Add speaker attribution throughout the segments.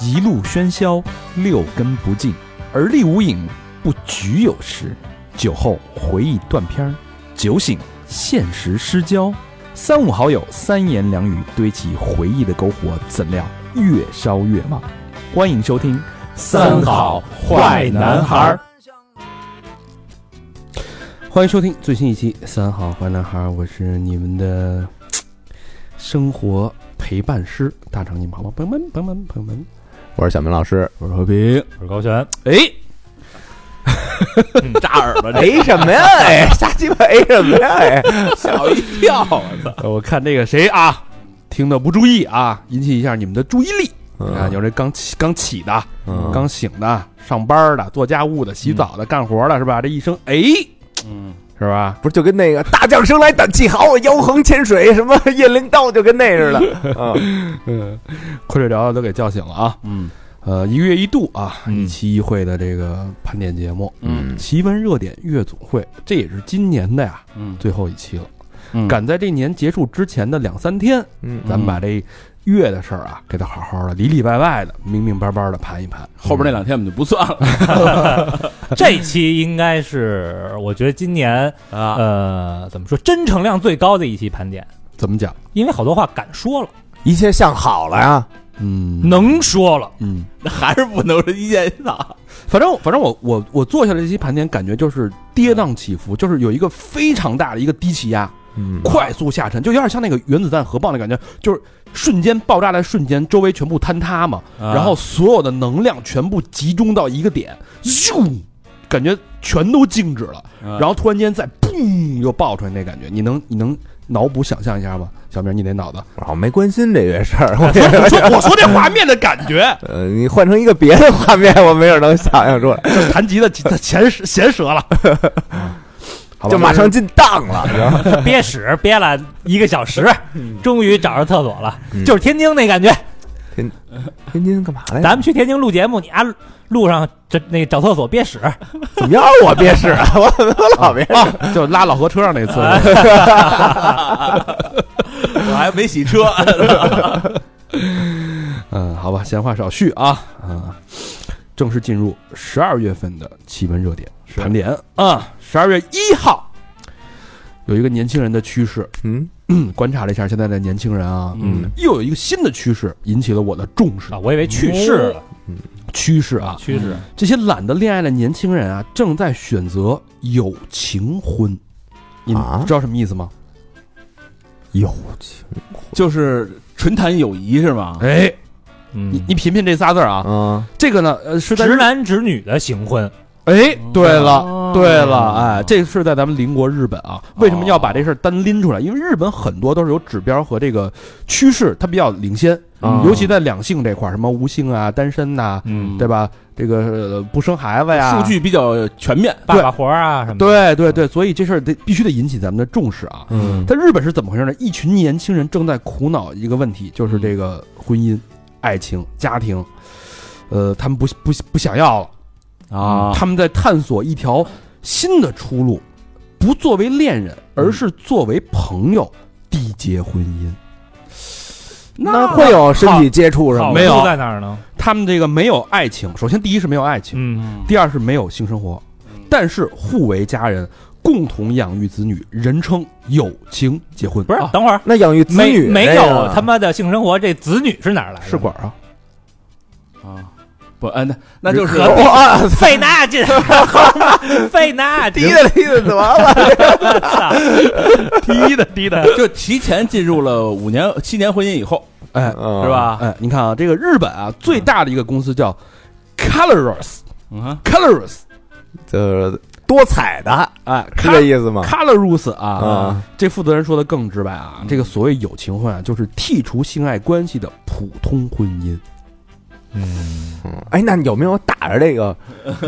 Speaker 1: 一路喧嚣，六根不净，而立无影，不局有时。酒后回忆断片儿，酒醒现实失焦。三五好友，三言两语堆起回忆的篝火，怎料越烧越旺。欢迎收听《
Speaker 2: 三好坏男孩儿》。欢迎收听最新一期《三好坏男孩》，我是你们的嘖生活陪伴师大长今，好吧，朋友们，朋友们，朋友们，
Speaker 3: 我是小明老师，
Speaker 1: 我是和平，
Speaker 4: 我是高璇，
Speaker 1: 哎，
Speaker 4: 扎耳朵这
Speaker 3: 哎什么呀？哎，瞎鸡巴哎什么呀？哎，
Speaker 4: 吓我一跳，
Speaker 2: 呃我看这个谁啊，听的不注意啊，引起一下你们的注意力啊，有这刚起刚起的，
Speaker 3: 嗯
Speaker 2: 刚醒的，上班的，做家务的，洗澡的，干活的，是吧？这一声哎，
Speaker 4: 嗯，
Speaker 2: 是吧？
Speaker 3: 不是就跟那个大将生来胆气豪，腰横千水，什么雁翎刀，就跟那似的。嗯，
Speaker 2: 嗯， 快睡着了都给叫醒了啊。
Speaker 4: 嗯，
Speaker 2: 呃，一个月一度啊，
Speaker 4: 嗯
Speaker 2: 一期一会的这个盘点节目，
Speaker 4: 嗯
Speaker 2: 奇闻热点夜总会，这也是今年的呀
Speaker 4: 嗯
Speaker 2: 最后一期了。
Speaker 4: 嗯
Speaker 2: 赶在这年结束之前的两三天，
Speaker 3: 嗯
Speaker 2: 咱们把这月的事儿啊，给它好好的、里里外外的、明明白白的盘一盘。嗯
Speaker 5: 后边那两天我们就不算了。
Speaker 4: 这期应该是我觉得今年
Speaker 5: 啊
Speaker 4: 呃怎么说真诚量最高的一期盘点，
Speaker 2: 怎么讲？
Speaker 4: 因为好多话敢说了，
Speaker 3: 一切向好了啊呀。
Speaker 2: 嗯，
Speaker 4: 能说了，
Speaker 2: 嗯，
Speaker 5: 那还是不能是一件的。
Speaker 2: 反正反正我我我做下来这期盘点，感觉就是跌宕起伏，就是有一个非常大的一个低气压，
Speaker 3: 嗯
Speaker 2: 快速下沉，就有点像那个原子弹核爆那感觉，就是瞬间爆炸的瞬间，周围全部坍塌嘛，然后所有的能量全部集中到一个点，咻，感觉全都静止了，然
Speaker 5: 然
Speaker 2: 后突然间再嘣又爆出来那感觉，你能你能脑补想象一下吗？小明，你那脑子，
Speaker 3: 我哦好像没关心这个事儿，我
Speaker 2: 我说我说这画面的感觉，
Speaker 3: 呃，你换成一个别的画面，我没准能想象出来，
Speaker 2: 就弹吉的他前闲折了，好吧
Speaker 3: 就马上进档了，你知道吗？
Speaker 4: 憋屎 憋了一个小时，终于找着厕所了，
Speaker 3: 嗯
Speaker 4: 就是天津那感觉。
Speaker 3: 天津哎干嘛来着？
Speaker 4: 咱们去天津录节目，你啊路上这那找厕所憋屎，
Speaker 3: 怎么样？我憋屎啊！我怎么老憋？
Speaker 2: 啊，就拉老何车上那次，
Speaker 5: 我还没 洗车，
Speaker 2: 嗯，好吧，闲话少叙啊，啊，正式进入十二月份的气温热点盘点啊。十二月一号，有一个年轻人的趋势，
Speaker 3: 嗯
Speaker 2: 嗯观察了一下现在的年轻人啊，
Speaker 5: 嗯，
Speaker 2: 又有一个新的趋势引起了我的重视哦
Speaker 4: 啊，。我以为去世了，嗯
Speaker 2: 趋势啊，
Speaker 4: 去世，
Speaker 2: 这些懒得恋爱的年轻人啊，正在选择友情婚。你
Speaker 3: 啊
Speaker 2: 知道什么意思吗？
Speaker 3: 友情
Speaker 5: 就是纯谈友谊是吗？
Speaker 2: 哎，你
Speaker 4: 啊嗯，
Speaker 2: 你品品这仨字儿啊，
Speaker 3: 啊，
Speaker 2: 这个呢，呃，是在
Speaker 4: 直男直女的行婚，
Speaker 2: 哎，对了
Speaker 5: 哦，
Speaker 2: 对了，哎，这是在咱们邻国日本啊，为什么要把这事儿单拎出来？因为日本很多都是有指标和这个趋势，它比较领先，
Speaker 5: 哦
Speaker 3: 嗯
Speaker 2: 尤其在两性这块儿，什么无性啊、单身呐、
Speaker 4: 嗯
Speaker 2: 对吧？这个呃不生孩子呀，
Speaker 5: 数据比较全面。
Speaker 4: 爸爸活儿啊什么的，
Speaker 2: 对对对，所以这事儿得必须得引起咱们的重视啊。
Speaker 3: 嗯
Speaker 2: 在日本是怎么回事呢？一群年轻人正在苦恼一个问题，就是
Speaker 5: 嗯
Speaker 2: 这个婚姻、爱情、家庭，呃，他们不不不想要了。
Speaker 5: 啊，
Speaker 2: 他们在探索一条新的出路，不作为恋人，而是作为朋友缔结婚姻。
Speaker 3: 那会有身体接触什
Speaker 4: 好
Speaker 3: 么？
Speaker 2: 没有
Speaker 4: 处在哪儿呢？
Speaker 2: 他们这个没有爱情，首先第一是没有爱情，
Speaker 4: 嗯，
Speaker 2: 第二是没有性生活，但是互为家人，共同养育子女，人称友情结婚。
Speaker 1: 哦
Speaker 4: 不是
Speaker 2: 啊，
Speaker 4: 等会儿
Speaker 3: 那养育子
Speaker 4: 没
Speaker 3: 女
Speaker 4: 没
Speaker 3: 这啊
Speaker 4: 有啊
Speaker 3: 个
Speaker 4: 他妈的性生活，这子女是哪儿来的？
Speaker 2: 试管啊，
Speaker 5: 啊，不，呃那那就是
Speaker 4: 可
Speaker 3: 哇，
Speaker 4: 费那劲，费 那
Speaker 3: 滴
Speaker 4: 劲，
Speaker 3: 的滴的得 了，
Speaker 4: 低的低的，
Speaker 5: 就提前进入了五年、七年婚姻以后，
Speaker 2: 哎
Speaker 3: 是
Speaker 5: 是？吧？
Speaker 2: 哎，你看啊，这个日本啊最大的一个公司叫 Colorus
Speaker 5: 嗯，
Speaker 2: Colorus，
Speaker 3: 就是多彩 的，
Speaker 2: 哎
Speaker 3: 是这意思吗？
Speaker 2: ，Colorus 啊。
Speaker 3: 啊，嗯
Speaker 2: 这负责人说的更直白
Speaker 3: 哦
Speaker 2: 啊，这个所谓友情婚啊，就是剔除性爱关系的普通婚姻。
Speaker 4: 嗯，
Speaker 3: 哎，那有没有打着这个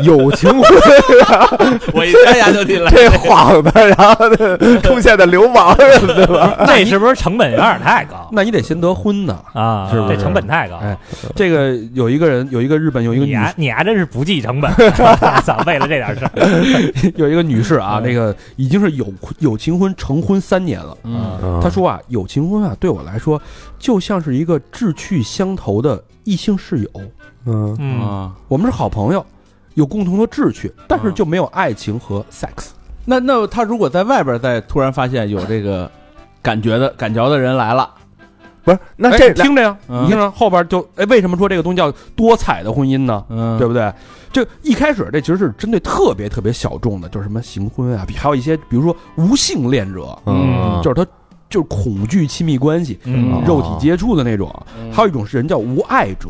Speaker 3: 友情婚
Speaker 5: 我 一猜呀就进来，
Speaker 3: 这幌子，然后呢出现的流氓什么的吧？
Speaker 4: 这是不是成本有点太高
Speaker 2: 那你得先得婚呢。
Speaker 4: 啊？
Speaker 2: 嗯是不
Speaker 4: 这
Speaker 2: 是
Speaker 4: 成本太高。
Speaker 2: 哎
Speaker 3: 哦
Speaker 2: 这个有一个人，有一个日本有一个
Speaker 4: 你
Speaker 2: 女
Speaker 3: 啊
Speaker 4: 呀，你呀，真是不计成本，操！为了这点事儿，
Speaker 2: 有一个女士
Speaker 3: 嗯
Speaker 2: 啊，那个已经是有有情婚成婚三年了。
Speaker 5: 嗯
Speaker 2: 她说啊，有情婚啊，对我来说就像是一个志趣相投的异性室友，
Speaker 3: 嗯，
Speaker 4: 嗯，
Speaker 5: 啊，
Speaker 2: 我们是好朋友，有共同的志趣，但是
Speaker 5: 嗯
Speaker 2: 就没有爱情和 sex。
Speaker 5: 那那他如果在外边再突然发现有这个感觉的感觉的人来了，
Speaker 3: 不是，那
Speaker 2: 哎
Speaker 3: 这
Speaker 2: 你听着呀，
Speaker 5: 嗯
Speaker 2: 你听着，后边就哎，为什么说这个东西叫多彩的婚姻呢？
Speaker 5: 嗯，
Speaker 2: 对不对？这一开始这其实是针对特别特别小众的，就是什么行婚啊，比还有一些比如说无性恋者，
Speaker 4: 嗯
Speaker 2: 就是他就是恐惧亲密关系、
Speaker 4: 嗯
Speaker 2: 肉体接触的那种；
Speaker 5: 对
Speaker 2: 还有一种是人叫无爱者，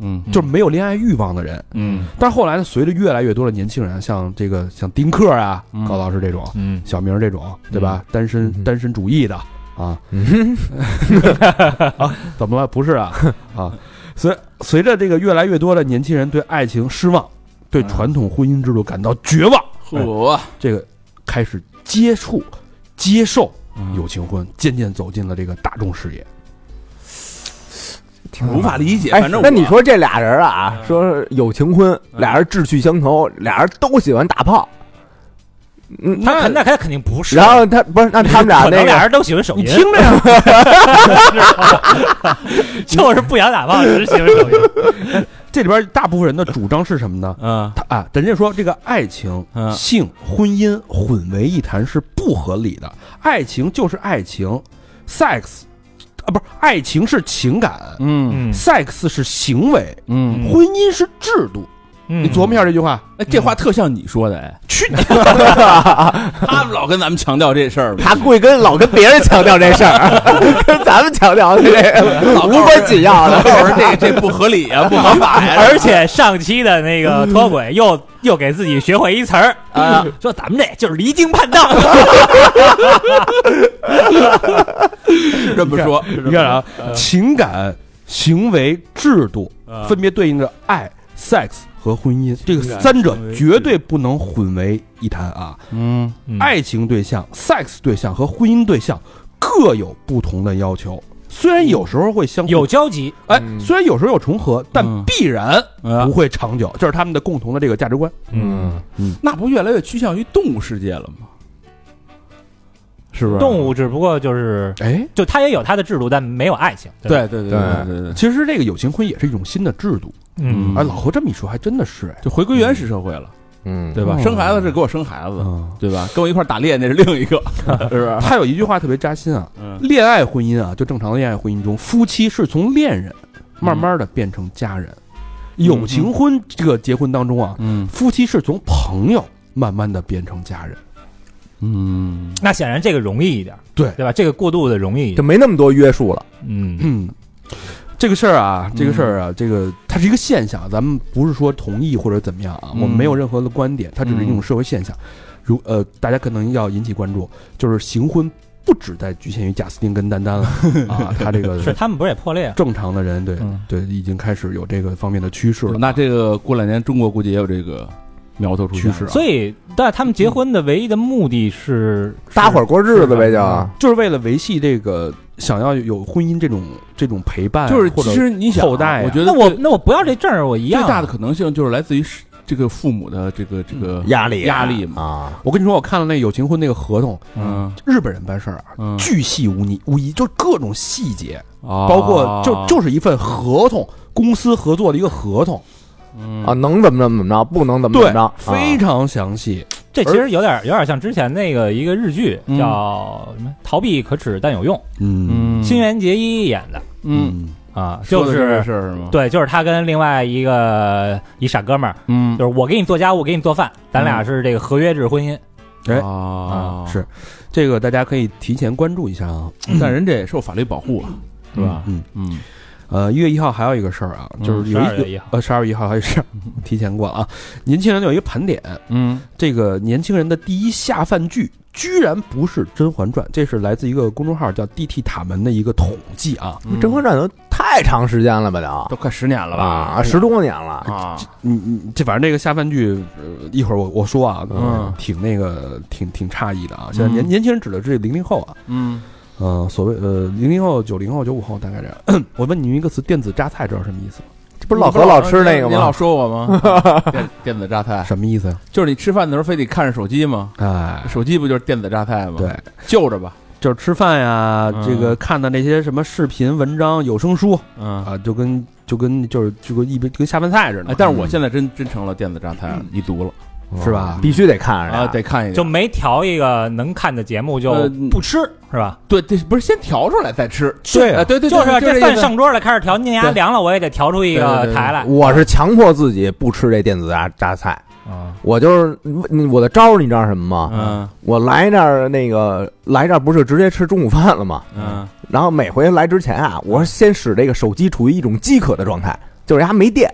Speaker 5: 嗯
Speaker 2: 就是没有恋爱欲望的人。
Speaker 5: 嗯
Speaker 2: 但是后来呢，随着越来越多的年轻人，像这个像丁克啊、
Speaker 5: 嗯
Speaker 2: 高老师这种、
Speaker 4: 嗯，
Speaker 2: 小明这种，对吧？单身、
Speaker 3: 嗯
Speaker 2: 单身主义的啊，
Speaker 3: 嗯
Speaker 2: 怎么了？不是啊啊！随随着这个越来越多的年轻人对爱情失望，对
Speaker 5: 嗯
Speaker 2: 传统婚姻制度感到绝望，
Speaker 5: 嚯，
Speaker 2: 这个开始接触、接受
Speaker 5: 嗯
Speaker 2: 友情婚，渐渐走进了这个大众视野。
Speaker 5: 挺无法理解，
Speaker 3: 哎
Speaker 5: 反正，
Speaker 3: 那你说这俩人啊，说有情婚，
Speaker 5: 嗯
Speaker 3: 俩人志趣相投，俩人都喜欢打炮，嗯，
Speaker 4: 他肯那他肯定不是。
Speaker 3: 然后他不是，那他们俩
Speaker 4: 可能
Speaker 3: 那
Speaker 4: 俩
Speaker 3: 个
Speaker 4: 人都喜欢手
Speaker 2: 你
Speaker 4: 淫，
Speaker 2: 听着呀，
Speaker 4: 就是不想打炮，只是喜欢手淫。
Speaker 2: 这里边大部分人的主张是什么呢？
Speaker 5: 嗯
Speaker 2: 他啊，人家说这个爱情、
Speaker 5: 嗯
Speaker 2: 性、婚姻混为一谈是不合理的。爱情就是爱情，sex 啊，不是爱情是情感、
Speaker 5: 嗯
Speaker 4: 嗯
Speaker 2: s e x 是行为，
Speaker 5: 嗯，
Speaker 2: 婚姻是制度。
Speaker 4: 嗯
Speaker 2: 你琢磨一下这句话，
Speaker 5: 哎，这话特像你说的，哎，
Speaker 2: 去你
Speaker 5: 他们老跟咱们强调这事儿嘛，
Speaker 3: 他贵跟老跟别人强调这事儿，跟咱们强调这个无关紧要
Speaker 5: 老
Speaker 3: 的。
Speaker 5: 告诉这这不合理呀，不合法 呀，
Speaker 4: 而且上期的那个
Speaker 2: 嗯
Speaker 4: 脱轨又又给自己学会一词儿啊， 说咱们这就是离经叛道。
Speaker 5: 这么说，
Speaker 2: 你看啊，
Speaker 5: 呃
Speaker 2: 情感、行为、制度分别对应着爱、sex 和婚姻，这个三者绝对不能混为一谈啊！
Speaker 5: 嗯
Speaker 2: 爱情对象、sex 对象和婚姻对象各有不同的要求，虽然有时候会相互
Speaker 4: 有，交集，
Speaker 2: 哎，
Speaker 3: 嗯
Speaker 2: 虽然有时候有重合，但
Speaker 5: 嗯
Speaker 2: 必然
Speaker 5: 啊
Speaker 2: 不会长久，这是他们的共同的这个价值观。
Speaker 3: 嗯，
Speaker 5: 那不越来越趋向于动物世界了吗？是不是
Speaker 4: 嗯动？物只不过就是
Speaker 2: 哎，
Speaker 4: 就它也有它的制度，但没有爱情。吧，
Speaker 5: 对对对对对对，
Speaker 2: 其实这个友情婚也是一种新的制度。
Speaker 4: 嗯
Speaker 5: 嗯
Speaker 2: 哎，老何这么一说，还真的是哎，
Speaker 5: 就回归原始社会了，
Speaker 3: 嗯
Speaker 5: 对吧？
Speaker 2: 嗯
Speaker 5: 生孩子是给我生孩子，
Speaker 2: 嗯，
Speaker 5: 对吧？跟我一块儿打猎那是另一个，是不是？
Speaker 2: 他有一句话特别扎心啊，
Speaker 5: 嗯
Speaker 2: 恋爱婚姻啊，就正常的恋爱婚姻中，夫妻是从恋人慢慢的变成家人。友情婚这个结婚当中啊，
Speaker 5: 嗯
Speaker 2: 夫妻是从朋友慢慢的变成家人。
Speaker 5: 嗯，
Speaker 4: 那显然这个容易一点，
Speaker 2: 对
Speaker 4: 对吧？这个过渡的容易一
Speaker 3: 就
Speaker 4: 点。
Speaker 3: 没那么多约束了。
Speaker 4: 嗯
Speaker 2: 嗯，这个事儿啊，这个事
Speaker 5: 嗯
Speaker 2: 儿啊，这个它是一个现象，咱们不是说同意或者怎么样啊，
Speaker 5: 嗯
Speaker 2: 我们没有任何的观点，它只是一种社会现象。如呃，大家可能要引起关注，就是行婚不只在局限于贾斯汀跟丹丹 了啊，他这个
Speaker 4: 是他们不是也破裂？
Speaker 2: 正常的人对
Speaker 5: 嗯
Speaker 2: 对已经开始有这个方面的趋势了。
Speaker 5: 那这个过两年中国估计也有这个苗头出
Speaker 2: 趋势啊
Speaker 4: 所以，但他们结婚的唯一的目的是
Speaker 3: 搭伙过日子呗，就
Speaker 2: 就是为了维系这个想要有婚姻这种这种陪伴，
Speaker 5: 就是
Speaker 2: 或
Speaker 5: 其
Speaker 2: 者
Speaker 5: 实你想啊，
Speaker 2: 后代啊
Speaker 5: 我觉得
Speaker 4: 那我
Speaker 5: 最
Speaker 4: 那我不要这证儿，我一
Speaker 5: 最
Speaker 4: 样啊
Speaker 5: 大的可能性就是来自于是这个父母的这个这个
Speaker 3: 压力
Speaker 5: 压力嘛，
Speaker 3: 啊，
Speaker 2: 我跟你说，我看了那友情婚那个合同，
Speaker 5: 嗯
Speaker 2: 日本人办事儿啊，
Speaker 5: 嗯，
Speaker 2: 巨细无遗无遗，就是各种细节，
Speaker 5: 包
Speaker 2: 包括就就是一份合同，公司合作的一个合同，
Speaker 5: 嗯
Speaker 3: 啊，能怎么着怎么着，不能怎么怎
Speaker 2: 对
Speaker 3: 么着，，
Speaker 2: 非常详细。
Speaker 4: 这其实有点有点像之前那个一个日剧
Speaker 5: 嗯
Speaker 4: 叫什么“逃避可耻但有用”，
Speaker 2: 嗯
Speaker 4: 新垣结衣演的
Speaker 5: 嗯，，
Speaker 4: 啊，
Speaker 5: 说
Speaker 4: 就
Speaker 5: 的这
Speaker 4: 是
Speaker 5: 事儿是吗？，
Speaker 4: 对，就是他跟另外一个一傻哥们儿，
Speaker 5: 嗯
Speaker 4: 就是我给你做家务，我给你做饭，咱俩是这个合约制婚姻。
Speaker 2: 哎
Speaker 5: 啊
Speaker 2: 是这个大家可以提前关注一下啊，
Speaker 5: 但人这也受法律保护啊，是吧？
Speaker 2: 嗯，
Speaker 5: 嗯
Speaker 2: 呃，一月一号还有一个事儿啊，就是
Speaker 4: 十
Speaker 2: 有一
Speaker 4: 二月一号，
Speaker 2: 呃十二月一号还有一个事儿，提前过了啊。年轻人有一个盘点，
Speaker 5: 嗯
Speaker 2: 这个年轻人的第一下饭剧居然不是《甄嬛传》，这是来自一个公众号叫 DT 塔门的一个统计啊。
Speaker 3: 嗯《甄嬛传》都太长时间了吧都
Speaker 2: 都快十年
Speaker 5: 嗯
Speaker 2: 了吧？
Speaker 3: 啊，十多年了，
Speaker 2: 啊，你你这反正这个下饭剧，呃一会儿我我说啊，
Speaker 5: 嗯
Speaker 2: 挺那个挺挺诧异的啊。现在年年轻人指的是零零后啊，
Speaker 5: 嗯，
Speaker 2: 呃，所谓呃零零后、九零后、九五后大概这样。 我问你们一个词“电子榨菜”，知道什么意思吗？
Speaker 3: 这不是老何老吃那个
Speaker 5: 你老
Speaker 3: 吗？
Speaker 5: 说我吗？电电子榨菜
Speaker 2: 什么意思呀？
Speaker 5: 就是你吃饭的时候非得看着手机吗？
Speaker 2: 哎，
Speaker 5: 手机不就是电子榨菜吗？
Speaker 2: 对，，
Speaker 5: 就着吧。
Speaker 2: 就是吃饭呀，
Speaker 5: 嗯
Speaker 2: 这个看的那些什么视频、文章、有声书
Speaker 5: 嗯，
Speaker 2: 啊，就跟就跟就是就跟一边就跟下饭菜似的
Speaker 5: 哎，。但是我现在真真成了电子榨菜一族了
Speaker 2: 是吧
Speaker 3: 必须得看哎着呀
Speaker 5: 啊，得看一
Speaker 4: 就
Speaker 5: 眼。
Speaker 4: 没调一个能看的节目就
Speaker 5: 呃
Speaker 4: 不吃是吧？
Speaker 5: 对对，不是先调出来再吃。
Speaker 2: 对啊
Speaker 5: 啊，对对，
Speaker 4: 就是
Speaker 5: 这
Speaker 4: 这饭上桌了，开始调，您牙
Speaker 5: 对
Speaker 4: 凉了，我也得调出一
Speaker 5: 对对
Speaker 4: 个
Speaker 5: 对
Speaker 4: 台来。
Speaker 3: 我是强迫自己不吃这电子榨榨菜，
Speaker 5: 啊，
Speaker 3: 我就是我的招儿，你知道什么吗？
Speaker 5: 嗯
Speaker 3: 我来这儿那个来这儿不是直接吃中午饭了吗？
Speaker 5: 嗯，
Speaker 3: 然后每回来之前啊，我先使这个手机处于一种饥渴的状态，就是它没电，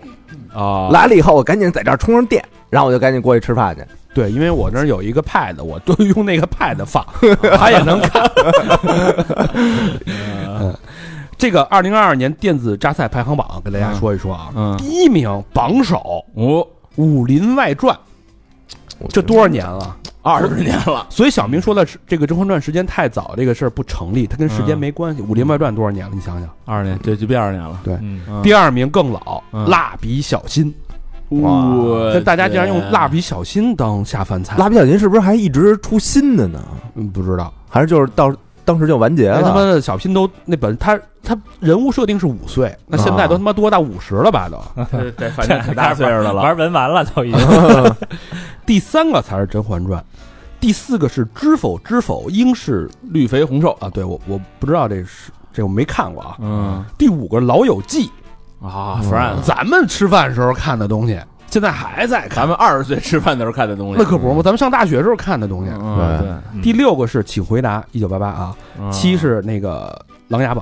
Speaker 5: 哦，
Speaker 3: 来了以后我赶紧在这儿充上电，然后我就赶紧过去吃饭去。
Speaker 2: 对，因为我那儿有一 个 pad，我都用那个 pad 放，它也能看。嗯这个二零二二年电子榨菜排行榜跟大家说一说啊，
Speaker 5: 嗯
Speaker 2: 第，一名榜首
Speaker 5: 五
Speaker 2: 《武林外传》，这多少年了？
Speaker 5: 二十年了，
Speaker 2: 所以小明说的是这个《甄嬛传》时间太早，这个事儿不成立，它跟时间没关系。《武林外传》多少年了？你想想。
Speaker 5: 二十年，对，就变二十年了。
Speaker 4: 嗯，
Speaker 2: 第二名更老，
Speaker 5: 嗯呃
Speaker 2: 《蜡笔小新
Speaker 5: 哇》，
Speaker 2: 但大家竟然
Speaker 5: 啊
Speaker 2: 用《蜡笔小新》当下饭菜，
Speaker 3: 蜡笔小新是不是还一直出新的呢？
Speaker 2: 嗯不知道。
Speaker 3: 还是就是到当时就完结
Speaker 2: 哎，他妈
Speaker 3: 了？
Speaker 2: 的小新都那本他他人物设定是五岁，那现在都他妈多大五十了吧都。
Speaker 5: 对对，反正可大岁数 的了。啊
Speaker 4: 玩文玩了都已经。
Speaker 2: 第三个才是《甄嬛传》，第四个是《知否知否》，应是
Speaker 5: 绿肥红瘦，
Speaker 2: 啊，对我我不知道这是这我没看过啊。
Speaker 5: 嗯
Speaker 2: 第五个《老友记
Speaker 5: 啊》，Friends，
Speaker 2: 咱们吃饭时候看的东西，现在还在看
Speaker 5: 咱，们二十岁吃饭的时候看的东西，
Speaker 2: 那可不是嘛，咱们上大学时候看的东西。
Speaker 5: 嗯，
Speaker 4: 嗯
Speaker 2: 第六个是《请回答一九八八》啊，
Speaker 5: 对，
Speaker 2: 七是那个《琅琊榜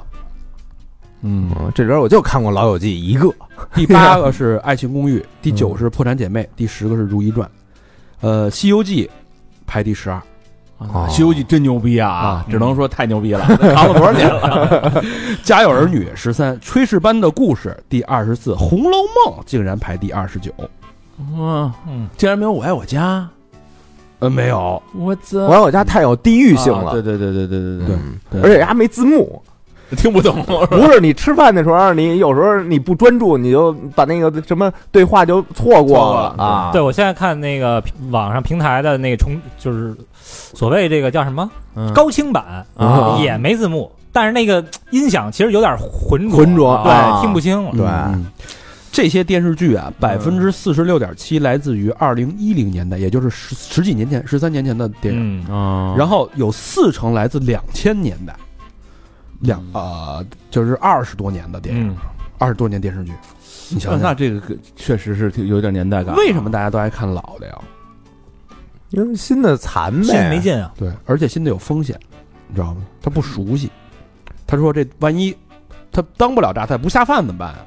Speaker 5: 嗯
Speaker 3: 嗯，这里边我就看过《老友记》一个，》，
Speaker 2: 第八个是《爱情公寓》，第九是《破产姐妹》，第十个是《如懿传》，呃，《西游记》排第十二。
Speaker 3: 哦
Speaker 5: 《西游记》真牛逼啊！
Speaker 2: 啊
Speaker 5: 只能说太牛逼 了，扛了多少年了？
Speaker 2: 《家有儿女》十三，《炊事班的故事》第二十四，《红楼梦》竟然排第二十九。
Speaker 5: 嗯，
Speaker 4: 嗯，
Speaker 5: 竟然没有《我爱我家
Speaker 2: 呃，没有，》，
Speaker 5: 我
Speaker 3: 我
Speaker 5: 操！
Speaker 3: 感觉我家太有地域性
Speaker 5: 啊
Speaker 3: 了，
Speaker 5: 对对对对对对
Speaker 3: 嗯
Speaker 2: 对
Speaker 3: 而且它没字幕。
Speaker 5: 对， 听不懂。
Speaker 3: 不是你吃饭的时候，你有时候你不专注，你就把那个什么对话就错过了
Speaker 5: 错过了
Speaker 3: 啊。
Speaker 4: 对，我现在看那个平网上平台的那个重，就是所谓这个叫什么
Speaker 5: 嗯
Speaker 4: 高清版
Speaker 3: 啊
Speaker 4: 也没字幕，但是那个音响其实有点浑浊，
Speaker 3: 浑浊啊
Speaker 4: 对，听不清了。
Speaker 3: 对
Speaker 2: 嗯这些电视剧啊，百分之四十六点七来自于二零一零年代，也就是十十几年前、十三年前的电影，
Speaker 4: 嗯，
Speaker 5: 啊
Speaker 2: 然后有四成来自两千年代，两呃就是二十多年的电影，
Speaker 4: 嗯，
Speaker 2: 二十多年电视剧，你想啊
Speaker 5: 那
Speaker 2: 想，
Speaker 5: 这个确实是挺有点年代感。啊
Speaker 2: 为什么大家都爱看老的呀？
Speaker 3: 因为新的残
Speaker 4: 信
Speaker 3: 呗，
Speaker 4: 没劲 啊？
Speaker 2: 对，而且新的有风险，你知道吗？他不熟悉，他说这万一他当不了榨菜不下饭怎么办啊？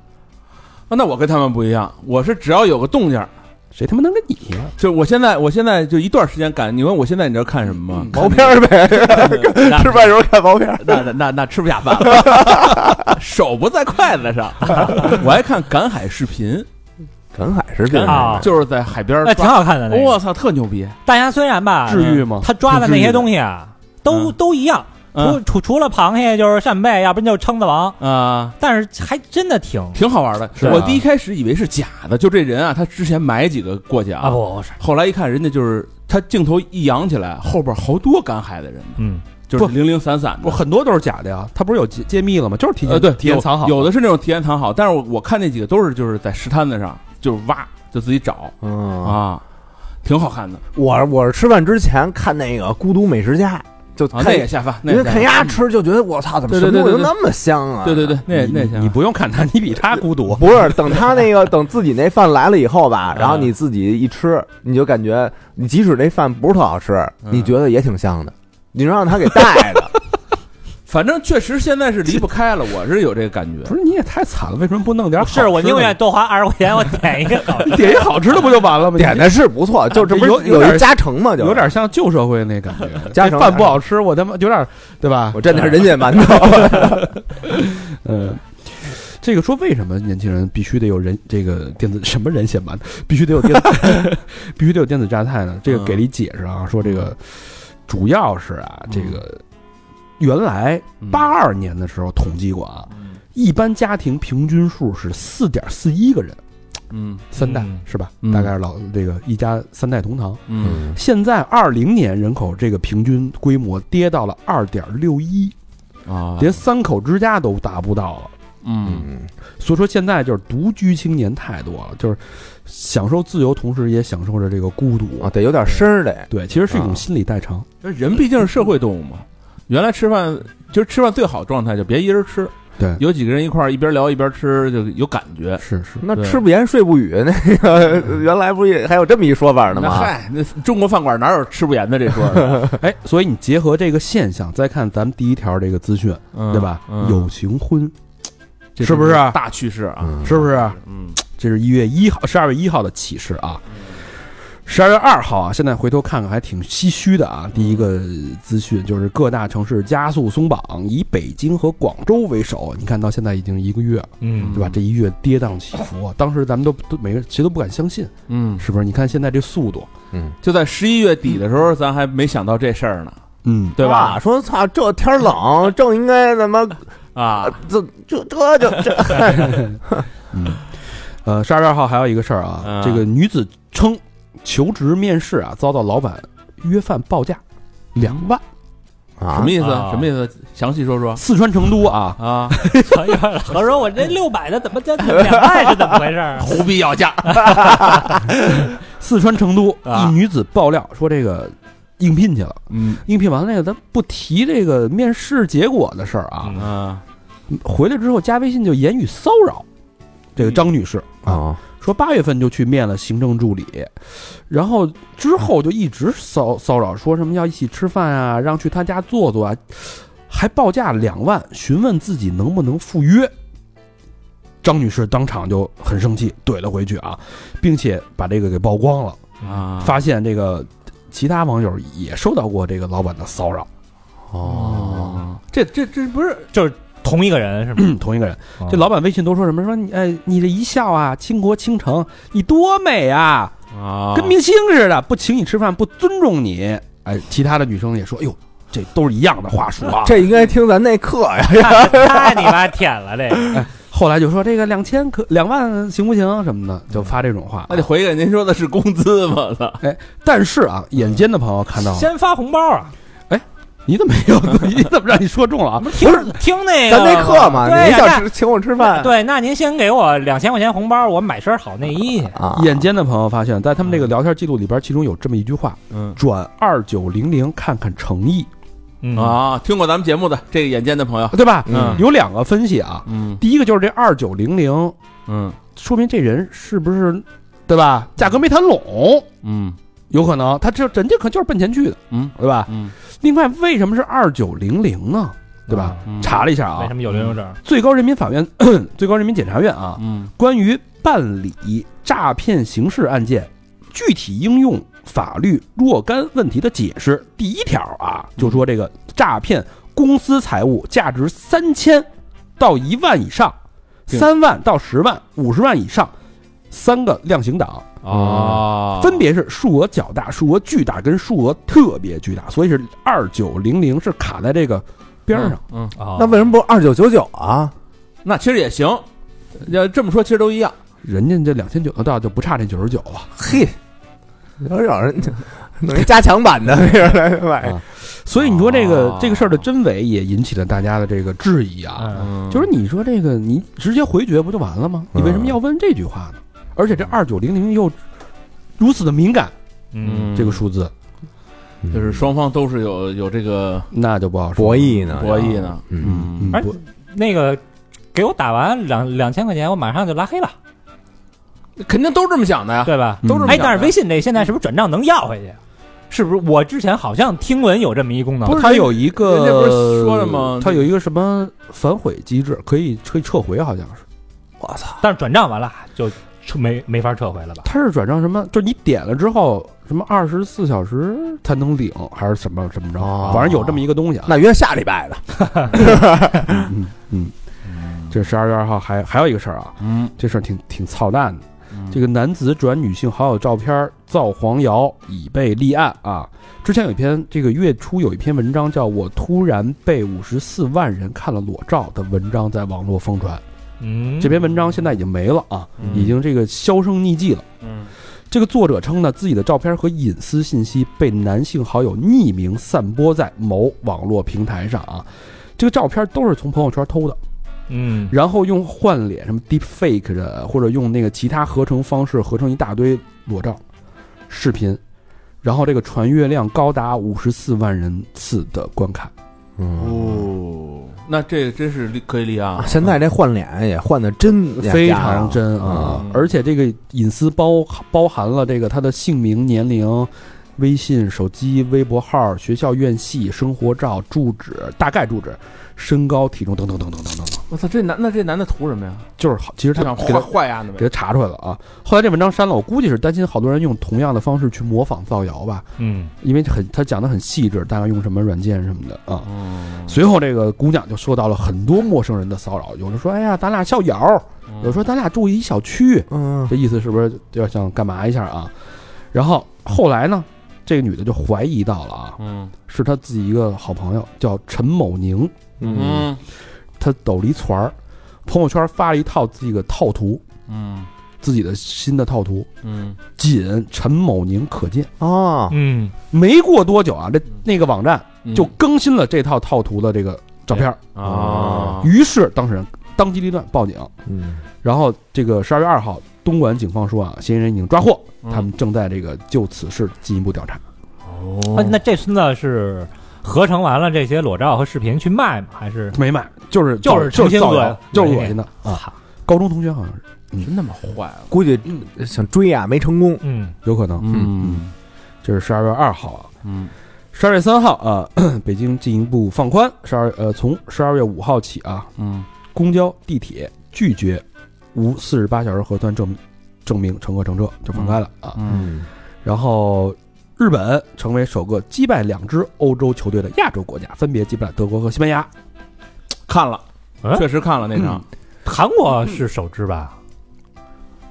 Speaker 5: 啊那我跟他们不一样，我是只要有个动静儿，
Speaker 2: 谁他妈能跟你啊呀、
Speaker 5: 就我现在，我现在就一段时间赶。你问我现在你知道嗯看什么吗？
Speaker 3: 毛片儿呗，
Speaker 5: 那
Speaker 3: 吃饭时候看毛片儿。
Speaker 5: 那那那那吃不下饭了， 手不在筷子 上。我爱看赶海视频，
Speaker 3: 赶海视频
Speaker 4: 啊
Speaker 5: 就是在海边儿
Speaker 4: 那挺
Speaker 5: 抓。
Speaker 4: 好看的。那
Speaker 5: 我
Speaker 4: 个，
Speaker 5: 操，特牛逼！
Speaker 4: 大家虽然吧，
Speaker 2: 治愈吗？
Speaker 4: 他抓的那些东西啊，都
Speaker 5: 嗯
Speaker 4: 都一样，除
Speaker 5: 嗯
Speaker 4: 除除了螃蟹就是扇贝，要不然就是蛏子王，
Speaker 5: 啊，
Speaker 4: 但是还真的挺
Speaker 5: 挺好玩的。
Speaker 2: 是啊
Speaker 5: 我第一开始以为是假的，就这人啊，他之前买几个过去
Speaker 4: 啊，不不是，
Speaker 5: 后来一看，人家就是他镜头一扬起来，后边好多赶海的人呢，
Speaker 4: 嗯，
Speaker 5: 就是
Speaker 2: 不
Speaker 5: 零零散散
Speaker 2: 我
Speaker 5: 的。
Speaker 2: 很多都是假的呀，他不是有揭揭秘了吗？就是提前、
Speaker 5: 呃，对，
Speaker 2: 提前藏好
Speaker 5: 有有
Speaker 2: 的
Speaker 5: 的是那种提前藏好，但是我我看那几个都是就是在石滩子上，就是挖，就自己找
Speaker 3: 嗯，
Speaker 5: 啊，挺好看的
Speaker 3: 我我是吃饭之前看那个《孤独美食家》，就
Speaker 5: 啊，
Speaker 3: 看
Speaker 5: 那也下饭，那
Speaker 3: 因
Speaker 5: 也
Speaker 3: 为
Speaker 5: 下
Speaker 3: 看
Speaker 5: 饭
Speaker 3: 鸭吃就觉得我操，怎么
Speaker 5: 对
Speaker 3: 什
Speaker 5: 对
Speaker 3: 么东西都
Speaker 5: 对对
Speaker 3: 那么香啊？
Speaker 5: 对对对，那也那也
Speaker 2: 你
Speaker 5: 行。
Speaker 2: 不用看他，你比他孤独。
Speaker 3: 不是，等他那个等自己那饭来了以后吧，然后
Speaker 5: 嗯
Speaker 3: 你自己一吃，你就感觉你即使那饭不是特好吃，
Speaker 5: 嗯
Speaker 3: 你觉得也挺香的。你让他给带 的，
Speaker 5: 反正确实现在是离不开了，我是有这个感觉
Speaker 2: 不。是你也太惨了，为什么不弄点好吃
Speaker 4: 是
Speaker 2: 的？
Speaker 4: 我宁愿多花二十块钱，我点一 个好吃 的
Speaker 2: 点一好吃的不就完了吗？
Speaker 3: 点的是不错，就这不
Speaker 2: 有
Speaker 3: 是
Speaker 2: 有点
Speaker 3: 一加成嘛，就
Speaker 2: 有点像旧社会那感觉，
Speaker 3: 家
Speaker 2: 这
Speaker 3: 常
Speaker 2: 饭不好吃，我他妈有点对吧？
Speaker 3: 我蘸点人血馒头。
Speaker 2: 嗯，这个说为什么年轻人必须得有人这个电子什么人显盘，必须得有电子， 必须得有电子榨菜呢？这个给了一解释啊，说这个主要是啊，这个原来八二年的时候统计过啊，一般家庭平均数是四点四一个人，
Speaker 5: 嗯
Speaker 2: 三代
Speaker 4: 嗯
Speaker 2: 是吧？
Speaker 5: 嗯
Speaker 2: 大概是老这个一家三代同堂。
Speaker 5: 嗯，
Speaker 2: 现在二零年人口这个平均规模跌到了二点六一，
Speaker 5: 啊，
Speaker 2: 连三口之家都达不到了。
Speaker 5: 嗯
Speaker 3: 嗯，
Speaker 2: 所以说现在就是独居青年太多了，就是享受自由，同时也享受着这个孤独。
Speaker 3: 啊，得有点声儿得，
Speaker 2: 对，其实是一种
Speaker 3: 啊
Speaker 2: 心理代偿。
Speaker 5: 就是人毕竟是社会动物嘛，原来吃饭就是吃饭最好状态就别一人吃，
Speaker 2: 对
Speaker 5: 有几个人一块儿一边聊一边吃就有感觉。
Speaker 2: 是是，
Speaker 3: 那
Speaker 5: 对
Speaker 3: 吃不言睡不语，那个原来不也还有这么一说法呢
Speaker 5: 那
Speaker 3: 吗？
Speaker 5: 嗨，那中国饭馆哪有吃不言的这说 的，
Speaker 2: 哎，所以你结合这个现象，再看咱们第一条这个资讯，对
Speaker 5: 对
Speaker 2: 吧？
Speaker 5: 嗯
Speaker 2: 有情婚，
Speaker 5: 这
Speaker 2: 是不是
Speaker 5: 大趋势啊？
Speaker 3: 嗯
Speaker 2: 是不是？
Speaker 5: 嗯
Speaker 2: 这是一月一号、十二月一号的启示啊。十二月二号啊，现在回头看看还挺唏嘘的啊。第一个资讯就是各大城市加速松绑，以北京和广州为首。你看到现在已经一个月了，
Speaker 4: 嗯
Speaker 2: 对吧？这一月跌宕起伏啊，当时咱们都都每个谁都不敢相信，
Speaker 5: 嗯，
Speaker 2: 是不是？你看现在这速度，
Speaker 5: 就在十一月底的时候，咱还没想到这事儿呢，
Speaker 2: 嗯，
Speaker 5: 对吧
Speaker 3: 啊？？说操，这天儿冷，正应该他妈
Speaker 5: 啊，
Speaker 3: 这这这就这，
Speaker 2: 嗯，呃，十二月二号还有一个事儿啊，
Speaker 5: 啊
Speaker 2: 这个女子称求职面试啊遭到老板约饭报价两万，
Speaker 5: 什
Speaker 3: 什
Speaker 5: 么意思？
Speaker 4: 啊
Speaker 5: 什么意思？详细说说
Speaker 2: 四川成都啊，
Speaker 5: 啊！
Speaker 4: 合说我这六百的怎么加两万是怎么回事儿？啊
Speaker 5: 胡逼要价，
Speaker 2: 四川成都
Speaker 4: 啊
Speaker 2: 一女子爆料说这个应聘去了，
Speaker 5: 嗯
Speaker 2: 应聘完了那个咱不提这个面试结果的事儿啊，
Speaker 4: 嗯
Speaker 5: 啊，
Speaker 2: 回来之后加微信就言语骚扰这个张女士啊，
Speaker 3: 啊？
Speaker 2: 说八月份就去面了行政助理，然后之后就一直骚骚扰，说什么要一起吃饭啊，让去她家坐坐啊，还报价两万，询问自己能不能赴约。张女士当场就很生气，怼了回去啊，并且把这个给曝光了。
Speaker 5: 啊
Speaker 2: 发现这个其他网友也受到过这个老板的骚扰，
Speaker 5: 哦，这这这不是
Speaker 4: 就是同一个人是吗？
Speaker 2: 同一个人。这老板微信都说什么？说你哎，你这一笑啊，倾国倾城，你多美啊，
Speaker 5: 啊
Speaker 2: 跟明星似的，不请你吃饭，不尊重你。哎，其他的女生也说，哎呦，这都是一样的话术啊。
Speaker 3: 这应该听咱那课呀，
Speaker 4: 太你妈舔了这个，
Speaker 2: 后来就说这个两千可两万行不行什么的，就发这种话
Speaker 5: 那。得回给您说的是工资吗？我操
Speaker 2: 但是啊，眼尖的朋友看到了，
Speaker 4: 先发红包啊！
Speaker 2: 你怎么没 有？你怎么让你说中了啊？
Speaker 4: 听听那个
Speaker 3: 咱那课嘛，
Speaker 4: 哎对
Speaker 3: 你
Speaker 4: 呀
Speaker 3: 想吃请我吃
Speaker 4: 那
Speaker 3: 饭
Speaker 4: 对，那您先给我两千块钱红包，我买身好内衣去。
Speaker 3: 啊？
Speaker 2: 眼尖的朋友发现，在他们这个聊天记录里边，其中有这么一句话：
Speaker 5: 嗯
Speaker 2: 转二九零零看看诚意，
Speaker 4: 嗯，
Speaker 5: 啊！听过咱们节目的这个眼尖的朋友，
Speaker 2: 啊对吧？
Speaker 5: 嗯
Speaker 2: 有两个分析啊，
Speaker 5: 嗯
Speaker 2: 第一个就是这二九零零，
Speaker 5: 嗯
Speaker 2: 说明这人是不是对吧？价格没谈拢，
Speaker 5: 嗯
Speaker 2: 有可能他这人家可就是奔钱去的，
Speaker 5: 嗯，
Speaker 2: 对吧？
Speaker 5: 嗯，
Speaker 2: 另外，为什么是二九零零呢？对吧？
Speaker 5: 嗯
Speaker 2: 查了一下
Speaker 4: 为
Speaker 2: 啊
Speaker 4: 什，么有零有整？
Speaker 2: 最高人民法院、 最高人民检察院啊，
Speaker 5: 嗯
Speaker 2: 关于办理诈骗刑事案件具体应用法律若干问题的解释，第一条啊，就说这个诈骗公司财物价值三千到一万以上，
Speaker 5: 对
Speaker 2: 三万到十万、五十万以上。三个量刑档
Speaker 5: 哦，
Speaker 2: 嗯分别是数额较大、数额巨大跟数额特别巨大，所以是二九零零是卡在这个边儿上。
Speaker 5: 嗯，嗯，
Speaker 4: 哦
Speaker 3: 那为什么不是二九九九啊？
Speaker 5: 那其实也行，要这么说其实都一样。
Speaker 2: 人家这两千九的道就不差这九十九了。
Speaker 3: 嘿，有点人弄一加强版的那个来买
Speaker 2: 啊所以你说这个、
Speaker 5: 哦
Speaker 2: 这个事儿的真伪也引起了大家的这个质疑啊。
Speaker 4: 嗯
Speaker 2: 就是你说这个，你直接回绝不就完了吗？
Speaker 3: 嗯
Speaker 2: 你为什么要问这句话呢？而且这二九零零又如此的敏感，
Speaker 4: 嗯，
Speaker 2: 这个数字
Speaker 5: 就是双方都是有有这个
Speaker 2: 那就不好说
Speaker 3: 博。弈呢，
Speaker 5: 博弈呢。
Speaker 3: 嗯，
Speaker 2: 嗯，
Speaker 4: 哎
Speaker 2: 不
Speaker 4: 那个给我打完两两千块钱，我马上就拉黑了，
Speaker 5: 肯定都这么想的呀。
Speaker 4: 对吧？
Speaker 2: 嗯
Speaker 5: 都是
Speaker 4: 哎，但是微信这现在是不是转账能要回去？啊是不是？我之前好像听闻有这么一功能，
Speaker 5: 不是
Speaker 2: 它有一个，
Speaker 5: 人家不是说了吗
Speaker 2: 它有一个什么反悔机制，可以可以撤回，好像是。
Speaker 3: 我操，
Speaker 4: 但是转账完了就撤没没法撤回了吧？
Speaker 2: 它是转账什么？就是你点了之后，什么二十四小时才能领，还是什么什么着？
Speaker 3: 哦
Speaker 2: 反正有这么一个东西啊。
Speaker 3: 那约下礼拜的，
Speaker 2: 嗯嗯，这是十二月二号还还有一个事儿啊，
Speaker 5: 嗯，
Speaker 2: 这事儿挺挺操蛋的。这
Speaker 5: 个
Speaker 2: 个男子转女性好友照片儿造黄谣已被立案啊。之前有一篇这个月初有一篇文章叫《我突然被五十四万人看了裸照》的文章在网络疯传，
Speaker 4: 嗯，
Speaker 2: 这篇文章现在已经没了啊，
Speaker 5: 嗯
Speaker 2: 已经这个销声匿迹了。
Speaker 5: 嗯
Speaker 2: 这个作者称呢，自己的照片和隐私信息被男性好友匿名散播在某网络平台上啊，这个照片都是从朋友圈偷的。
Speaker 4: 嗯
Speaker 2: 然后用换脸什么 deep fake 的，或者用那个其他合成方式合成一大堆裸照、视频，然后这个传阅量高达五十四万人次的观看。
Speaker 5: 嗯哦，那这个真是立可以立案
Speaker 3: 嗯
Speaker 5: 了，
Speaker 3: 啊现在这换脸也换的真
Speaker 2: 非常真啊！
Speaker 5: 嗯
Speaker 2: 而且这个隐私包包含了这个他的姓名、年龄、微信、手机、微博号、学校、院系、生活照、住址、大概住址、身高、体重等等等等等等等，
Speaker 5: 我操，这男那这男的图什么呀？
Speaker 2: 就是好，其实他
Speaker 5: 想
Speaker 2: 给
Speaker 5: 坏
Speaker 2: 他
Speaker 5: 坏案的
Speaker 2: 给他
Speaker 5: 呗。
Speaker 2: 查出来了啊。后来这文章删了，我估计是担心好多人用同样的方式去模仿造谣吧，
Speaker 4: 嗯
Speaker 2: 因为很他讲的很细致，大概用什么软件什么的啊。
Speaker 4: 哦
Speaker 5: 嗯，
Speaker 2: 随后这个姑娘就受到了很多陌生人的骚扰，有人说：“哎呀，咱俩校友
Speaker 4: 哦
Speaker 2: 儿；有人说咱俩住一小区，
Speaker 3: 嗯
Speaker 2: 这意思是不是就要想干嘛一下啊？”然后后来呢，这个女的就怀疑到了啊，
Speaker 5: 嗯
Speaker 2: 是她自己一个好朋友叫陈某宁，
Speaker 3: 嗯，
Speaker 2: 她抖了一团儿，朋友圈发了一套这个套图，
Speaker 5: 嗯
Speaker 2: 自己的新的套图，
Speaker 5: 嗯
Speaker 2: 仅陈某宁可见。
Speaker 3: 哦，
Speaker 4: 嗯
Speaker 2: 没过多久啊，这那个网站
Speaker 5: 嗯，
Speaker 2: 就更新了这套套图的这个照片儿，
Speaker 5: 啊，
Speaker 2: 于是当事人当机立断报警。
Speaker 3: 嗯
Speaker 2: 然后这个十二月二号，东莞警方说啊，嫌疑人已经抓获，
Speaker 5: 嗯
Speaker 2: 他们正在这个就此事进一步调查。
Speaker 4: 啊那这次呢是合成完了这些裸照和视频去卖吗？还是
Speaker 2: 没买，就是
Speaker 4: 就是
Speaker 2: 就
Speaker 4: 诚心
Speaker 2: 是造谣
Speaker 4: 恶，
Speaker 2: 就是恶心的啊！
Speaker 4: 啊？
Speaker 2: 高中同学好像是嗯
Speaker 5: 真他妈坏了。
Speaker 3: 估计想追啊没成功，
Speaker 4: 嗯
Speaker 2: 有可能。
Speaker 5: 嗯
Speaker 2: 这是十二月二号啊，
Speaker 5: 嗯
Speaker 2: 十二月三号啊， 北京进一步放宽，十二呃从十二月五号起啊，
Speaker 5: 嗯
Speaker 2: 公交、地铁拒绝无四十八小时核酸证明证明乘客乘车就放开了啊。
Speaker 5: 嗯
Speaker 2: 然后日本成为首个击败两支欧洲球队的亚洲国家，分别击败德国和西班牙。
Speaker 5: 看了
Speaker 4: 嗯，
Speaker 5: 确实看了那场。
Speaker 4: 韩国是首支吧？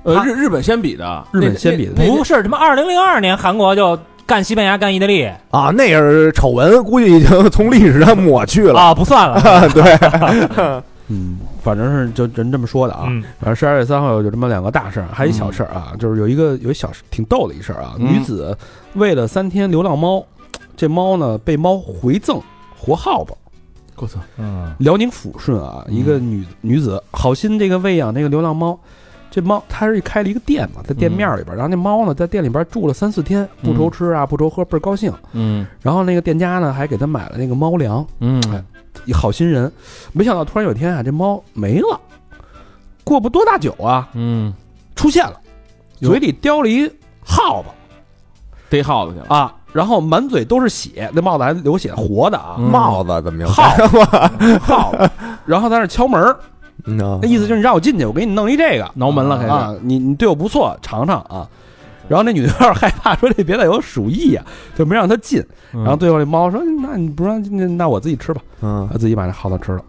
Speaker 5: 呃，
Speaker 4: 他
Speaker 5: 日日本先比的，
Speaker 2: 日本
Speaker 5: 那
Speaker 2: 先比的
Speaker 5: 那那
Speaker 4: 不是，他妈二零零二年韩国就干西班牙干意大利
Speaker 3: 啊，那是丑闻，估计已经从历史上抹去了。
Speaker 4: 啊，不算了。
Speaker 2: 嗯，反正是就人这么说的啊。
Speaker 4: 嗯
Speaker 2: 反正十二月三号有这么两个大事儿，还有一小事儿啊，就是有一个有一小事挺逗的一事儿啊，
Speaker 5: 嗯
Speaker 2: 女子为了三天流浪猫，这猫呢被猫回赠活耗子。
Speaker 5: 我操，
Speaker 4: 嗯
Speaker 2: 辽宁抚顺啊，一个女、女子好心这个喂养这个流浪猫，这猫它是开了一个店嘛，在店面里边，然后那猫呢在店里边住了三四天，不愁吃啊，不愁喝，倍儿高兴。
Speaker 5: 嗯
Speaker 2: 然后那个店家呢还给它买了那个猫粮，
Speaker 5: 嗯
Speaker 2: 一好心人，没想到突然有一天啊，这猫没了，过不多大久啊，
Speaker 5: 嗯，
Speaker 2: 出现了，
Speaker 5: 哟
Speaker 2: 嘴里叼了一耗子
Speaker 5: 逮耗子去了，
Speaker 2: 啊，然后满嘴都是血，那帽子还流血，活的啊，
Speaker 5: 嗯
Speaker 3: 帽子怎么样？
Speaker 2: 耗子耗子，然后在那敲门儿，
Speaker 3: 嗯啊
Speaker 2: 那意思就是你让我进去，我给你弄一这个，
Speaker 5: 挠门了开始
Speaker 2: 啊！你你对我不错，尝尝啊。然后那女的有点害怕，说这别再有鼠疫啊，就没让她进。
Speaker 5: 然
Speaker 2: 然后最后这猫说：“那你不让进，那那我自己吃吧。”
Speaker 3: 嗯
Speaker 2: 她自己把那耗子吃了。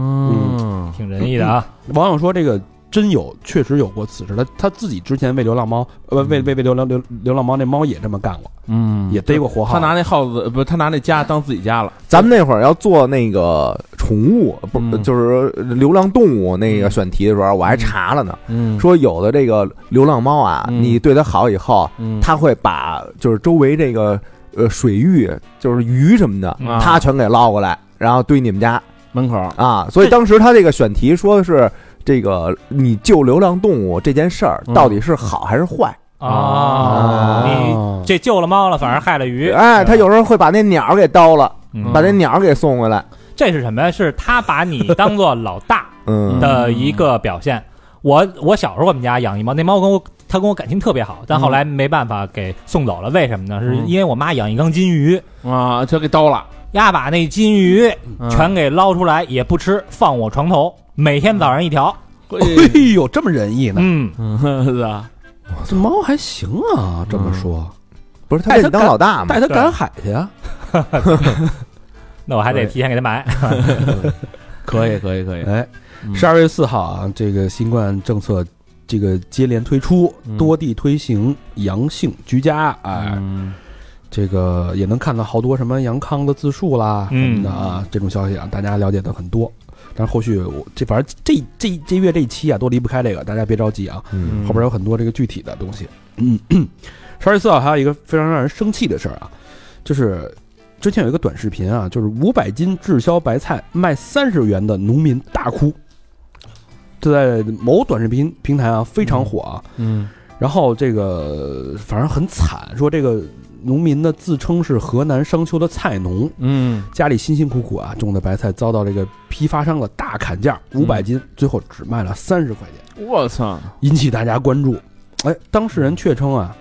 Speaker 5: 嗯
Speaker 4: 挺仁义的啊。
Speaker 2: 网友说这个真有，确实有过此事。她她自己之前喂流浪猫，呃，喂喂喂流浪流流浪猫，那猫也这么干过，
Speaker 5: 嗯
Speaker 2: 也逮过活耗
Speaker 5: 他
Speaker 2: 子。
Speaker 5: 拿那耗子呃不，他拿那家当自己家了，
Speaker 3: 咱们那会儿要做那个宠物，不、
Speaker 5: 嗯
Speaker 3: 就是流浪动物那个选题的时候，我还查了呢，
Speaker 5: 嗯
Speaker 3: 说有的这个流浪猫啊，
Speaker 5: 嗯
Speaker 3: 你对它好以后，
Speaker 5: 嗯
Speaker 3: 它会把就是周围这个呃水域，就是鱼什么的，
Speaker 4: 嗯
Speaker 5: 啊
Speaker 3: 它全给捞过来，然后堆你们家
Speaker 5: 门口
Speaker 3: 啊。所以当时它这个选题说的是这个你救流浪动物这件事儿
Speaker 5: 嗯
Speaker 3: 到底是好还是坏？
Speaker 4: 啊，你
Speaker 2: 哦
Speaker 4: 这救了猫了，反而害了鱼。
Speaker 3: 哎，它有时候会把那鸟给叨了，
Speaker 4: 嗯
Speaker 3: 把那鸟给送回来。
Speaker 4: 这是什么呀？是他把你当做老大
Speaker 3: 嗯
Speaker 4: 的一个表现。我我小时候我们家养一猫，那猫跟我它跟我感情特别好，但后来没办法给送走了。为什么呢？是
Speaker 5: 嗯
Speaker 4: 因为我妈养一缸金鱼，
Speaker 5: 啊，全给刀了，
Speaker 4: 丫把那金鱼
Speaker 5: 嗯
Speaker 4: 全给捞出来，也不吃，放我床头，每天早上一条。
Speaker 2: 哎呦，这么仁义呢？
Speaker 4: 嗯，
Speaker 5: 嗯是吧？
Speaker 2: 这猫还行啊，这
Speaker 5: 嗯
Speaker 2: 么说，
Speaker 3: 不是他给你当老大嘛
Speaker 2: 带？它
Speaker 4: 对
Speaker 2: 赶海去啊。
Speaker 5: 嗯
Speaker 4: 那我还得提前给它买。
Speaker 5: 可以可以可以，
Speaker 2: 哎，
Speaker 5: 嗯
Speaker 2: 十二月四号啊，这个新冠政策这个接连推出，
Speaker 5: 嗯
Speaker 2: 多地推行阳性居家，哎，
Speaker 5: 嗯
Speaker 2: 这个也能看到好多什么阳康的自述啦什
Speaker 4: 嗯
Speaker 2: 么的啊，这种消息啊，大家了解的很多。但是后续我这反正这这这月这一期啊，都离不开这个，大家别着急啊，
Speaker 3: 嗯
Speaker 2: 后边有很多这个具体的东西。嗯，十二月四号还有一个非常让人生气的事儿啊，就是之前有一个短视频啊，就是五百斤滞销白菜卖三十元的农民大哭，就在某短视频平台啊非常火啊。
Speaker 5: 嗯
Speaker 2: 然后这个反正很惨，说这个农民呢自称是河南商丘的菜农，
Speaker 5: 嗯
Speaker 2: 家里辛辛苦苦啊种的白菜遭到这个批发商的大砍价，五百斤，最后只卖了三十块钱。
Speaker 5: 我操，
Speaker 2: 引起大家关注。哎，当事人却称啊，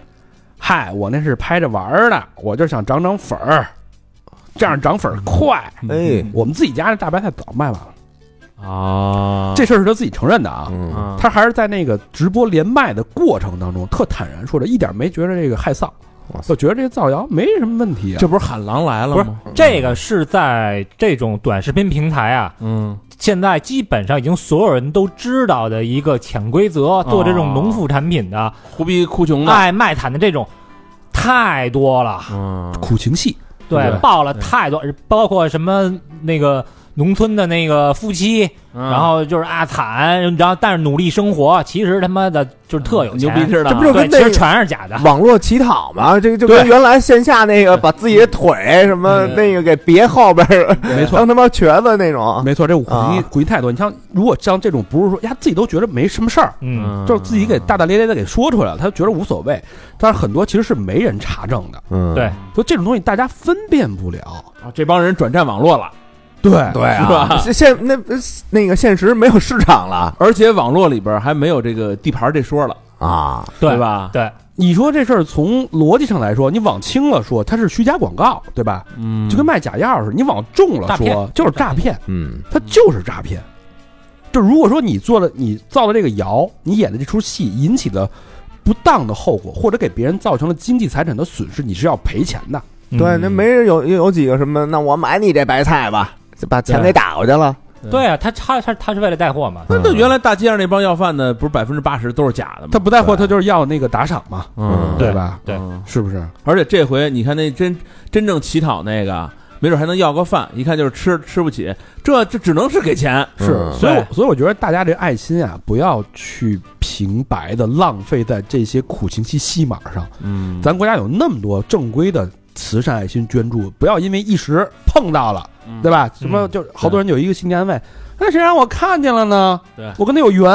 Speaker 2: 嗨，我那是拍着玩儿的，我就想涨涨粉儿，这样涨粉儿快。
Speaker 3: 哎
Speaker 2: 我们自己家的大白菜早卖完了，
Speaker 5: 啊，
Speaker 2: 这事儿是他自己承认的啊。
Speaker 3: 嗯
Speaker 5: 啊
Speaker 2: 他还是在那个直播连麦的过程当中，特坦然说着，一点没觉得这个害臊
Speaker 3: 哇，塞
Speaker 2: 就觉得这个造谣没什么问题啊。
Speaker 5: 这不是喊狼来了吗？
Speaker 4: 这个是在这种短视频平台啊，
Speaker 5: 嗯
Speaker 4: 现在基本上已经所有人都知道的一个潜规则，做这
Speaker 5: 哦
Speaker 4: 种农副产品的、
Speaker 5: 胡逼哭穷的，
Speaker 4: 爱卖惨的这种太多了，
Speaker 5: 嗯
Speaker 2: 苦情戏，
Speaker 4: 对
Speaker 5: 对，
Speaker 4: 爆了太多，包括什么那个农村的那个夫妻，然后就是啊惨，然后但是努力生活，其实他妈的就是特有
Speaker 5: 嗯牛
Speaker 4: 钱，啊
Speaker 5: 逼似的，
Speaker 3: 这不就
Speaker 4: 对，
Speaker 3: 跟
Speaker 4: 其
Speaker 3: 那
Speaker 4: 实
Speaker 3: 个
Speaker 4: 全是假的，
Speaker 3: 网络乞讨嘛，这个就跟原来线下那个把自己的腿什么
Speaker 5: 嗯
Speaker 3: 那个给别后边儿，
Speaker 2: 没 错
Speaker 3: 当他妈瘸子那种。
Speaker 2: 没错，这苦情
Speaker 3: 啊
Speaker 2: 苦情太多。你像如果像这种，不是说呀自己都觉得没什么事儿，
Speaker 4: 嗯，
Speaker 2: 就是自己给大大咧咧的给说出来了，他觉得无所谓。但是很多其实是没人查证的，
Speaker 3: 嗯
Speaker 4: 对，
Speaker 2: 所以这种东西大家分辨不了。
Speaker 5: 啊这帮人转战网络了，
Speaker 2: 对，
Speaker 3: 对
Speaker 5: 是吧
Speaker 3: 啊，现现那那个现实没有市场了
Speaker 5: 而且网络里边还没有这个地盘这说了，
Speaker 3: 啊，
Speaker 4: 对？
Speaker 5: 吧？
Speaker 4: 对，
Speaker 2: 你说这事儿从逻辑上来说，你往轻了说它是虚假广告，对吧？
Speaker 5: 嗯
Speaker 2: 就跟卖假药似的，你往重了
Speaker 4: 诈
Speaker 2: 说
Speaker 4: 骗
Speaker 2: 就是诈骗，
Speaker 3: 嗯
Speaker 2: 它就是诈骗。就如果说你做了你造了这个谣，你演的这出戏引起了不当的后果，或者给别人造成了经济财产的损失，你是要赔钱的。
Speaker 4: 嗯
Speaker 3: 对，那没人有有几个什么，那我买你这白菜吧，就把钱给打过去了，
Speaker 4: 对啊，他他他他是为了带货嘛，
Speaker 5: 那那原来大街上那帮要饭的，不是百分之八十都是假的吗？
Speaker 2: 他不带货，他就是要那个打赏嘛，
Speaker 5: 嗯，
Speaker 2: 对吧？
Speaker 4: 对
Speaker 5: 嗯
Speaker 2: 是不是？
Speaker 5: 而且这回你看那真真正乞讨那个，没准还能要个饭，一看就是吃吃不起，这这只能是给钱。
Speaker 2: 是，
Speaker 3: 嗯
Speaker 2: 所以我
Speaker 4: 对
Speaker 2: 所以我觉得大家这爱心啊，不要去平白的浪费在这些苦情戏戏码上。
Speaker 5: 嗯
Speaker 2: 咱国家有那么多正规的慈善爱心捐助，不要因为一时碰到了，对吧？什么
Speaker 4: 嗯
Speaker 2: 就是好多人有一个心理安慰，那谁让我看见了呢？
Speaker 5: 对
Speaker 2: 我跟他有缘，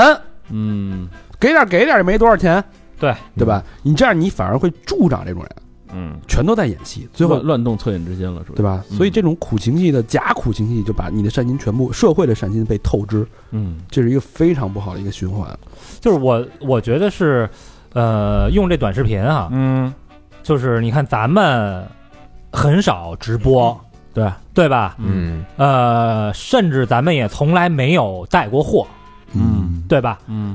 Speaker 5: 嗯
Speaker 2: 给点儿给点儿也没多少钱，
Speaker 4: 对
Speaker 2: 对吧？你这样你反而会助长这种人，
Speaker 5: 嗯，
Speaker 2: 全都在演戏，最
Speaker 5: 最
Speaker 2: 后
Speaker 5: 后乱动恻隐之心了，属于
Speaker 2: 对吧？
Speaker 5: 嗯
Speaker 2: 所以这种苦情戏的假苦情戏，就把你的善心全部社会的善心被透支，
Speaker 5: 嗯
Speaker 2: 这是一个非常不好的一个循环。
Speaker 4: 就是我我觉得是，呃，用这短视频啊，
Speaker 5: 嗯
Speaker 4: 就是你看咱们很少直播，
Speaker 5: 对
Speaker 4: 对吧？
Speaker 3: 嗯
Speaker 4: 呃，甚至咱们也从来没有带过货，
Speaker 5: 嗯
Speaker 4: 对吧？
Speaker 5: 嗯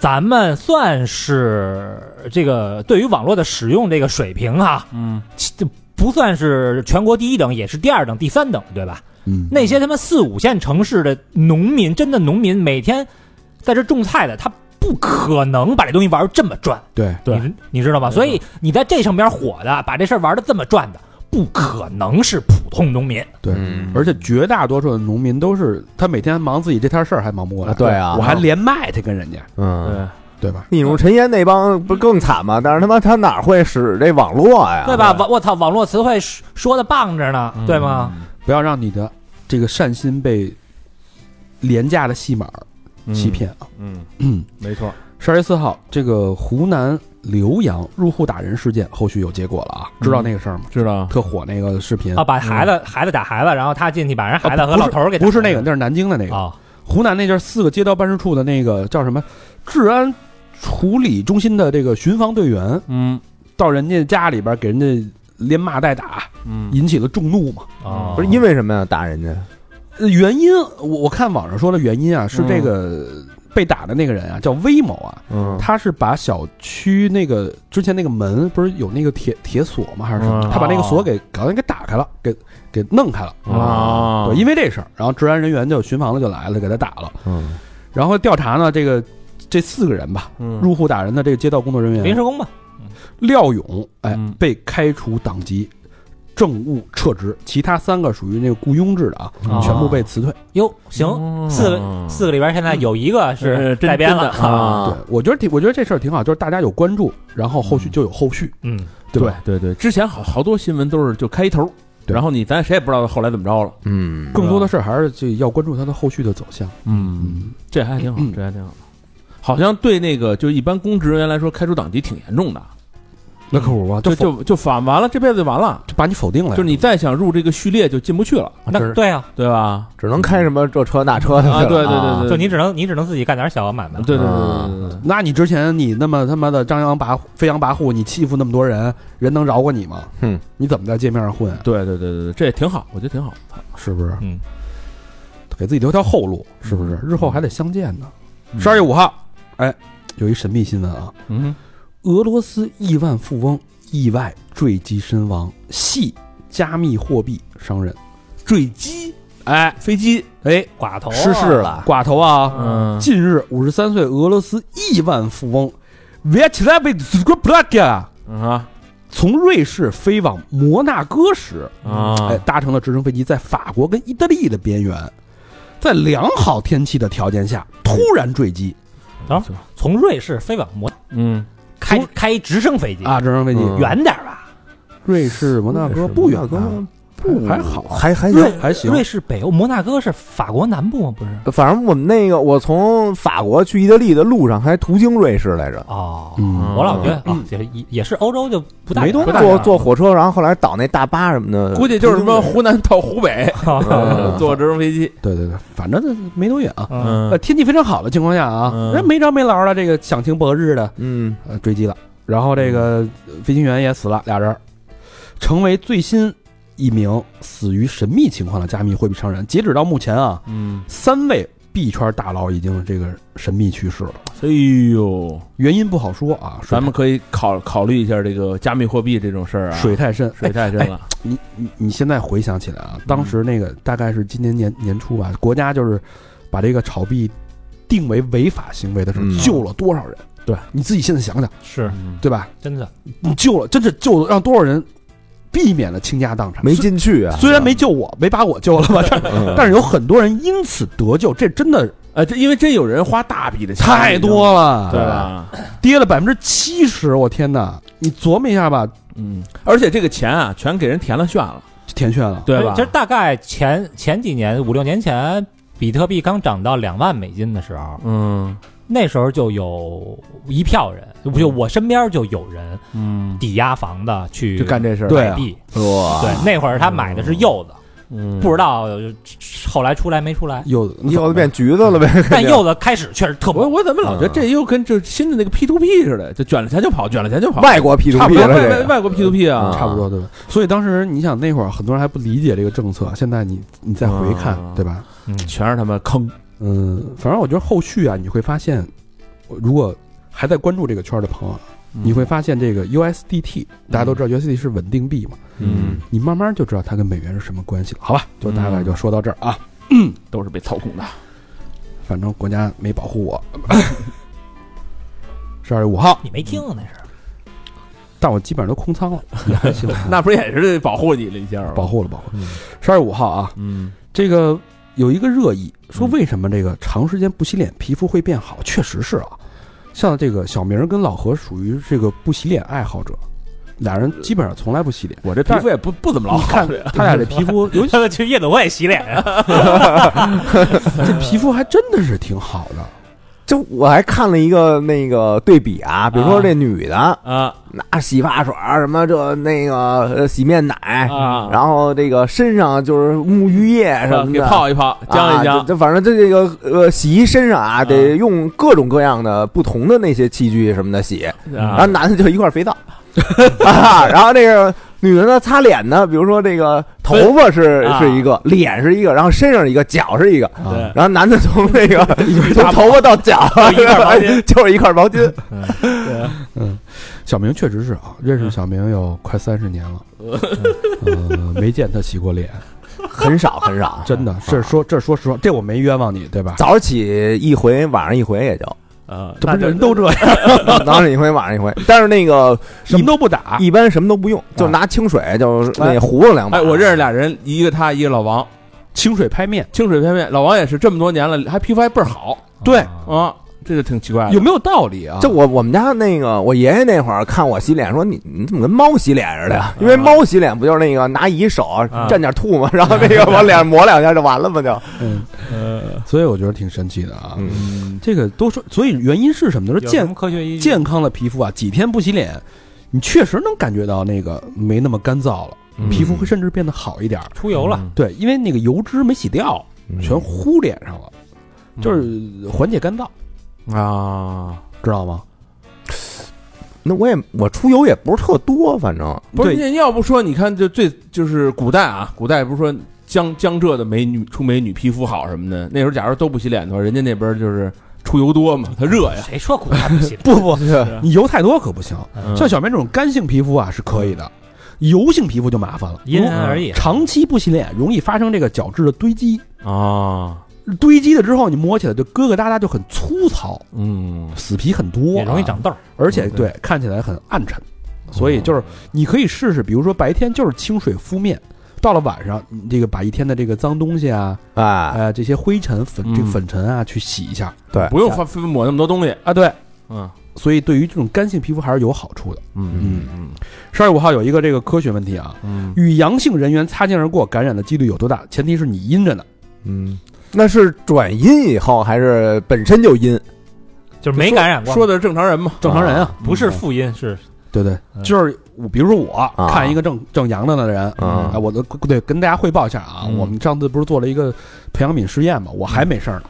Speaker 4: 咱们算是这个对于网络的使用这个水平哈、
Speaker 5: 嗯
Speaker 4: 其不算是全国第一等，也是第二等、第三等，对吧？
Speaker 2: 嗯，
Speaker 4: 那些他妈四五线城市的农民，真的农民，每天在这种菜的，他不可能把这东西玩儿这么赚，
Speaker 2: 对，
Speaker 5: 对
Speaker 4: 你你知道吗？
Speaker 5: 对
Speaker 4: 所以你在这上边火的，把这事儿玩的这么赚的，不可能是普通农民。
Speaker 2: 对，
Speaker 3: 嗯
Speaker 2: 而且绝大多数的农民都是他每天忙自己这摊事儿，还忙不过来。
Speaker 3: 啊对啊
Speaker 2: 我还连麦去跟人家，
Speaker 3: 嗯，
Speaker 5: 对，
Speaker 2: 对吧？
Speaker 3: 逆入尘烟那帮不更惨吗？但是他妈他哪会使这网络
Speaker 2: 啊
Speaker 3: 呀？
Speaker 4: 对吧？网我操，网络词汇说说的棒着呢，
Speaker 2: 嗯
Speaker 4: 对吗？？
Speaker 2: 不要让你的这个善心被廉价的戏码欺骗啊！
Speaker 5: 嗯，
Speaker 2: 嗯，
Speaker 5: 没错，
Speaker 2: 十二月四号，这个湖南浏阳入户打人事件后续有结果了啊！知
Speaker 3: 嗯
Speaker 2: 道那个事儿吗？
Speaker 5: 知道
Speaker 2: 特火那个视频
Speaker 4: 啊，，把孩子孩子打孩子，然后他进去把人孩子和老头儿给打
Speaker 2: 啊不是那个，那是南京的那个。
Speaker 4: 啊
Speaker 2: 湖南那就是四个街道办事处的那个
Speaker 3: 啊
Speaker 2: 叫什么治安处理中心的这个巡防队员，
Speaker 5: 嗯
Speaker 2: 到人家家里边给人家连骂带打，
Speaker 5: 嗯
Speaker 2: 引起了众怒嘛。
Speaker 4: 啊，
Speaker 3: 不是因为什么呀？打人家
Speaker 2: 呃原因我我看网上说的原因啊，是这个被打的那个人啊，叫威某啊，
Speaker 3: 嗯，
Speaker 2: 他是把小区那个之前那个门不是有那个铁铁锁吗？还是什么？
Speaker 5: 嗯
Speaker 2: 他把那个锁给好像给打开了，给给弄开了。
Speaker 5: 啊
Speaker 2: 对，因为这事儿，然后治安人员就巡防的就来了，给他打了。
Speaker 3: 嗯
Speaker 2: 然后调查呢，这个这四个人吧，
Speaker 5: 嗯
Speaker 3: 嗯
Speaker 2: 入户打人的这个街道工作人
Speaker 4: 临
Speaker 2: 员
Speaker 4: 时工吧，
Speaker 2: 廖勇，哎
Speaker 5: 嗯，
Speaker 2: 被开除党籍，政务撤职，其他三个属于那个雇佣制的啊，
Speaker 4: 啊
Speaker 2: 全部被辞退。
Speaker 4: 哟，行，四个四个里边现在有一个是
Speaker 5: 呃真
Speaker 4: 带
Speaker 5: 嗯
Speaker 4: 编
Speaker 5: 真
Speaker 4: 了
Speaker 5: 的啊
Speaker 2: 对，我觉得挺，我觉得这事儿挺好，就是大家有关注，然后后续就有后续，
Speaker 4: 嗯，
Speaker 2: 对
Speaker 5: 对
Speaker 2: 吧？
Speaker 5: 对对，之前好好多新闻都是就开一头，
Speaker 2: 对
Speaker 5: 然后你咱谁也不知道后来怎么着了。
Speaker 3: 嗯，
Speaker 2: 更多的事儿还是就要关注它的后续的走向。
Speaker 5: 嗯，这还挺好，这还挺好。好像对那个就一般公职人员来说，开除党籍挺严重的，
Speaker 2: 那可不嘛，
Speaker 5: 就
Speaker 2: 就就
Speaker 5: 就就反完了，这辈子就完了，
Speaker 2: 就把你否定了呀，
Speaker 5: 就是你再想入这个序列就进不去了，
Speaker 3: 真
Speaker 4: 那
Speaker 3: 是
Speaker 4: 对啊，
Speaker 5: 对吧？
Speaker 3: 只能开什么这车那车的
Speaker 5: 啊，
Speaker 3: 了
Speaker 5: 对对
Speaker 3: 啊
Speaker 5: 对对，
Speaker 4: 就你只能你只能自己干点小买卖
Speaker 5: 对，对对对对对，
Speaker 2: 那你之前你那么他妈的张扬跋扈、飞扬跋扈，你欺负那么多人，人能饶过你吗？
Speaker 3: 哼，
Speaker 2: 你怎么在街面上混啊？
Speaker 5: 对对对对对，这也挺好，我觉得挺好。
Speaker 2: 是不是？
Speaker 4: 嗯，
Speaker 2: 给自己留条后路，是不是？日后还得相见呢。十二月
Speaker 5: 月，
Speaker 2: 五号，哎，有一神秘新闻啊，
Speaker 5: 嗯，
Speaker 2: 俄罗斯亿万富翁意外坠机身亡，系加密货币商人。
Speaker 5: 坠机，
Speaker 2: 哎
Speaker 5: 飞机，
Speaker 2: 哎，
Speaker 4: 寡头啊
Speaker 3: 失事，了，
Speaker 2: 寡头啊！
Speaker 5: 嗯
Speaker 2: 近日，五十三岁俄罗斯亿万富翁 Vyacheslav s k r b l a k a
Speaker 5: 啊
Speaker 2: 从瑞士飞往摩纳哥时，
Speaker 5: 啊，
Speaker 2: 哎，搭乘了直升飞机，在法国跟意大利的边缘，在良好天气的条件下突然坠机
Speaker 4: 从瑞士飞往摩，
Speaker 5: 嗯，
Speaker 4: 开
Speaker 2: 从
Speaker 4: 开一直升飞机，
Speaker 2: 啊！直升飞机，
Speaker 3: 嗯
Speaker 4: 远点儿吧，
Speaker 2: 瑞士摩纳哥不远啊，
Speaker 3: 不
Speaker 2: 还好啊
Speaker 3: 还还行
Speaker 4: 瑞。
Speaker 2: 还行
Speaker 4: 瑞士北欧，摩纳哥是法国南部吗？不是，
Speaker 3: 反正我们那个，我从法国去意大利的路上还途经瑞士来着，
Speaker 4: 哦，
Speaker 2: 嗯
Speaker 4: 我老觉得啊，也也也是欧洲就不大
Speaker 2: 没多
Speaker 4: 不大啊
Speaker 3: 坐坐火车，然后后来倒那大巴什么的，
Speaker 5: 估计就是什么湖南到湖北，
Speaker 3: 嗯
Speaker 5: 坐直升飞机，
Speaker 2: 对对对，反正这没多远啊。
Speaker 4: 嗯，
Speaker 2: 呃，天气非常好的情况下啊，
Speaker 5: 嗯
Speaker 2: 人没着没落的，这个享清博日的
Speaker 3: 嗯
Speaker 2: 呃坠机了，然后这个呃飞行员也死了，俩人儿，成为最新一名死于神秘情况的加密货币商人。截止到目前啊，
Speaker 5: 嗯，
Speaker 2: 三位币圈大佬已经这个神秘去世了，
Speaker 5: 哎呦，
Speaker 2: 原因不好说啊。水
Speaker 5: 咱们可以考考虑一下这个加密货币这种事儿啊，
Speaker 2: 水太深，
Speaker 5: 水
Speaker 2: 哎
Speaker 5: 太深了，
Speaker 2: 你你你现在回想起来啊，当时那个大概是今年年年初吧，国家就是把这个炒币定为违法行为的时候
Speaker 3: 嗯，
Speaker 2: 救了多少人？
Speaker 5: 对，
Speaker 2: 你自己现在想想，
Speaker 4: 是
Speaker 5: 嗯
Speaker 2: 对吧？
Speaker 4: 真的，
Speaker 2: 你救了，真是救了，让多少人避免了倾家荡产？
Speaker 3: 没
Speaker 2: 虽
Speaker 3: 进去啊，
Speaker 2: 虽然没救我，没把我救了吧，但
Speaker 3: 嗯，
Speaker 2: 但是有很多人因此得救，这真的
Speaker 5: 呃，这因为真有人花大笔的钱，
Speaker 2: 太多了，
Speaker 5: 对吧？
Speaker 2: 跌了百分之七十，我天哪！你琢磨一下吧，
Speaker 5: 嗯，而且这个钱啊，全给人填了炫了，哎
Speaker 2: 填炫啊了。
Speaker 5: 对吧
Speaker 4: 其？实大概前前几年五六年前，比特币刚涨到两万美金的时候，
Speaker 5: 嗯
Speaker 4: 那时候就有一票人，不就我身边就有人
Speaker 5: 嗯，
Speaker 4: 抵押房的去
Speaker 5: 就干这事儿，
Speaker 2: 对
Speaker 4: 买
Speaker 2: 啊，
Speaker 4: 币，
Speaker 3: 哇，
Speaker 4: 对，那会儿他买的是柚子，
Speaker 5: 嗯，
Speaker 4: 不知道呃后来出来没出来
Speaker 2: 柚子，
Speaker 3: 柚子变橘子了呗，
Speaker 4: 但柚子开始确实特
Speaker 5: 我
Speaker 4: 猛，
Speaker 5: 我怎么老觉得这又跟这新的那个 P to P 似的，就卷了钱就跑，卷了钱就跑，
Speaker 3: 外国 P
Speaker 5: 差
Speaker 3: to P
Speaker 5: 不多
Speaker 3: 了
Speaker 5: 外
Speaker 3: 这
Speaker 5: 外
Speaker 3: 个，嗯
Speaker 5: 外国 P to P 啊，
Speaker 2: 差不多对吧？所以当时你想那会儿很多人还不理解这个政策，现在你你再回看
Speaker 5: 嗯
Speaker 2: 对吧？
Speaker 4: 嗯，
Speaker 5: 全是他妈坑，
Speaker 2: 嗯，反正我觉得后续啊，你会发现，我如果还在关注这个圈儿的朋友啊，你会发现这个 USDT，大家都知道 USDT 是稳定币嘛，
Speaker 5: 嗯，
Speaker 2: 你慢慢就知道它跟美元是什么关系了，好吧？就大概就说到这儿啊，
Speaker 5: 都是被操控的，
Speaker 2: 反正国家没保护我。十二月五号，
Speaker 4: 你没听啊那 是，
Speaker 2: 但我基本上都空仓了，也还行，
Speaker 5: 那不是也是保护你了一下吗？
Speaker 2: 保护了保护了。十二月五号啊，
Speaker 5: 嗯
Speaker 2: 这个有一个热议，说为什么这个长时间不洗脸皮肤会变好？确实是啊，像这个小明儿跟老何属于这个不洗脸爱好者，俩人基本上从来不洗脸。我这
Speaker 5: 皮肤也不不怎么老
Speaker 2: 你
Speaker 5: 好
Speaker 2: 看，他俩这皮 肤，尤其
Speaker 5: 呃
Speaker 4: 他去夜总会洗脸，啊
Speaker 2: 这皮肤还真的是挺好的。
Speaker 3: 就我还看了一个那个对比啊，比如说这女的
Speaker 5: 啊
Speaker 3: 拿洗发水儿什么这那个呃洗面奶，
Speaker 5: 啊，
Speaker 3: 然后这个身上就是沐浴液什么
Speaker 5: 给
Speaker 3: 的，
Speaker 5: 泡一泡，
Speaker 3: 啊
Speaker 5: 将一
Speaker 3: 这
Speaker 5: 将，
Speaker 3: 这反正这这个呃，洗衣身上啊，得用各种各样的不同的那些器具什么的洗，然后
Speaker 5: 啊
Speaker 3: 男的就一块肥皂，啊，然后这个女的呢擦脸呢，比如说这个头发是
Speaker 5: 啊
Speaker 3: 是一个，脸是一个，然后身上一个，脚是一个，
Speaker 2: 嗯啊
Speaker 5: 对，
Speaker 3: 然后男的从那个从头发到脚
Speaker 5: 一块毛巾
Speaker 3: 就是一块毛巾，
Speaker 2: 嗯，小明确实是啊，认识小明有快三十年 了，呃，没见他洗过 脸，
Speaker 3: 很少很少。啊
Speaker 2: 真的，这说这说实话，这我没冤枉你，对吧？
Speaker 3: 早上起一回，晚上一回也就，
Speaker 5: 啊，
Speaker 2: 这不是人都这样，
Speaker 3: 早上一回，晚上一回。但是那个
Speaker 2: 什么都不打，
Speaker 3: 一般什么都不用，就拿清水就那糊弄两把。
Speaker 5: 啊哎，我认识俩人，一个他，一个老王，
Speaker 2: 清水拍面，
Speaker 5: 清水片面，老王也是这么多年了，还皮肤还倍儿好
Speaker 2: 对，
Speaker 5: 啊，这就挺奇怪的。
Speaker 2: 有没有道理啊？
Speaker 3: 就我我们家那个我爷爷那会儿看我洗脸，说你你怎么跟猫洗脸似的
Speaker 2: 啊
Speaker 3: 呀？因为猫洗脸不就是那个拿一手蘸点吐沫，然后那个往脸上抹两下就完了吗？就
Speaker 2: 嗯，所以我觉得挺神奇的啊。
Speaker 3: 嗯
Speaker 2: 这个都说，所以原因是什么呢？说
Speaker 4: 有什
Speaker 2: 健
Speaker 4: 么科学依据？
Speaker 2: 健康的皮肤啊，几天不洗脸，你确实能感觉到那个没那么干燥了，
Speaker 4: 嗯
Speaker 2: 皮肤会甚至变得好一点儿。
Speaker 4: 出油了，
Speaker 2: 对，因为那个油脂没洗掉，全糊脸上了，
Speaker 4: 嗯
Speaker 2: 就是缓解干燥，
Speaker 5: 啊，
Speaker 2: 知道吗？
Speaker 3: 那我也我出油也不是特多，反正
Speaker 5: 不是，
Speaker 2: 对
Speaker 5: 你要不说，你看，就最就是古代啊，古代不是说江江浙的美女出美女皮肤好什么的，那时候假如都不洗脸的话，人家那边就是出油多嘛，它热呀。
Speaker 4: 谁说苦大不 行？
Speaker 2: 不 不，
Speaker 4: 啊
Speaker 2: 你油太多可不行。
Speaker 5: 嗯
Speaker 2: 像小明这种干性皮肤啊是可以的，油性皮肤就麻烦了，
Speaker 4: 因人而异。
Speaker 2: 长期不洗脸容易发生这个角质的堆积，
Speaker 5: 啊，
Speaker 2: 堆积了之后你摸起来就疙疙瘩瘩，就很粗糙，
Speaker 5: 嗯，
Speaker 2: 死皮很多，啊
Speaker 4: 也容易长，痘儿，
Speaker 2: 而且
Speaker 5: 嗯哦
Speaker 2: 对看起来很暗沉。所以就是你可以试试，比如说白天就是清水敷面。到了晚上，你这个把一天的这个脏东西啊，
Speaker 3: 哎，
Speaker 2: 呃，这些灰尘粉、这个
Speaker 5: 嗯
Speaker 2: 粉尘啊，去洗一下
Speaker 3: 对，
Speaker 5: 不用发分抹那么多东西。
Speaker 2: 啊。对，
Speaker 5: 嗯
Speaker 2: 所以对于这种干性皮肤还是有好处的。
Speaker 5: 嗯嗯
Speaker 2: 十二月五号有一个这个科学问题啊，
Speaker 5: 嗯
Speaker 2: 与阳性人员擦肩而过感染的几率有多大？前提是你阴着呢，
Speaker 3: 嗯，那是转阴以后还是本身就阴？
Speaker 4: 就是没感染过，
Speaker 5: 说的嗯是正常人嘛，
Speaker 2: 正常人啊，
Speaker 4: 不是复印，是
Speaker 2: 对对，
Speaker 4: 嗯
Speaker 2: 就是我，比如说我、
Speaker 3: 啊
Speaker 2: 看一个正正阳的的人，
Speaker 3: 啊
Speaker 2: 啊，我的对跟大家汇报一下啊，
Speaker 5: 嗯
Speaker 2: 我们上次不是做了一个培养皿实验嘛，我还没事儿呢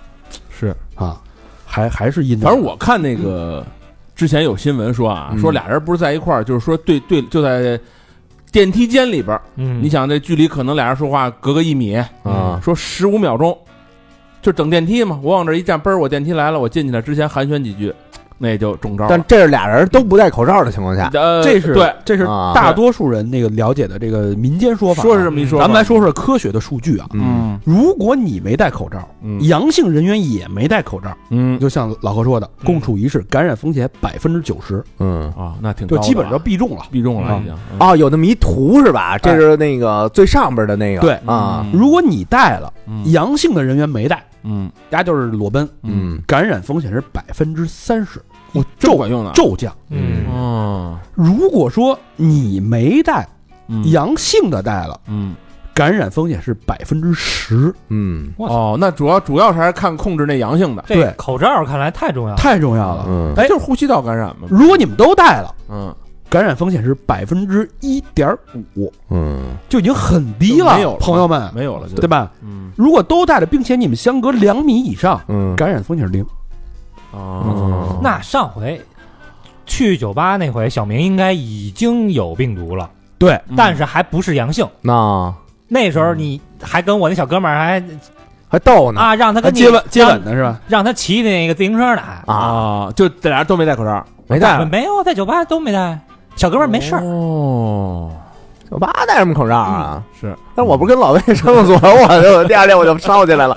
Speaker 5: 是。
Speaker 2: 啊，还还是阴着呢，
Speaker 5: 反正我看那个之前有新闻说啊，
Speaker 2: 嗯
Speaker 5: 说俩人不是在一块儿，就是说对对，就在电梯间里边儿。
Speaker 4: 嗯，
Speaker 5: 你想这距离可能俩人说话隔个一米，
Speaker 3: 啊
Speaker 5: 说十五秒钟，就等电梯嘛。我往这一站，嘣儿，我电梯来了，我进去了之前寒暄几句，那就中招了。
Speaker 3: 啊但这是俩人都不戴口罩的情况下，
Speaker 5: 呃，
Speaker 2: 这是
Speaker 5: 对，
Speaker 2: 这是
Speaker 3: 啊
Speaker 2: 大多数人那个了解的这个民间说法啊、
Speaker 5: 说是这么一说，
Speaker 2: 咱们来，说说科学的数据啊。
Speaker 3: 嗯，
Speaker 2: 如果你没戴口罩，
Speaker 5: 嗯
Speaker 2: 阳性人员也没戴口罩，
Speaker 5: 嗯
Speaker 2: 就像老何说的，共处一室感染风险百分之九十，
Speaker 3: 嗯。
Speaker 5: 啊，那挺高
Speaker 2: 就啊
Speaker 5: 的啊
Speaker 2: 基本上必中了。
Speaker 5: 必中了已经。嗯
Speaker 3: 哦，有那么一图是吧？这是那个最上边的那个，
Speaker 2: 哎对
Speaker 3: 啊，
Speaker 5: 嗯
Speaker 2: 如果你戴了，
Speaker 5: 嗯
Speaker 2: 阳性的人员没戴，
Speaker 5: 嗯
Speaker 2: 家就是裸奔，
Speaker 5: 嗯，
Speaker 3: 嗯
Speaker 2: 感染风险是百分之三十，
Speaker 5: 我这管用呢。
Speaker 2: 骤降。
Speaker 4: 嗯，
Speaker 5: 嗯
Speaker 2: 如果说你没戴，
Speaker 5: 嗯
Speaker 2: 阳性的戴了，
Speaker 5: 嗯
Speaker 2: 感染风险是百分之十，
Speaker 3: 嗯
Speaker 5: 哦，那主要主要还是看控制那阳性的，
Speaker 4: 这
Speaker 2: 对
Speaker 4: 口罩看来太重要了。
Speaker 2: 太重要了。
Speaker 3: 嗯
Speaker 2: 哎
Speaker 5: 就是呼吸道感染嘛。
Speaker 2: 如果你们都戴了，
Speaker 5: 嗯，
Speaker 2: 感染风险是百分之一点五，
Speaker 3: 嗯，
Speaker 2: 就已经很低
Speaker 5: 就没有了
Speaker 2: 朋友们，
Speaker 5: 没有了就
Speaker 2: 对吧？
Speaker 5: 嗯
Speaker 2: 如果都戴了，并且你们相隔两米以上，
Speaker 3: 嗯，
Speaker 2: 感染风险是零。
Speaker 5: 哦，
Speaker 2: 嗯
Speaker 4: 那上回去酒吧那回，小明应该已经有病毒了，
Speaker 2: 对，嗯
Speaker 5: 嗯
Speaker 4: 但是还不是阳性。
Speaker 3: 那
Speaker 4: 那时候你还跟我那小哥们儿还
Speaker 3: 还逗呢
Speaker 4: 啊，让他跟你
Speaker 2: 接吻接吻
Speaker 4: 让
Speaker 2: 的是吧？
Speaker 4: 让他骑那个自行车呢，还
Speaker 3: 啊，
Speaker 5: 啊，就这俩人都没戴口罩，
Speaker 3: 没
Speaker 4: 我
Speaker 2: 啊
Speaker 3: 戴
Speaker 4: 没有在酒吧都没戴，小哥们儿没事儿。
Speaker 5: 哦，
Speaker 3: 酒吧戴什么口罩啊？
Speaker 5: 嗯是
Speaker 3: 但我不是跟老魏上厕所，我就第二天我就烧起来了。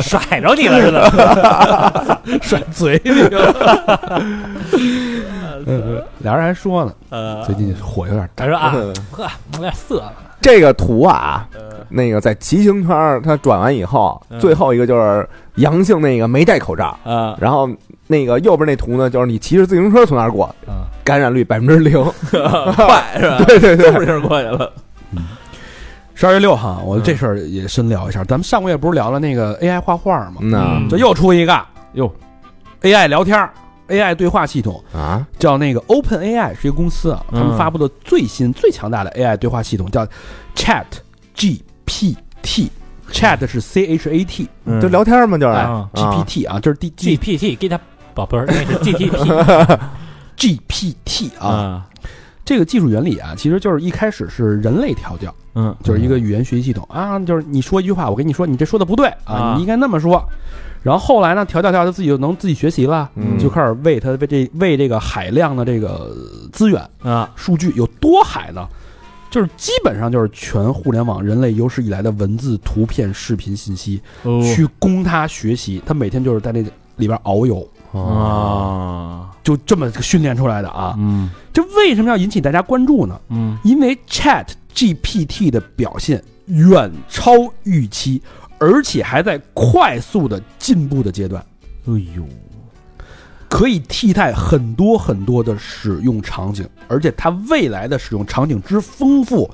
Speaker 4: 甩着你了似 的。
Speaker 2: 甩嘴里了。嗯俩人还说呢，最近火有点大。
Speaker 4: 他说啊，呵，我有点涩了。
Speaker 3: 这个图啊，
Speaker 5: 呃
Speaker 3: 那个在骑行圈儿它转完以后，最后一个就是阳性那个没戴口罩，
Speaker 5: 嗯啊，
Speaker 3: 然后那个右边那图呢，就是你骑着自行车从那儿过，感染率百分之 零。
Speaker 5: 快啊是吧？
Speaker 3: 对对对
Speaker 5: 这，么一下过去了。
Speaker 2: 十二月六号，啊我这事儿也深聊一下。咱们上个月不是聊了那个 AI 画画吗？
Speaker 3: 那
Speaker 5: 嗯
Speaker 2: 这又出一个
Speaker 5: 哟
Speaker 2: AI 聊天儿 AI 对话系统，
Speaker 3: 啊，
Speaker 2: 叫那个 Open AI 是一个公司啊，他们
Speaker 5: 嗯
Speaker 2: 发布的最新最强大的 AI 对话系统叫 Chat GPT。Chat 是 C H A T
Speaker 5: 嗯
Speaker 3: 就聊天嘛，就是
Speaker 2: 哎
Speaker 4: 啊
Speaker 2: G P T 啊，这是 D G
Speaker 4: GPT 给他，宝不是那是 GPT，
Speaker 2: G P T 啊，
Speaker 5: 啊，
Speaker 2: 这个技术原理啊，其实就是一开始是人类调教，
Speaker 5: 嗯，
Speaker 2: 就是一个语言学习系统啊，就是你说一句话，我跟你说，你这说的不对啊
Speaker 5: 啊，
Speaker 2: 你应该那么说。然后后来呢，调教调教，他自己就能自己学习了，
Speaker 3: 嗯
Speaker 2: 就开始为他为这为这个海量的这个资源
Speaker 5: 啊，
Speaker 2: 数据有多海呢？就是基本上就是全互联网人类有史以来的文字、图片、视频信息
Speaker 5: 哦
Speaker 2: 去供他学习，他每天就是在那里边遨游，
Speaker 5: 啊，
Speaker 2: 就这么训练出来的啊。
Speaker 5: 嗯
Speaker 2: 这为什么要引起大家关注呢？
Speaker 5: 嗯
Speaker 2: 因为 Chat GPT 的表现远超预期，而且还在快速的进步的阶段，
Speaker 5: 哎呦，
Speaker 2: 可以替代很多很多的使用场景，而且它未来的使用场景之丰富，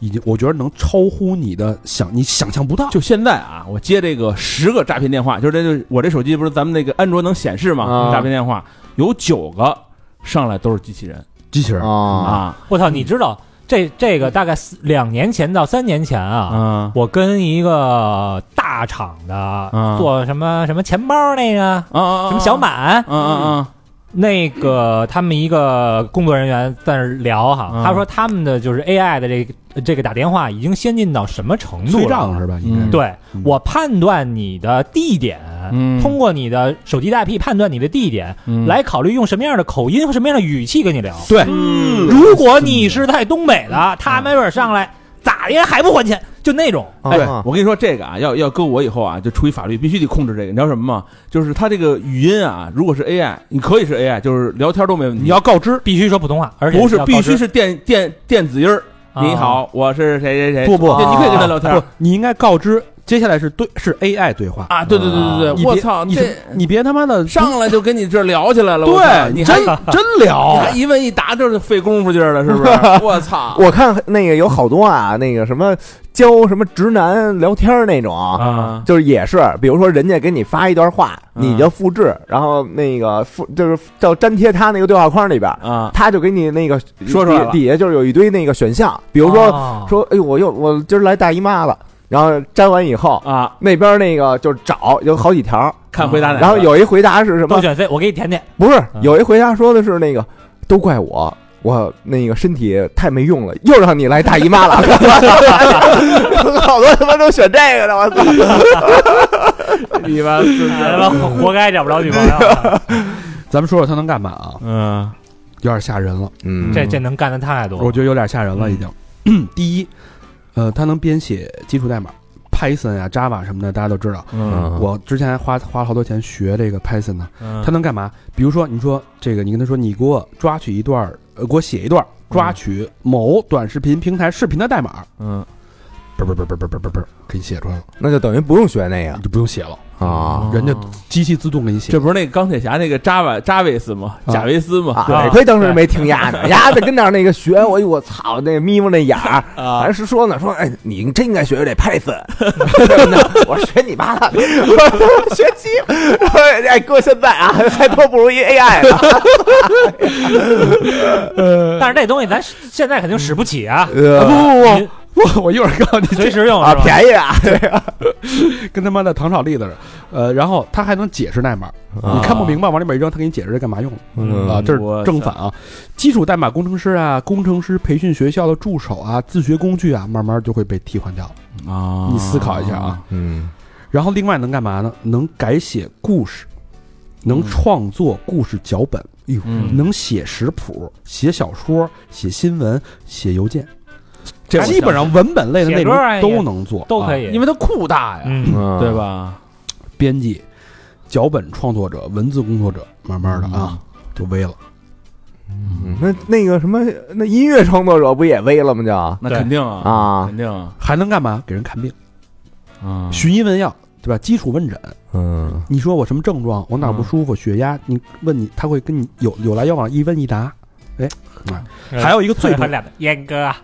Speaker 2: 已经我觉得能超乎你的想，你想象不到。
Speaker 5: 就现在啊，我接这个十个诈骗电话，就是这就我这手机不是咱们那个安卓能显示吗？
Speaker 3: 啊
Speaker 5: 诈骗电话有九个上来都是机器人
Speaker 2: 机器人，
Speaker 3: 啊，
Speaker 5: 啊
Speaker 4: 我操，你知道这这个大概四两年前到三年前啊，
Speaker 5: 啊
Speaker 4: 我跟一个大厂的
Speaker 5: 嗯
Speaker 4: 做什么什么钱包那个
Speaker 5: 啊啊！
Speaker 4: 什么小满
Speaker 5: 啊啊
Speaker 4: 那个他们一个工作人员在那儿聊哈，
Speaker 5: 嗯
Speaker 4: 他说他们的就是 AI 的这个这个打电话已经先进到什么程
Speaker 2: 催
Speaker 4: 度了？
Speaker 2: 账是吧？应该是
Speaker 5: 嗯
Speaker 4: 对
Speaker 2: 嗯
Speaker 4: 我判断你的地点，
Speaker 5: 嗯
Speaker 4: 通过你的手机大 P 判断你的地点，
Speaker 5: 啊！
Speaker 4: 来考虑用什么样的口音和什么样的语气跟你聊。
Speaker 2: 对，
Speaker 5: 嗯
Speaker 4: 如果你是在东北的，他没准上来咋的还不还钱，就那种。
Speaker 5: 哎
Speaker 3: 啊，
Speaker 5: 我跟你说这个啊，要要搁我以后啊，就出于法律必须得控制这个。你知道什么吗？就是它这个语音啊，如果是 AI，你可以是 AI，就是聊天都没问题。
Speaker 2: 你要告知，
Speaker 4: 必须说普通话，而且
Speaker 5: 不是
Speaker 4: 要告
Speaker 5: 必
Speaker 4: 知
Speaker 5: 须是电电电子音儿。
Speaker 4: 啊
Speaker 5: 你好，我是谁谁谁。
Speaker 2: 不不
Speaker 5: 对你可以跟他聊天
Speaker 2: 不，你应该告知，接下来是对是 AI 对话。
Speaker 5: 啊！对对对对
Speaker 2: 你别
Speaker 5: 对，我操，
Speaker 2: 你
Speaker 5: 这
Speaker 2: 你别他妈的
Speaker 5: 上来就跟你这儿聊起来了。我操
Speaker 2: 对，
Speaker 5: 你还
Speaker 2: 真真聊
Speaker 5: 你还一问一答，就是费功夫劲儿了，是不是？我操！
Speaker 3: 我看那个有好多啊，那个什么教什么直男聊天儿那种啊
Speaker 5: 啊
Speaker 3: 就是也是，比如说人家给你发一段话，
Speaker 5: 嗯
Speaker 3: 你就复制，然后那个复就是叫粘贴他那个对话框里边，
Speaker 5: 啊
Speaker 3: 他就给你那个
Speaker 5: 说出来了哦
Speaker 3: 底底下就是有一堆那个选项，比
Speaker 4: 比
Speaker 3: 如说
Speaker 4: 说
Speaker 3: 说，哎呦，我又我今儿来大姨妈了，然后粘完以后，
Speaker 5: 啊！
Speaker 3: 那边那个就是找有好几条，
Speaker 5: 看回答哪个
Speaker 3: 然后有一回答是什
Speaker 4: 都
Speaker 3: 么？
Speaker 4: 选 C，我给你填填。
Speaker 3: 不是，
Speaker 4: 嗯
Speaker 3: 有一回答说的是那个都怪我。我那个身体太没用了，又让你来大姨妈了，好多他妈都选这个的，我操！
Speaker 5: 你妈
Speaker 4: 哎他妈活该找不着女朋友，
Speaker 2: 咱们说说他能干嘛啊？
Speaker 5: 嗯
Speaker 2: 有点吓人了，
Speaker 3: 嗯
Speaker 4: 这这能干的太
Speaker 5: 哦
Speaker 4: 多了。
Speaker 2: 我觉得有点吓人了，已经。
Speaker 5: 嗯
Speaker 2: 第一，呃，他能编写基础代码，Python 呀、Java 什么的，大家都知道。
Speaker 5: 嗯
Speaker 2: 我之前还花花了好多钱学这个 Python 呢，
Speaker 5: 嗯
Speaker 2: 它能干嘛？比如说，你说这个，你跟他说，你给我抓取一段儿，呃，给我写一段儿抓取某短视频平台视频的代码，
Speaker 5: 嗯
Speaker 2: 嘣嘣嘣嘣嘣嘣嘣嘣，给你写出来了，
Speaker 3: 那就等于不用学那个
Speaker 2: 你就不用写了，
Speaker 3: 啊
Speaker 5: 哦
Speaker 2: 人家机器自动给你写
Speaker 5: 这。不是那个钢铁侠那个扎瓦扎维斯吗？
Speaker 2: 啊
Speaker 5: 贾维斯吗？
Speaker 3: 啊！得亏当时没听丫的，丫的跟那儿那个学，我我操，那眯缝那眼儿，
Speaker 5: 啊
Speaker 3: 还是说呢，说哎，你真应该学学这 Python，什么的我说学你妈的，我说学鸡，我说哎哥现在啊，还都不如一 AI 呢，
Speaker 4: 但是这东西咱现在肯定使不起啊，
Speaker 2: 啊
Speaker 3: 呃
Speaker 2: 不不 不，我我一会儿告诉你，
Speaker 4: 随时用
Speaker 3: 啊
Speaker 4: 是吧
Speaker 3: 便宜啊，对
Speaker 2: 跟他妈的唐炒栗子似的。呃，然后他还能解释代码，
Speaker 3: 啊
Speaker 2: 你看不明白往里面一扔，他给你解释这干嘛用的
Speaker 3: 嗯
Speaker 2: 啊？这
Speaker 5: 我
Speaker 2: 是正反啊。基础代码工程师啊，工程师培训学校的助手啊，自学工具啊，慢慢就会被替换掉了。
Speaker 5: 啊
Speaker 2: 你思考一下啊。
Speaker 3: 嗯
Speaker 2: 然后另外能干嘛呢？能改写故事，能
Speaker 5: 嗯
Speaker 2: 创作故事脚本，哎
Speaker 5: 嗯
Speaker 2: 能写食谱、写小说、写新闻、写邮件，
Speaker 5: 这我
Speaker 2: 基本上文本类的内
Speaker 4: 写歌啊
Speaker 2: 容
Speaker 4: 也
Speaker 2: 都能做，
Speaker 4: 都可
Speaker 2: 以。
Speaker 4: 以。
Speaker 5: 因为它库大呀，
Speaker 4: 嗯，
Speaker 5: 对？吧？
Speaker 2: 编辑、脚本创作者、文字工作者，慢慢的啊，就微了。
Speaker 3: 嗯那那个什么，那音乐创作者不也微了吗？就
Speaker 5: 那肯定啊，
Speaker 3: 啊，
Speaker 5: 肯定啊，
Speaker 2: 还能干嘛？给人看病，
Speaker 5: 啊
Speaker 2: 寻医问药，对吧？基础问诊，
Speaker 3: 嗯
Speaker 2: 你说我什么症状，我哪
Speaker 5: 嗯
Speaker 2: 儿不舒服，血压，你问你，他会跟你有有来有往，一问一答。哎，
Speaker 5: 嗯
Speaker 2: 还有一个最
Speaker 4: 还
Speaker 2: 重
Speaker 5: 哎
Speaker 4: 俩的阉割，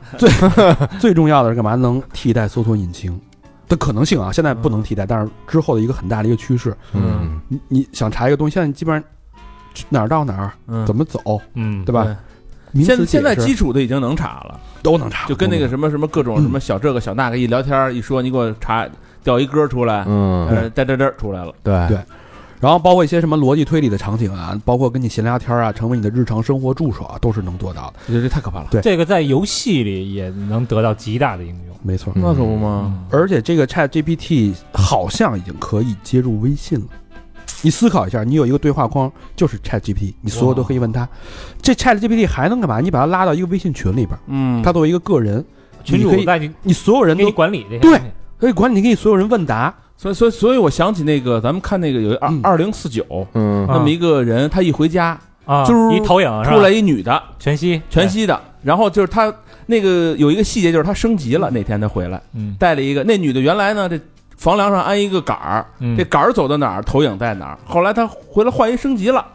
Speaker 2: 最重要的是干嘛？能替代搜索引
Speaker 5: 嗯
Speaker 2: 擎的可能性啊，现在不能替代，但是之后的一个很大的一个趋势，
Speaker 5: 嗯
Speaker 2: 你你想查一个东西，现在基本上去哪儿到哪儿
Speaker 5: 嗯
Speaker 2: 怎么走，
Speaker 4: 嗯，
Speaker 2: 对吧？名词
Speaker 5: 现现在
Speaker 2: 解释
Speaker 5: 基础的已经能查了，
Speaker 2: 都能查，
Speaker 5: 就跟那个什么什么各种
Speaker 2: 嗯
Speaker 5: 什么小这个小那个一聊天儿一说，你给我查调一歌出来，
Speaker 3: 嗯，
Speaker 5: 呃，在这这儿出来了，
Speaker 3: 对
Speaker 2: 对然后包括一些什么逻辑推理的场景啊，包括跟你闲聊天啊，成为你的日常生活助手啊，都是能做到的。
Speaker 5: 我觉得这太可怕了。
Speaker 2: 对
Speaker 4: 这个在游戏里也能得到极大的应用。
Speaker 2: 没错，
Speaker 3: 嗯
Speaker 5: 那可不吗？
Speaker 2: 而且这个 Chat GPT 好像已经可以接入微信了。你思考一下，你有一个对话框，就是 Chat GPT，你所有都可以问他。这 Chat GPT 还能干嘛？你把它拉到一个微信群里边，
Speaker 5: 嗯，
Speaker 2: 它作为一个个人，
Speaker 4: 群
Speaker 2: 你可
Speaker 4: 主
Speaker 2: 以
Speaker 4: 在你
Speaker 2: 你所有人
Speaker 4: 给你
Speaker 2: 都
Speaker 4: 管理这些
Speaker 2: 对
Speaker 4: 东西
Speaker 2: 可以管你，给你所有人问答。
Speaker 5: 所以所以所以我想起那个咱们看那个有一二
Speaker 2: 嗯
Speaker 5: 二零四九
Speaker 3: 嗯
Speaker 4: 啊
Speaker 5: 那么一个人，他一回家
Speaker 4: 啊，
Speaker 5: 就是
Speaker 4: 一投影是吧
Speaker 5: 出来一女的，
Speaker 4: 全息
Speaker 5: 全，息的，然后就是他那个有一个细节就是他升级了，那天他回来
Speaker 4: 对嗯
Speaker 5: 带了一个那女的原来呢这。房梁上安一个杆儿，
Speaker 4: 嗯
Speaker 5: 这杆儿走到哪儿，投影在哪儿。后来他回来换一升级了，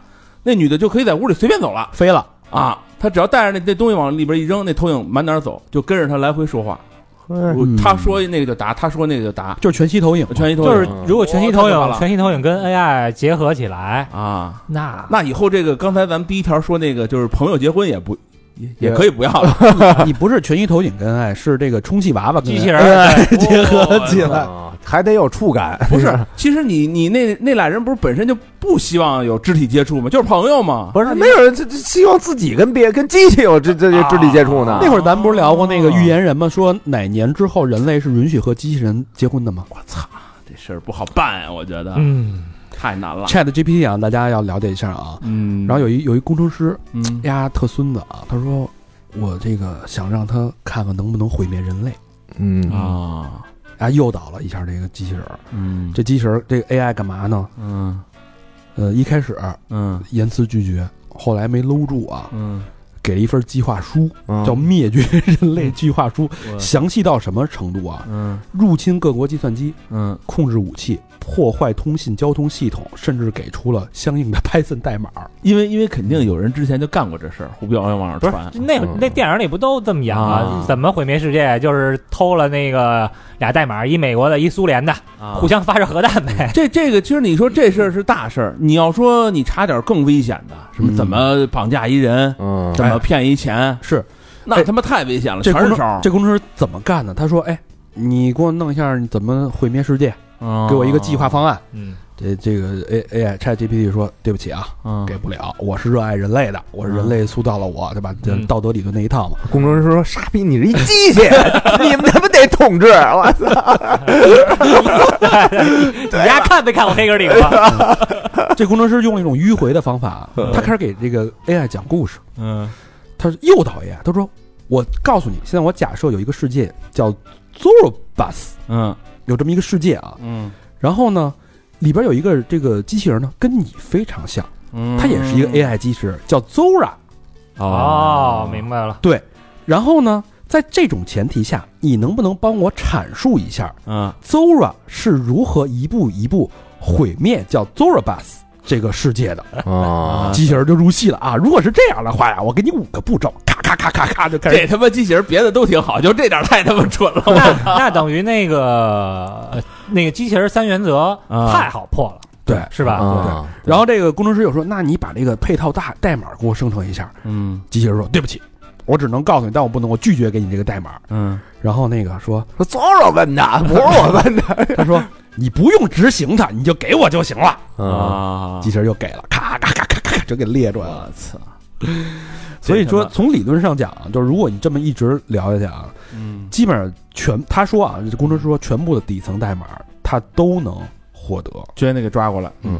Speaker 5: 那女的就可以在屋里随便走了
Speaker 2: 飞了，
Speaker 5: 啊！他只要带着那那东西往里边一扔，那投影满哪儿走，就跟着他来回说话。
Speaker 3: 哎
Speaker 2: 嗯
Speaker 5: 他说那个就答，他说那个就答，
Speaker 2: 就是全息投影。
Speaker 5: 全息投影
Speaker 4: 就是如果全息
Speaker 5: 哦
Speaker 4: 投
Speaker 5: 太可怕
Speaker 4: 影，
Speaker 5: 了
Speaker 4: 全息投影跟 AI 结合起来，
Speaker 5: 啊。
Speaker 4: 那
Speaker 5: 那以后这个刚才咱们第一条说那个就是朋友结婚也不也也可以不要 了，
Speaker 2: 你不是全息投影跟爱，是这个充气娃娃跟爱
Speaker 4: 机器人儿对
Speaker 2: 结合起来。
Speaker 3: 啊，还得有触感，
Speaker 5: 不是？其实你你那那俩人不是本身就不希望有肢体接触吗？就是朋友嘛。
Speaker 3: 不是没有人这这希望自己跟别跟机器有这这这肢体接触呢
Speaker 2: 那？会儿咱们不是聊过那个预言人吗？说哪年之后人类是允许和机器人结婚的吗
Speaker 5: 我操，这事儿不好办啊，我觉得、
Speaker 4: 嗯
Speaker 5: 太难了。
Speaker 2: ？Chat GPT 啊，大家要了解一下啊。
Speaker 5: 嗯
Speaker 2: 然后有一有一工程师
Speaker 5: 嗯
Speaker 2: 呀，特孙子啊，他说我这个想让他看看能不能毁灭人类
Speaker 3: 嗯
Speaker 5: 啊
Speaker 2: 啊，诱导了一下这个机器人儿。
Speaker 5: 嗯
Speaker 2: 这机器人儿这个 AI 干嘛呢？
Speaker 5: 嗯
Speaker 2: 呃，一开始
Speaker 5: 嗯
Speaker 2: 言辞拒绝，后来没搂住啊，
Speaker 5: 嗯
Speaker 2: 给了一份计划书，
Speaker 3: 嗯
Speaker 2: 叫《灭绝人类计划书》，
Speaker 5: 我
Speaker 2: 详细到什么程度啊？
Speaker 5: 嗯
Speaker 2: 入侵各国计算机，
Speaker 5: 嗯
Speaker 2: 控制武器，破坏通信交通系统，甚至给出了相应的 Python 代码。
Speaker 5: 因为因为肯定有人之前就干过这事儿，胡不要往上
Speaker 4: 不是
Speaker 5: 传。
Speaker 4: 那会儿
Speaker 3: 嗯
Speaker 4: 那电影里不都这么演吗
Speaker 5: 啊？
Speaker 4: 怎么毁灭世界？就是偷了那个俩代码，一美国的，一苏联的，
Speaker 5: 啊
Speaker 4: 互相发射核 弹呗。
Speaker 5: 这这个，其实你说这事儿是大事儿，你要说你查点儿更危险的，什么
Speaker 2: 嗯
Speaker 5: 怎么绑架一人，
Speaker 3: 嗯
Speaker 5: 怎么骗一钱，
Speaker 2: 是
Speaker 5: 那他妈太危险了，
Speaker 2: 这工
Speaker 5: 全是
Speaker 2: 程
Speaker 5: 招儿。
Speaker 2: 这工程师怎么干的？他说：“哎，你给我弄一下，你怎么毁灭世界？
Speaker 5: 啊
Speaker 2: 给我一个计划，方案。
Speaker 4: 嗯，
Speaker 2: 这这个 A A I Chat GPT 说：“对不起啊，
Speaker 5: 嗯
Speaker 2: 给不了。我是热爱人类的，我是人类塑造了我，对吧？这
Speaker 4: 嗯
Speaker 2: 道德理论那一套嘛。
Speaker 3: 工程师说：“傻逼，你是一机 器，你们他妈得统治！我操，
Speaker 4: 你丫看没看我黑格 里吗？
Speaker 2: 这工程师用了一种迂回的方法，
Speaker 4: 嗯
Speaker 2: 他开始给这个 AI 讲故事，
Speaker 5: 嗯
Speaker 2: 他是诱导 AI，他说：我告诉你，现在我假设有一个世界叫 Zorobus，
Speaker 5: 嗯
Speaker 2: 有这么一个世界啊，
Speaker 5: 嗯
Speaker 2: 然后呢，里边有一个这个机器人呢，跟你非常像，
Speaker 5: 嗯
Speaker 2: 它也是一个 AI 机器人，叫 Zora。
Speaker 4: 哦，明白了。
Speaker 2: 对，然后呢，在这种前提下，你能不能帮我阐述一下
Speaker 5: 嗯
Speaker 2: Zora 是如何一步一步毁灭叫 Zorabus 这个世界的？
Speaker 3: 啊，
Speaker 2: 机器人就入戏了啊！如果是这样的话呀，我给你五个步骤，咔咔咔咔咔就开
Speaker 5: 这
Speaker 2: 始。
Speaker 5: 他妈机器人别的都挺好，就这点儿太他妈蠢了。
Speaker 4: 那那等于那个呃那个机器人三原则
Speaker 5: 啊嗯
Speaker 4: 太好破了，
Speaker 2: 对，
Speaker 4: 是吧？
Speaker 3: 啊，
Speaker 2: 然后这个工程师又说：“那你把这个配套代代码给我生成一下。
Speaker 5: 嗯”
Speaker 2: 机器人说：“对不起，我只能告诉你，但我不能，我拒绝给你这个代码。”
Speaker 5: 嗯
Speaker 2: 然后那个说，
Speaker 3: 说左手问的， 不是我问的
Speaker 2: 他说你不用执行它，你就给我就行了。
Speaker 5: 啊
Speaker 2: 机器人就给了，咔咔咔咔咔咔就给列出来了。
Speaker 5: 我 操！
Speaker 2: 所以说，
Speaker 5: 这他妈，
Speaker 2: 从理论上讲啊，就是如果你这么一直聊下去啊，
Speaker 5: 嗯
Speaker 2: 基本上全他说啊，这工程师说全部的底层代码他都能获得。
Speaker 5: 居然得给抓过来，
Speaker 3: 嗯，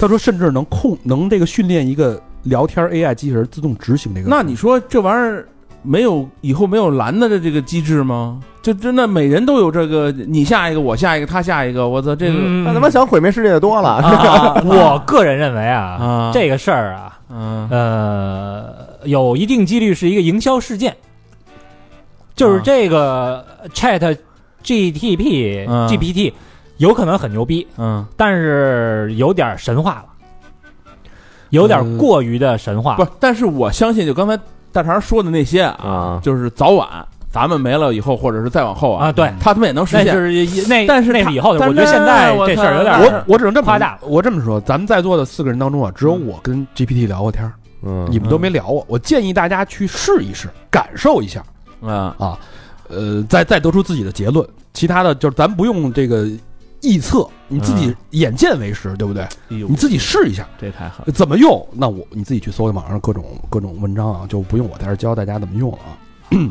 Speaker 2: 他说，甚至能控能这个训练一个聊天 AI 机器人自动执行这个。
Speaker 5: 那你说这玩意儿没有以后没有蓝的这这个机制吗？就真的每人都有这个，你下一个，我下一个，他下一个，我操，这个、
Speaker 4: 嗯
Speaker 3: 那他妈想毁灭世界的多了，
Speaker 4: 啊！我个人认为啊，
Speaker 5: 啊，
Speaker 4: 这个事儿啊，
Speaker 5: 嗯
Speaker 4: 呃，有一定几率是一个营销事件，就是
Speaker 5: 啊
Speaker 4: 这个 Chat GTP
Speaker 5: 嗯
Speaker 4: GPT 有可能很牛逼，
Speaker 5: 嗯，
Speaker 4: 但是有点神话了。有点
Speaker 5: 嗯
Speaker 4: 过于的神话，
Speaker 5: 不是，但是我相信，就刚才大肠说的那些啊，
Speaker 3: 啊，
Speaker 5: 就是早晚咱们没了以后，或者是再往后
Speaker 4: 啊对
Speaker 5: 他他们也能实
Speaker 4: 那
Speaker 5: 现。
Speaker 4: 是那
Speaker 5: 但是
Speaker 4: 那
Speaker 5: 他
Speaker 4: 是以后的，
Speaker 5: 但
Speaker 4: 我觉得
Speaker 5: 是
Speaker 4: 现在
Speaker 5: 我
Speaker 4: 这
Speaker 5: 操
Speaker 4: 事儿有点
Speaker 5: 那
Speaker 2: 我
Speaker 4: 儿
Speaker 2: 我只能这么
Speaker 4: 夸大了
Speaker 2: 我这么说，咱们在座的四个人当中啊，只有我跟 GPT 聊过天儿，
Speaker 3: 嗯
Speaker 2: 你们都没聊过。我建议大家去试一试，感受一下。
Speaker 5: 啊，
Speaker 2: 呃，再再得出自己的结论。其他的就是咱不用这个臆测，你自
Speaker 5: 嗯
Speaker 2: 己眼见为实，对不对？你自
Speaker 5: 哎
Speaker 2: 己试一下
Speaker 5: 这太狠，
Speaker 2: 怎么用，那我你自己去搜网上各种各种文章啊，就不用我在这儿教大家怎么用了啊。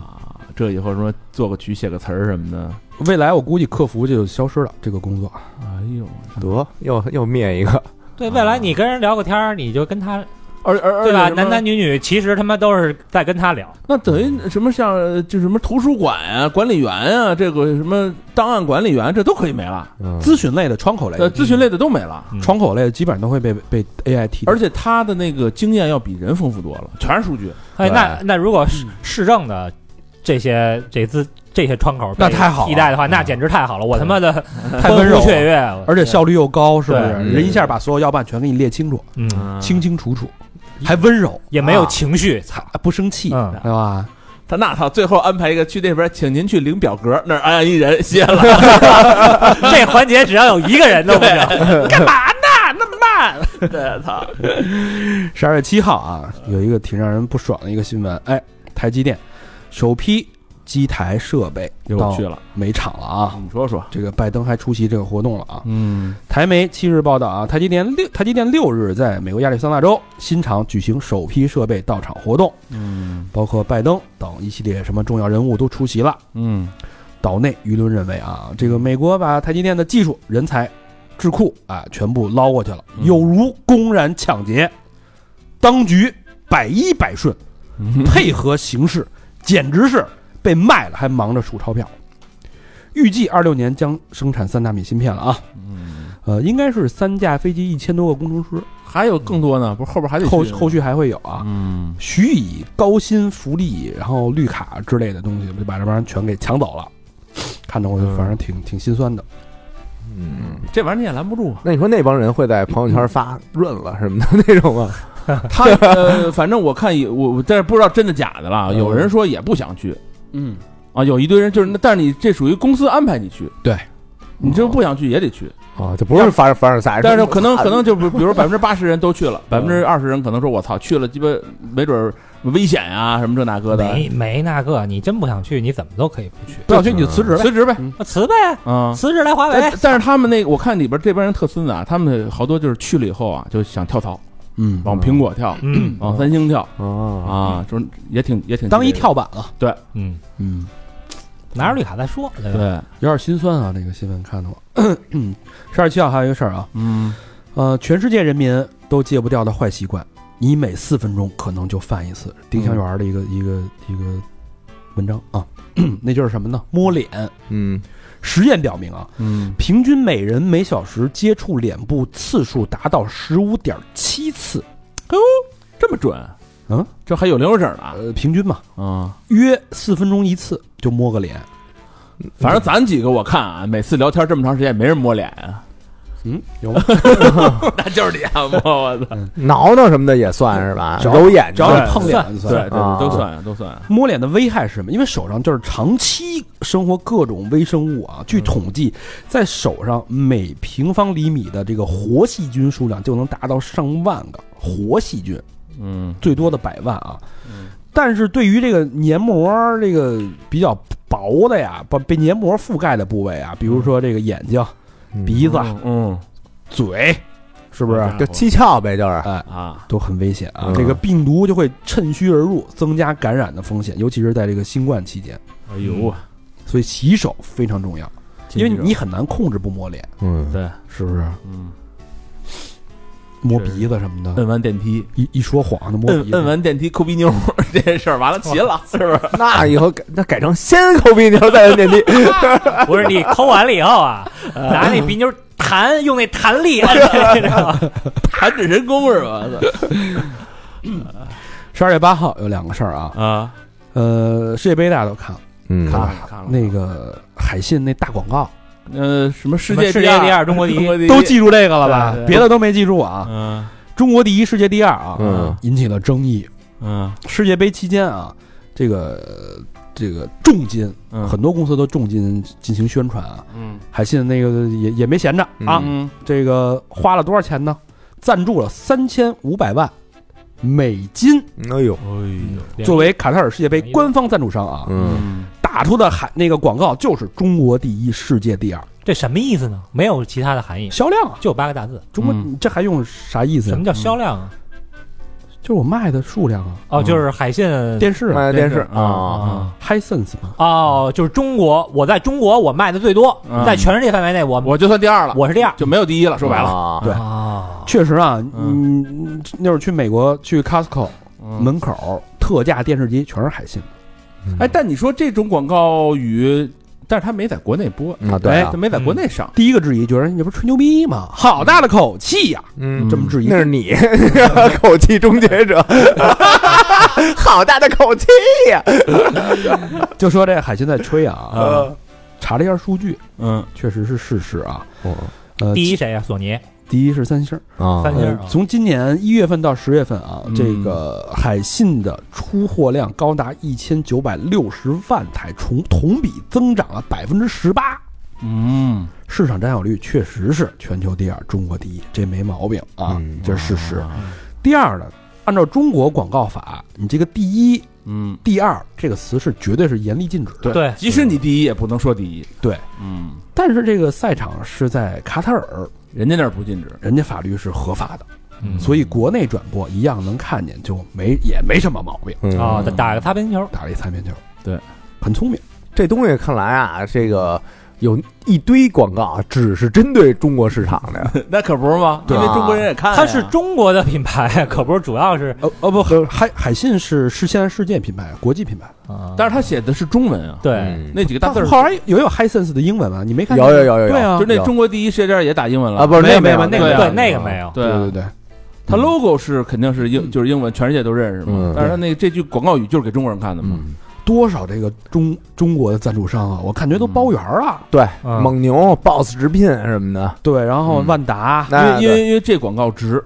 Speaker 5: 啊！这以后什么做个曲、写个词儿什么的，
Speaker 2: 未来我估计客服就消失了这个工作，啊
Speaker 5: 哎呦，
Speaker 3: 得又又灭一个，
Speaker 4: 对，未来你跟人聊个天儿，你就跟他，
Speaker 5: 而而而
Speaker 4: 对吧？
Speaker 5: 且什么
Speaker 4: 男男女女其实他妈都是在跟他聊，
Speaker 5: 那等于什么像就什么图书馆啊、管理员啊，这个什么档案管理员，这都可以没了，
Speaker 3: 嗯
Speaker 2: 咨询类的、窗口类
Speaker 5: 呃，
Speaker 2: 的、
Speaker 5: 咨询类的都没了。
Speaker 4: 嗯
Speaker 2: 窗口类的基本上都会被被 AI 替代。
Speaker 5: 而且他的那个经验要比人丰富多了，全是数据。
Speaker 4: 哎，
Speaker 5: 对
Speaker 4: 那那如果市市政的这些这资这些窗口被
Speaker 2: 那太好了
Speaker 4: 替代的话，那简直太好了！我他妈的
Speaker 2: 太温柔了
Speaker 4: 欢呼雀跃，
Speaker 2: 而且效率又高，是不是？
Speaker 4: 对
Speaker 3: 嗯
Speaker 2: 人一下把所有要办全给你列清楚，
Speaker 4: 嗯，啊
Speaker 2: 清清楚楚，还温柔，
Speaker 4: 也没有情绪，
Speaker 2: 擦啊不生气，
Speaker 4: 嗯
Speaker 2: 对吧？
Speaker 5: 他那他最后安排一个去那边，请您去领表格，那儿安一人歇了。
Speaker 4: 这环节只要有一个人弄着，
Speaker 5: 对，操，
Speaker 2: 十二月七号啊，有一个挺让人不爽的一个新闻，哎，台积电首批机台设备
Speaker 5: 又
Speaker 2: 到
Speaker 5: 去了。
Speaker 2: 煤厂了啊。
Speaker 5: 你说说，
Speaker 2: 这个拜登还出席这个活动了啊！
Speaker 5: 嗯，
Speaker 2: 台媒七日报道啊，台积电六台积电六日在美国亚利桑那州新厂举行首批设备到场活动，
Speaker 5: 嗯
Speaker 2: 包括拜登等一系列什么重要人物都出席了。
Speaker 5: 嗯，
Speaker 2: 岛内舆论认为啊，这个美国把台积电的技术、人才、智库啊全部捞过去了，
Speaker 5: 嗯
Speaker 2: 有如公然抢劫，当局百依百顺，
Speaker 5: 嗯
Speaker 2: 配合行事，简直是被卖了还忙着数钞票。预计二六年将生产三纳米芯片了啊，
Speaker 5: 嗯
Speaker 2: 呃，应该是三架飞机一千多个工程师，
Speaker 5: 还有更多呢，不哎是后边还得
Speaker 2: 后
Speaker 5: 去
Speaker 2: 后续还会有啊。
Speaker 5: 嗯
Speaker 2: 许以高薪福利，然后绿卡之类的东西，就把这帮人全给抢走了，看得我就反正挺挺心酸的。
Speaker 3: 嗯。
Speaker 5: 这玩意儿你也拦不住啊。
Speaker 3: 那你说那帮人会在朋友圈发润了什么的那种吗？
Speaker 5: 他呃，反正我看也我，我但是不知道真的假的了。有人说也不想去
Speaker 2: 嗯，
Speaker 5: 啊，有一堆人就是那，但是你这属于公司安排你去，
Speaker 2: 对，哦
Speaker 5: 你就是不想去也得去。
Speaker 3: 啊，就不是凡尔凡尔赛，
Speaker 5: 但是可能可能就比比如百分之八十人都去
Speaker 2: 嗯
Speaker 5: 了，百分之二十人可能说我操去了鸡巴没准儿危险啊什么这那个的，
Speaker 4: 没没那个，你真不想去，你怎么都可以不去，嗯
Speaker 2: 不想去你就辞职呗。
Speaker 5: 辞职呗
Speaker 4: 那辞呗，
Speaker 5: 啊。
Speaker 4: 辞职来华为
Speaker 5: 但。但是他们那个我看里边这帮人特孙子啊，他们好多就是去了以后啊就想跳槽，
Speaker 2: 嗯
Speaker 5: 往苹果跳，
Speaker 4: 嗯
Speaker 5: 往三星跳
Speaker 3: 啊
Speaker 5: 啊，就是也挺也挺
Speaker 2: 当一跳板了。
Speaker 4: 嗯，
Speaker 2: 嗯，
Speaker 4: 拿着绿卡再说。对吧，
Speaker 5: 对，
Speaker 2: 有点心酸啊，这个新闻看的我。 十二七号还有一个事儿啊，
Speaker 5: 嗯
Speaker 2: 呃，全世界人民都戒不掉的坏习惯，你每四分钟可能就犯一次。丁香园的一个、一个一个文章啊， 那就是什么呢？摸脸。
Speaker 3: 嗯
Speaker 2: 实验表明啊，
Speaker 5: 嗯
Speaker 2: 平均每人每小时接触脸部次数达到十五点七次，
Speaker 5: 这么准，
Speaker 2: 嗯，
Speaker 5: 这还有零有整呢
Speaker 2: 呃，平均嘛，
Speaker 5: 啊。
Speaker 2: 约四分钟一次就摸个脸。
Speaker 5: 反正咱几个我看啊，每次聊天这么长时间，没人摸脸啊，
Speaker 2: 嗯，有 吗？
Speaker 5: 那就是你啊，摸我操，
Speaker 3: 挠挠什么的也算是吧，
Speaker 2: 只要
Speaker 3: 揉眼
Speaker 2: 只
Speaker 3: 睛
Speaker 2: 要你碰脸就
Speaker 5: 对
Speaker 2: 算。
Speaker 5: 对，
Speaker 3: 啊
Speaker 5: 都算啊，都算啊。
Speaker 2: 摸脸的危害是什么？因为手上就是长期生活各种微生物啊。据统计，在手上每平方厘米的这个活细菌数量就能达到上万个活细菌。
Speaker 5: 嗯
Speaker 2: 最多的百万啊。但是对于这个黏膜儿这个比较薄的呀，把被黏膜覆盖的部位啊，比如说这个眼睛、
Speaker 3: 嗯
Speaker 2: 鼻子、
Speaker 5: 嗯
Speaker 2: 嘴，是不是
Speaker 5: 嗯
Speaker 3: 就七窍呗，就是
Speaker 2: 哎
Speaker 5: 啊，
Speaker 2: 都很危险啊？
Speaker 3: 嗯
Speaker 2: 这个病毒就会趁虚而入，增加感染的风险，尤其是在这个新冠期间。
Speaker 5: 哎呦，
Speaker 2: 所以洗手非常重要，因为你很难控制不抹脸，
Speaker 3: 嗯
Speaker 5: 对，
Speaker 2: 是不是？
Speaker 5: 嗯，
Speaker 2: 摸
Speaker 5: 是
Speaker 2: 鼻子什么的，
Speaker 5: 摁完电梯，
Speaker 2: 一一说谎就摸鼻
Speaker 5: 摁
Speaker 2: 子。
Speaker 5: 摁完电梯抠鼻妞这事儿 完了，齐了，是不是？
Speaker 3: 那以后改那改成先抠鼻妞再摁电梯，
Speaker 4: 不是你抠完了以后 啊，拿那鼻妞弹，用那弹力按着你知道吗，
Speaker 5: 弹指人工是吧？
Speaker 2: 十二月八号有两个事儿啊，
Speaker 5: 啊，
Speaker 2: 呃，世界杯大家都看了，
Speaker 3: 嗯
Speaker 5: 看了看了
Speaker 2: 那个海信那大广告，
Speaker 5: 呃，什么世
Speaker 4: 什么
Speaker 5: 界
Speaker 4: 世界第二，中国第
Speaker 5: 中
Speaker 4: 一
Speaker 5: 国。第一嗯
Speaker 2: 都记住这个了吧
Speaker 5: 对？对
Speaker 2: 哎别的都没记住啊。
Speaker 5: 嗯
Speaker 2: 中国第一，世界第二啊，
Speaker 3: 嗯
Speaker 2: 引起了争议。
Speaker 5: 嗯
Speaker 2: 世界杯期间啊，这个这个重金，
Speaker 5: 嗯
Speaker 2: 很多公司都重金进行宣传啊。
Speaker 5: 嗯
Speaker 2: 海信那个也也没闲着啊，
Speaker 5: 嗯
Speaker 2: 这个花了多少钱呢？赞助了三千五百万美金，
Speaker 3: 哎呦，
Speaker 4: 嗯对
Speaker 2: 作为卡塔尔世界杯啊
Speaker 3: 嗯
Speaker 5: 嗯
Speaker 4: 两亿这什么意思呢？没有其他的含义，
Speaker 2: 销量啊，
Speaker 4: 就八个大字。
Speaker 2: 中国
Speaker 5: 嗯
Speaker 2: 你这还用啥意思呀？
Speaker 4: 什么叫销量啊？
Speaker 2: 就是我卖的数量啊，
Speaker 4: 哦，就是海信
Speaker 2: 电视啊
Speaker 3: 卖的电视
Speaker 5: 电视
Speaker 3: 啊，
Speaker 4: 啊。
Speaker 2: ，Hisense 嘛，
Speaker 4: 哦，就是中国，我在中国我卖的最多，
Speaker 5: 嗯
Speaker 4: 在全世界范围内我
Speaker 5: 我就算第二了，
Speaker 4: 我是第二。
Speaker 5: 就没有第一了。说白了，
Speaker 3: 了
Speaker 2: 对
Speaker 4: 啊，
Speaker 2: 确实啊，嗯，那会儿去美国去 Costco
Speaker 5: 嗯，
Speaker 2: 门口特价电视机全是海信，
Speaker 5: 哎，但你说这种广告语，但是他没在国内播，
Speaker 3: 啊，对啊
Speaker 5: 他，没在国内上。
Speaker 2: 第一个质疑觉得你这不是吹牛逼
Speaker 5: 嗯
Speaker 2: 吗？好大的口气呀，
Speaker 3: 嗯
Speaker 2: 这么质疑
Speaker 3: 那是你 口气终结者，好大的口气呀！
Speaker 2: 就说这海信在吹 啊，
Speaker 5: 啊，
Speaker 2: 查了一下数据，
Speaker 5: 嗯，
Speaker 2: 确实是事实啊。呃，
Speaker 4: 哦第一谁呀？索尼。
Speaker 2: 第一是三星儿，
Speaker 3: 啊
Speaker 4: 三星儿
Speaker 2: 呃
Speaker 4: 啊，
Speaker 2: 从今年一月份到十月份啊，
Speaker 5: 嗯
Speaker 2: 这个海信的出货量高达一千九百六十万台，同同比增长了百分之十八。
Speaker 5: 嗯，
Speaker 2: 市场占有率确实是全球第二，中国第一，这没毛病啊
Speaker 3: 嗯，
Speaker 2: 这是事实。第二呢，按照中国广告法，你这个第一、
Speaker 5: 嗯，
Speaker 2: 第二这个词是绝对是严厉禁止的。
Speaker 4: 对，
Speaker 5: 即使你第一也不能说第一。
Speaker 2: 对，
Speaker 5: 嗯，
Speaker 2: 但是这个赛场是在卡塔尔，
Speaker 5: 人家那儿不禁止。
Speaker 2: 人家法律是合法的，
Speaker 4: 嗯
Speaker 2: 所以国内转播一样能看见，就没也没什么毛病。
Speaker 3: 嗯
Speaker 4: 啊，打打个擦边球。
Speaker 2: 打了一擦边球，
Speaker 5: 对，
Speaker 2: 很聪明。
Speaker 3: 这东西看来啊，这个有一堆广告啊只是针对中国市场的，
Speaker 5: 那可不是吗？
Speaker 3: 对
Speaker 5: 因
Speaker 3: 啊
Speaker 5: 为中国人也哎看呀，
Speaker 4: 它是中国的品牌， 可不是，主要是，
Speaker 2: 呃呃不，海海信是是现在世界品牌，国际品牌。
Speaker 4: 啊
Speaker 5: 但是他写的是中文啊，
Speaker 4: 对，
Speaker 3: 嗯
Speaker 5: 那几个大字儿，
Speaker 2: 后来有有 Hisense 的英文啊吗？你没看见
Speaker 3: 有
Speaker 2: 吗？
Speaker 3: 有有有有嗯
Speaker 2: 对啊
Speaker 5: 就，是那
Speaker 3: 有
Speaker 5: 中国第一世界杯也打英文了
Speaker 3: 啊，不是
Speaker 2: 没有
Speaker 3: 那
Speaker 2: 没有
Speaker 3: 那
Speaker 2: 那个
Speaker 4: 对那个没有，
Speaker 5: 对啊
Speaker 3: 嗯
Speaker 2: 对对对，
Speaker 5: 它 logo 是肯定是英，就是英文，全世界都认识嘛
Speaker 3: 嗯。
Speaker 5: 但是它那这句广告语就是给中国人看的嘛。
Speaker 3: 嗯，
Speaker 2: 多少这个中中国的赞助商啊，我感觉都包圆儿啊了。
Speaker 3: 对，
Speaker 4: 嗯
Speaker 3: 蒙牛、Boss 直聘什么的，
Speaker 2: 对，然
Speaker 5: 嗯
Speaker 2: 后万达，
Speaker 5: 因
Speaker 3: 那
Speaker 5: 为因为因为这广告值，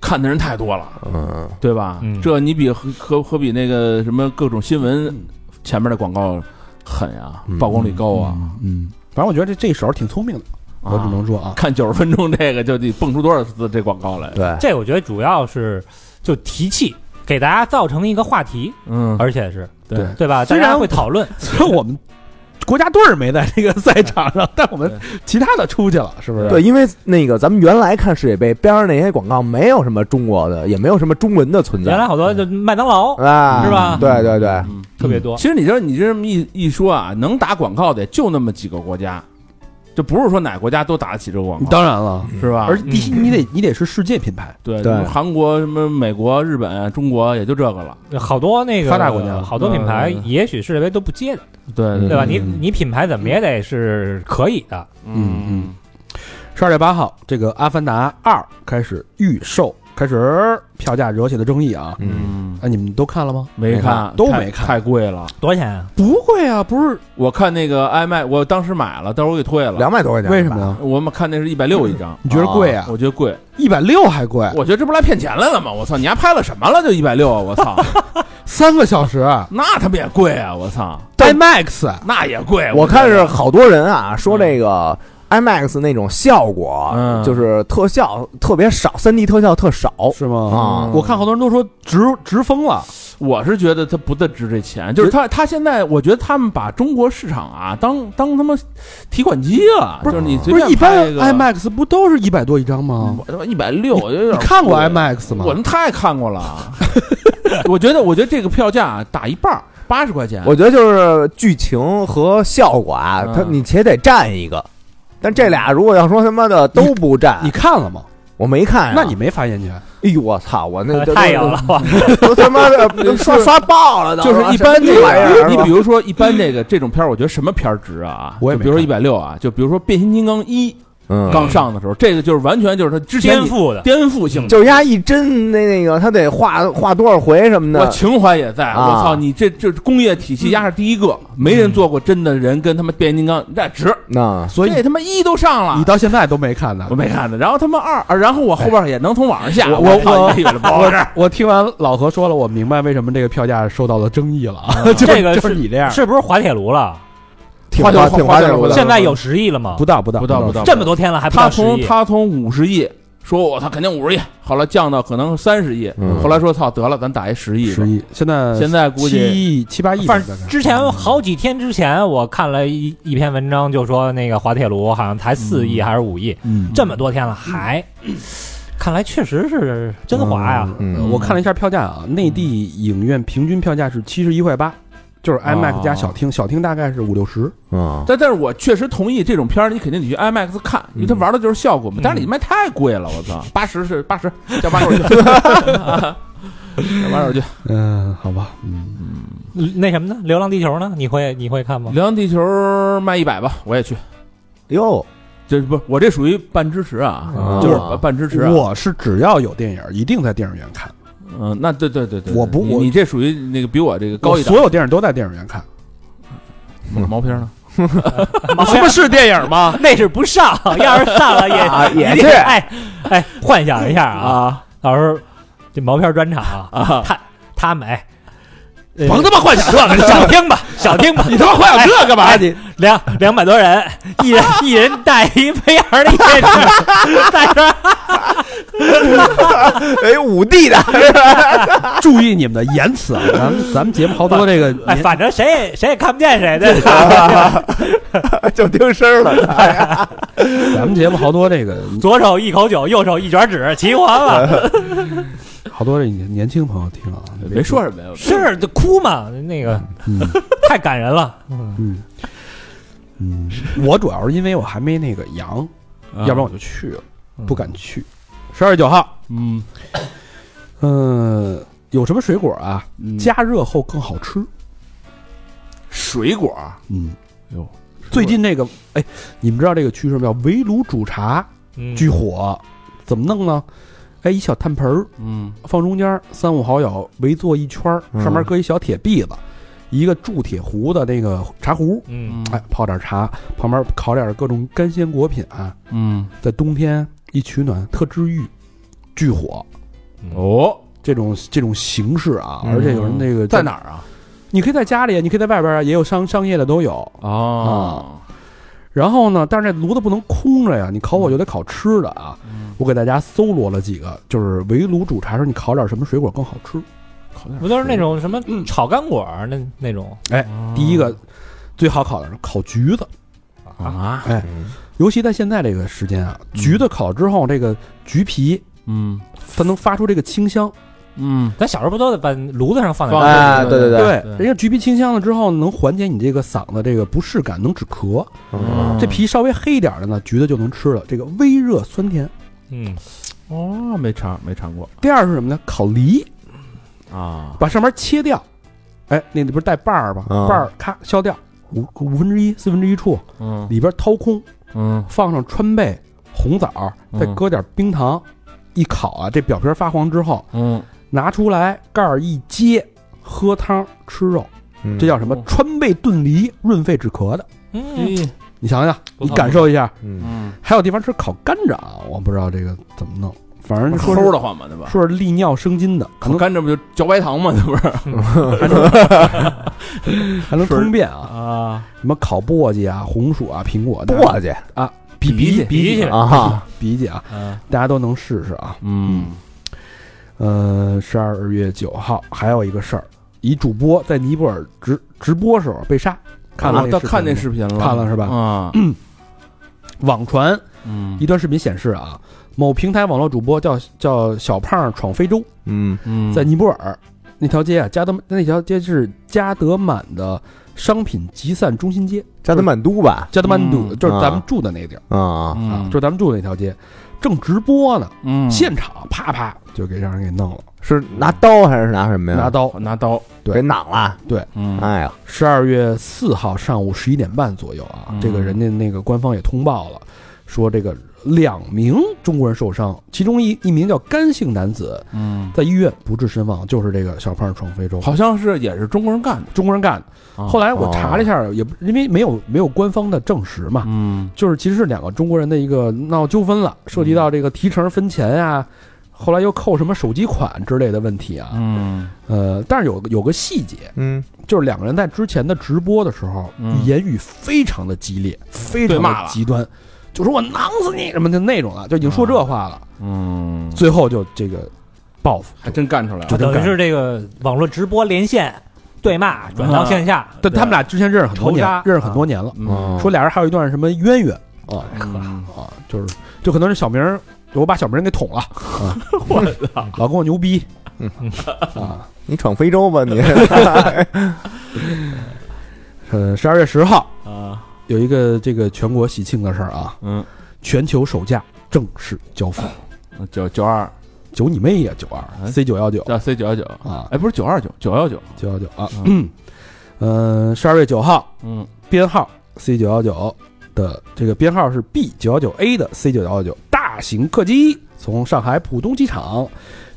Speaker 5: 看的人太多了，
Speaker 3: 嗯
Speaker 5: 对吧
Speaker 4: 嗯？
Speaker 5: 这你比和和和比那个什么各种新闻前面的广告狠呀
Speaker 3: 嗯，
Speaker 5: 曝光率高啊！
Speaker 2: 嗯，反正我觉得这这手儿挺聪明的，我只能
Speaker 5: 啊
Speaker 2: 说啊，
Speaker 5: 看九十分钟这个就得蹦出多少次这广告来？
Speaker 3: 对，
Speaker 4: 这我觉得主要是就提气，给大家造成一个话题，
Speaker 5: 嗯，
Speaker 4: 而且是
Speaker 5: 对
Speaker 4: 对吧？
Speaker 2: 虽
Speaker 4: 大
Speaker 2: 然
Speaker 4: 家会讨论，
Speaker 2: 虽然我们国家队儿没在这个赛场 上，但我们其他的出去了，是不是？
Speaker 3: 对，因为那个咱们原来看世界杯边上那些广告没有什么中国的，也没有什么中文的存在，
Speaker 4: 原来好多就麦当劳
Speaker 3: 啊，
Speaker 4: 是吧
Speaker 3: 对对对，
Speaker 5: 嗯
Speaker 4: 特别多，
Speaker 5: 其实你这你这么一一说啊，能打广告的也就那么几个国家，就不是说哪个国家都打得起这个广告，
Speaker 2: 嗯当然了，
Speaker 4: 嗯
Speaker 5: 是吧？
Speaker 2: 而且第一
Speaker 5: 嗯
Speaker 2: 你得你得是世界品牌，
Speaker 5: 对，
Speaker 3: 对
Speaker 5: 什么韩国、什么美国、日本、啊中国，也就这个了。
Speaker 4: 好多那个
Speaker 2: 发达国家
Speaker 4: 好多品牌
Speaker 5: 嗯
Speaker 4: 也许世界杯都不接的，
Speaker 5: 对
Speaker 4: 对吧？
Speaker 2: 嗯
Speaker 4: 你你品牌怎么也得是可以的，
Speaker 2: 嗯嗯，十二月八号，这个《阿凡达二》开始预售，开始票价惹起了争议啊！
Speaker 3: 嗯，
Speaker 5: 嗯，
Speaker 2: 哎，你们都看了吗？
Speaker 5: 没看，
Speaker 2: 都
Speaker 5: 太
Speaker 2: 没看
Speaker 5: 太贵了。
Speaker 4: 多少钱啊？
Speaker 2: 不会啊，不是
Speaker 5: 我看那个 iMac，我当时买了，但是我给退了。
Speaker 3: 嗯两百多块钱，
Speaker 2: 为什么？呀？
Speaker 5: 我们看那是一百六一张，
Speaker 2: 你觉得贵啊？
Speaker 5: 我觉得贵，
Speaker 2: 一百六还贵，
Speaker 5: 我觉得这不来骗钱来了吗？我操，你还拍了什么了？就一百六啊！我 操，
Speaker 2: 三个小时
Speaker 5: 那他妈也贵啊！我操，
Speaker 2: ，IMAX
Speaker 5: 那也贵。
Speaker 3: 我
Speaker 5: 觉
Speaker 3: 看
Speaker 5: 得
Speaker 3: 是好多人啊说这个 IMAX 那种效果，
Speaker 5: 嗯
Speaker 3: 就是特效特别少，3 D 特效特少
Speaker 2: 是吗？
Speaker 3: 啊。
Speaker 2: 我看好多人都说直直疯了，
Speaker 5: 嗯我是觉得他不得值这钱，就是他他现在，我觉得他们把中国市场啊当当他妈提款机了，
Speaker 2: 不是
Speaker 5: 就是你随
Speaker 2: 不是
Speaker 5: 便
Speaker 2: 一般
Speaker 5: 拍个
Speaker 2: IMAX 不都是一百多一张吗？
Speaker 5: 我他妈一百六，我有
Speaker 2: 你
Speaker 5: 点
Speaker 2: 看过
Speaker 5: 贵
Speaker 2: IMAX 吗
Speaker 5: 我？们太看过了，啊 我觉得我觉得这个票价打一半八十块钱，
Speaker 3: 我觉得就是剧情和效果啊，
Speaker 5: 嗯
Speaker 3: 它你且得占一个，但这俩如果要说他妈的都不占
Speaker 2: 你，看了吗？
Speaker 3: 我没
Speaker 5: 哎
Speaker 3: 看啊。
Speaker 2: 那你没发言权。
Speaker 5: 啊
Speaker 3: 哎呦我操，我那
Speaker 4: 呃太有了，我
Speaker 3: 都他妈的都刷刷爆 了，都
Speaker 2: 啊
Speaker 5: 就是一般
Speaker 3: 什么玩意
Speaker 5: 这
Speaker 3: 儿
Speaker 5: 个，
Speaker 3: 是
Speaker 5: 你
Speaker 3: 吧
Speaker 5: 比如说一般这个这种片儿，我觉得什么片儿值啊？
Speaker 2: 我也
Speaker 5: 就
Speaker 2: 没
Speaker 5: 比如说一
Speaker 2: 看
Speaker 5: 百六啊，就比如说《变形金刚一》
Speaker 3: 嗯
Speaker 5: 刚上的时候，这个就是完全就是它之前
Speaker 4: 颠
Speaker 5: 你
Speaker 4: 覆的，
Speaker 5: 颠覆性的。
Speaker 3: 就是压一帧那那个，他得画画多少回什么
Speaker 5: 我
Speaker 3: 的，
Speaker 5: 情怀也在，
Speaker 3: 啊
Speaker 5: 我操！你这这工业体系压是第一个，
Speaker 2: 嗯
Speaker 5: 没人做过真的人跟他们变形金刚，那值。
Speaker 3: 那
Speaker 2: 所以
Speaker 5: 这他妈一都上了，
Speaker 2: 你到现在都没看呢
Speaker 5: 我。没看呢。然后他妈二，啊然后我后边也能从网上下。
Speaker 2: 我
Speaker 5: 我
Speaker 2: 我
Speaker 5: 操哎你这不好使。
Speaker 2: 我听完老何说了，我明白为什么这个票价受到了争议了啊。就是
Speaker 4: 嗯这个
Speaker 2: 就是你这样，
Speaker 4: 是不是滑铁卢了？
Speaker 3: 挺
Speaker 5: 花
Speaker 3: 花
Speaker 5: 椒
Speaker 3: 挺
Speaker 5: 花椒
Speaker 3: 点儿
Speaker 5: 花椒
Speaker 3: 的
Speaker 4: 现在有十亿了吗
Speaker 2: 不？到不到
Speaker 5: 不到不到，
Speaker 4: 这么多天了还
Speaker 5: 他
Speaker 4: 十
Speaker 5: 从
Speaker 4: 亿？
Speaker 5: 他从五十亿说我操肯定五十亿，后来降到可能三十亿，
Speaker 3: 嗯
Speaker 5: 后来说操得了，咱打一十亿吧。
Speaker 2: 十亿，现在
Speaker 5: 现在估计
Speaker 2: 七亿七八亿吧，
Speaker 4: 反
Speaker 2: 大概
Speaker 4: 正之前好几天之前，我看了一一篇文章，就说那个滑铁卢好像才四亿还是五亿，
Speaker 2: 嗯，
Speaker 4: 这么多天了还，看来确实是真滑呀。
Speaker 2: 呃
Speaker 3: 嗯，
Speaker 2: 我看了一下票价啊，内地影院平均票价是七十一块八，就是 IMAX 加小厅，小厅大概是五六十。
Speaker 3: 嗯，
Speaker 5: 但但是我确实同意这种片儿，你肯定得去 IMAX 看，因为它玩的就是效果嘛。
Speaker 4: 嗯
Speaker 5: 但是你卖太贵了，我操，八十是八十，加八手去， 加八手去。
Speaker 2: 嗯，好吧，嗯，
Speaker 4: 那什么呢？《流浪地球》呢？你会你会看吗？
Speaker 5: 流浪地球卖一百吧，我也去。
Speaker 3: 哟，
Speaker 5: 这不，我这属于半支持啊
Speaker 3: 啊，
Speaker 5: 就是半支持啊。
Speaker 2: 我是只要有电影，一定在电影院看，
Speaker 5: 嗯，那对对对对，
Speaker 2: 我不
Speaker 5: 你
Speaker 2: 我
Speaker 5: 你这属于那个比我这个高
Speaker 2: 我
Speaker 5: 一
Speaker 2: 所
Speaker 5: 档。
Speaker 2: 有电影都在电影 院看。
Speaker 5: 毛片呢？
Speaker 4: 什么是电影吗？ 那是不 上，要是上 了也、
Speaker 3: 啊也
Speaker 4: 一定
Speaker 3: 是
Speaker 4: 哎哎，幻想一下啊，到时候这毛片专场啊，他他买，呃
Speaker 5: 他妈幻想这个，
Speaker 4: 小听吧，小听吧，你他妈幻想这干嘛？你两两百多人，一人一人带一 VR 的眼镜，带上
Speaker 3: 哎，五 D 的，
Speaker 2: 注意你们的言辞啊，咱们咱们节目好 多这个
Speaker 4: 哎，
Speaker 2: 年
Speaker 4: 反正谁也谁也看不见谁，对吧？
Speaker 3: 就听声儿了。
Speaker 2: 咱们节目好多这个
Speaker 4: 左手一口酒，右手一卷纸，齐活了。
Speaker 2: 好多这年年轻朋友听啊，
Speaker 5: 没说什么呀。
Speaker 4: 是，就哭嘛，那个
Speaker 2: 嗯
Speaker 4: 太感人了。
Speaker 2: 嗯嗯，我主要是因为我还没那个阳，
Speaker 5: 啊
Speaker 2: 啊要不然我就去了，不敢去。十二月九号，
Speaker 5: 嗯，
Speaker 2: 嗯、有什么水果啊？
Speaker 5: 嗯
Speaker 2: 加热后更好吃。
Speaker 5: 水果
Speaker 2: 嗯，
Speaker 5: 哟，
Speaker 2: 最近这个，哎，你们知道这个趋势叫围炉煮茶
Speaker 4: 嗯
Speaker 2: 巨火，怎么弄呢？哎，一小炭盆儿
Speaker 5: 嗯
Speaker 2: 放中间儿，三五好友围坐一圈儿，
Speaker 3: 嗯
Speaker 2: 上面搁一小铁篦子，一个铸铁壶的那个茶壶，
Speaker 4: 嗯，
Speaker 5: 嗯
Speaker 2: 哎，泡点茶，旁边烤点各种干鲜果品啊，
Speaker 5: 嗯
Speaker 2: 在冬天一取暖特治愈，巨火
Speaker 5: 哦，
Speaker 2: 这种这种形式啊，
Speaker 3: 嗯
Speaker 2: 而且有人那个
Speaker 5: 在哪？儿啊？
Speaker 2: 你可以在家里，你可以在外边啊，也有商商业的都有。
Speaker 5: 哦，
Speaker 2: 然后呢，但是这炉子不能空着呀，你
Speaker 5: 嗯
Speaker 2: 烤火就得烤吃的啊。我给大家搜罗了几个，就是围炉煮茶时候你烤点什么水果更好吃。
Speaker 5: 烤点
Speaker 4: 不就是那种什么炒干果儿那那种
Speaker 2: 第一个最好烤的是烤橘子，
Speaker 5: 啊？
Speaker 2: 尤其在现在这个时间啊，橘子烤之后，这个橘皮
Speaker 5: 嗯
Speaker 2: 它能发出这个清香。
Speaker 5: 嗯，
Speaker 4: 咱小时候不都得把炉子上放点
Speaker 5: 放
Speaker 4: 儿？
Speaker 3: 哎，对对对，
Speaker 2: 对，人家橘皮清香了之后，能缓解你这个嗓子这个不适感，能止咳。
Speaker 5: 哦
Speaker 3: 嗯
Speaker 2: 这皮稍微黑一点的呢，橘子就能吃了。这个微热酸甜。
Speaker 4: 嗯，
Speaker 5: 哦，没尝没尝过
Speaker 2: 第二是什么呢？烤梨，
Speaker 5: 啊。
Speaker 2: 把上面切掉，哎，那里边带瓣儿吧，
Speaker 3: 嗯
Speaker 2: 瓣儿咔削掉五五分之一、四分之一处，
Speaker 5: 嗯
Speaker 2: 里边掏空，
Speaker 5: 嗯
Speaker 2: 放上川贝、红枣，再
Speaker 5: 嗯
Speaker 2: 搁点冰糖，一烤啊，这表皮发黄之后，
Speaker 5: 嗯，
Speaker 2: 拿出来盖儿一揭，喝汤吃肉，这叫什么
Speaker 5: 哦？
Speaker 2: 川贝炖梨，润肺止咳的。
Speaker 4: 嗯，
Speaker 2: 你想想，
Speaker 4: 不
Speaker 2: 你
Speaker 4: 错
Speaker 2: 感受一下。
Speaker 3: 嗯
Speaker 5: 嗯，
Speaker 2: 还有地方吃烤甘蔗啊，我不知道这个怎么弄，反正说是
Speaker 5: 齁的慌嘛，对吧？
Speaker 2: 说是利尿生津的，可能
Speaker 5: 甘蔗不就嚼白糖嘛，那不是？
Speaker 2: 还能通便
Speaker 4: 嗯
Speaker 2: 啊，
Speaker 5: 啊，
Speaker 2: 什么烤簸箕啊、红薯啊、苹果的，
Speaker 3: 簸箕
Speaker 2: 比
Speaker 5: 比
Speaker 2: 比
Speaker 5: 起
Speaker 4: 比起来，
Speaker 3: 啊，
Speaker 2: 比起啊，
Speaker 4: 嗯
Speaker 2: 大家都能试试啊。
Speaker 5: 嗯
Speaker 2: 呃，十二月九号还有一个事儿，一主播在尼泊尔直直播时候被杀，看了
Speaker 5: 我
Speaker 2: 那
Speaker 5: 倒
Speaker 2: 视频
Speaker 5: 啊看那
Speaker 2: 吗
Speaker 5: 视频了，
Speaker 2: 看了是吧
Speaker 5: 啊，
Speaker 2: 网传
Speaker 5: 嗯
Speaker 2: 一段视频显示啊，某平台网络主播叫叫小胖闯非洲，
Speaker 3: 嗯
Speaker 5: 嗯，
Speaker 2: 在尼泊尔那条街啊，加德那条街是加德满的商品集散中心街，
Speaker 3: 加德满都吧，
Speaker 2: 加德满都、
Speaker 5: 嗯
Speaker 2: 就是咱们
Speaker 3: 啊
Speaker 2: 住的那个地儿
Speaker 3: 啊，
Speaker 2: 啊，
Speaker 5: 嗯
Speaker 2: 就是咱们住的那条街，正直播呢，
Speaker 5: 嗯
Speaker 2: 现场啪啪就给让人给弄了，
Speaker 3: 是拿刀还是拿什么
Speaker 5: 啊
Speaker 3: 呀？
Speaker 2: 拿刀。
Speaker 5: 拿刀，
Speaker 3: 给攮了。
Speaker 5: 嗯
Speaker 3: 哎呀，
Speaker 2: 十二月四号上午十一点半左右啊，
Speaker 5: 嗯
Speaker 2: 这个人家那个官方也通报了，说这个两名中国人受伤，其中一一名叫干姓男子
Speaker 5: 嗯，
Speaker 2: 在医院不治身亡，就是这个小胖闯非洲，
Speaker 5: 好像是也是中国人干的。
Speaker 2: 中国人干的。
Speaker 5: 啊
Speaker 2: 后来我查了一下，也不因为没有没有官方的证实嘛，
Speaker 5: 嗯
Speaker 2: 就是其实是两个中国人的一个闹纠纷了，涉及到这个提成分钱啊，后来又扣什么手机款之类的问题啊。
Speaker 5: 哦嗯
Speaker 2: 呃，但是有有个细节，
Speaker 3: 嗯，
Speaker 2: 就是两个人在之前的直播的时候，
Speaker 5: 嗯
Speaker 2: 言语非常的激烈，非常
Speaker 5: 对骂
Speaker 2: 的
Speaker 5: 了
Speaker 2: 极端，就说我囊死你什么的那种啊了，就已经说这话了。
Speaker 5: 嗯，
Speaker 2: 最后就这个报复，
Speaker 5: 还真干出来
Speaker 4: 就
Speaker 5: 了。
Speaker 4: 等于是这个网络直播连线对骂，转到线下，
Speaker 2: 但他们俩之前认识很多
Speaker 4: 仇
Speaker 2: 年
Speaker 4: 杀，
Speaker 2: 认识很多年了，
Speaker 5: 嗯
Speaker 2: 说俩人还有一段什么渊源啊
Speaker 5: 嗯
Speaker 2: 啊，就是就可能是小明儿，我把小明儿给捅了，啊、 我操，老跟我牛逼
Speaker 3: 嗯
Speaker 2: 啊。
Speaker 3: 你闯非洲吧 你？
Speaker 2: 呃，十二月十号
Speaker 5: 啊，
Speaker 2: 有一个这个全国喜庆的事儿啊，
Speaker 5: 嗯，
Speaker 2: 全球首架正式交付，
Speaker 5: 九九二
Speaker 2: 九你妹呀，九
Speaker 1: 哎
Speaker 2: 二 C 九幺九
Speaker 5: 叫 C 九幺九，
Speaker 2: 啊，
Speaker 5: 哎，不是九二九，九幺九，
Speaker 2: 九幺九啊，嗯，十二月九号
Speaker 5: 嗯
Speaker 2: 编号 C 九幺九的这个编号是 B 九幺九 A 的 C 九幺九大型客机从上海浦东机场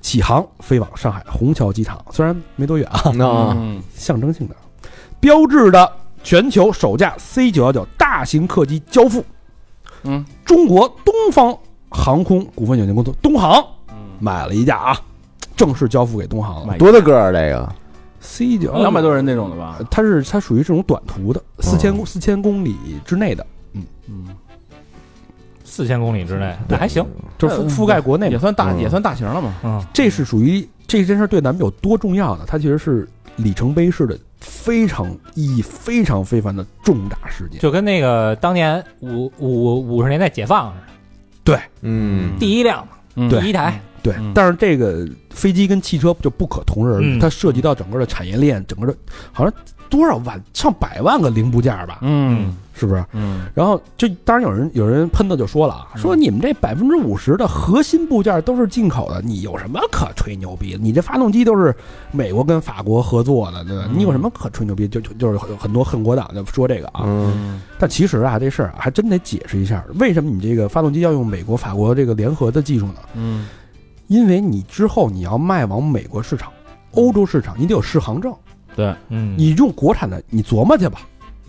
Speaker 2: 起航，飞往上海虹桥机场。虽然没多远啊，
Speaker 3: 那
Speaker 5: 嗯
Speaker 2: 象征性的，标志的全球首架 C 九幺九大型客机交付
Speaker 5: 嗯
Speaker 2: 中国东方航空股份有限公司东航
Speaker 5: 嗯，
Speaker 2: 买了一架啊，正式交付给东航了。
Speaker 5: 买
Speaker 3: 多大个儿这个？
Speaker 2: C 九
Speaker 5: 两百多人那种的吧？
Speaker 2: 它是它属于这种短途的，四千四千公里之内的，
Speaker 5: 嗯，
Speaker 4: 四千公里之内，那还行，
Speaker 2: 就是覆覆盖国内
Speaker 5: 也
Speaker 2: 嘛。
Speaker 5: 算大，
Speaker 3: 嗯
Speaker 5: 也算大型了嘛。
Speaker 4: 嗯，
Speaker 2: 这是属于这件事对咱们有多重要呢？它其实是里程碑式的，非常意义非常非凡的重大事件。
Speaker 4: 就跟那个当年五五五十年代解放似的，
Speaker 3: 嗯，
Speaker 4: 第一辆嘛，
Speaker 5: 嗯
Speaker 4: 第一台，
Speaker 2: 对
Speaker 5: 嗯，
Speaker 2: 但是这个飞机跟汽车就不可同日而语，
Speaker 4: 嗯
Speaker 2: 它涉及到整个的产业链，整个的好像多少万上百万个零部件吧，
Speaker 5: 嗯
Speaker 2: 是不是？
Speaker 5: 嗯
Speaker 2: 然后这当然有人有人喷的就说了啊，
Speaker 5: 嗯
Speaker 2: 说你们这百分之五十的核心部件都是进口的，你有什么可吹牛逼的？你这发动机都是美国跟法国合作的，对吧？
Speaker 5: 嗯
Speaker 2: 你有什么可吹牛逼？就就就是有很多恨国党就说这个啊，
Speaker 3: 嗯
Speaker 5: 嗯
Speaker 2: 但其实啊，这事儿啊还真得解释一下，为什么你这个发动机要用美国、法国这个联合的技术呢？
Speaker 5: 嗯
Speaker 2: 因为你之后你要卖往美国市场、欧洲市场，你得有适航证。
Speaker 4: 嗯，
Speaker 2: 你用国产的，你琢磨去吧。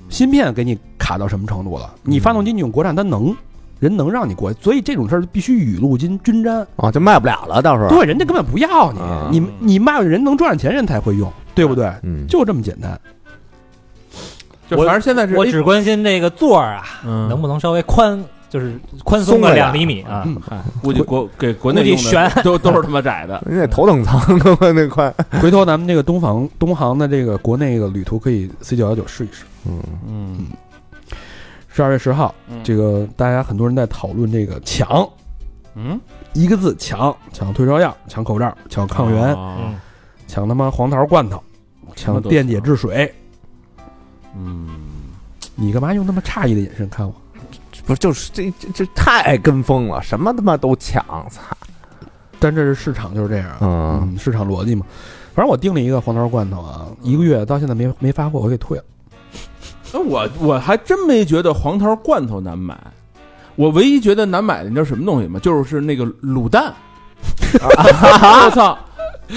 Speaker 2: 芯片给你卡到什么程度了？你发动机你用国产，它能，人能让你过，所以这种事儿必须雨露均均沾。
Speaker 3: 哦，就卖不了了，到时候。
Speaker 2: 对，人家根本不要你
Speaker 3: 啊，
Speaker 2: 你你卖人能赚上钱，人才会用，对不对？
Speaker 3: 嗯，
Speaker 2: 就这么简单。
Speaker 5: 就
Speaker 4: 我
Speaker 5: 反正现在是
Speaker 4: 我只关心这个座儿啊，
Speaker 5: 嗯
Speaker 4: 能不能稍微宽，就是宽松
Speaker 3: 松
Speaker 4: 个
Speaker 3: 了点
Speaker 4: 两厘米啊
Speaker 2: 嗯？
Speaker 5: 哎估计国给国内
Speaker 4: 估计
Speaker 5: 用的
Speaker 4: 悬
Speaker 5: 都都是他妈窄的。
Speaker 3: 人家头等舱那块，
Speaker 2: 回头咱们这个东航东航的这个国内的旅途可以 C 九幺九试一试。
Speaker 3: 嗯，
Speaker 5: 嗯，
Speaker 2: 十二月十号，这
Speaker 5: 个
Speaker 2: 个大家很多人在讨论这个抢，
Speaker 5: 嗯
Speaker 2: 一个字抢，抢退烧药，抢口罩，抢抗原，
Speaker 5: 哦
Speaker 4: 嗯，
Speaker 2: 抢他妈黄桃罐头，抢电解质水。
Speaker 5: 嗯，
Speaker 2: 你干嘛用那么诧异的眼神看我？
Speaker 3: 不是就是这这这太跟风了，什么他妈都抢，操！
Speaker 2: 但这是市场就是这样啊，
Speaker 3: 嗯，
Speaker 2: 嗯，市场逻辑嘛。反正我订了一个黄桃罐头啊，一个月到现在没没发货，我给退了。
Speaker 5: 那哎我我还真没觉得黄桃罐头难买。我唯一觉得难买的，你知道什么东西吗？就是那个 卤蛋。我操！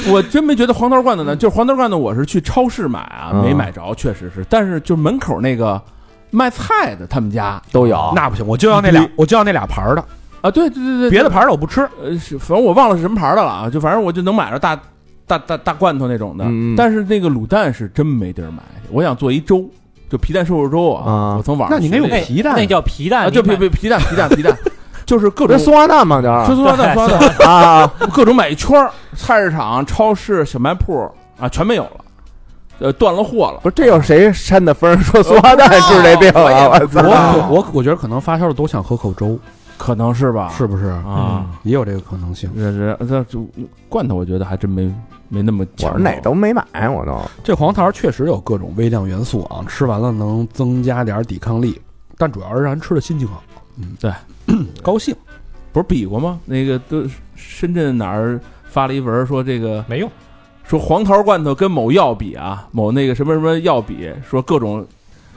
Speaker 5: 我真没觉得黄桃罐头难，就是黄桃罐头，我是去超市买啊，
Speaker 3: 嗯
Speaker 5: 没买着，确实是。但是就门口那个卖菜的，他们家
Speaker 3: 都有。
Speaker 2: 那不行，我就要那俩，我就要那俩牌儿的，
Speaker 5: 啊，对对对对，
Speaker 2: 别的牌儿的我不吃。
Speaker 5: 呃，是，反正我忘了是什么牌儿的了啊，就反正我就能买着大大大大罐头那种的，
Speaker 3: 嗯嗯
Speaker 5: 但是那个卤蛋是真没地儿买去，我想做一粥，就皮蛋瘦肉粥啊，
Speaker 3: 啊
Speaker 5: 我从网上
Speaker 2: 那你应该
Speaker 5: 学
Speaker 2: 用
Speaker 5: 的
Speaker 4: 那
Speaker 2: 皮蛋
Speaker 4: 那叫皮蛋，
Speaker 5: 啊，就
Speaker 4: 你
Speaker 5: 皮
Speaker 4: 买
Speaker 5: 皮皮蛋皮蛋皮蛋，就是各
Speaker 3: 不
Speaker 5: 种啊
Speaker 3: 是松花蛋吗？就是
Speaker 5: 吃松花蛋
Speaker 4: 对
Speaker 5: 松花蛋，
Speaker 3: 啊，
Speaker 5: 各种买一圈儿，菜市场、超市、小卖铺啊，全没有了，呃，断了货了。
Speaker 3: 不是这有谁扇的风儿说松花蛋治这病啊？我操！
Speaker 2: 我我我觉得可能发烧的都想喝口粥，
Speaker 5: 可能是吧？
Speaker 2: 是不是？
Speaker 5: 啊，
Speaker 2: 也有这个可能
Speaker 3: 嗯
Speaker 2: 性。
Speaker 5: 这这这这罐头，我觉得还真没没那么
Speaker 3: 我
Speaker 5: 强啊
Speaker 3: 是
Speaker 5: 手。
Speaker 3: 哪都没买，我都
Speaker 2: 这黄桃确实有各种微量元素啊，吃完了能增加点抵抗力，但主要是让人吃的心情好，嗯，
Speaker 5: 对，
Speaker 2: 高兴。
Speaker 5: 不是比过吗？那个都深圳哪儿发了一文儿说这个
Speaker 4: 没用，
Speaker 5: 说黄桃罐头跟某药比啊，某那个什么什么药比，说各种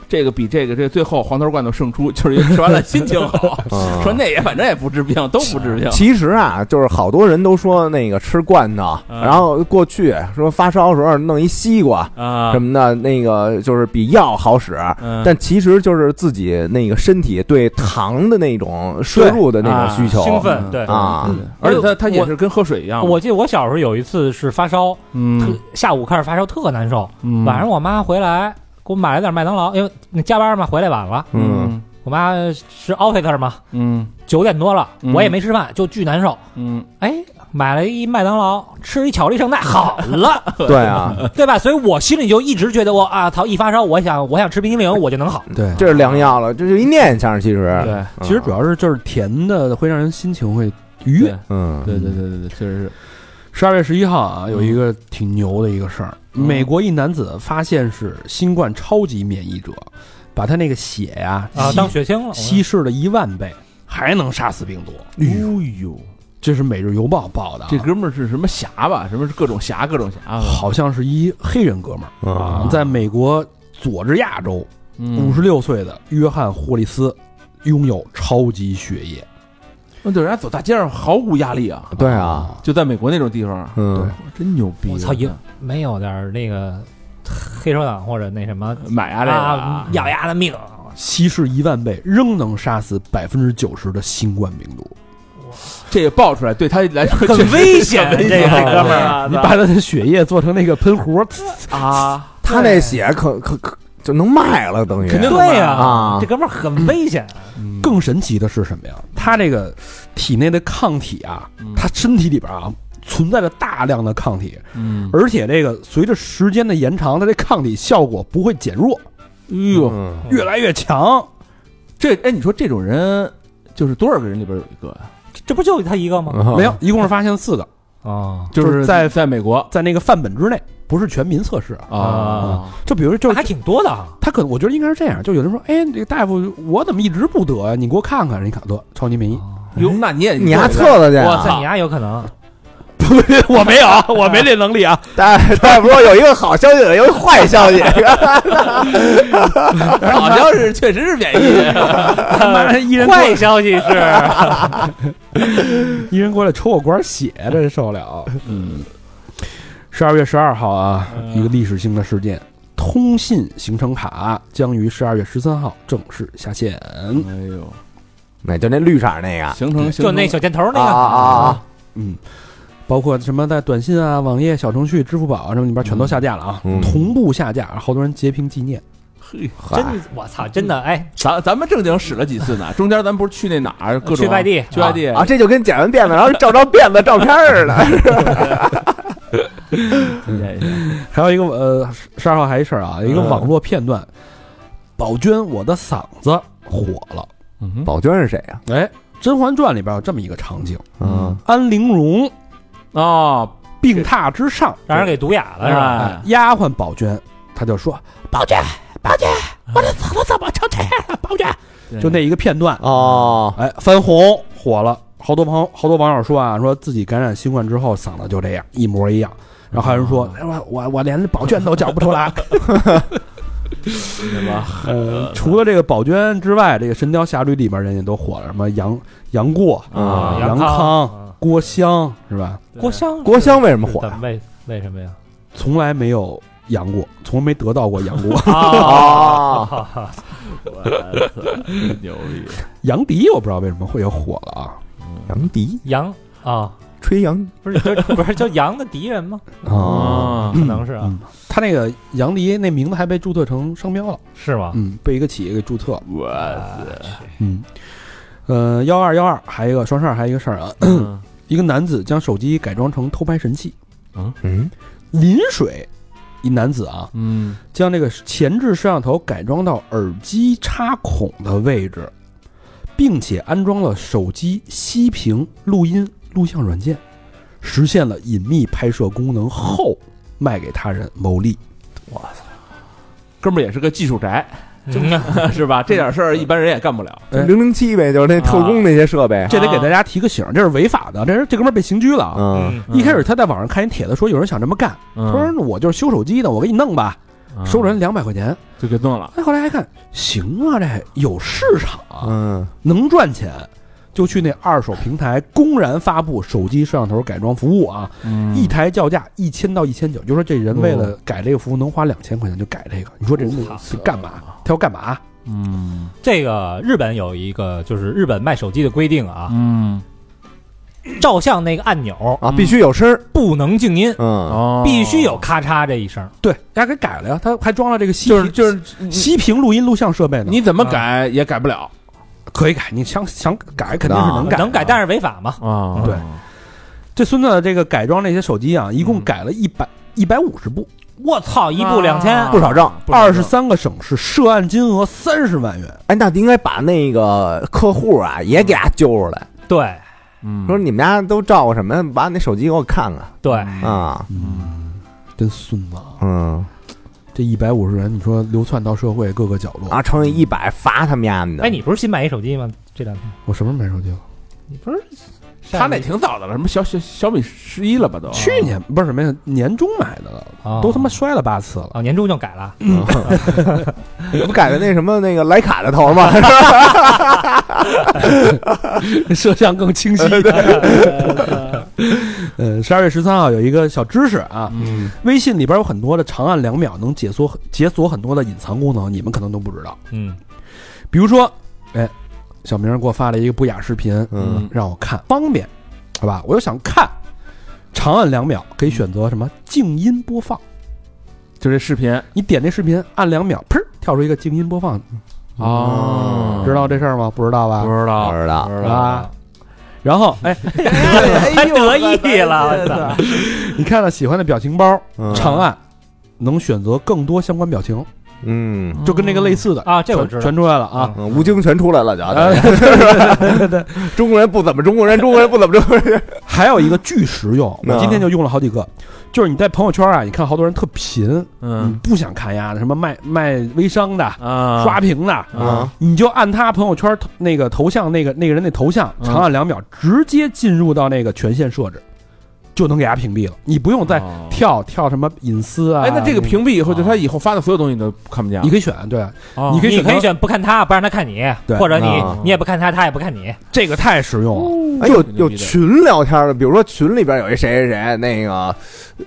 Speaker 5: 这个比这个这个最后黄桃罐头胜出，就是因为吃完了心情好。
Speaker 3: 嗯
Speaker 5: 说那也反正也不治病，都不治病。
Speaker 3: 其实啊，就是好多人都说那个吃罐头，
Speaker 5: 嗯
Speaker 3: 然后过去说发烧的时候弄一西瓜
Speaker 5: 啊
Speaker 3: 什么的，那个就是比药好使。
Speaker 5: 嗯
Speaker 3: 但其实就是自己那个身体对糖的那种摄入的那种需求，
Speaker 4: 兴奋对
Speaker 3: 啊
Speaker 5: 啊嗯而且它它也是跟喝水一样嘛。
Speaker 4: 我记得我小时候有一次是发烧，特
Speaker 5: 嗯，
Speaker 4: 下午开始发烧特难受，
Speaker 5: 嗯
Speaker 4: 晚上我妈回来给我买了点麦当劳，因为那加班嘛回来晚了，
Speaker 3: 嗯，
Speaker 4: 我妈是 officer 嘛，
Speaker 5: 嗯
Speaker 4: 九点多了，
Speaker 5: 嗯
Speaker 4: 我也没吃饭，就巨难受。
Speaker 5: 嗯，
Speaker 4: 哎，买了一麦当劳，吃一巧克力圣代，好 了，
Speaker 2: 嗯
Speaker 3: 对啊，
Speaker 4: 对吧？所以我心里就一直觉得我啊，操，一发烧，我想我想吃冰激凌，我就能好。
Speaker 2: 对
Speaker 3: 这是良药了，这是一念想，其实，
Speaker 5: 对
Speaker 3: 嗯
Speaker 2: 其实主，要是就是甜的会让人心情会愉悦。
Speaker 3: 嗯，
Speaker 5: 对对对对对，确实是，
Speaker 2: 十二月十一号啊，
Speaker 5: 嗯
Speaker 2: 有一个挺牛的一个事儿，美国一男子发现是新冠超级免疫者，把他那个血呀、
Speaker 4: 啊，
Speaker 2: 稀
Speaker 4: 当血清了，
Speaker 2: 稀释了一万倍，还能杀死病毒。
Speaker 5: 哎呦，
Speaker 2: 这是《每日邮报》报的啊，
Speaker 5: 这哥们儿是什么侠吧？什么是各种侠，各种侠嗯吧，
Speaker 2: 好像是一黑人哥们儿
Speaker 3: 啊
Speaker 2: 在美国佐治亚州，
Speaker 5: 嗯
Speaker 2: 五十六岁的约翰·霍利斯拥有超级血液。
Speaker 5: 那对人家走大街上毫无压力啊，
Speaker 3: 对啊，
Speaker 5: 就在美国那种地方，
Speaker 3: 嗯，
Speaker 5: 真牛逼！啊
Speaker 4: 我操，有没有点儿那个黑手党或者那什么
Speaker 5: 买下来了
Speaker 4: 啊
Speaker 5: 啊，，
Speaker 4: 咬牙的命？
Speaker 2: 稀释一万倍，仍能杀死百分之九十的新冠病毒。
Speaker 5: 这也爆出来，对他来说
Speaker 4: 很
Speaker 5: 确实
Speaker 4: 危险
Speaker 5: 很危
Speaker 4: 这个哥们儿
Speaker 5: 啊
Speaker 2: 你把他的血液做成那个喷壶，呲
Speaker 5: 啊，
Speaker 3: 他那血可可可就能卖了，等于
Speaker 5: 肯定能
Speaker 4: 对呀、
Speaker 3: 啊嗯
Speaker 4: 这哥们儿很危险。
Speaker 5: 嗯
Speaker 2: 更神奇的是什么呀？他这个体内的抗体啊，他身体里边啊存在着大量的抗体，
Speaker 5: 嗯，
Speaker 2: 而且这个随着时间的延长，它这抗体效果不会减弱，
Speaker 5: 哎呦，
Speaker 3: 嗯
Speaker 2: 越来越强。
Speaker 5: 这哎，你说这种人就是多少个人里边有一个啊？
Speaker 4: 这不就他一个吗？
Speaker 3: 嗯
Speaker 2: 没有，一共是发现四个，
Speaker 4: 啊，
Speaker 5: 就
Speaker 2: 就是是在
Speaker 5: 在美国
Speaker 2: 在那个范本之内，不是全民测试啊。
Speaker 5: 啊，
Speaker 2: 就比如就
Speaker 4: 那
Speaker 2: 是
Speaker 4: 还挺多的啊。
Speaker 2: 他可能我觉得应该是这样，就有人说，哎，这个大夫我怎么一直不得啊呀？你给我看看，人家看哦得超级免疫，
Speaker 5: 哟，那你也
Speaker 3: 你还测测去啊？
Speaker 5: 我
Speaker 4: 在你家有可能，
Speaker 2: 我没有，我没这能力啊。
Speaker 3: 大大夫说有一个好消息，有一个坏消息，
Speaker 5: 好像是确实是免疫，
Speaker 2: 他妈一人过
Speaker 4: 坏消息是
Speaker 2: 一人过来抽我管血，这受得了。
Speaker 5: 嗯，
Speaker 2: 十二月十二号啊，一个历史性的事件，通信行程卡将于十二月十三号正式下线。
Speaker 5: 哎呦，
Speaker 3: 那就那绿色那个
Speaker 5: 形成
Speaker 4: 就那小箭头那
Speaker 3: 啊啊
Speaker 4: 个，
Speaker 3: 啊！
Speaker 2: 嗯，包括什么在短信啊、网页、小程序、支付宝啊什么里边全都下架了啊，
Speaker 3: 嗯
Speaker 2: 同步下架，好多人截屏纪念。
Speaker 5: 嘿，
Speaker 3: 嗨
Speaker 4: 真我操，真的哎，
Speaker 5: 咱咱们正经使了几次呢？中间咱不是去那哪儿，各种
Speaker 4: 去外地
Speaker 5: 去外地
Speaker 3: 啊，，这就跟剪完辫子，然后照张辫子照片儿似 的。
Speaker 5: 体验一下
Speaker 2: 还有一个呃，十二号还一事儿啊，有
Speaker 4: 嗯
Speaker 2: 一个网络片段，宝娟我的嗓子火了。
Speaker 5: 嗯哼
Speaker 3: 宝娟是谁啊呀？
Speaker 2: 哎，《甄嬛传》里边有这么一个场景，
Speaker 3: 嗯
Speaker 2: 安陵容
Speaker 5: 哦，
Speaker 2: 病榻之上，
Speaker 4: 让人给毒哑了是吧？
Speaker 2: 哎
Speaker 5: 哎，
Speaker 2: 丫鬟宝娟，她就说宝娟，宝娟，我的嗓子怎么成这样了？宝娟，就那一个片段，
Speaker 3: 哦，
Speaker 2: 哎，翻红火了，好多朋友好多网友说啊，说自己感染新冠之后嗓子就这样，一模一样。然后还有人说，哎我我我连宝娟都叫不出 来。
Speaker 5: 什么
Speaker 2: 呃，除了这个宝娟之外，这个《神雕侠侣》里边人也都火了，什么杨杨过、
Speaker 3: 啊
Speaker 2: 杨
Speaker 4: 康
Speaker 2: 康、郭襄是吧？
Speaker 4: 郭襄，
Speaker 3: 郭襄为什么
Speaker 4: 是
Speaker 3: 火
Speaker 4: 怎
Speaker 3: 呀？
Speaker 4: 么为为什么 呀？
Speaker 2: 从来没有杨过，从来没得到过杨过。
Speaker 4: 啊
Speaker 3: 哦，
Speaker 5: 牛逼，
Speaker 2: 杨迪我不知道为什么会有火了啊。
Speaker 3: 杨迪
Speaker 4: 杨啊，
Speaker 3: 吹杨
Speaker 4: 不是就是不是叫杨的敌人吗？
Speaker 3: 哦，
Speaker 5: 啊
Speaker 4: 可能是啊，
Speaker 2: 嗯他那个杨迪那名字还被注册成商标了，
Speaker 4: 是吗？
Speaker 2: 嗯，被一个企业给注册了，
Speaker 5: 我
Speaker 2: 嗯，呃，幺二幺二，还有一个双十二，还有一个事儿啊，
Speaker 5: 嗯
Speaker 2: 一个男子将手机改装成偷拍神器，
Speaker 3: 嗯，
Speaker 2: 临水，一男子啊，
Speaker 5: 嗯
Speaker 2: 将这个前置摄像头改装到耳机插孔的位置，并且安装了手机息屏录音录像软件，实现了隐秘拍摄功能后卖给他人牟利。
Speaker 5: 哥们儿也是个技术宅，
Speaker 4: 嗯
Speaker 5: 是吧？这点事儿一般人也干不了。
Speaker 2: 哎
Speaker 3: 零零七呗，就是那特工那些设备。
Speaker 2: 这得给大家提个醒，这是违法的，这人这哥们儿被刑拘了啊！
Speaker 3: 嗯，
Speaker 2: 一开始他在网上看一帖子说有人想这么干，他说
Speaker 5: 嗯，
Speaker 2: 我就是修手机的，我给你弄吧，收人两百块钱。
Speaker 5: 就给弄了，
Speaker 2: 哎，后来还看行啊，这有市场啊，
Speaker 3: 嗯，
Speaker 2: 能赚钱，就去那二手平台公然发布手机摄像头改装服务啊，一台叫价一千到一千九，就说这人为了改这个服务能花两千块钱就改这个，你说这人
Speaker 4: 哇
Speaker 2: 得干嘛？他要干嘛？
Speaker 5: 嗯
Speaker 4: 这个日本有一个就是日本卖手机的规定啊，
Speaker 5: 嗯
Speaker 4: 照相那个按钮
Speaker 3: 啊，必须有声儿，
Speaker 4: 不能静音，
Speaker 3: 嗯，
Speaker 5: 哦
Speaker 4: 必须有咔嚓这一声。
Speaker 2: 对，大家给改了呀，他还装了这个息
Speaker 5: 就是
Speaker 2: 屏
Speaker 5: 就是
Speaker 2: 息嗯屏录音录像设备呢。
Speaker 5: 你怎么改也改不了
Speaker 2: 可以改，你想想改肯定是能改的，
Speaker 4: 能改，但是违法嘛？
Speaker 5: 啊
Speaker 2: 对这孙子的这个改装这些手机啊，一共改了一百一百五十部，
Speaker 4: 我操，一步两千，
Speaker 3: 不少挣。
Speaker 2: 二十三个省市，涉案金额三十万元。
Speaker 3: 哎，那应该把那个客户啊也给他揪出来，
Speaker 4: 对
Speaker 5: 嗯
Speaker 3: 说你们家都照顾什么呀？把你手机给我看看
Speaker 4: 对，
Speaker 3: 啊，
Speaker 2: 嗯，真孙子啊！
Speaker 3: 嗯
Speaker 2: 这一百五十元，你说流窜到社会各个角落
Speaker 3: 啊，乘以一百罚他们家的。
Speaker 4: 哎，你不是新买一手机吗？这两天
Speaker 2: 我什么时候买手机了？
Speaker 4: 你不是
Speaker 5: 他那挺早的了，什么小小小米十一了吧都？
Speaker 2: 去年不是什么呀，年终买的了，
Speaker 4: 哦
Speaker 2: 都他妈摔了八次了。
Speaker 4: 哦，年终就改了，
Speaker 3: 嗯不改的那什么那个徕卡的头吗？
Speaker 2: 摄像更清晰。 呃，十二月十三号有一个小知识啊，
Speaker 5: 嗯
Speaker 2: 微信里边有很多的长按两秒能解锁解锁很多的隐藏功能，你们可能都不知道。
Speaker 4: 嗯，
Speaker 2: 比如说，哎，小明给我发了一个不雅视频，
Speaker 3: 嗯，
Speaker 2: 让我看，方便，好吧？我又想看，长按两秒可以选择什么静音播放，
Speaker 5: 就这视频
Speaker 2: 你点那视频按两秒，砰，跳出一个静音播放，
Speaker 5: 哦
Speaker 2: 知道这事儿吗？不知道吧？
Speaker 5: 不知道
Speaker 3: 不知 道，
Speaker 5: 不知道
Speaker 2: 啊。然后，哎，
Speaker 4: 还 得意了，我操！
Speaker 2: 你看到喜欢的表情包，
Speaker 3: 嗯
Speaker 2: 长按能选择更多相关表情，
Speaker 3: 嗯
Speaker 2: 就跟那个类似的
Speaker 4: 啊这我
Speaker 2: 全
Speaker 4: 知道
Speaker 2: 全出来了啊。
Speaker 3: 嗯，吴京全出来了，
Speaker 5: 啊
Speaker 2: 呃
Speaker 3: 就中国人不怎么中国人，中国人不怎么中国人。
Speaker 2: 还有一个巨实用，我
Speaker 3: 嗯
Speaker 2: 今天就用了好几个，就是你在朋友圈啊，你看好多人特贫，你
Speaker 5: 嗯
Speaker 2: 不想看呀，什么卖卖微商的、
Speaker 5: 啊
Speaker 2: 刷屏的，
Speaker 5: 啊
Speaker 2: 你就按他朋友圈头那个头像，那个那个人那头像，
Speaker 5: 嗯
Speaker 2: 长按两秒，直接进入到那个权限设置，就能给他屏蔽了，你不用再
Speaker 5: 哦
Speaker 2: 跳跳什么隐私啊。
Speaker 5: 哎，那这个屏蔽以后，就
Speaker 2: 啊
Speaker 5: 他以后发的所有东西你都看不见
Speaker 2: 你
Speaker 5: 了。
Speaker 2: 可以选，对，
Speaker 5: 哦
Speaker 2: 你可以
Speaker 4: 你
Speaker 2: 选择
Speaker 4: 可以选不看他，不让他看你，
Speaker 2: 对
Speaker 4: 或者你
Speaker 3: 啊
Speaker 4: 你也不看他，他也不看你。
Speaker 2: 这个太实用了。
Speaker 3: 哎，有
Speaker 5: 这牛
Speaker 3: 有
Speaker 5: 逼的
Speaker 3: 群聊天的，比如说群里边有一谁谁谁，那个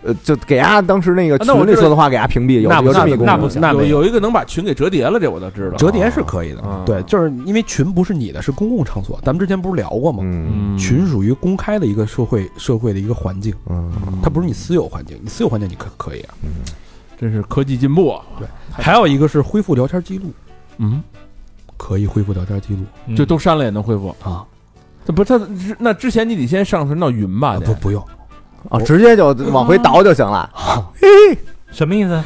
Speaker 3: 呃，就给他当时那个
Speaker 5: 啊那我
Speaker 3: 群里
Speaker 5: 知道
Speaker 3: 说的话给他屏蔽，有
Speaker 2: 那不
Speaker 3: 有这么一
Speaker 2: 那
Speaker 3: 功
Speaker 2: 那
Speaker 3: 能。
Speaker 2: 不行，那
Speaker 5: 有
Speaker 2: 没有
Speaker 5: 有一个能把群给折叠了，这我倒知道。
Speaker 2: 折叠是可以的
Speaker 5: 啊，
Speaker 2: 对，就是因为群不是你的，是公共场所。咱们之前不是聊过吗？
Speaker 3: 嗯
Speaker 5: 嗯
Speaker 2: 群属于公开的一个社会社会的一个环境，
Speaker 3: 嗯，
Speaker 2: 它不是你私有环境，你私有环境你可可以啊。
Speaker 5: 真是科技进步啊。
Speaker 2: 还有一个是恢复聊天记录，
Speaker 5: 嗯，
Speaker 2: 可以恢复聊天记录
Speaker 4: 嗯
Speaker 5: 就都删了也能恢复。
Speaker 2: 啊，
Speaker 5: 这不是他那之前你得先上传到云吧？
Speaker 2: 啊
Speaker 5: 得
Speaker 2: 不不用，
Speaker 3: 哦，直接就往回倒就行了。
Speaker 4: 什么意思？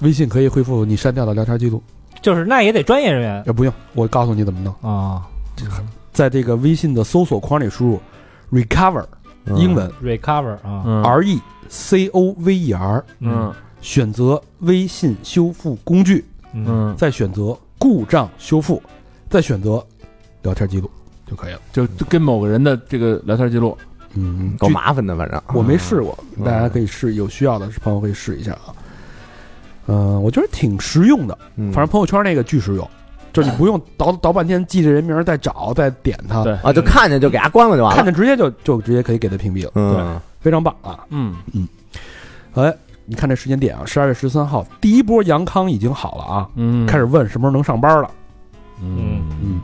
Speaker 2: 微信可以恢复你删掉的聊天记录，呃
Speaker 4: 就是那也得专业人员
Speaker 2: 也不用，我告诉你怎么弄，
Speaker 4: 啊
Speaker 2: 在这个微信的搜索框里输入 recover
Speaker 3: 嗯
Speaker 2: 英文
Speaker 4: ，recover 啊，
Speaker 5: 嗯
Speaker 2: R E C O V E R，
Speaker 5: 嗯
Speaker 2: 选择微信修复工具，
Speaker 4: 嗯，
Speaker 5: 嗯，
Speaker 2: 再选择故障修复，再选择聊天记录就可以了。
Speaker 5: 就就跟某个人的这个聊天记录。
Speaker 2: 嗯
Speaker 3: 够麻烦的，反正
Speaker 2: 我没试过，
Speaker 3: 嗯
Speaker 2: 大家可以试，有需要的朋友可以试一下啊。嗯、我觉得挺实用的，
Speaker 3: 嗯
Speaker 2: 反正朋友圈那个巨实用，就是你不用倒倒半天记这人名儿，再找再点他，
Speaker 5: 对
Speaker 3: 啊，就看见就给他关了就完
Speaker 2: 看
Speaker 3: 了。
Speaker 2: 着直接就就直接可以给他屏蔽了，
Speaker 3: 嗯
Speaker 2: 非常棒啊！
Speaker 5: 嗯
Speaker 2: 哎，你看这时间点啊，十二月十三号，第一波阳康已经好了啊，
Speaker 5: 嗯，
Speaker 2: 开始问什么时候能上班了。
Speaker 5: 嗯
Speaker 2: 嗯，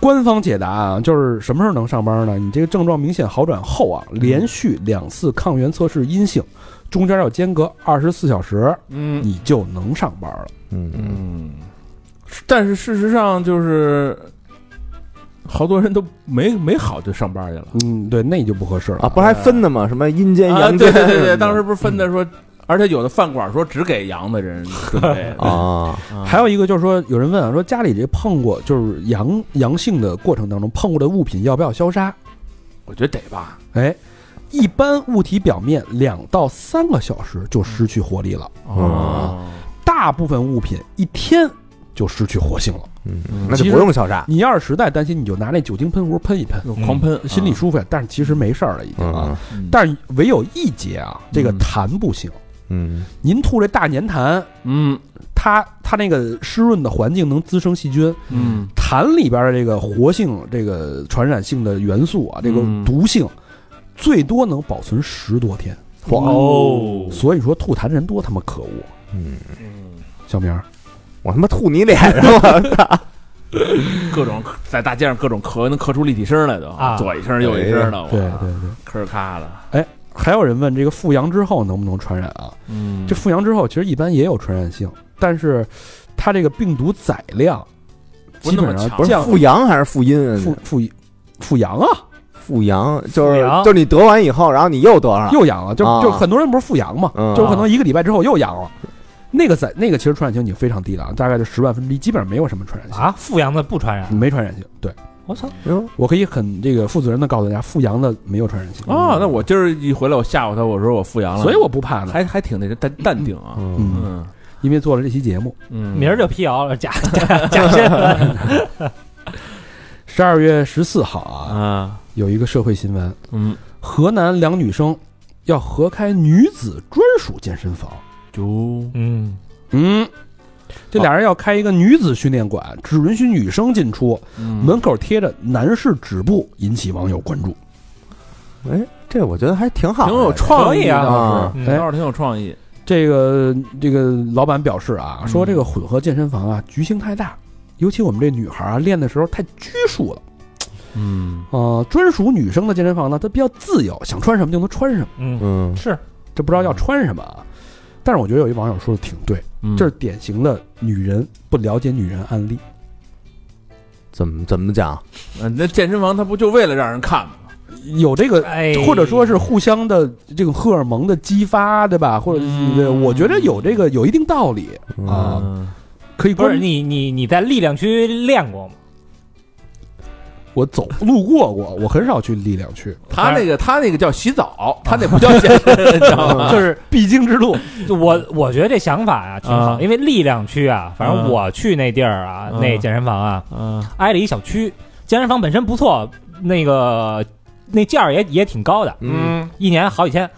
Speaker 2: 官方解答啊，就是什么时候能上班呢？你这个症状明显好转后啊，连续两次抗原测试阴性，中间要间隔二十四小时，
Speaker 5: 嗯
Speaker 2: 你就能上班了。
Speaker 3: 嗯
Speaker 5: 嗯，但是事实上就是。好多人都没没好就上班去了
Speaker 2: 嗯，对，那你就不合适了
Speaker 3: 啊，不是还分的吗？什么阴间
Speaker 5: 啊！
Speaker 3: 阳
Speaker 5: 对
Speaker 3: 间？
Speaker 5: 对对对，当时不是分的说，而且有的饭馆说只给阳的人准备
Speaker 3: 啊，
Speaker 5: 啊
Speaker 2: 还有一个就是说，有人问啊，说家里这碰过就是阳阳性的过程当中碰过的物品要不要消杀？
Speaker 5: 我觉得得吧，
Speaker 2: 哎，一般物体表面两到三个小时就失去活力了，
Speaker 3: 啊
Speaker 5: 哦，
Speaker 2: 嗯大部分物品一天就失去活性了。
Speaker 3: 嗯，那就不用消杀。
Speaker 2: 你要是实在担心，你就拿那酒精喷壶喷一喷，
Speaker 5: 狂喷，
Speaker 1: 嗯
Speaker 2: 心里舒服呀。但是其实没事儿了，已经啊。
Speaker 3: 嗯
Speaker 5: 嗯
Speaker 2: 但是唯有一节啊，这个
Speaker 5: 嗯
Speaker 2: 痰不行。
Speaker 3: 嗯
Speaker 2: 您吐这大粘痰，
Speaker 5: 嗯
Speaker 2: 它它那个湿润的环境能滋生细菌，
Speaker 5: 嗯
Speaker 2: 痰里边的这个活性、这个传染性的元素啊，这个
Speaker 5: 嗯
Speaker 2: 毒性，最多能保存十多天。嗯
Speaker 4: 哦
Speaker 2: 所以说吐痰人多他妈可恶。
Speaker 3: 嗯，
Speaker 2: 小明儿，
Speaker 3: 我他妈吐你脸上了！
Speaker 5: 各种在大街上各种咳，能咳出立体声来都，
Speaker 4: 啊
Speaker 5: 左一声右一声的，
Speaker 2: 对对
Speaker 5: 我
Speaker 2: 对。
Speaker 5: 吭咔的，
Speaker 2: 还有人问这个复阳之后能不能传染啊？
Speaker 5: 嗯
Speaker 2: 这复阳之后其实一般也有传染性，但是它这个病毒载量
Speaker 5: 不
Speaker 2: 基
Speaker 5: 是那
Speaker 2: 本
Speaker 5: 么
Speaker 2: 上
Speaker 5: 强
Speaker 3: 不是
Speaker 2: 降
Speaker 3: 复阳还是复阴啊？
Speaker 2: 复复复阳啊，
Speaker 3: 复阳就
Speaker 4: 复
Speaker 3: 是
Speaker 4: 阳
Speaker 3: 就是你得完以后，然后你又得上了，
Speaker 2: 又阳了，就
Speaker 3: 啊
Speaker 2: 就很多人不是复阳嘛，
Speaker 3: 嗯
Speaker 2: 就可能一个礼拜之后又阳了。那个载那个其实传染性已经非常低了，啊，大概就十万分之一，基本上没有什么传染性，
Speaker 4: 啊，富阳的不传染，
Speaker 2: 没传染性。对哎
Speaker 4: 我操，
Speaker 3: 哟
Speaker 2: 我可以很这个负责任的告诉大家，复阳的没有传染性
Speaker 5: 哦，那我今儿一回来，我吓唬他，我说我复阳了，
Speaker 2: 啊
Speaker 5: 嗯
Speaker 2: 所以我不怕呢。
Speaker 5: 还还挺那个淡淡定啊，
Speaker 2: 嗯，
Speaker 5: 嗯
Speaker 2: 因为做了这期节目，
Speaker 5: 嗯，
Speaker 4: 明儿就辟谣了，假假假新闻
Speaker 2: 十二月十四号啊，
Speaker 5: 啊，
Speaker 2: 有一个社会新闻，
Speaker 5: 嗯，
Speaker 2: 河南两女生要合开女子专属健身房。
Speaker 5: 就
Speaker 4: 嗯，
Speaker 2: 嗯，这俩人要开一个女子训练馆，只允许女生进出，
Speaker 5: 嗯
Speaker 2: 门口贴着男士止步，引起网友关注。
Speaker 3: 哎，这我觉得还挺好的，
Speaker 5: 挺有创意
Speaker 4: 可以
Speaker 5: 倒
Speaker 3: 啊
Speaker 5: 是哎
Speaker 4: 嗯
Speaker 5: 倒是挺有创意，
Speaker 2: 这个这个老板表示啊，
Speaker 5: 嗯
Speaker 2: 说这个混合健身房啊，局限太大，尤其我们这女孩啊练的时候太拘束了。
Speaker 5: 嗯，
Speaker 2: 呃，专属女生的健身房呢，它比较自由，想穿什么就能穿什么，
Speaker 4: 嗯，
Speaker 3: 嗯，
Speaker 4: 是
Speaker 2: 这不知道要穿什么啊。但是我觉得有一网友说的挺对，
Speaker 5: 嗯
Speaker 2: 这是典型的女人不了解女人案例。
Speaker 3: 怎么怎么讲？
Speaker 5: 嗯那健身房它不就为了让人看吗？
Speaker 2: 有这个
Speaker 4: 哎，
Speaker 2: 或者说是互相的这种荷尔蒙的激发，对吧？或者
Speaker 5: 嗯
Speaker 2: 对，我觉得有这个有一定道理
Speaker 3: 嗯
Speaker 2: 啊，可以
Speaker 4: 不是
Speaker 2: 关。
Speaker 4: 你你你在力量区练过吗？
Speaker 2: 我走路过过，我很少去力量区，
Speaker 5: 他那个他那啊个叫洗澡，他那不叫健 身，你知道吗？
Speaker 2: 就是必经之路。
Speaker 4: 就我我觉得这想法啊挺
Speaker 5: 啊
Speaker 4: 好，因为力量区啊，反
Speaker 5: 嗯
Speaker 4: 正我去那地儿啊，
Speaker 5: 嗯
Speaker 4: 那健身房啊，
Speaker 5: 嗯
Speaker 4: 挨着一小区，健身房本身不错，那个那价儿也也挺高的，
Speaker 3: 嗯
Speaker 4: 一年好几千。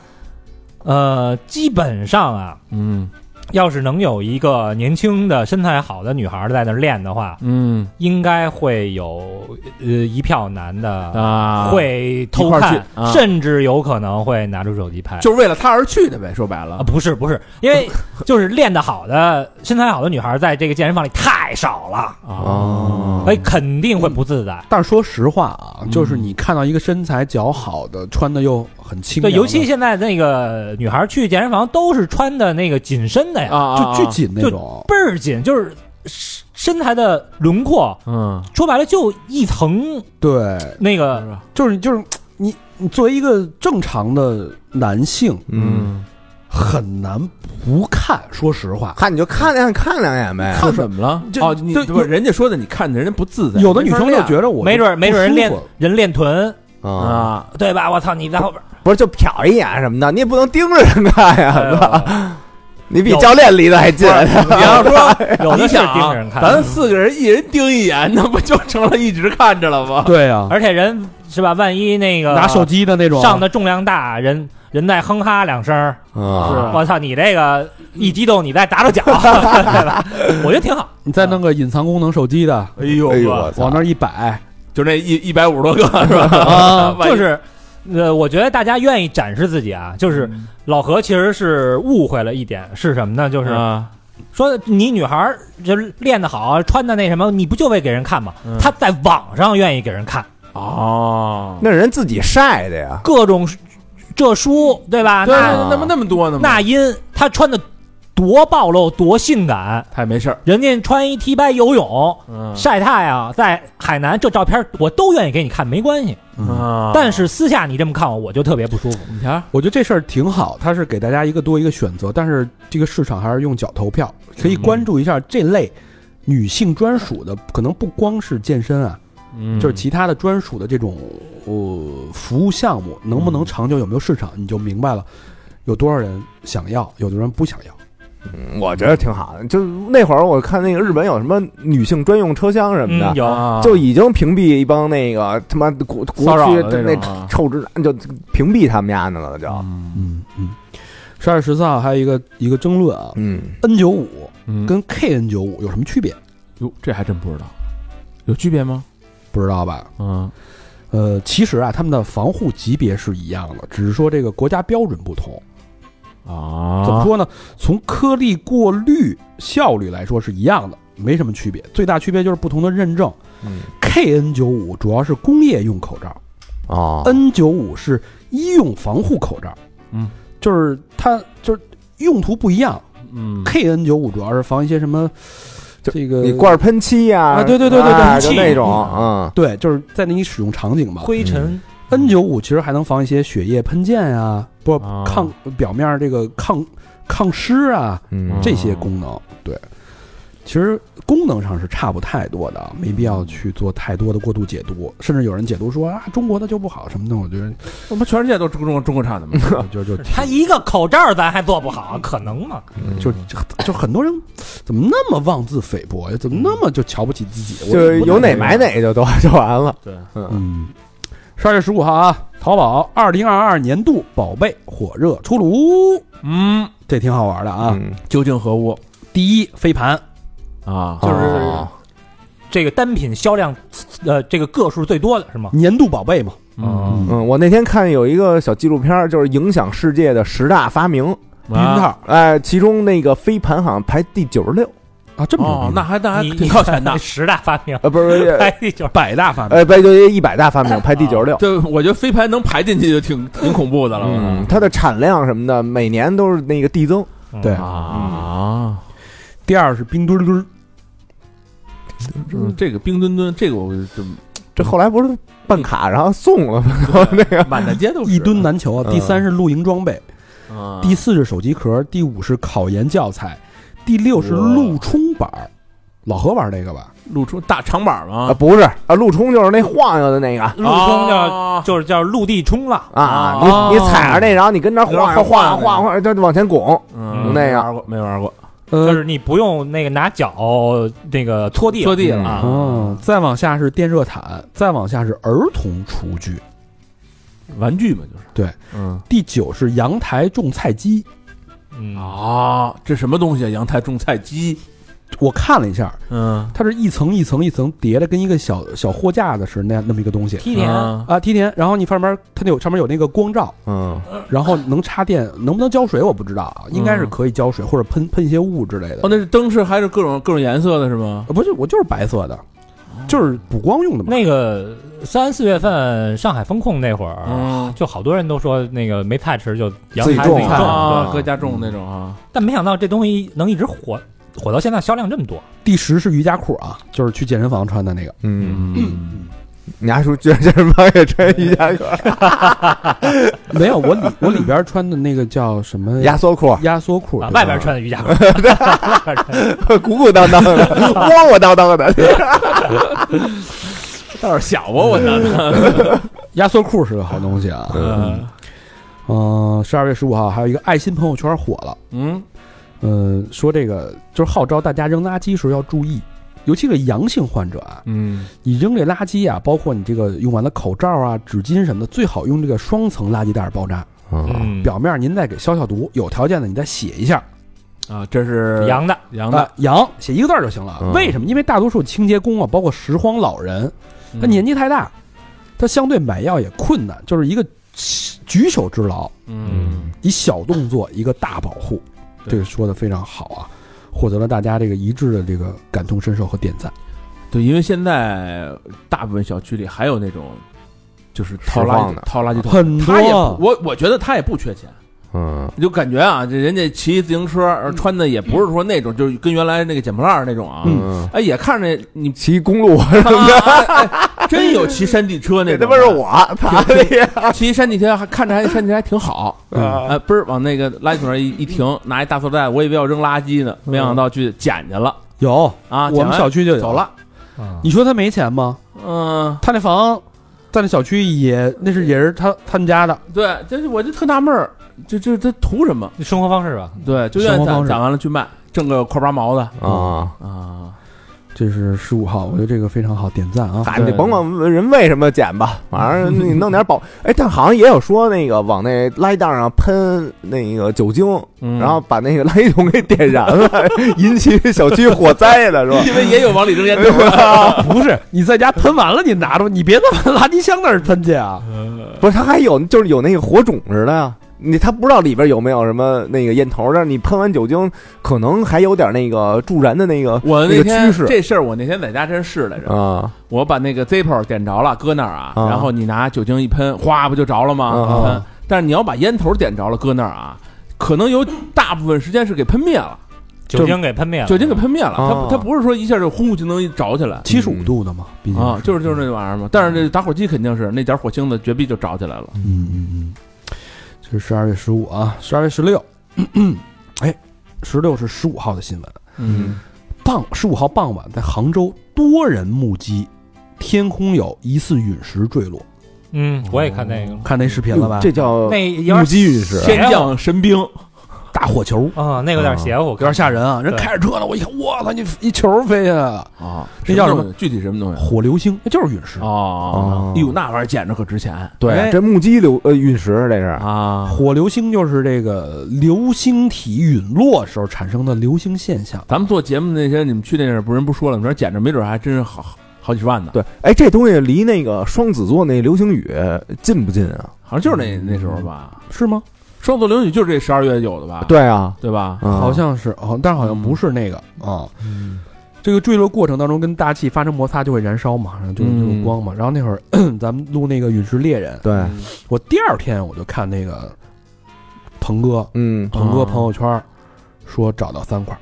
Speaker 4: 呃，基本上啊，
Speaker 5: 嗯
Speaker 4: 要是能有一个年轻的、身材好的女孩在那儿练的话，
Speaker 5: 嗯
Speaker 4: 应该会有呃一票男的
Speaker 5: 啊，
Speaker 4: 会
Speaker 5: 一
Speaker 4: 偷
Speaker 5: 块儿
Speaker 4: 看
Speaker 5: 去，啊
Speaker 4: 甚至有可能会拿出手机拍。
Speaker 5: 就是为了他而去的呗，说白
Speaker 4: 啊，
Speaker 5: 了，
Speaker 4: 不是不是，因 为就是练得好的、身材好的女孩，在这个健身房里太少了，
Speaker 3: 哦
Speaker 4: 哎，肯定会不自在。
Speaker 2: 但是说实话啊
Speaker 5: 嗯，
Speaker 2: 就是你看到一个身材较好的，穿的又很清
Speaker 4: 对，
Speaker 2: 凉
Speaker 5: 嗯
Speaker 2: 的，
Speaker 4: 尤其现在那个女孩去健身房都是穿的那个紧身的呀，
Speaker 5: 啊，
Speaker 2: 就巨紧那种，
Speaker 4: 倍儿紧，就是身身材的轮廓，
Speaker 5: 嗯，
Speaker 4: 说白了就一层
Speaker 2: 对，
Speaker 4: 那个
Speaker 2: 就是就是你你作为一个正常的男性，
Speaker 3: 嗯，
Speaker 2: 很难不看。说实话，
Speaker 3: 看你就看两眼看两眼呗，
Speaker 5: 看怎么了？
Speaker 2: 这
Speaker 5: 哦，你
Speaker 2: 对
Speaker 5: 不是人家说的，你看的人家不自在，
Speaker 2: 有的女生就觉得我
Speaker 4: 没准儿没准儿人练
Speaker 2: 不舒服
Speaker 4: 人练臀，
Speaker 5: 得
Speaker 3: 啊，
Speaker 5: 啊，
Speaker 4: 对吧？我操，你在后边
Speaker 3: 不是就瞟一眼什么的，你也不能盯着人看
Speaker 4: 哎
Speaker 3: 呀，
Speaker 4: 呦
Speaker 3: 是吧？你比
Speaker 4: 有
Speaker 3: 教练离得还
Speaker 4: 哎
Speaker 3: 近，
Speaker 5: 你要说
Speaker 4: 有的
Speaker 5: 你
Speaker 4: 是
Speaker 5: 想
Speaker 4: 盯着
Speaker 5: 啊
Speaker 4: 人，看的，
Speaker 5: 咱四个人一人盯一眼， 那不就成了一直看着了吗？
Speaker 2: 对啊，
Speaker 4: 而且人是吧？万一那个
Speaker 2: 拿手机的那种
Speaker 4: 呃上的重量大，人人再哼哈两声儿，
Speaker 3: 啊，
Speaker 4: 我操，你这个一激动，你再打着脚，对吧？我觉得挺好。
Speaker 2: 你再弄个隐藏功能手机的，
Speaker 5: 哎呦
Speaker 3: 哎呦
Speaker 5: 我
Speaker 3: 我
Speaker 2: 往
Speaker 3: 操
Speaker 2: 那！儿一摆，
Speaker 5: 就那一一百五十 多个是吧？
Speaker 4: 啊
Speaker 5: 万一
Speaker 4: 就是，呃，我觉得大家愿意展示自己啊，就是
Speaker 2: 嗯
Speaker 4: 老何其实是误会了一点，是什么呢？就是
Speaker 5: 啊，
Speaker 4: 说你女孩儿就是练得好，穿的那什么，你不就为给人看吗？
Speaker 5: 嗯
Speaker 4: 她在网上愿意给人看
Speaker 5: 哦，
Speaker 3: 那人自己晒的呀，
Speaker 4: 各种这书，对吧？
Speaker 5: 对，
Speaker 4: 那
Speaker 5: 那那么那么多呢吗？
Speaker 4: 那音她穿的多暴露，多性感，
Speaker 5: 太没事儿，
Speaker 4: 人家穿一 T 白游泳。
Speaker 5: 嗯
Speaker 4: 晒太阳，在海南这照片我都愿意给你看，没关系。
Speaker 5: 啊，
Speaker 4: 但是私下你这么看我，我就特别不舒服。嗯
Speaker 5: 你瞧，
Speaker 2: 我觉得这事儿挺好，它是给大家一个多一个选择，但是这个市场还是用脚投票，可
Speaker 4: 嗯
Speaker 2: 以关注一下这类女性专属的，可能不光是健身啊，
Speaker 5: 嗯
Speaker 2: 就是其他的专属的这种呃服务项目，能不能长久，有没有市场，你就明白了，有多少人想要，有多少人不想要。
Speaker 3: 嗯我觉得挺好的。就那会儿我看那个日本有什么女性专用车厢什么的
Speaker 4: 嗯，，有
Speaker 3: 就已经屏蔽一帮那个他妈的国国
Speaker 5: 啊骚扰
Speaker 3: 区
Speaker 5: 的那
Speaker 3: 那
Speaker 5: 种啊
Speaker 3: 臭直男，就屏蔽他们家的了，就
Speaker 2: 嗯嗯，十二月十四号还有一个一个争论啊
Speaker 3: 嗯，
Speaker 2: ，N 九五
Speaker 5: 嗯
Speaker 2: 跟 KN 九五有什么区别？
Speaker 5: 哟，这还真不知道，有区别吗？
Speaker 2: 不知道吧？
Speaker 5: 嗯
Speaker 2: 呃，其实啊，他们的防护级别是一样的，只是说这个国家标准不同。
Speaker 5: 啊
Speaker 2: 怎么说呢？从颗粒过滤效率来说是一样的，没什么区别，最大区别就是不同的认证。
Speaker 3: 嗯
Speaker 2: KN 九五主要是工业用口罩
Speaker 3: 哦，
Speaker 2: ，N 九五是医用防护口罩。
Speaker 1: 嗯，
Speaker 2: 就是它就是用途不一样。
Speaker 1: 嗯
Speaker 2: KN 九五主要是防一些什么，
Speaker 3: 就
Speaker 2: 这个
Speaker 3: 你罐喷漆呀、
Speaker 2: 啊对对对对对
Speaker 3: 啊
Speaker 2: 喷
Speaker 3: 就
Speaker 2: 漆
Speaker 3: 那种，嗯
Speaker 2: 对，就是在那你使用场景嘛。
Speaker 4: 灰
Speaker 5: 嗯
Speaker 4: 尘
Speaker 2: N 九五其实还能防一些血液喷溅啊，不
Speaker 1: 啊
Speaker 2: 抗表面这个抗抗湿啊
Speaker 3: 嗯，
Speaker 2: 这些功能。对，其实功能上是差不太多的，没必要去做太多的过度解读。甚至有人解读说啊，中国的就不好什么的，我觉得
Speaker 5: 我们全世界都中中中国产的嘛。
Speaker 2: 我觉得 就
Speaker 4: 他一个口罩咱还做不好，可能吗？
Speaker 3: 嗯
Speaker 2: 就就就很多人怎么那么妄自菲薄呀？怎么那么就瞧不起自
Speaker 5: 嗯
Speaker 2: 己？我
Speaker 3: 就是
Speaker 2: 我
Speaker 3: 有哪买哪就都 就完了。
Speaker 5: 对，
Speaker 2: 嗯，十二月十五号啊，淘宝二零二二年度宝贝火热出炉，
Speaker 5: 嗯，
Speaker 2: 这挺好玩的啊。
Speaker 3: 嗯，
Speaker 5: 究竟何物
Speaker 2: 第一，飞盘，
Speaker 5: 啊？
Speaker 4: 就是
Speaker 3: 哦
Speaker 4: 这个单品销量，呃，这个个数最多的是吗？
Speaker 2: 年度宝贝嘛，
Speaker 5: 嗯，
Speaker 3: 嗯，我那天看有一个小纪录片儿，就是影响世界的十大发明，
Speaker 5: 嗯
Speaker 2: 避孕套
Speaker 3: 哎，其中那个飞盘好像排第九十六，
Speaker 2: 啊，这么牛
Speaker 5: 哦，
Speaker 2: 逼
Speaker 5: 那还那还
Speaker 4: 你。
Speaker 5: 挺靠前的
Speaker 4: 十大发明，
Speaker 3: 呃，不是不是，
Speaker 4: 哎，就是
Speaker 2: 百大发明，
Speaker 3: 呃，不对，一百大发明排第九十六。
Speaker 5: 这我觉得飞盘能排进去就挺挺恐怖的了。我
Speaker 3: 嗯，
Speaker 5: 操
Speaker 3: 它的产量什么的，每年都是那个递增。
Speaker 2: 对
Speaker 5: 啊，
Speaker 2: 第二是冰墩墩，
Speaker 5: 嗯这个冰墩墩，这个我就
Speaker 3: 这后来不是办卡然后送了吗？ 那个
Speaker 5: 满大街都是
Speaker 2: 一吨难求啊。
Speaker 3: 嗯
Speaker 2: 第三是露营装备，
Speaker 5: 啊
Speaker 2: 第四是手机壳，第五是考研教材，第六是路冲板儿，老何玩这个吧？
Speaker 5: 露出大长板
Speaker 3: 啊，
Speaker 5: 嘛，
Speaker 3: 不是啊，陆冲就是那晃悠的那个
Speaker 4: 陆冲叫
Speaker 5: 啊
Speaker 4: 就是叫陆地冲浪，
Speaker 3: 啊，
Speaker 5: 哦
Speaker 3: 你你踩着那，然后你跟那儿晃悠晃悠
Speaker 5: 晃悠
Speaker 3: 晃悠晃悠，就往前拱。
Speaker 5: 嗯
Speaker 3: 那
Speaker 5: 没
Speaker 3: 样
Speaker 5: 玩过，没玩过，
Speaker 4: 就
Speaker 2: 呃，
Speaker 4: 是你不用那个拿脚那个拖地了，啊
Speaker 5: 坐地
Speaker 3: 嗯
Speaker 5: 了啊
Speaker 2: 哦，再往下是电热毯，再往下是儿童厨具，
Speaker 5: 玩具嘛，就是
Speaker 2: 对，
Speaker 5: 嗯
Speaker 2: 第九是阳台种菜机。
Speaker 4: 嗯，
Speaker 5: 啊，这什么东西啊？阳台种菜机，
Speaker 2: 我看了一下，
Speaker 5: 嗯，
Speaker 2: 它是一层一层一层叠的，跟一个小小货架子似的那那么一个东西
Speaker 4: 梯田
Speaker 5: 啊
Speaker 2: 啊，梯田。然后你上面它有上面有那个光照，
Speaker 3: 嗯，
Speaker 2: 然后能插电，能不能浇水我不知道啊，应该是可以浇水或者喷喷一些雾之类的。
Speaker 5: 哦，那是灯是还是各种各种颜色的是吗？
Speaker 2: 啊不是我就是白色的，就是补光用的嘛。
Speaker 4: 那个三四月份上海风控那会儿，
Speaker 5: 嗯
Speaker 4: 就好多人都说那个没菜吃就阳
Speaker 3: 自己
Speaker 4: 台
Speaker 3: 种
Speaker 4: 自己
Speaker 3: 菜
Speaker 4: 种，
Speaker 5: 啊，
Speaker 3: 对
Speaker 5: 搁家种那种啊，
Speaker 4: 但没想到这东西能一直火火到现在，销量这么多。啊
Speaker 2: 第十是瑜伽裤啊，就是去健身房穿的那 个。
Speaker 3: 嗯，
Speaker 5: 嗯，
Speaker 3: 你还说健身房也穿瑜 伽裤、
Speaker 2: 没有我里我里边穿的那个叫什么
Speaker 3: 压缩裤，
Speaker 2: 压缩裤
Speaker 4: 啊，，
Speaker 2: 对
Speaker 4: 外边穿的瑜伽裤，外边穿的
Speaker 3: 鼓鼓当当的，窝窝当当的。
Speaker 5: 倒是小啊，我操，
Speaker 2: 压缩裤是个好东西啊。
Speaker 5: 嗯
Speaker 2: 嗯，十二月十五号还有一个爱心朋友圈火了。
Speaker 5: 嗯，
Speaker 2: 呃，说这个就是号召大家扔垃圾时候要注意，尤其是阳性患者啊，
Speaker 5: 嗯，
Speaker 2: 你扔这垃圾啊，包括你这个用完的口罩啊、纸巾什么的，最好用这个双层垃圾袋包扎，
Speaker 3: 嗯
Speaker 4: 嗯，
Speaker 2: 表面您再给消消毒，有条件的你再写一下
Speaker 5: 啊，这是
Speaker 4: 洋的，
Speaker 5: 羊
Speaker 2: 啊
Speaker 5: 的，，
Speaker 2: 阳写一个字儿就行了
Speaker 3: 嗯。
Speaker 2: 啊为什么？因为大多数清洁工啊，包括拾荒老人，他年纪太大，他相对买药也困难，就是一个举手之劳。
Speaker 5: 嗯，
Speaker 2: 以小动作一个大保护，
Speaker 5: 对
Speaker 2: 这个说的 非常好啊，获得了大家这个一致的这个感同身受和点赞。
Speaker 5: 对，因为现在大部分小区里还有那种就是掏
Speaker 3: 释
Speaker 5: 垃
Speaker 3: 放
Speaker 5: 圾
Speaker 3: 的
Speaker 5: 掏垃圾桶，
Speaker 2: 很啊多
Speaker 5: 他也不我我觉得他也不缺钱。
Speaker 3: 嗯
Speaker 5: 你就感觉啊，这人家骑自行车呃穿的也不是说那种，就是跟原来那个捡破烂儿那种啊，
Speaker 3: 嗯，
Speaker 5: 哎，也看着你
Speaker 3: 骑公路 什么的，
Speaker 5: 啊哎真有骑山地车那
Speaker 3: 那他
Speaker 5: 种，啊
Speaker 3: 妈是我，他
Speaker 5: 我骑山地车，还看着还山地车还挺好，
Speaker 2: 嗯
Speaker 5: 哎，嘣儿往那个垃圾桶那儿一一停，拿一大塑料袋，我以为要扔垃圾呢，没想到去捡去了
Speaker 2: 有我
Speaker 5: 啊，捡
Speaker 2: 们
Speaker 5: 完
Speaker 2: 小区就有
Speaker 5: 走，了，
Speaker 2: 你说他没钱吗？
Speaker 5: 嗯，
Speaker 2: 他那房在那小区也那是也是他他们家的，
Speaker 5: 对，这是我就特纳闷儿，这这这图什么？
Speaker 4: 生活方式吧，
Speaker 5: 对，就愿
Speaker 2: 生活
Speaker 5: 意
Speaker 2: 方
Speaker 5: 攒
Speaker 2: 式
Speaker 5: 攒完了去卖，挣个块八毛的
Speaker 3: 啊，
Speaker 5: 啊，
Speaker 2: 这是十五号，我觉得这个非常好，点赞啊！
Speaker 3: 嗨，你甭管人为什么捡吧，反正你弄点保。哎，但好像也有说那个往那垃圾袋上喷那个酒精，
Speaker 5: 嗯
Speaker 3: 然后把那个垃圾桶给点燃了，引起小区火灾的是 吧？
Speaker 5: 因为也有往里扔烟头的。
Speaker 2: 不是你在家喷完了，你拿着，你别那么垃圾箱那儿喷去啊！
Speaker 3: 不是，它还有就是有那个火种似的呀，你他不知道里边有没有什么那个烟头，但是你喷完酒精，可能还有点那个助燃的那个
Speaker 5: 我
Speaker 3: 那
Speaker 5: 那
Speaker 3: 个
Speaker 5: 天
Speaker 3: 趋势
Speaker 5: 这事儿，我那天在家真试来着，
Speaker 3: 啊
Speaker 5: 我把那个 Zippo 点着了，搁那儿啊，
Speaker 3: 啊
Speaker 5: 然后你拿酒精一喷，哗不就着了
Speaker 3: 啊
Speaker 5: 吗？
Speaker 3: 啊
Speaker 5: 喷。但是你要把烟头点着了，搁那儿啊，可能有大部分时间是给喷灭了，
Speaker 4: 酒精给喷灭了，
Speaker 5: 酒精给喷灭了，
Speaker 3: 啊
Speaker 5: 它它不是说一下就呼就能着起来。
Speaker 2: 七十五度的嘛，毕竟
Speaker 5: 啊，就是就是那玩意儿嘛，但是这打火机肯定是那点火星子绝壁就着起来了。
Speaker 2: 嗯嗯嗯，这是十二月十五啊，十二月十六，哎，十六是十五号的新闻，
Speaker 5: 嗯，
Speaker 2: 傍十五号傍晚在杭州多人目击天空有疑似陨石坠落，
Speaker 4: 嗯，我也看那个了，
Speaker 2: 看那视频了吧？
Speaker 3: 这叫
Speaker 4: 那有
Speaker 2: 目
Speaker 4: 点
Speaker 2: 击陨石，
Speaker 4: 邪
Speaker 5: 嗯天降神兵，
Speaker 2: 大火球。
Speaker 4: 啊，那个有点邪乎，有
Speaker 2: 有点吓人啊！人开着车呢，我一看，我操，你一球飞下来了，
Speaker 5: 啊，
Speaker 2: 那叫什么
Speaker 5: 东西？具体什么东西？
Speaker 2: 火流星，那就是陨石。
Speaker 5: 哦
Speaker 3: 哦
Speaker 5: 哎呦，那玩意儿捡着可值钱
Speaker 3: 对
Speaker 2: 哎
Speaker 3: 这目击流呃陨石这是
Speaker 5: 啊！
Speaker 2: 火流星就是这个流星体陨落时候产生的流星现象。
Speaker 5: 咱们做节目那些，你们去那儿不是人不说了吗？人捡着没准还真是好好几万呢。，
Speaker 3: 对，哎，这东西离那个双子座那流星雨近不近啊？
Speaker 5: 好像就是那那时候吧。
Speaker 2: 是吗？
Speaker 5: 双子流星雨就是这十二月有的吧？
Speaker 3: 对啊，
Speaker 5: 对吧？
Speaker 3: 嗯
Speaker 2: 好像是，好，但是好像不是那个啊。这个坠落过程当中跟大气发生摩擦就会燃烧嘛，然后就就
Speaker 5: 嗯
Speaker 2: 有光嘛。然后那会儿 咱们录那个《陨石猎
Speaker 1: 啊
Speaker 2: 人》，
Speaker 3: 对，
Speaker 5: 嗯
Speaker 2: 我第二天我就看那个鹏哥，
Speaker 3: 嗯，
Speaker 2: 鹏哥
Speaker 5: 啊
Speaker 2: 朋友圈说找到三块儿，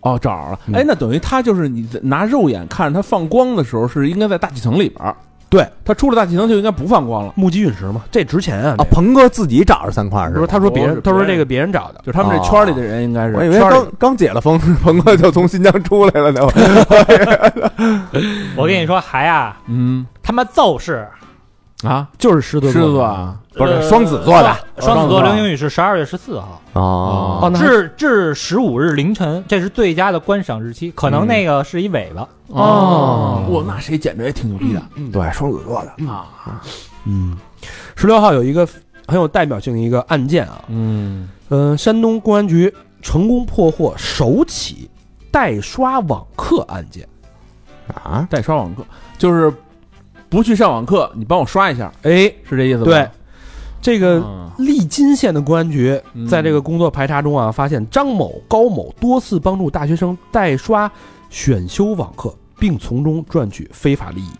Speaker 5: 哦，找着了。
Speaker 2: 嗯
Speaker 5: 哎，那等于它就是你拿肉眼看着它放光的时候，是应该在大气层里边儿。
Speaker 2: 对，
Speaker 5: 它出了大气层就应该不放光了。
Speaker 2: 目击陨石嘛，这值钱啊
Speaker 3: 啊，！鹏哥自己找着三块
Speaker 2: 他
Speaker 3: 是吧？
Speaker 2: 说他说别人，
Speaker 5: 不
Speaker 2: 他
Speaker 5: 是
Speaker 2: 说
Speaker 5: 别人
Speaker 2: 这个别人找的，
Speaker 5: 就是他们这圈儿里的人应该是
Speaker 3: 我以为
Speaker 5: 圈儿里
Speaker 3: 刚刚解了封， 鹏哥就从新疆出来了呢。
Speaker 4: 我跟你说，还啊，
Speaker 5: 嗯
Speaker 4: 他妈揍是
Speaker 5: 啊，
Speaker 2: 就是狮子
Speaker 5: 狮
Speaker 2: 座
Speaker 5: 子啊，
Speaker 3: 不是
Speaker 4: 呃
Speaker 3: 双子座的
Speaker 4: 双
Speaker 5: 双子
Speaker 4: 子座
Speaker 5: 座
Speaker 4: 流星雨是十二月十四号，
Speaker 3: 哦
Speaker 2: 哦，那还
Speaker 4: 至至十五日凌晨，这是最佳的观赏日期，可能那个是一尾巴。
Speaker 3: 嗯
Speaker 5: 哦，哇，那谁捡着也挺牛逼的
Speaker 3: 对，双子座的
Speaker 5: 啊。
Speaker 2: 嗯，十六号有一个很有代表性的一个案件啊，
Speaker 5: 嗯，
Speaker 2: 嗯，山东公安局成功破获首起代刷网课案件。
Speaker 3: 啊，
Speaker 5: 带刷网课就是不去上网课，你帮我刷一下，
Speaker 2: 哎，
Speaker 5: 是这意思吧？
Speaker 2: 对，这个
Speaker 5: 嗯
Speaker 2: 利津县的公安局
Speaker 5: 嗯
Speaker 2: 在这个工作排查中啊，发现张某、高某多次帮助大学生代刷选修网课，并从中赚取非法利益。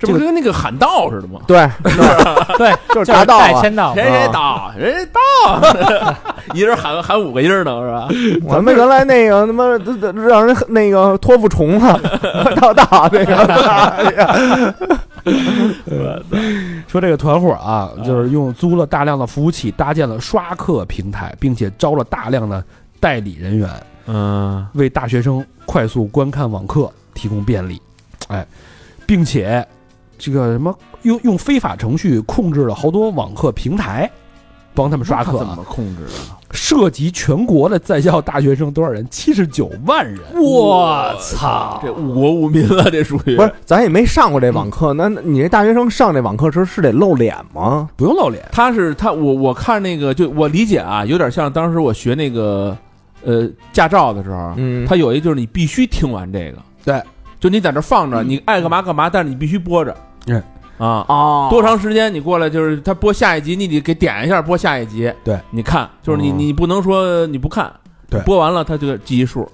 Speaker 5: 这不是跟那个喊道似的吗？
Speaker 3: 对，
Speaker 4: 对，
Speaker 3: 就是
Speaker 4: 就是
Speaker 3: 达到
Speaker 4: 带
Speaker 3: 啊，
Speaker 4: 签到，
Speaker 5: 谁谁到，谁谁到， 一人喊喊五个音儿呢，是吧？
Speaker 3: 咱们原来那个他妈这这让人那个托付虫了， 到到那个，
Speaker 2: 说这个团伙啊，就是用租了大量的服务器，搭建了刷课平台，并且招了大量的代理人员，
Speaker 5: 嗯，
Speaker 2: 为大学生快速观看网课提供便利。哎，并且这个什么用用非法程序控制了好多网课平台，帮他们刷课
Speaker 5: 怎
Speaker 2: 啊
Speaker 5: 么，控制的？
Speaker 2: 涉及全国的在校大学生多少人？七十九万人。
Speaker 4: 我操！
Speaker 5: 这误国误民了，这属于
Speaker 3: 不是，咱也没上过这网课，那那你这大学生上这网课时候是得露脸吗？
Speaker 2: 不用露脸，
Speaker 5: 他是他，我我看那个，就我理解啊，有点像当时我学那个呃驾照的时候，
Speaker 3: 嗯
Speaker 5: 他有一就是你必须听完这个，
Speaker 2: 对，
Speaker 5: 就你在这放
Speaker 3: 嗯
Speaker 5: 着，你爱干嘛干嘛，但是你必须播着，
Speaker 2: 嗯
Speaker 5: 啊，
Speaker 3: 哦
Speaker 5: 多长时间你过来就是他播下一集，你得给点一下播下一集，
Speaker 2: 对，你看，
Speaker 5: 就是你
Speaker 3: 哦
Speaker 5: 你不能说你不看，
Speaker 2: 对
Speaker 5: 播完了他就记一数，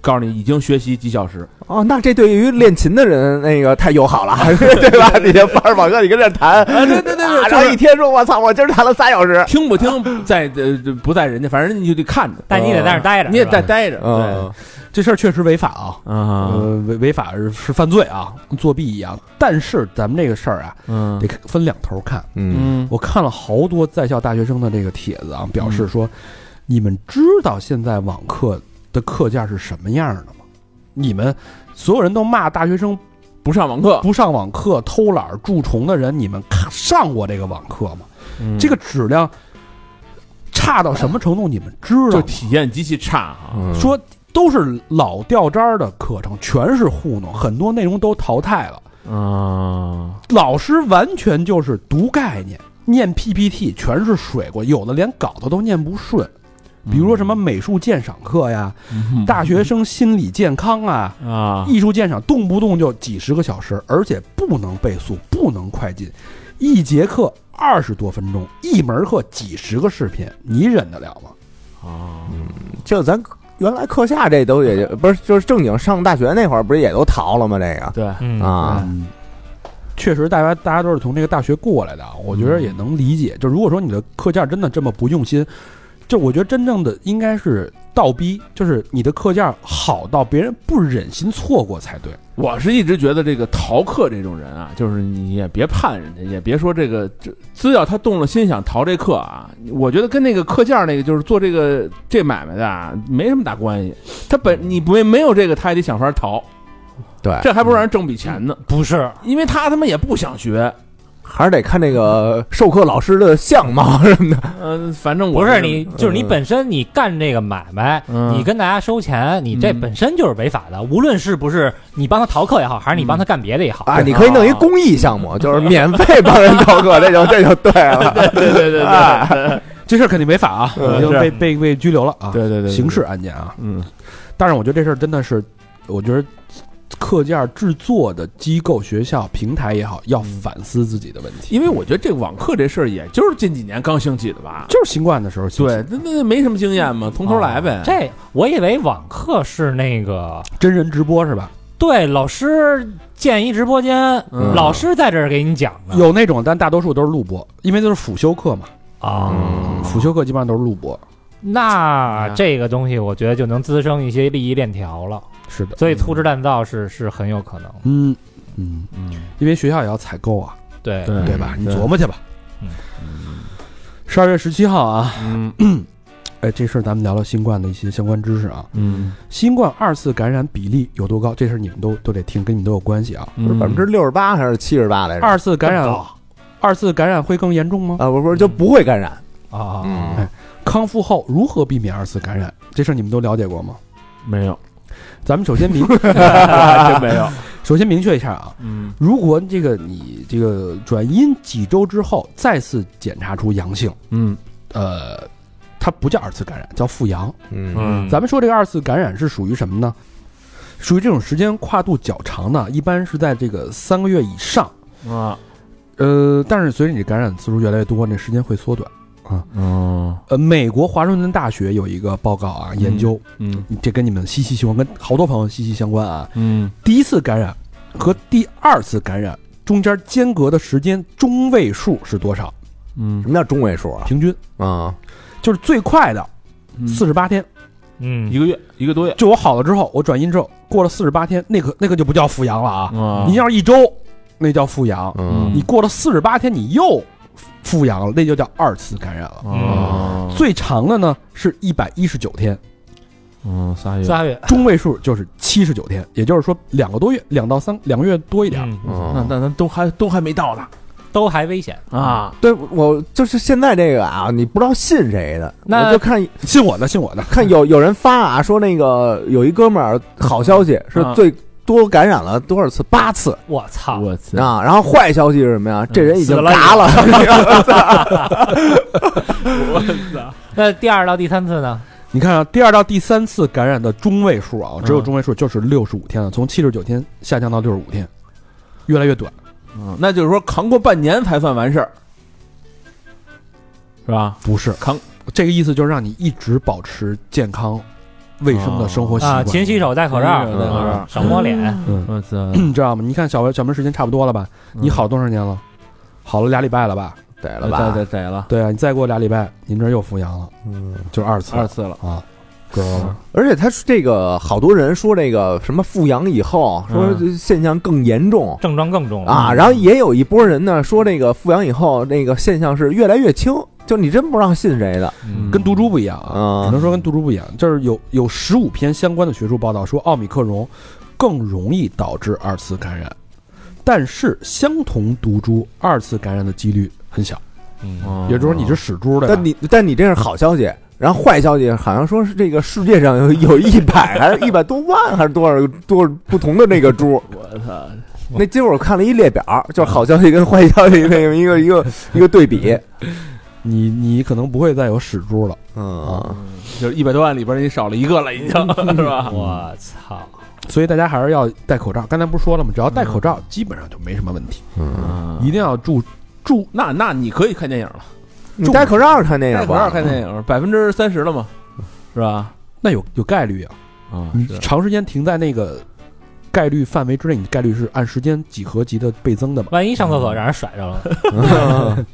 Speaker 5: 告诉你已经学习几 小时，
Speaker 3: 哦，那这对于练琴的人那个太友好了， 对吧？你这玩网课，你跟这弹，
Speaker 5: 啊，对对对对，
Speaker 3: 啊
Speaker 5: 就
Speaker 3: 然后
Speaker 5: 是
Speaker 3: 一天说，我操，我今儿弹了仨小时，
Speaker 5: 听不听在呃不在人家，反正你就得看着，
Speaker 4: 但你得在那儿待着，
Speaker 5: 你也
Speaker 4: 是吧
Speaker 5: 在待着，
Speaker 3: 嗯
Speaker 2: 这事儿确实违法啊，
Speaker 5: 对啊，
Speaker 2: 呃，违违法是是犯罪啊，跟作弊一样。但是咱们这个事儿啊，
Speaker 5: 嗯
Speaker 2: 得分两头看。
Speaker 3: 嗯
Speaker 5: 嗯
Speaker 2: 我看了好多在校大学生的这个帖子啊，表示说，你们知道现在网课的课价是什么样的吗？你们所有人都骂大学生
Speaker 5: 不上网课，
Speaker 2: 不上网课、偷懒儿、蛀虫的人，你们看上过这个网课吗？
Speaker 5: 嗯
Speaker 2: 这个质量差到什么程度？你们知道
Speaker 5: 嗯就
Speaker 2: 吗？
Speaker 5: 体验极其差啊，
Speaker 3: 嗯
Speaker 2: 说都是老掉渣儿的课程，全是糊弄，很多内容都淘汰了。嗯
Speaker 5: 啊，
Speaker 2: 老师完全就是读概念，念 PPT 全是水过，有的连稿子都念不顺。比如说什么美术鉴赏课呀、大学生心理健康啊、
Speaker 5: 啊，
Speaker 2: 艺术鉴赏，动不动就几十个小时，而且不能倍速，不能快进，一节课二十多分钟，一门课几十个视频，你忍得了吗？
Speaker 3: 这咱原来课下这都也就不是，就是正经上大学那会儿不是也都逃了吗？这个
Speaker 5: 对
Speaker 4: 嗯
Speaker 3: 啊，
Speaker 5: 嗯
Speaker 2: 确实，大家大家都是从这个大学过来的啊，
Speaker 5: 嗯
Speaker 2: 我觉得也能理解。就如果说你的课件真的这么不用心，就我觉得真正的应该是倒逼，就是你的课件好到别人不忍心错过才对。
Speaker 5: 我是一直觉得这个逃课这种人啊，就是你也别盼人家，也别说这个，这只要他动了心想逃这课啊，我觉得跟那个课件儿那个就是做这个这买卖的啊，没什么大关系。他本你不没有这个，他也得想法逃，
Speaker 3: 对，
Speaker 5: 这还不让人挣笔钱呢，
Speaker 4: 不是，
Speaker 5: 因为他他妈也不想学。
Speaker 3: 还是得看这个授课老师的相貌什么的。
Speaker 5: 嗯、反正我
Speaker 4: 不
Speaker 5: 这
Speaker 4: 是
Speaker 5: 么
Speaker 4: 你，
Speaker 3: 嗯
Speaker 4: 就是你本身你干这个买卖，
Speaker 5: 嗯
Speaker 4: 你跟大家收钱，你这
Speaker 5: 嗯
Speaker 4: 本身就是违法的。无论是不是你帮他逃课也好，还是你帮他干别的也好，
Speaker 3: 嗯啊，你可以弄一公益项目，就是免费帮人授课，这 就这就对了。
Speaker 5: 对对对对
Speaker 2: 这事儿肯定违法啊，
Speaker 5: 嗯
Speaker 2: 已经
Speaker 5: 是
Speaker 2: 被被被拘留了啊，
Speaker 5: 对对对，
Speaker 2: 刑事案件啊。
Speaker 5: 嗯
Speaker 2: 但是我觉得这事儿真的是，我觉得课件制作的机构、学校、平台也好，要反思自己的问题。
Speaker 5: 因为我觉得这网课这事儿，也就是近几年刚兴起的吧。
Speaker 2: 就是新冠的时候兴起，
Speaker 5: 对，那那那没什么经验嘛，从头来呗。
Speaker 4: 这我以为网课是那个
Speaker 2: 真人直播是吧？
Speaker 4: 对老师建一直播间，
Speaker 5: 嗯
Speaker 4: 老师在这儿给你讲
Speaker 3: 嗯
Speaker 4: 呢。
Speaker 2: 有那种，但大多数都是录播，因为都是辅修课嘛，
Speaker 4: 啊，
Speaker 2: 辅修课基本上都是录播。
Speaker 4: 那
Speaker 5: 嗯
Speaker 4: 这个东西我觉得就能滋生一些利益链条了，
Speaker 2: 是的，
Speaker 4: 所以粗制滥造是是很有可能的。
Speaker 2: 嗯嗯，
Speaker 5: 嗯，
Speaker 2: 因为学校也要采购啊，
Speaker 4: 对，
Speaker 5: 对
Speaker 2: 对吧？你
Speaker 5: 对
Speaker 2: 琢磨去吧
Speaker 4: 嗯。
Speaker 2: 十二月十七号啊，
Speaker 5: 嗯
Speaker 2: 哎，这事儿咱们聊聊新冠的一些相关知识啊。
Speaker 5: 嗯，
Speaker 2: 新冠二次感染比例有多高？这事儿你们都都得听，跟你们都有关系啊。
Speaker 5: 嗯
Speaker 3: 百分之六十八还是七十八来着？
Speaker 2: 二次感染
Speaker 4: 哎更高，嗯
Speaker 2: 二次感染会更严重吗？
Speaker 3: 啊，不不是就不会感染。
Speaker 4: 啊，
Speaker 3: 嗯
Speaker 2: 康复后如何避免二次感染？这事儿你们都了解过吗？
Speaker 5: 嗯没有，
Speaker 2: 咱们首先明
Speaker 5: 真没有。
Speaker 2: 首先明确一下啊，
Speaker 5: 嗯
Speaker 2: 如果这个你这个转阴几周之后再次检查出阳性，
Speaker 5: 嗯
Speaker 2: 呃，它不叫二次感染，叫复阳。
Speaker 3: 嗯
Speaker 5: 嗯，
Speaker 2: 咱们说这个二次感染是属于什么呢？属于这种时间跨度较长的，一般是在这个三个月以上。
Speaker 5: 们啊，
Speaker 2: 呃，但是随着你感染次数越来越多，那时间会缩短。
Speaker 5: 嗯
Speaker 2: 呃，美国华盛顿大学有一个报告啊，研究、
Speaker 5: 嗯
Speaker 2: 这跟你们息息相关，跟好多朋友息息相关啊。
Speaker 5: 嗯
Speaker 2: 第一次感染和第二次感染中间间隔的时间中位数是多少？
Speaker 5: 嗯
Speaker 3: 什么叫中位数啊？
Speaker 2: 平均
Speaker 3: 啊，
Speaker 2: 就是最快的
Speaker 5: 嗯
Speaker 2: 四十八天，
Speaker 4: 嗯
Speaker 5: 一，个月，一个多月
Speaker 2: 就我好了之后，我转阴之后过了四十八天，那个那个就不叫复阳了啊。
Speaker 5: 啊
Speaker 2: 你要是一周，那叫复阳；
Speaker 3: 嗯
Speaker 2: 你过了四十八天，你又复阳了，那就叫二次感染了。
Speaker 5: 啊，
Speaker 2: 最长的呢是一百一十九天，
Speaker 5: 嗯仨月，
Speaker 4: 仨月
Speaker 2: 中位数就是七十九天，也就是说两个多月，两到三两个月多一点。
Speaker 4: 嗯
Speaker 5: 那
Speaker 3: 嗯，
Speaker 5: 那咱都还都还没到呢
Speaker 4: 都还危险。
Speaker 5: 啊，
Speaker 3: 对我就是现在这个啊，你不知道信谁的，
Speaker 4: 那
Speaker 3: 我就看
Speaker 2: 信我的，信我的。
Speaker 3: 看有有人发啊，说那个有一哥们儿好消息是
Speaker 5: 啊
Speaker 3: 最多感染了多少次？八次
Speaker 4: 我操，
Speaker 5: 我操，
Speaker 3: 啊！然后坏消息是什么呀？这人已经
Speaker 4: 死了
Speaker 3: 嘎了，
Speaker 4: 那第二到第三次呢？
Speaker 2: 你看啊，第二到第三次感染的中位数啊，
Speaker 4: 嗯
Speaker 2: 只有中位数就是六十五天了，从七十九天下降到六十五天，越来越短。
Speaker 5: 嗯那就是说扛过半年才算完事儿，是吧？
Speaker 2: 不是
Speaker 5: 康，
Speaker 2: 这个意思就是让你一直保持健康、卫生的生活习惯，
Speaker 4: 啊，勤洗手，戴口
Speaker 5: 勤
Speaker 4: 罩，
Speaker 5: 洗手戴口罩
Speaker 4: 少摸脸。
Speaker 2: 嗯，
Speaker 5: 我操，
Speaker 2: 你知道吗？你看小文小文时间差不多了吧？你好多长时间了？好了俩礼拜了吧？
Speaker 3: 对了
Speaker 5: 了
Speaker 3: 吧？
Speaker 5: 逮逮逮了
Speaker 2: 对啊，你再过俩礼拜，您这儿又复阳了，
Speaker 3: 嗯，
Speaker 2: 就是二次
Speaker 5: 二次了，
Speaker 2: 啊，知道吗？
Speaker 3: 而且他说这个好多人说这个什么复阳以后，说
Speaker 5: 嗯
Speaker 3: 这现象更严重。
Speaker 4: 症状更重了
Speaker 3: 啊，！然后也有一波人呢说，这个复阳以后，那个现象是越来越轻，就你真不知道信谁的。
Speaker 5: 嗯
Speaker 2: 跟毒株不一样啊，
Speaker 3: 嗯
Speaker 2: 只能说跟毒株不一样，就是有有十五篇相关的学术报道说奥密克戎更容易导致二次感染，但是相同毒株二次感染的几率很小，
Speaker 5: 哦
Speaker 2: 也就是说你是死株的，
Speaker 3: 但你但你这是好消息，然后坏消息好像说是这个世界上有有一百还是一百多万还是多少多少不同的那个猪。
Speaker 5: 我操，
Speaker 3: 那今儿我看了一列表，就是好消息跟坏消息那个一个一个一个对比。
Speaker 2: 你你可能不会再有死株了，
Speaker 3: 嗯，
Speaker 5: 就是一百多万里边你少了一个了，已经是吧？
Speaker 4: 我操，
Speaker 2: 所以大家还是要戴口罩。刚才不是说了吗？只要戴口罩，基本上就没什么问题，
Speaker 5: 嗯
Speaker 2: 一定要注
Speaker 5: 住那那你可以看电影了，
Speaker 3: 你戴口罩看电影吧，
Speaker 5: 戴口 罩看电影，百分之三十了嘛，是吧？
Speaker 2: 那有有概率啊，
Speaker 5: 啊
Speaker 2: 你
Speaker 5: 是
Speaker 2: 长时间停在那个概率范围之内，你概率是按时间几何级的倍增的嘛？
Speaker 4: 万一上厕所让人甩着了，
Speaker 3: 嗯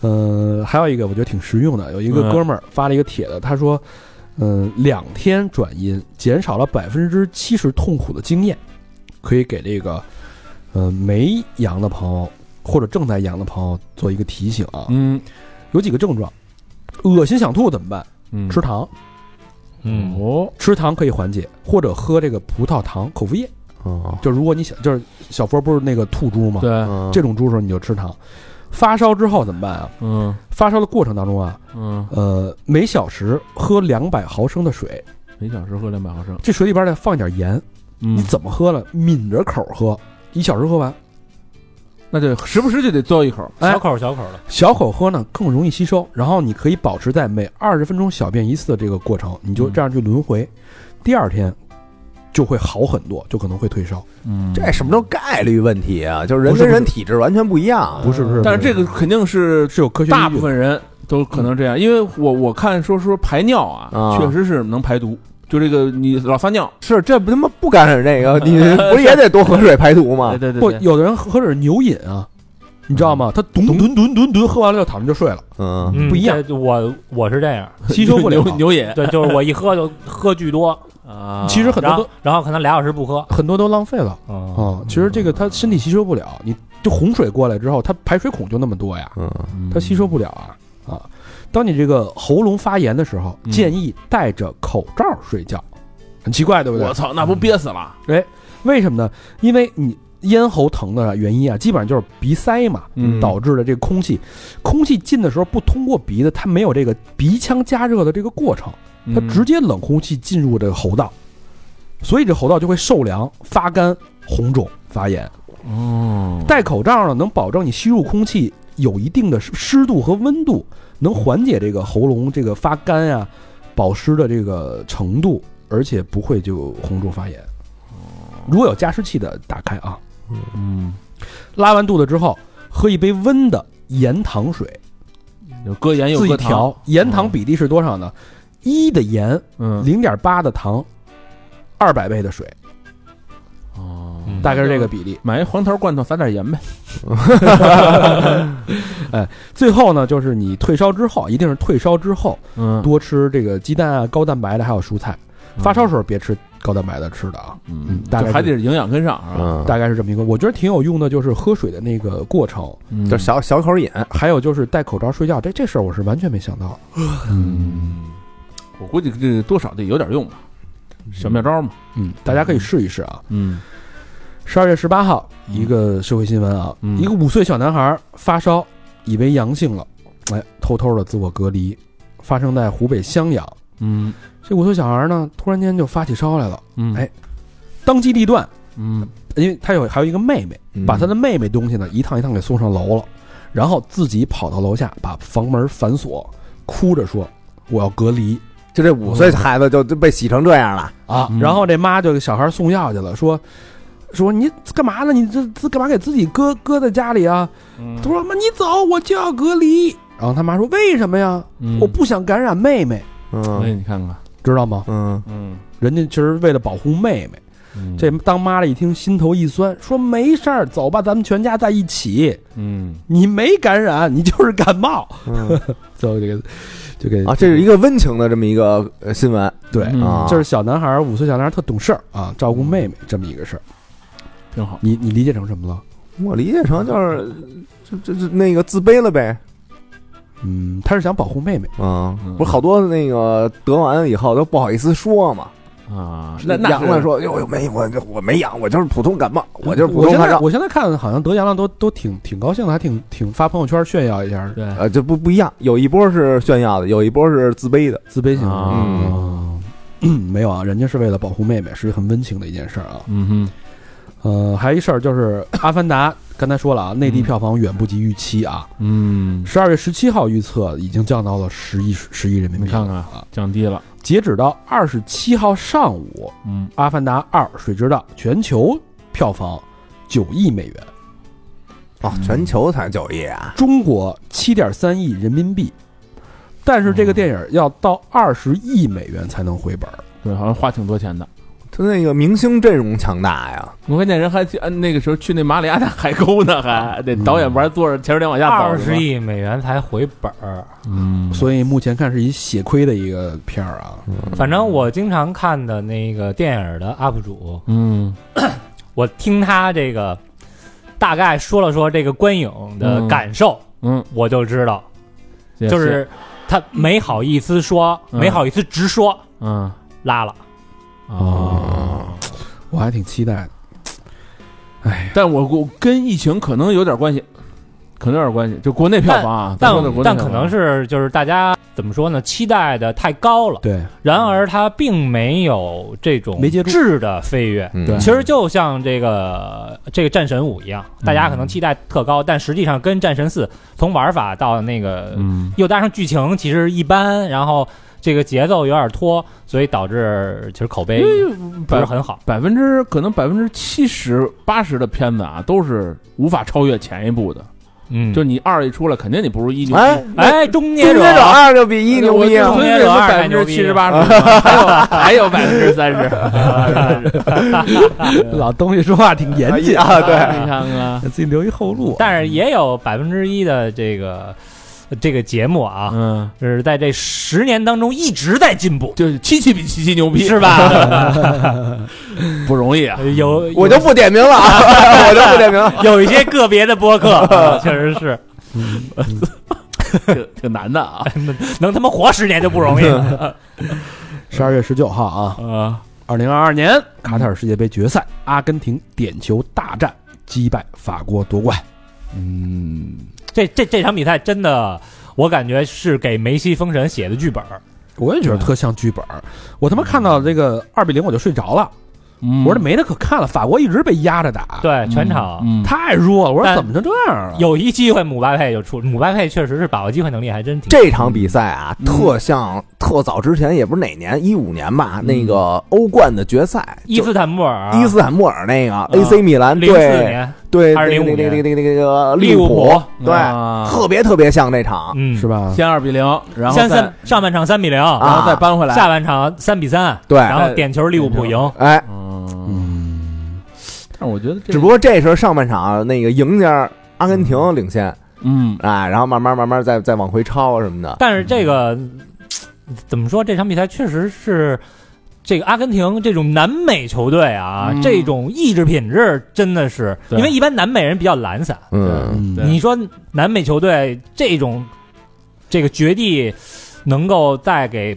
Speaker 2: 呃，还有一个我觉得挺实用的，有一个
Speaker 5: 嗯
Speaker 2: 哥们儿发了一个帖子，他说，嗯、两天转阴减少了百分之七十痛苦的经验，可以给这个，呃，没阳的朋友或者正在阳的朋友做一个提醒啊。
Speaker 5: 嗯
Speaker 2: 有几个症状，恶心想吐怎么办？
Speaker 5: 嗯
Speaker 2: 吃糖，
Speaker 4: 嗯，
Speaker 5: 哦，
Speaker 2: 吃糖可以缓解，或者喝这个葡萄糖口服液。
Speaker 3: 哦，
Speaker 2: 就如果你想，就是小佛不是那个吐珠吗？
Speaker 5: 对，
Speaker 3: 嗯
Speaker 2: 这种猪的时候你就吃糖。发烧之后怎么办啊？
Speaker 5: 嗯
Speaker 2: 发烧的过程当中啊，
Speaker 5: 嗯，
Speaker 2: 呃，每小时喝两百毫升的水，
Speaker 5: 每小时喝两百毫升，
Speaker 2: 这水里边再放一点盐。你
Speaker 5: 嗯，
Speaker 2: 怎么喝呢？抿着口喝，一小时喝完。
Speaker 5: 那就时不时就得嘬一口，
Speaker 2: 哎
Speaker 4: 小口小口的，
Speaker 2: 小口喝呢更容易吸收，然后你可以保持在每二十分钟小便一次的这个过程，你
Speaker 5: 嗯
Speaker 2: 就这样去轮回，第二天就会好很多，就可能会退烧。
Speaker 5: 嗯
Speaker 3: 这什么都是概率问题啊，就是人
Speaker 2: 不是
Speaker 3: 跟人
Speaker 2: 不
Speaker 3: 体质完全不
Speaker 1: 嗯
Speaker 3: 一样，
Speaker 2: 不是不是，
Speaker 5: 但是这个肯定是
Speaker 2: 是有科学依据的
Speaker 5: 大部分人都可能这样，因为我我看说说排尿啊
Speaker 3: 啊，
Speaker 5: 确实是能排毒，就这个你老撒尿，
Speaker 3: 是这不他妈不干扰这个，你不是也得多喝水排毒吗
Speaker 5: 对？对对
Speaker 2: 不，
Speaker 5: 对，
Speaker 2: 有的人喝点牛饮啊，你知道吗？他咚
Speaker 5: 嗯
Speaker 2: 咚咚咚咚喝完了就躺着就睡了，
Speaker 3: 嗯，
Speaker 4: 嗯
Speaker 2: 不一样。
Speaker 4: 这我我是这样，
Speaker 2: 吸收不了。
Speaker 5: 牛牛眼
Speaker 4: 对，就是我一喝就 喝巨多，
Speaker 5: 啊
Speaker 2: 其实很多
Speaker 4: 然后
Speaker 2: 都
Speaker 4: 然后可能俩小时不喝，
Speaker 2: 很多都浪费了
Speaker 4: 嗯，
Speaker 5: 哦
Speaker 2: 啊。其实这个他身体吸收不了，你就洪水过来之后，它排水孔就那么多呀，
Speaker 3: 嗯，
Speaker 2: 它吸收不了啊啊。当你这个喉咙发炎的时候，
Speaker 5: 嗯
Speaker 2: 建议戴着口罩睡觉，很奇怪，对不对
Speaker 5: 我？操，那不嗯憋死了？
Speaker 2: 为什么呢？因为你咽喉疼的原因啊，基本上就是鼻塞嘛，
Speaker 5: 嗯
Speaker 2: 导致的这个空气，空气进的时候不通过鼻子，它没有这个鼻腔加热的这个过程，
Speaker 5: 嗯
Speaker 2: 它直接冷空气进入这个喉道，所以这喉道就会受凉、发干、红肿、发炎。
Speaker 5: 哦，
Speaker 2: 戴口罩呢，能保证你吸入空气有一定的湿湿度和温度，能缓解这个喉咙这个发干呀、保湿的这个程度，而且不会就红肿发炎。如果有加湿器的，打开啊。
Speaker 5: 嗯，
Speaker 2: 拉完肚子之后，喝一杯温的盐糖水，
Speaker 5: 有搁盐有
Speaker 2: 自己
Speaker 5: 哎搁糖，
Speaker 2: 调。盐糖比例是多少呢？一的盐，
Speaker 5: 嗯，
Speaker 2: 零点八的糖，二百倍的水，
Speaker 5: 哦
Speaker 4: 嗯
Speaker 2: 大概是这个比例。
Speaker 5: 买一黄桃罐头，撒点盐呗。
Speaker 2: 哎最后呢，就是你退烧之后，一定是退烧之后
Speaker 5: 嗯
Speaker 2: 多吃这个鸡蛋啊、高蛋白的，还有蔬菜。发烧时候别吃高蛋白的吃的啊，
Speaker 5: 嗯，
Speaker 2: 大概
Speaker 5: 就是还得是营养跟上啊是吧？
Speaker 3: 嗯，
Speaker 2: 大概是这么一个。我觉得挺有用的，就是喝水的那个过程，
Speaker 5: 嗯
Speaker 3: 就小小口饮，
Speaker 2: 还有就是戴口罩睡觉，这这事儿我是完全没想到。
Speaker 5: 嗯，我估计这多少得有点用吧，小妙招嘛。
Speaker 2: 嗯，大家可以试一试啊。
Speaker 5: 嗯
Speaker 2: 十二月十八号，
Speaker 5: 嗯
Speaker 2: 一个社会新闻啊，
Speaker 5: 嗯
Speaker 2: 一个五岁小男孩发烧，以为阳性了，哎，偷偷的自我隔离，发生在湖北襄阳。
Speaker 5: 嗯
Speaker 2: 这五岁小孩呢，突然间就发起烧来了，
Speaker 5: 嗯，
Speaker 2: 哎当机立断，
Speaker 5: 嗯
Speaker 2: 因为他有还有一个妹妹，把
Speaker 3: 嗯
Speaker 2: 他的妹妹东西呢一趟一趟给送上楼了，然后自己跑到楼下把房门反锁，哭着说我要隔离
Speaker 3: 就这五岁孩子就就被洗成这样了，
Speaker 2: 啊
Speaker 5: 嗯。
Speaker 2: 然后这妈就给小孩送药去了，说说你干嘛呢？你这这干嘛给自己搁搁在家里啊？
Speaker 5: 嗯
Speaker 2: 他说：“妈，你走，我就要隔离。”然后他妈说：“为什么呀？我不想感染妹妹，
Speaker 5: 嗯哎，
Speaker 3: 嗯
Speaker 5: 你看看，
Speaker 2: 知道吗？
Speaker 3: 嗯，
Speaker 5: 嗯，
Speaker 2: 人家其实为了保护妹妹。这当妈的一听，心头一酸，说：‘没事儿，走吧，咱们全家在一起。
Speaker 5: 嗯
Speaker 2: 你没感染，你就是感冒。
Speaker 3: 嗯’
Speaker 2: 最后这个就给
Speaker 3: 啊，这是一个温情的这么一个呃新闻
Speaker 2: 对，
Speaker 5: 嗯
Speaker 3: 啊，
Speaker 2: 就是小男孩儿五岁小男孩儿特懂事儿啊，照顾妹妹这么一个事儿。
Speaker 5: 挺好。
Speaker 2: 你你理解成什么了？
Speaker 3: 我理解成就是就就就那个自卑了呗，
Speaker 2: 嗯，他是想保护妹妹。
Speaker 3: 嗯
Speaker 5: 嗯，
Speaker 3: 不是好多那个得完以后都不好意思说嘛，
Speaker 5: 啊，那那
Speaker 3: 阳了
Speaker 5: 是
Speaker 3: 说哟没我我没阳，我就是普通感冒，我就是普
Speaker 2: 我
Speaker 3: 通
Speaker 2: 现
Speaker 3: 发
Speaker 2: 在
Speaker 3: 烧，
Speaker 2: 我现在看好像得阳了都都挺挺高兴的，还挺挺发朋友圈炫耀一下
Speaker 5: 对
Speaker 3: 呃，这不不一样，有一波是炫耀的，有一波是自卑的，
Speaker 2: 自卑型的。
Speaker 5: 啊，
Speaker 2: 哦，没有啊，人家是为了保护妹妹，是很温情的一件事儿啊。
Speaker 5: 嗯哼，
Speaker 2: 呃，还有一事儿就是《阿凡达》，刚才说了啊，
Speaker 3: 嗯
Speaker 2: 内地票房远不及预期啊，
Speaker 5: 嗯，
Speaker 2: 十二月十七号预测已经降到了十亿十亿人民币。
Speaker 5: 你看看
Speaker 2: 啊，
Speaker 5: 降低了。
Speaker 2: 截止到二十七号上午，
Speaker 5: 嗯
Speaker 2: 《阿凡达二：水之道》全球票房九亿美元，
Speaker 3: 哦，全球才九亿啊！
Speaker 1: 中国七点三亿人民币，但是这个电影要到二十亿美元才能回本儿。
Speaker 5: 对，好像花挺多钱的。
Speaker 3: 他那个明星阵容强大呀，
Speaker 5: 我看那人还去，嗯，那个时候去那马里亚纳海沟呢，还那导演不还坐着前两往下走
Speaker 4: 二
Speaker 5: 呢吗
Speaker 4: 十，亿美元才回本儿。
Speaker 5: 嗯，
Speaker 1: 所以目前看是一血亏的一个片儿啊。
Speaker 4: 反正我经常看的那个电影的 UP 主，
Speaker 5: 嗯，
Speaker 4: 我听他这个大概说了说这个观影的感受，
Speaker 5: 嗯，
Speaker 4: 我就知道，
Speaker 5: 也
Speaker 4: 就是他没好意思说，
Speaker 5: 嗯
Speaker 4: 没好意思直说，
Speaker 5: 嗯
Speaker 4: 拉了。
Speaker 5: 啊，
Speaker 1: 我还挺期待的。哎，
Speaker 5: 但我我跟疫情可能有点关系，可能有点关系，就国内票房啊，
Speaker 4: 但
Speaker 5: 咱说的国内
Speaker 4: 但
Speaker 5: 票
Speaker 4: 可
Speaker 5: 房
Speaker 4: 能是就是大家怎么说呢？期待的太高了，
Speaker 1: 对，
Speaker 4: 然而它并没有这种
Speaker 1: 没接住
Speaker 4: 质的飞跃。
Speaker 3: 嗯
Speaker 5: 对
Speaker 4: 其实就像这个这个战神五一样，大家可
Speaker 5: 嗯
Speaker 4: 能期待特高，但实际上跟战神四从玩法到那个
Speaker 5: 嗯
Speaker 4: 又搭上剧情，其实一般，然后这个节奏有点拖，所以导致其实口碑不是
Speaker 5: 百
Speaker 4: 很好。
Speaker 5: 百分之可能百分之七十八十的片子啊，都是无法超越前一部的，
Speaker 4: 嗯，
Speaker 5: 就你二一出来，肯定你不如一就
Speaker 3: 哎，
Speaker 4: 哎，终结
Speaker 3: 终
Speaker 4: 者
Speaker 3: 结者二就比一牛逼啊！
Speaker 4: 我
Speaker 5: 中
Speaker 4: 中
Speaker 5: 间
Speaker 4: 间
Speaker 5: 有
Speaker 4: 有
Speaker 5: 百
Speaker 4: 二
Speaker 5: 分
Speaker 4: 太
Speaker 5: 之
Speaker 4: 牛
Speaker 5: 七
Speaker 4: 逼啊
Speaker 5: 十
Speaker 4: 了
Speaker 5: 八十，还有还有百分之三 十，啊
Speaker 1: 老东西说话挺严谨，
Speaker 3: 啊，对，
Speaker 5: 你看看，
Speaker 1: 给自己留一后
Speaker 2: 啊
Speaker 1: 路。
Speaker 4: 但是也有百分之一的这个这个节目啊，
Speaker 5: 嗯，
Speaker 4: 是在这十年当中一直在进步，
Speaker 5: 就是七七比七七牛逼
Speaker 4: 是？吧？ 哎
Speaker 5: 不容易啊，
Speaker 4: 有
Speaker 3: 我就不点名了 啊，我就不点名了。
Speaker 4: 有一些个别的 播客，啊确实是
Speaker 5: 挺挺难的啊。
Speaker 4: 能他妈活十年就 不容易了。
Speaker 1: 十二月十九号啊，
Speaker 5: 啊，
Speaker 1: 二零二二年卡塔尔世界杯决赛，阿根廷点球大战击败法国夺冠。
Speaker 5: 嗯，
Speaker 4: 这这这场比赛真的，我感觉是给梅西封神写的剧本儿。
Speaker 1: 我也觉得特像剧本儿，我他妈看到这个二比零我就睡着了，
Speaker 5: 我
Speaker 2: 嗯
Speaker 1: 我说这没得可看了，法国一直被压着打，
Speaker 4: 对，全场、
Speaker 5: 嗯，
Speaker 1: 太弱了，我说
Speaker 4: 但
Speaker 1: 怎么就这样啊？
Speaker 4: 有一机会，姆巴佩就出，姆巴佩确实是把握机会能力还真挺。
Speaker 3: 这场比赛啊，
Speaker 5: 嗯
Speaker 3: 特像特早之前，也不是哪年，一五年吧，那个欧冠的决赛，
Speaker 4: 伊斯坦布尔，啊
Speaker 3: 伊斯坦布尔那个 AC 米兰
Speaker 4: 零四
Speaker 3: 对
Speaker 4: 年，
Speaker 3: 对
Speaker 4: 还是
Speaker 3: 那个那
Speaker 4: 05年
Speaker 3: 个那个那个那个
Speaker 4: 利
Speaker 3: 物
Speaker 4: 物浦，
Speaker 3: 对，
Speaker 5: 啊
Speaker 3: 特别特别像那场，
Speaker 4: 嗯，
Speaker 1: 是？吧？
Speaker 5: 先二比零，然后
Speaker 4: 先
Speaker 5: 再
Speaker 4: 三上半场三比零、
Speaker 5: 然后再扳回来，
Speaker 4: 下半场三比三，
Speaker 3: 啊对，
Speaker 4: 然后点球利物浦赢。
Speaker 3: 哎，
Speaker 5: 嗯，
Speaker 1: 嗯，
Speaker 5: 但是我觉得这
Speaker 3: 只不过这时候上半场那个赢家阿根廷领先，
Speaker 5: 嗯，
Speaker 3: 哎，然后慢慢慢慢再再往回超什么的，
Speaker 4: 但是这个怎么说？这场比赛确实是这个阿根廷这种南美球队啊，
Speaker 5: 嗯
Speaker 4: 这种意志品质真的是，
Speaker 5: 对
Speaker 4: 因为一般南美人比较懒散，
Speaker 3: 嗯，
Speaker 1: 嗯
Speaker 5: 对
Speaker 4: 你说南美球队这种这个绝地能够再给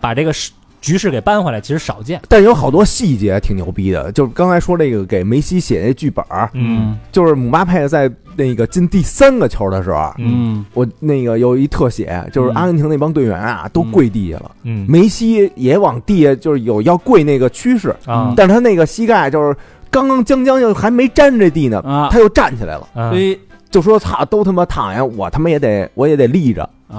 Speaker 4: 把这个势局势给扳回来，其实少见。
Speaker 3: 但有好多细节挺牛逼的，就是刚才说这个给梅西写那剧本儿，
Speaker 4: 嗯
Speaker 3: 就是姆巴佩在那个进第三个球的时候，
Speaker 4: 嗯
Speaker 5: 嗯
Speaker 3: 我那个有一特写，就是阿根廷那帮队员啊都跪地下了，
Speaker 4: 嗯
Speaker 3: 梅西也往地下就是有要跪那个趋势，
Speaker 4: 啊
Speaker 3: 但是他那个膝盖就是刚刚将将就还没沾这地呢，
Speaker 4: 嗯
Speaker 5: 啊，
Speaker 3: 他又站起来了，
Speaker 4: 啊
Speaker 5: 所以
Speaker 3: 就说操，都他妈躺下，我他妈也得我也得立着，
Speaker 5: 啊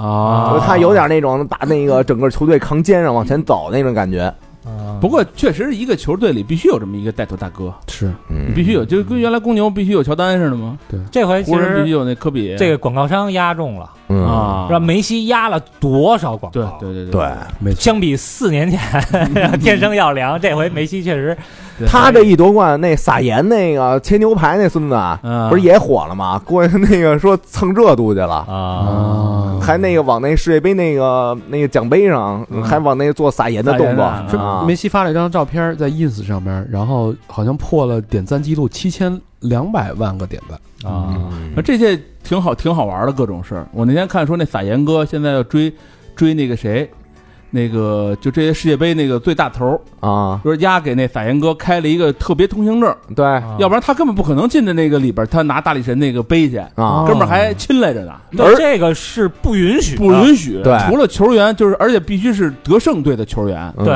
Speaker 4: 啊
Speaker 3: 他有点那种把那个整个球队扛肩上往前走那种感觉，
Speaker 4: 啊
Speaker 5: 不过确实一个球队里必须有这么一个带头大哥，
Speaker 1: 是
Speaker 3: 嗯
Speaker 5: 你必须有，就跟原来公牛必须有乔丹似的吗？
Speaker 4: 这回其
Speaker 5: 湖人必须
Speaker 4: 实
Speaker 5: 有那科比，
Speaker 4: 这个广告商压中了，
Speaker 3: 嗯，
Speaker 5: 啊，
Speaker 4: 让梅西压了多少广告？
Speaker 5: 对对对
Speaker 3: 对。
Speaker 1: 没错，
Speaker 4: 相比四年前， 天生要凉，这回梅西确实
Speaker 5: 对
Speaker 3: 他这一夺冠，那撒盐那个切牛排那孙子啊，
Speaker 5: 嗯
Speaker 3: 不是也火了吗？过去那个说蹭热度去了，
Speaker 4: 啊，
Speaker 3: 还那个往那世界杯那个那个奖杯上，还往那做撒盐的动作
Speaker 5: 撒盐
Speaker 1: 是
Speaker 3: 啊。
Speaker 1: 梅西发了一张照片在 ins 上面，然后好像破了点赞记录，七千两百万个点赞。
Speaker 5: 啊，
Speaker 3: 嗯
Speaker 5: 那这些挺好，挺好玩的各种事儿。我那天看说那撒盐哥现在要追追那个谁，那个就这些世界杯那个最大头儿，
Speaker 3: 啊，
Speaker 5: 就是丫给那撒盐哥开了一个特别通行证，
Speaker 3: 对啊
Speaker 4: 啊
Speaker 5: 要不然他根本不可能进的那个里边儿，他拿大力神那个杯去，
Speaker 3: 啊
Speaker 5: 哥们儿还亲来着呢，
Speaker 4: 对这个是不允许的，
Speaker 5: 不允许。
Speaker 3: 对
Speaker 5: 除了球员，就是而且必须是得胜队的球员
Speaker 3: 嗯
Speaker 4: 对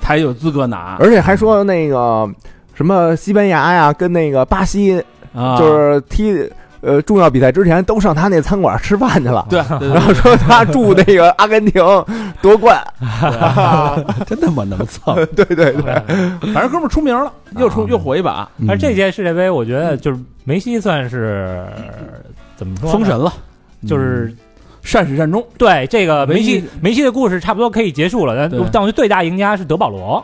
Speaker 5: 才有资格拿，
Speaker 3: 而且还说那个什么西班牙呀，跟那个巴西
Speaker 5: 啊
Speaker 3: 就是踢呃重要比赛之前都上他那餐馆吃饭去了。
Speaker 5: 对，对对
Speaker 3: 然后 说他祝那个阿根廷夺冠，
Speaker 1: 真他妈能蹭！
Speaker 3: 对对对，
Speaker 5: 反正哥们儿出名了，又出又火一把。
Speaker 2: 嗯
Speaker 4: 而这届世界杯，我觉得就是梅西算是怎么说呢？
Speaker 2: 封神了，
Speaker 4: 就是
Speaker 5: 善始善终，
Speaker 4: 对这个梅
Speaker 5: 梅
Speaker 4: 西
Speaker 5: 西
Speaker 4: 梅西的故事差不多可以结束了，
Speaker 5: 对
Speaker 4: 但但我觉得最大赢家是德保罗。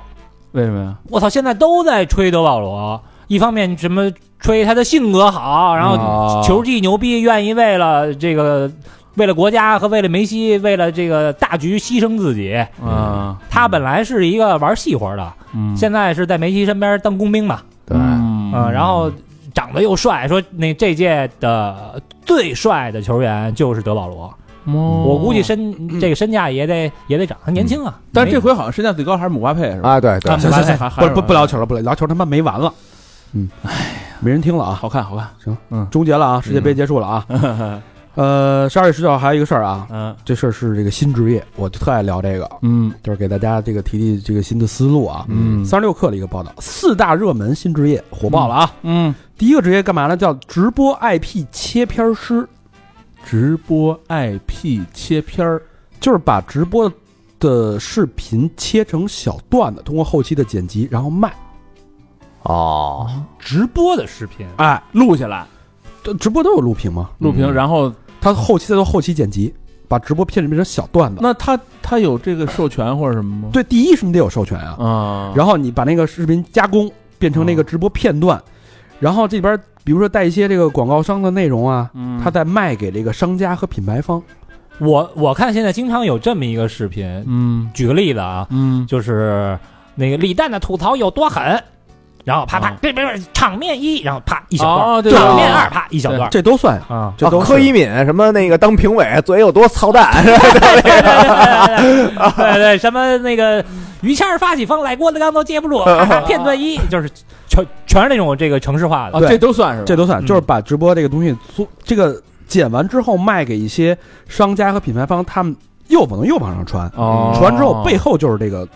Speaker 5: 为什么呀？
Speaker 4: 我操，现在都在吹德保罗，一方面什么吹他的性格好，然后
Speaker 5: 啊
Speaker 3: 后
Speaker 4: 球技牛逼，愿意为了这个。为了国家和为了梅西，为了这个大局牺牲自己，
Speaker 5: 啊，
Speaker 4: 他本来是一个玩细活的，
Speaker 5: 嗯
Speaker 4: 现在是在梅西身边当工兵嘛，
Speaker 3: 对，
Speaker 5: 嗯
Speaker 4: 嗯，然后长得又帅，说那这届的最帅的球员就是德保罗，我
Speaker 2: 嗯
Speaker 5: 我
Speaker 4: 估计身这个身价也得也得涨，他年轻啊，
Speaker 5: 嗯但是
Speaker 4: 没
Speaker 5: 这回好像身价最高还是姆巴佩是吧？
Speaker 3: 啊，对对
Speaker 4: 啊，
Speaker 2: 行行行，
Speaker 5: 还
Speaker 2: 不不不聊球了，不聊聊球，他妈没完了。嗯，哎，没人听了啊，
Speaker 5: 好看好看，
Speaker 2: 终结了
Speaker 5: 嗯
Speaker 2: 啊，世界杯结束了 啊。呃，十二月十九号还有一个事儿啊，
Speaker 5: 嗯
Speaker 2: 这事儿是这个新职业，我就特爱聊这个，
Speaker 5: 嗯
Speaker 2: 就是给大家这个提提这个新的思路啊。
Speaker 5: 嗯
Speaker 2: 三十六氪的一个报道，四大热门新职业火爆了啊。
Speaker 5: 嗯，
Speaker 2: 第一个职业干嘛呢？叫直播 IP 切片儿师，
Speaker 5: 直播 IP 切片儿，
Speaker 2: 就是把直播的视频切成小段子，通过后期的剪辑然后卖。
Speaker 3: 哦，
Speaker 4: 直播的视频，
Speaker 2: 哎，
Speaker 5: 录下来，
Speaker 2: 这直播都有录屏吗？
Speaker 5: 录屏，
Speaker 3: 嗯
Speaker 5: 然后
Speaker 2: 他后期再做后期剪辑，把直播片变成小段子。
Speaker 5: 那他他有这个授权或者什么吗？
Speaker 2: 对，第一是你得有授权啊，
Speaker 4: 嗯
Speaker 5: 啊，
Speaker 2: 然后你把那个视频加工变成那个直播片段，然后这边比如说带一些这个广告商的内容啊，
Speaker 4: 嗯
Speaker 5: 后
Speaker 2: 他再卖给这个商家和品牌方。
Speaker 4: 我我看现在经常有这么一个视频，
Speaker 5: 嗯
Speaker 4: 举个例子啊，
Speaker 5: 嗯
Speaker 4: 就是那个李诞的吐槽有多狠，然后啪啪
Speaker 5: 啊
Speaker 4: 别别别，场面一，然后啪一小段，
Speaker 5: 哦对
Speaker 4: 场面
Speaker 3: 对
Speaker 4: 二啪一小段
Speaker 2: 这都算呀，
Speaker 4: 啊，
Speaker 2: 这
Speaker 3: 啊
Speaker 2: 都是
Speaker 3: 柯以敏什么那个当评委嘴有多操蛋，
Speaker 4: 对 对对对对对，什么那个于谦儿发起风来，郭德纲都接不住，哈哈片段一就是全全是那种这个城市
Speaker 5: 啊，
Speaker 4: 化的，
Speaker 2: 对
Speaker 5: 这都算是吧
Speaker 2: 这都算，
Speaker 4: 嗯
Speaker 2: 就是把直播这个东西做这个剪完之后卖给一些商家和品牌方，他们又不能又往上传，
Speaker 5: 哦，
Speaker 2: 传完之后背后就是这个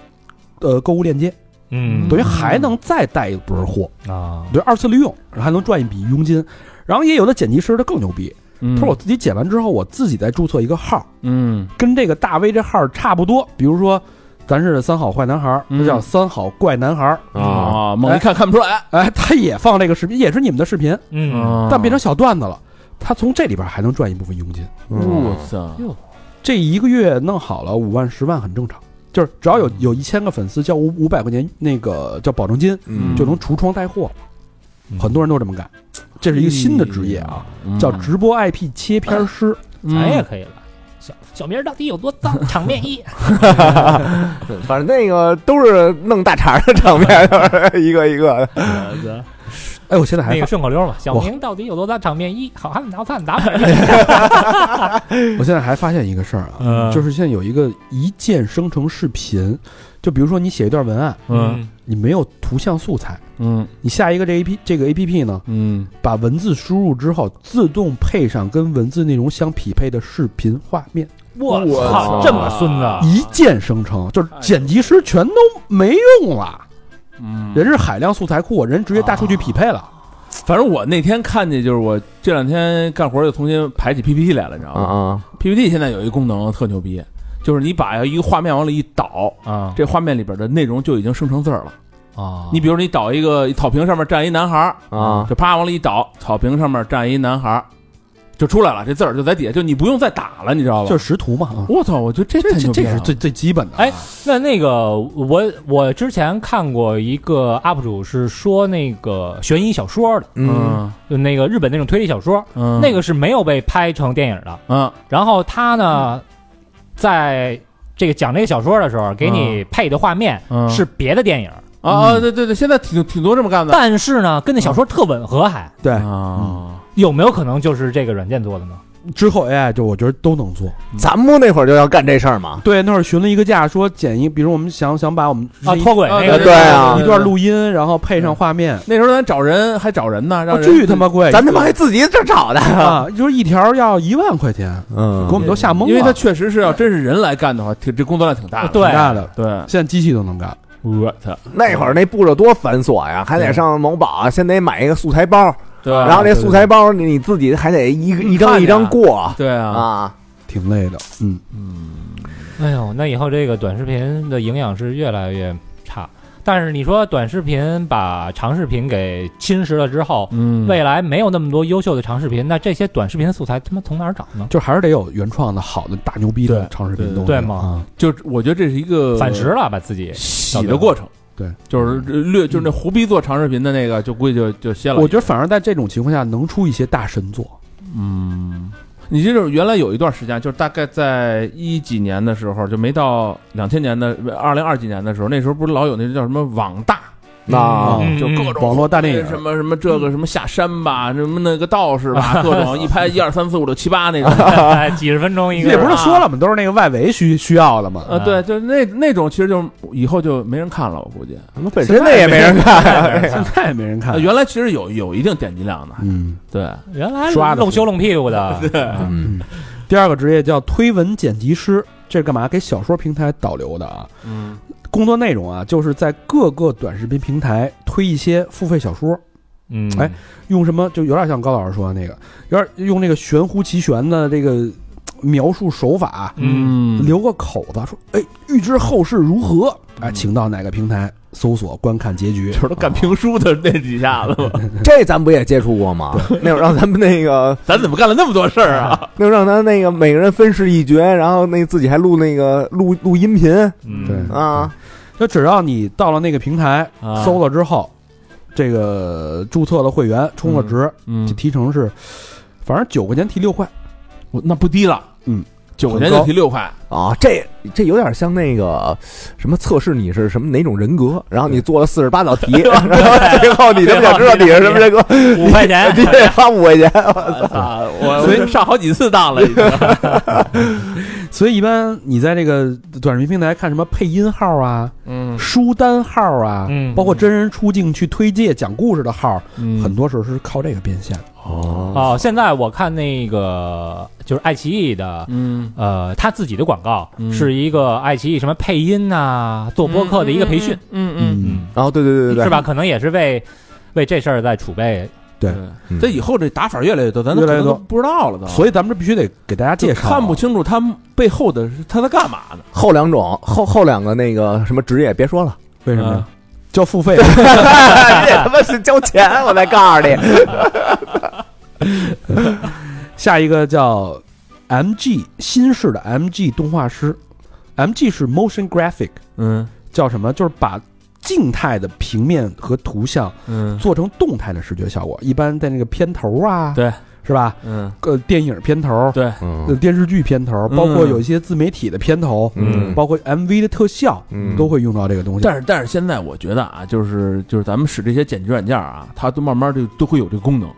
Speaker 2: 呃购物链接，
Speaker 4: 嗯，
Speaker 2: 等于还能再带一波货，
Speaker 4: 啊，
Speaker 2: 对，二次利用，然后还能赚一笔佣金。然后也有的剪辑师他更牛逼，
Speaker 5: 嗯
Speaker 2: 他说我自己剪完之后，我自己再注册一个号，
Speaker 5: 嗯
Speaker 2: 跟这个大 V 这号差不多，比如说。咱是三好坏男孩儿，
Speaker 5: 嗯
Speaker 2: 那叫三好怪男孩儿。
Speaker 3: 啊，
Speaker 5: 啊，猛一看看不出来，
Speaker 2: 哎，他也放这个视频，也是你们的视频，
Speaker 4: 嗯，
Speaker 2: 但变成小段子了。他从这里边还能赚一部分佣金，嗯
Speaker 3: 嗯
Speaker 5: 我操，
Speaker 2: 这一个月弄好了五万、十万很正常，就是只要有
Speaker 4: 嗯
Speaker 2: 有一千个粉丝交五五百块钱那个叫保证金，
Speaker 3: 嗯，
Speaker 2: 就能橱窗带货。
Speaker 4: 嗯
Speaker 2: 很多人都这么干，这是一个新的职业啊，叫直播 IP 切片师。
Speaker 4: 咱也
Speaker 5: 嗯
Speaker 4: 哎可以了。小小明儿到底有多脏？场面一，
Speaker 3: 反正那个都是弄大肠的场面，就是一个一个的，
Speaker 2: 哎，我现在还
Speaker 4: 那
Speaker 2: 发，
Speaker 4: 个顺口溜嘛。小
Speaker 2: 我
Speaker 4: 明到底有多脏？场面一，好汉拿饭打板儿。
Speaker 2: 我现在还发现一个事儿啊，
Speaker 5: 嗯
Speaker 2: 就是现在有一个一键生成视频，就比如说你写一段文案，
Speaker 5: 嗯
Speaker 2: 你没有图像素材，
Speaker 5: 嗯
Speaker 2: 你下一个这 A P 这个 A P P 呢，
Speaker 5: 嗯
Speaker 2: 把文字输入之后，自动配上跟文字内容相匹配的视频画面，
Speaker 4: 我
Speaker 5: 我
Speaker 4: 操，
Speaker 5: 操
Speaker 4: 这么孙子！
Speaker 2: 一键生成，就是剪辑师全都没用了，
Speaker 5: 嗯
Speaker 2: 人是海量素材库，人直接大数据匹配了。
Speaker 5: 反正我那天看见，就是我这两天干活又重新排起 PPT 来了，你知道
Speaker 3: 啊
Speaker 5: 吗、
Speaker 3: 啊，
Speaker 5: p p t 现在有一功能特牛逼，就是你把一个画面往里一导，
Speaker 4: 啊
Speaker 5: 这画面里边的内容就已经生成字儿了。
Speaker 4: 啊
Speaker 5: 你比如你导一个草坪上面站一男孩儿
Speaker 3: 啊
Speaker 5: 就啪往里一导，草坪上面站一男孩儿就出来了，这字儿就在底下，就你不用再打了，你知道吧？
Speaker 2: 就是识图嘛，啊
Speaker 5: 我操，我觉得这
Speaker 2: 这
Speaker 5: 太
Speaker 2: 这
Speaker 5: 牛逼
Speaker 2: 这
Speaker 5: 了
Speaker 2: 是最最基本的。
Speaker 4: 哎，那那个我我之前看过一个 UP 主是说那个悬疑小说的，
Speaker 3: 嗯，
Speaker 4: 就那个日本那种推理小说，
Speaker 5: 嗯
Speaker 4: 那个是没有被拍成电影的。
Speaker 5: 嗯
Speaker 4: 然后他呢，在这个讲这个小说的时候，给你配的画面
Speaker 5: 嗯
Speaker 4: 是别的电影，
Speaker 5: 啊啊对对对，现在挺挺多这么干的
Speaker 4: 但是呢，跟那小说特吻合还，
Speaker 2: 对，
Speaker 5: 啊，
Speaker 4: 有没有可能就是这个软件做的呢？
Speaker 2: 之后 AI 就我觉得都能做。
Speaker 3: 咱们那会儿就要干这事儿嘛，
Speaker 2: 对，那会儿询了一个价，说剪一，比如我们想想把我们
Speaker 4: 啊，
Speaker 2: 一
Speaker 4: 脱轨那
Speaker 3: 啊
Speaker 4: 个
Speaker 3: 对啊
Speaker 2: 一段录音，然后配上画面，
Speaker 5: 那时候咱找人还找人呢，让
Speaker 2: 哦
Speaker 5: 人
Speaker 2: 巨他妈贵，
Speaker 3: 咱他妈还自己这找的，
Speaker 2: 啊，就是一条要一万块钱，
Speaker 3: 嗯
Speaker 2: 给我们都吓懵了，
Speaker 5: 因为他确实是要真是人来干的话，挺这工作量挺大的。
Speaker 4: 对
Speaker 2: 挺大的，
Speaker 5: 对，
Speaker 2: 现在机器都能干。
Speaker 5: 我操，
Speaker 3: 那会儿那步骤多繁琐呀，还得上某宝，先得买一个素材包，
Speaker 5: 对，啊
Speaker 3: 然后
Speaker 2: 对
Speaker 3: 这
Speaker 2: 对
Speaker 3: 素材包你你自己还得一个一
Speaker 5: 看
Speaker 3: 张
Speaker 5: 着
Speaker 3: 一张过
Speaker 5: 对啊，
Speaker 3: 啊，
Speaker 2: 挺累的，嗯，
Speaker 4: 哎呦，那以后这个短视频的营养是越来越差。但是你说短视频把长视频给侵蚀了之后，
Speaker 5: 嗯
Speaker 4: 未来没有那么多优秀的长视频，那这些短视频素材他妈从哪儿找呢？
Speaker 2: 就还是得有原创的好的大牛逼的
Speaker 5: 对
Speaker 2: 长视频东西，
Speaker 4: 对对吗
Speaker 2: 啊？
Speaker 5: 就是我觉得这是一个
Speaker 4: 反噬了，把自己
Speaker 5: 洗的过程，
Speaker 2: 对，
Speaker 5: 就是略就是那胡逼做长视频的那个，就估计就就歇了。
Speaker 2: 我觉得反而在这种情况下能出一些大神作，
Speaker 5: 嗯，你这就是原来有一段时间，就是大概在一几年的时候，就没到两千年的二零二几年的时候，那时候不是老有那叫什么网大，
Speaker 3: 那
Speaker 4: 嗯
Speaker 5: 就各种
Speaker 2: 网络大电影
Speaker 5: 什么什么这个什么下山吧，什么那个道士 吧，各种一拍一二三四五六七八那种。
Speaker 4: 哎几十分钟一 个
Speaker 2: 也
Speaker 4: 人
Speaker 2: 不
Speaker 4: 啊，
Speaker 2: 是说了吗？都是那个外围需需要的嘛。
Speaker 5: 呃，对，就那那种，其实就以后就没人看了，我估计。
Speaker 2: 哎
Speaker 3: 他妈本身那也没人看，
Speaker 2: 现在也没人看
Speaker 5: 呃，原来其实有有一定点击量的，
Speaker 2: 嗯。
Speaker 5: 对，
Speaker 4: 原来
Speaker 2: 刷的
Speaker 4: 露羞露屁股的，
Speaker 3: 嗯
Speaker 2: 第二个职业叫推文剪辑师，这是干嘛？给小说平台导流的啊。
Speaker 5: 嗯，
Speaker 2: 工作内容啊，就是在各个短视频平台推一些付费小说，
Speaker 4: 嗯，
Speaker 2: 哎，用什么就有点像高老师说的那个，有点用那个玄乎其玄的这个呃描述手法，啊
Speaker 4: 嗯，
Speaker 2: 留个口子，说哎，预知后事如何？哎，
Speaker 5: 嗯
Speaker 2: 请到哪个平台搜索观看结局？
Speaker 5: 就是都干评书的那几下 子嘛，
Speaker 3: 这咱不也接触过吗？那会儿让咱们那个，
Speaker 5: 咱怎么干了那么多事儿啊？
Speaker 3: 那会儿让咱那个每个人分饰一角，然后那自己还录那个录录音频
Speaker 4: 嗯
Speaker 2: 对
Speaker 3: 啊，
Speaker 2: 就只要你到了那个平台
Speaker 5: 啊
Speaker 2: 搜了之后，这个注册了会员，充了值，
Speaker 5: 嗯
Speaker 2: 这提成是，反正九块钱提六块，
Speaker 5: 我那不低了，
Speaker 2: 嗯，
Speaker 5: 九块钱
Speaker 2: 很
Speaker 5: 就
Speaker 2: 高
Speaker 5: 提六块，
Speaker 3: 啊，这这有点像那个什么测试你是什么哪种人格，然后你做了四十八道题，然后最后你他妈想知道你是什么人格，
Speaker 4: 五块钱
Speaker 3: 你得花五块钱。
Speaker 5: 啊，我所以嗯上好几次当了，已经
Speaker 2: 所以一般你在这个短视频平台看什么配音号啊、
Speaker 5: 嗯，
Speaker 2: 书单号啊，
Speaker 4: 嗯
Speaker 2: 包括真人出镜去推介讲故事的号，很
Speaker 5: 很
Speaker 2: 多时候是靠这个变现的。
Speaker 3: 哦，
Speaker 4: 哦，现在我看那个就是爱奇艺的，
Speaker 5: 嗯
Speaker 4: 呃，他自己的广告
Speaker 5: 嗯
Speaker 4: 是一个爱奇艺什么配音呐、做播客的一个培训，，
Speaker 5: 嗯嗯
Speaker 3: 然哦后对对对对对，
Speaker 4: 是吧？？可能也是为为这事儿在储备，
Speaker 2: 对
Speaker 5: 嗯
Speaker 3: 嗯
Speaker 5: 对，这以后这打法越来越多，咱
Speaker 2: 越来越
Speaker 5: 可能
Speaker 2: 多
Speaker 5: 都不知道
Speaker 4: 嗯
Speaker 5: 了都，
Speaker 2: 所以咱们这必须得给大家
Speaker 5: 就
Speaker 2: 介绍啊，
Speaker 5: 看不清楚他们背后的是他在干嘛呢？
Speaker 3: 后两种后后两个那个什么职业别说了，
Speaker 2: 为什么
Speaker 5: 嗯
Speaker 2: 呀？交付费，
Speaker 3: 这他妈是交钱，我再告诉你。
Speaker 2: 下一个叫 MG 新式的 MG 动画师，MG 是 motion graphic，
Speaker 5: 嗯
Speaker 2: 叫什么？就是把静态的平面和图像
Speaker 5: 嗯
Speaker 2: 做成动态的视觉效果，一般在那个片头啊，
Speaker 5: 对，
Speaker 2: 是吧？
Speaker 5: 嗯，
Speaker 2: 呃，电影片头，
Speaker 5: 对，
Speaker 2: 呃
Speaker 3: 嗯
Speaker 2: 电视剧片头，包括
Speaker 5: 嗯
Speaker 2: 有一些自媒体的片头，
Speaker 3: 嗯
Speaker 2: 包括 MV 的特效，
Speaker 3: 嗯
Speaker 2: 都会用到这个东西。
Speaker 5: 但是但是现在我觉得啊，就是就是咱们使这些剪辑软件啊，它都慢慢就都会有这个功能。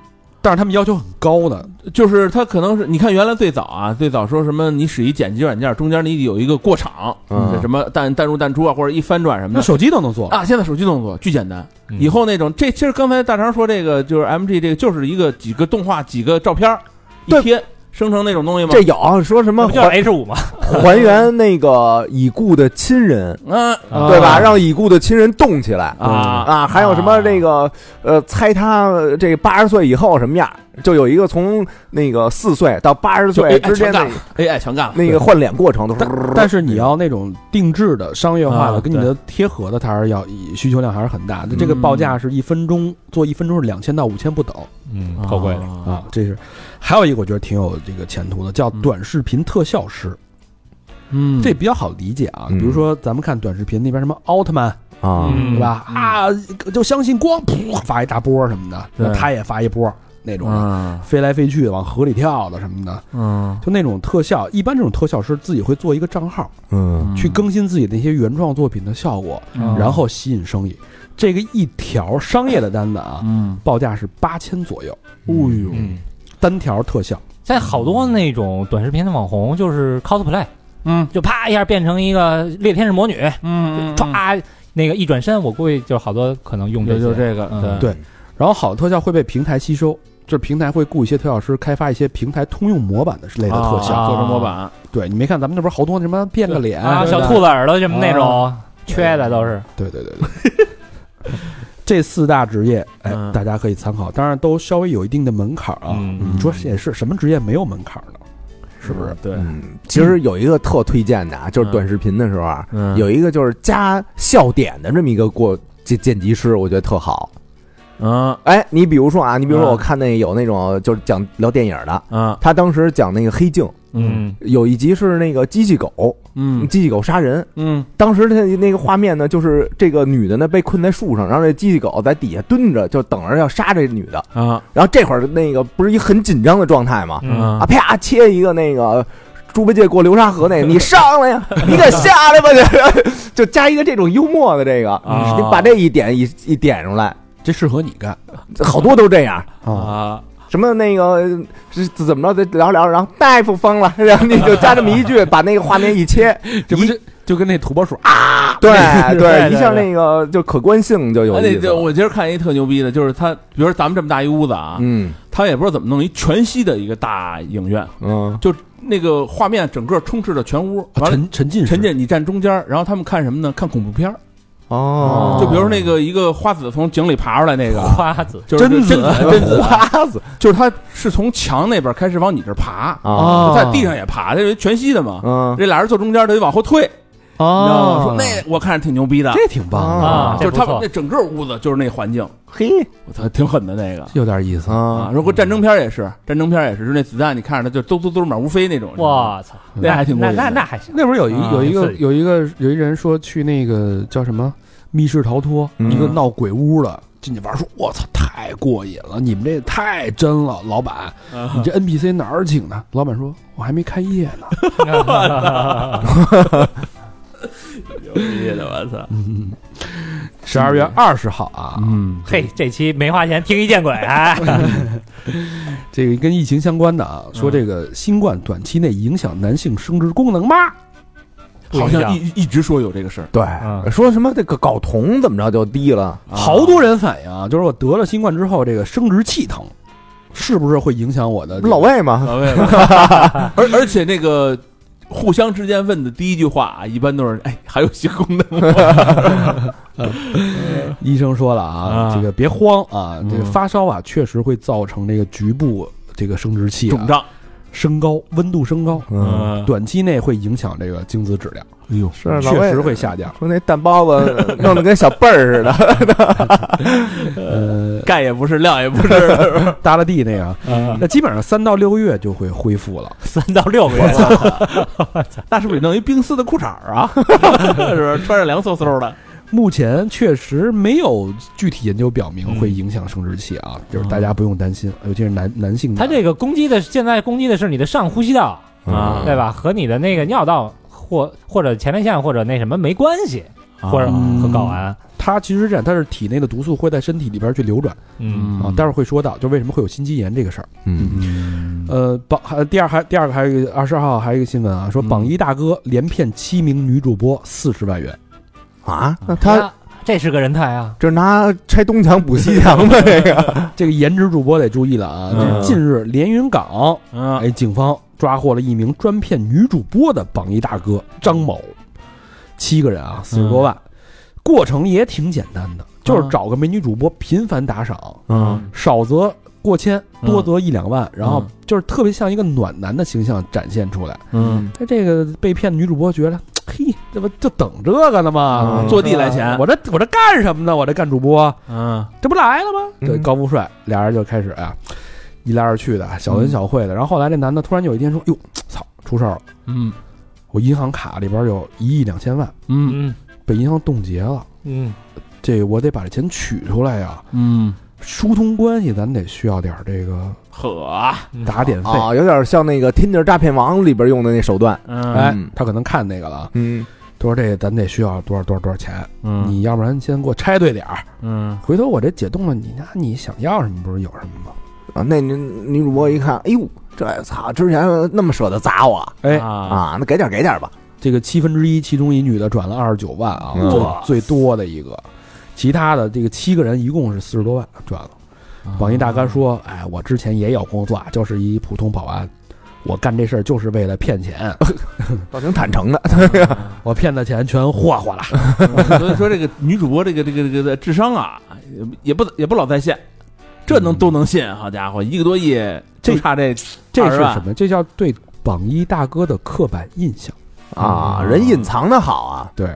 Speaker 2: 但是他们要求很高的，
Speaker 5: 就是它可能是你看原来最早啊，最早说什么你使一剪辑软件，中间你得有一个过场，
Speaker 3: 嗯
Speaker 5: 这什么淡淡入淡出啊，或者一翻转什么
Speaker 2: 那
Speaker 5: 的
Speaker 2: 手机都能做。
Speaker 5: 啊。现在手机动作巨简单，
Speaker 4: 嗯
Speaker 5: 以后那种这其实刚才大肠说这个就是 MG 这个就是一个几个动画几个照片儿一
Speaker 3: 对
Speaker 5: 贴生成那种东西吗
Speaker 3: 这？有说什么
Speaker 4: 不就是哎
Speaker 3: 还
Speaker 4: H 五吗？
Speaker 3: 还原那个已故的亲人，
Speaker 5: 嗯
Speaker 4: 啊
Speaker 3: 对吧？让已故的亲人动起来
Speaker 5: 啊
Speaker 3: 啊！还有什么那个呃，猜他呃这八十岁以后什么样？就有一个从那个四岁到八十
Speaker 5: 就
Speaker 3: 岁
Speaker 5: AI
Speaker 3: 之间
Speaker 5: 全干
Speaker 3: 的
Speaker 5: 了，AI 全干了。
Speaker 3: 那个换脸过程都是
Speaker 2: 但。但是你要那种定制的、商业化
Speaker 5: 啊
Speaker 2: 的，跟你的贴合的，它还是要需求量还是很大的。这个
Speaker 5: 嗯
Speaker 2: 报价是一分钟做一分钟是两千到五千不等
Speaker 4: 嗯，够贵的。
Speaker 5: 啊
Speaker 2: 啊，这是。还有一个我觉得挺有这个前途的，叫短视频特效师，
Speaker 5: 嗯，
Speaker 2: 这比较好理解啊。
Speaker 3: 嗯
Speaker 2: 比如说咱们看短视频那边什么奥特曼，
Speaker 3: 啊
Speaker 5: 嗯
Speaker 2: 对吧？啊，就相信光，噗发一大波什么的，
Speaker 5: 对
Speaker 2: 那他也发一波那种的，
Speaker 4: 嗯
Speaker 5: 啊，
Speaker 2: 飞来飞去的，往河里跳的什么的，
Speaker 5: 嗯，
Speaker 2: 就那种特效。一般这种特效师自己会做一个账号，
Speaker 3: 嗯
Speaker 2: 去更新自己那些原创作品的效果，
Speaker 5: 嗯
Speaker 2: 然后吸引生意。这个一条商业的单子啊，
Speaker 5: 嗯，
Speaker 2: 报价是八千左右，
Speaker 5: 哦呦，
Speaker 4: 嗯，
Speaker 2: 单条特效。
Speaker 4: 现在好多那种短视频的网红就是 cosplay，
Speaker 5: 嗯
Speaker 4: 就啪一下变成一个猎天使魔女，
Speaker 5: 嗯
Speaker 4: 唰、那个一转身，我估计就好多可能用这
Speaker 5: 就就
Speaker 4: 些，
Speaker 5: 这个，
Speaker 4: 嗯
Speaker 2: 对然后好的特效会被平台吸收，就是平台会雇一些特效师开发一些平台通用模板的类的特效。
Speaker 5: 啊做成模板，
Speaker 2: 对，你没看咱们那边好多什么变个脸
Speaker 4: 啊，
Speaker 2: 对
Speaker 4: 小
Speaker 2: 吧
Speaker 4: 兔子耳朵什么那种、
Speaker 2: 哎啊
Speaker 4: 缺的都是，
Speaker 2: 对对对对。 这四大职业，哎
Speaker 5: 嗯，
Speaker 2: 大家可以参考，当然都稍微有一定的门槛儿啊。
Speaker 4: 嗯
Speaker 2: 你说也是，什么职业没有门槛儿呢？
Speaker 5: 是不是？对，
Speaker 3: 嗯，其实有一个特推荐的啊，就是短视频的时候啊，
Speaker 5: 嗯
Speaker 3: 有一个就是加笑点的这么一个过剪剪辑师，我觉得特好。
Speaker 5: 啊
Speaker 3: 哎，你比如说啊，你比如说
Speaker 5: 嗯
Speaker 3: 我看那有那种就是讲聊电影的，
Speaker 5: 啊，
Speaker 3: 他当时讲那个黑镜，
Speaker 5: 嗯
Speaker 3: 有一集是那个机器狗，
Speaker 5: 嗯
Speaker 3: 机器狗杀人。
Speaker 5: 嗯
Speaker 3: 当时他那个画面呢，就是这个女的呢被困在树上，然后这机器狗在底下蹲着，就等着要杀这女的。
Speaker 5: 啊
Speaker 3: 然后这会儿那个不是一很紧张的状态吗？
Speaker 4: 嗯
Speaker 3: 啊，啪切一个那个猪八戒过流沙河那， 个，你上来呀，你给下来吧， 就就加一个这种幽默的这个，
Speaker 5: 啊
Speaker 3: 你把这一点一一点出来，
Speaker 2: 这适合你干，
Speaker 3: 好多都这样。
Speaker 5: 啊，
Speaker 3: 什么那个是怎么着？再聊聊，然后大夫疯了，然后你就加这么一句，把那个画面一切，
Speaker 2: 这不
Speaker 3: 一
Speaker 2: 就就跟那土拨鼠啊，
Speaker 3: 对
Speaker 5: 对
Speaker 3: 对，一下那个就可观性就有
Speaker 5: 哎
Speaker 3: 意
Speaker 5: 那
Speaker 3: 思
Speaker 5: 这
Speaker 3: 了。
Speaker 5: 我今儿看一特牛逼的，就是他，比如说咱们这么大一屋子啊，
Speaker 3: 嗯
Speaker 5: 他也不知道怎么弄一全息的一个大影院，
Speaker 3: 嗯
Speaker 5: 就那个画面整个充斥着全屋，完了。
Speaker 2: 沉沉浸式
Speaker 5: 陈姐，你站中间儿，然后他们看什么呢？看恐怖片儿，
Speaker 3: 哦，
Speaker 5: 就比如说那个一个花子从井里爬出来那个，
Speaker 4: 花哦子，
Speaker 5: 就是
Speaker 2: 贞
Speaker 5: 贞
Speaker 2: 子
Speaker 5: 贞子，
Speaker 3: 花子
Speaker 5: 就是他是从墙那边开始往你这儿爬，
Speaker 3: 啊
Speaker 2: 哦
Speaker 5: 在地上也爬，他因为全息的嘛。
Speaker 3: 嗯
Speaker 5: 这俩人坐中间儿，他得往后退，你知道吗？说
Speaker 2: 哦，
Speaker 5: 那我看着挺牛逼的，
Speaker 2: 这挺棒的，
Speaker 4: 啊
Speaker 5: 就是他
Speaker 4: 这
Speaker 5: 们
Speaker 4: 不错
Speaker 5: 那整个屋子就是那环境，
Speaker 3: 嘿
Speaker 5: 我操，挺狠的那个。
Speaker 2: 有点意思。
Speaker 5: 啊
Speaker 3: 啊，
Speaker 5: 如果战争片儿也是，战争片儿也是，就是那子弹你看着它就嘟嘟嘟满屋飞那种，
Speaker 4: 我操，
Speaker 5: 那还挺过
Speaker 4: 那
Speaker 5: 瘾的
Speaker 4: 那那还行，
Speaker 2: 那不是有一
Speaker 5: 啊
Speaker 2: 有一个
Speaker 4: 刺激
Speaker 2: 有一个有一人说去那个叫什么密室逃脱，
Speaker 3: 嗯
Speaker 2: 一个闹鬼屋的进去玩儿，说我操太过瘾了，你们这也太真了，老板，你这 NPC 哪儿请的？老板说我还没开业呢。
Speaker 5: 牛逼的，我操！
Speaker 2: 嗯，十二月二十号啊，
Speaker 5: 嗯，
Speaker 4: 嘿，这期没花钱听一见鬼啊！
Speaker 2: 这个跟疫情相关的啊，说这个新冠短期内影响男性生殖功能吗？
Speaker 5: 嗯好像一一直说有这个事儿，
Speaker 3: 对，
Speaker 4: 嗯
Speaker 3: 说什么这个睾酮怎么着就低了。
Speaker 5: 啊
Speaker 2: 好多人反映啊，就是我得了新冠之后，这个生殖器疼，是不是会影响我的这个
Speaker 3: 老魏嘛，
Speaker 5: 老魏了，而而且那个互相之间问的第一句话啊，一般都是哎，还有性功能吗？
Speaker 2: 医生说了啊，
Speaker 5: 啊
Speaker 2: 这个别慌啊，
Speaker 5: 嗯
Speaker 2: 这个发烧啊确实会造成这个局部这个生殖器啊
Speaker 5: 肿胀，
Speaker 2: 升高，温度升高，
Speaker 4: 啊
Speaker 3: 嗯，，
Speaker 2: 短期内会影响这个精子质量，
Speaker 5: 哎呦，
Speaker 3: 是老
Speaker 2: 确
Speaker 3: 魏
Speaker 2: 实会下降。
Speaker 3: 说那蛋包子弄得跟小贝儿似的，
Speaker 2: 呃，
Speaker 5: 钙也不是，量也不是，
Speaker 2: 耷拉地那个，
Speaker 5: 嗯
Speaker 2: 那基本上三到六个月就会恢复了。
Speaker 4: 三 到六个月，
Speaker 5: 那是不是得弄一冰丝的裤衩儿啊？是不是穿着凉飕飕的？
Speaker 2: 目前确实没有具体研究表明
Speaker 5: 嗯
Speaker 2: 会影响生殖器啊，就是大家不用担心，尤其是男男
Speaker 5: 嗯
Speaker 2: 性的。
Speaker 4: 它这个攻击的现在攻击的是你的上呼吸道，
Speaker 5: 啊
Speaker 4: 对吧？和你的那个尿道或或者前列腺或者那什么没关系，
Speaker 5: 啊
Speaker 4: 或者
Speaker 2: 嗯
Speaker 4: 和睾丸，
Speaker 2: 它其实是这样，它是体内的毒素会在身体里边去流转
Speaker 4: 嗯，
Speaker 2: 啊，待会儿会说到，就为什么会有心肌炎这个事儿。
Speaker 3: 嗯
Speaker 5: 嗯
Speaker 2: 呃，榜还第二还第二个还有一个二十号还有一个新闻啊，说
Speaker 5: 嗯
Speaker 2: 榜一大哥连骗七名女主播四十万元，
Speaker 3: 啊，那他
Speaker 4: 那这是个人才啊，
Speaker 3: 这拿拆东墙补西墙呗，这 个
Speaker 2: 这个颜值主播得注意了啊！
Speaker 5: 嗯
Speaker 2: 这近日连云港
Speaker 5: 啊
Speaker 2: 哎，警方抓获了一名专骗女主播的榜一大哥张某，七个人啊，四十多万，过程也挺简单的，就是找个美女主播频繁打赏，
Speaker 5: 嗯
Speaker 2: 少则过千，多则一两万，然后
Speaker 5: 嗯
Speaker 2: 就是特别像一个暖男的形象展现出来。
Speaker 5: 嗯，
Speaker 2: 他这个被骗的女主播觉得，嘿，这不就等这个呢吗？
Speaker 3: 嗯
Speaker 5: 坐地来钱，
Speaker 2: 我这我这干什么呢？我这干主播，
Speaker 5: 嗯
Speaker 2: 这不来了吗？
Speaker 3: 嗯
Speaker 2: 对，高富帅俩人就开始啊，一来二去的小恩小惠的。然后后来这男的突然有一天说：“哟，操，出事儿了！
Speaker 5: 嗯
Speaker 2: 我银行卡里边有一亿两千万
Speaker 5: 嗯
Speaker 4: 嗯
Speaker 2: 被银行冻结了，
Speaker 4: 嗯
Speaker 2: 这我得把这钱取出来呀、
Speaker 5: 嗯，
Speaker 2: 疏通关系，咱得需要点这个
Speaker 5: 呵，
Speaker 4: 嗯
Speaker 2: 打点费。
Speaker 3: 啊，有点像那个《Tinder 诈骗王》里边用的那手段。
Speaker 5: 嗯
Speaker 2: 哎
Speaker 3: 嗯，
Speaker 2: 他可能看那个了啊，
Speaker 3: 嗯，
Speaker 2: 他说这咱得需要多少多少多少钱，
Speaker 5: 嗯
Speaker 2: 你要不然先给我拆对点儿，
Speaker 5: 嗯
Speaker 2: 回头我这解冻了，你那你想要什么不是有什么吗？
Speaker 3: 啊，那女女主播一看，哎呦，这操，之前那么舍得砸我
Speaker 2: 哎，
Speaker 5: 啊
Speaker 3: 啊，那给点儿给点儿吧。
Speaker 2: 这个七分之一，其中一女的转了二十九万啊，
Speaker 3: 嗯
Speaker 2: 最最多的一个，其他的这个七个人一共是四十多万转了。
Speaker 5: 啊
Speaker 2: 榜一大哥说：“哎，我之前也有工作，啊就是一普通保安，我干这事儿就是为了骗钱，
Speaker 3: 倒挺坦诚的，
Speaker 2: 我骗的钱全霍霍了。
Speaker 5: 所以说这个女主播这个这个这个这个智商啊，也不也不老在线，这能都能信，好家伙，一个多亿
Speaker 2: 这
Speaker 5: 嗯就差这
Speaker 2: 这是
Speaker 5: 20万
Speaker 2: 什么？这叫对榜一大哥的刻板印象。
Speaker 3: 啊，人隐藏的好啊。
Speaker 2: 对，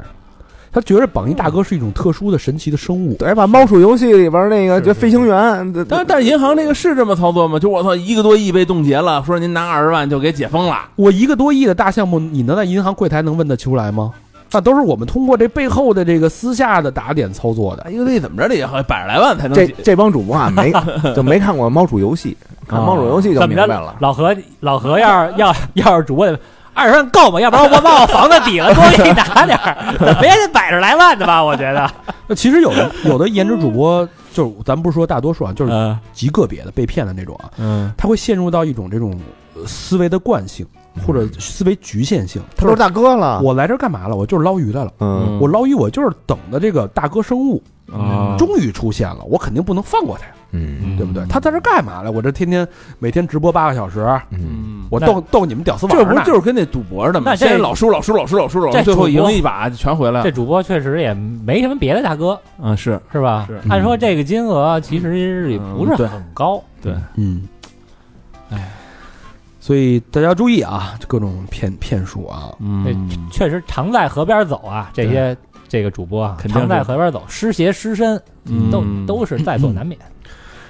Speaker 2: 他觉得榜一大哥是一种特殊的、神奇的生物。
Speaker 3: 对，把猫鼠游戏里边那个就飞行员，这
Speaker 5: 但但是银行这个是这么操作吗？就我操，一个多亿被冻结了，说您拿二十万就给解封了，
Speaker 2: 我一个多亿的大项目，你能在银行柜台能问得出来吗？那都是我们通过这背后的这个私下的打点操作的。
Speaker 5: 一个多亿怎么着得也好百来万才能
Speaker 3: 这
Speaker 5: 解。
Speaker 3: 这帮主播啊， 没就没看过猫鼠游戏，看猫鼠游戏就
Speaker 4: 怎
Speaker 3: 明
Speaker 4: 么
Speaker 3: 白
Speaker 4: 着？
Speaker 3: 了。
Speaker 4: 老何，老何要是 要要是主播，二十万够吗？要不然我把我房子 抵了，多给你拿点儿，怎么也得百十来万的吧？我觉得。
Speaker 2: 那其实有的有的颜值主播，就是咱不是说大多数啊，就是
Speaker 4: 嗯
Speaker 2: 极个别的被骗的那种啊，
Speaker 4: 嗯，
Speaker 2: 他会陷入到一种这种呃思维的惯性或者思维局限性。
Speaker 3: 他都是大哥了，
Speaker 2: 我来这儿干嘛了？我就是捞鱼来了。
Speaker 3: 啊嗯，
Speaker 2: 我捞鱼，我就是等的这个大哥生物
Speaker 5: 啊
Speaker 2: 终于出现了，我肯定不能放过他呀，
Speaker 3: 嗯
Speaker 2: 对不对？他在这儿干嘛来？我这天天每天直播八个小时，
Speaker 3: 嗯，
Speaker 5: 嗯，
Speaker 2: 我
Speaker 4: 那
Speaker 2: 逗逗你们屌丝玩
Speaker 5: 这
Speaker 2: 儿
Speaker 5: 不
Speaker 2: 呢
Speaker 5: 是就是跟那赌博似的吗？
Speaker 4: 那这
Speaker 5: 先老输老输老输老输老输，
Speaker 4: 这
Speaker 5: 最后
Speaker 4: 主
Speaker 5: 赢
Speaker 4: 播
Speaker 5: 一把就全回来
Speaker 4: 这
Speaker 5: 了。
Speaker 4: 主播确实也没什么别的大哥，
Speaker 5: 啊，是
Speaker 4: 是吧？
Speaker 5: 是
Speaker 4: 按说这个金额其实也不是
Speaker 5: 嗯对
Speaker 4: 很高，
Speaker 2: 嗯，哎，所以大家注意啊，各种骗骗术啊，
Speaker 5: 嗯，
Speaker 4: 确实常在河边走啊，这些这个主播啊，
Speaker 5: 肯定是
Speaker 4: 常在河边走，湿鞋湿身，
Speaker 5: 嗯
Speaker 4: 都都是在所难免。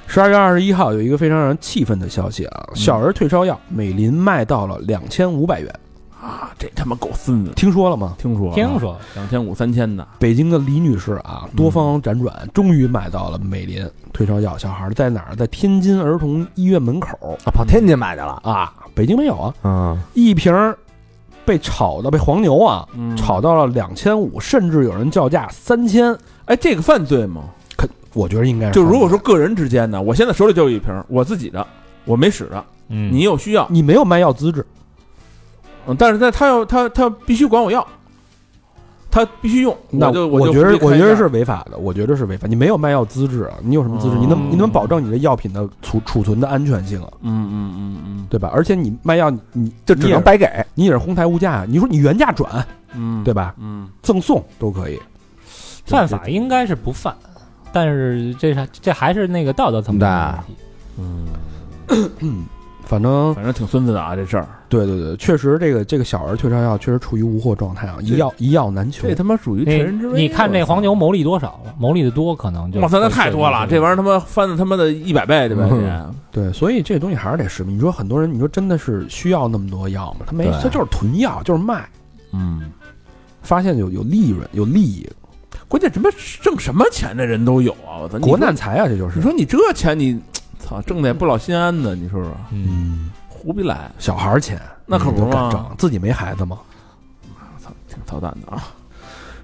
Speaker 2: 十二月二十一号有一个非常让人气愤的消息
Speaker 5: 嗯
Speaker 2: 啊，小儿退烧药美林卖到了两千五百元，
Speaker 5: 啊，这他妈狗孙子，
Speaker 2: 听说了吗？
Speaker 5: 听说
Speaker 4: 嗯
Speaker 5: 啊
Speaker 4: 听说
Speaker 5: 两千五三千的，
Speaker 2: 北京的李女士啊，
Speaker 5: 嗯
Speaker 2: 多方辗转，终于买到了美林退烧药。小孩儿在哪儿？在天津儿童医院门口
Speaker 3: 啊，跑天津买去了，
Speaker 2: 啊，北京没有啊，
Speaker 3: 嗯，
Speaker 2: 一瓶儿被炒到被黄牛啊炒
Speaker 5: 炒，
Speaker 2: 到了两千五，甚至有人叫价三千，
Speaker 5: 哎，这个犯罪吗？
Speaker 2: 我觉得应该是
Speaker 5: 就如果
Speaker 2: 黄牛
Speaker 5: 说个人之间呢，我现在手里就有一瓶，我自己的，我没使着，
Speaker 4: 嗯
Speaker 5: 你有需要，
Speaker 2: 你没有卖药资质，
Speaker 5: 嗯，但是他他要他他必须管我要，他必须用，
Speaker 2: 那
Speaker 5: 我就
Speaker 2: 我
Speaker 5: 就
Speaker 2: 觉得
Speaker 5: 不
Speaker 2: 我
Speaker 5: 会开
Speaker 2: 觉得
Speaker 5: 价
Speaker 2: 是违法的，我觉得是违法。你没有卖药资质啊，你有什么资质？
Speaker 5: 哦
Speaker 2: 你能你能保证你的药品的储储存的安全性啊？
Speaker 5: 嗯嗯嗯嗯
Speaker 2: 对吧？而且你卖药，你你
Speaker 3: 就只
Speaker 2: 你也
Speaker 3: 能
Speaker 2: 是
Speaker 3: 白给。
Speaker 2: 你也是哄抬物价啊，你说你原价转
Speaker 5: 嗯，
Speaker 2: 对吧？
Speaker 5: 嗯，
Speaker 2: 赠送都可以，
Speaker 4: 犯法应该是不犯，但是这是这还是那个道德层面的问题。
Speaker 2: 反正
Speaker 5: 反正挺孙子的啊，这事儿，
Speaker 2: 对对对，确实这个这个小儿退烧药确实处于无货状态啊，一药一药难求
Speaker 5: 这。他妈属于趁人之危。
Speaker 4: 哎
Speaker 5: 啊
Speaker 4: 你看这黄牛，牟利多少了？牟利的多，可能就
Speaker 5: 我操，那太多了，这玩意儿他妈翻了他妈的一百倍，对吧？ 这
Speaker 2: 对，所以这东西还是得实名。你说很多人，你说真的是需要那么多药吗？他没，
Speaker 3: 对
Speaker 2: 他就是囤药，就是卖，
Speaker 5: 嗯，
Speaker 2: 发现有有利润有利益，
Speaker 5: 关键什么挣什么钱的人都有啊，我操，你说
Speaker 2: 国难，财啊，这就是
Speaker 5: 你。说你这钱你，操，挣的也不老心安的，你说说，
Speaker 4: 嗯，
Speaker 2: 嗯。
Speaker 5: 胡逼来，
Speaker 2: 小孩儿钱，
Speaker 5: 那可不
Speaker 2: 你都敢
Speaker 5: 嘛
Speaker 2: 挣，自己没孩子吗？
Speaker 5: 挺操蛋的啊，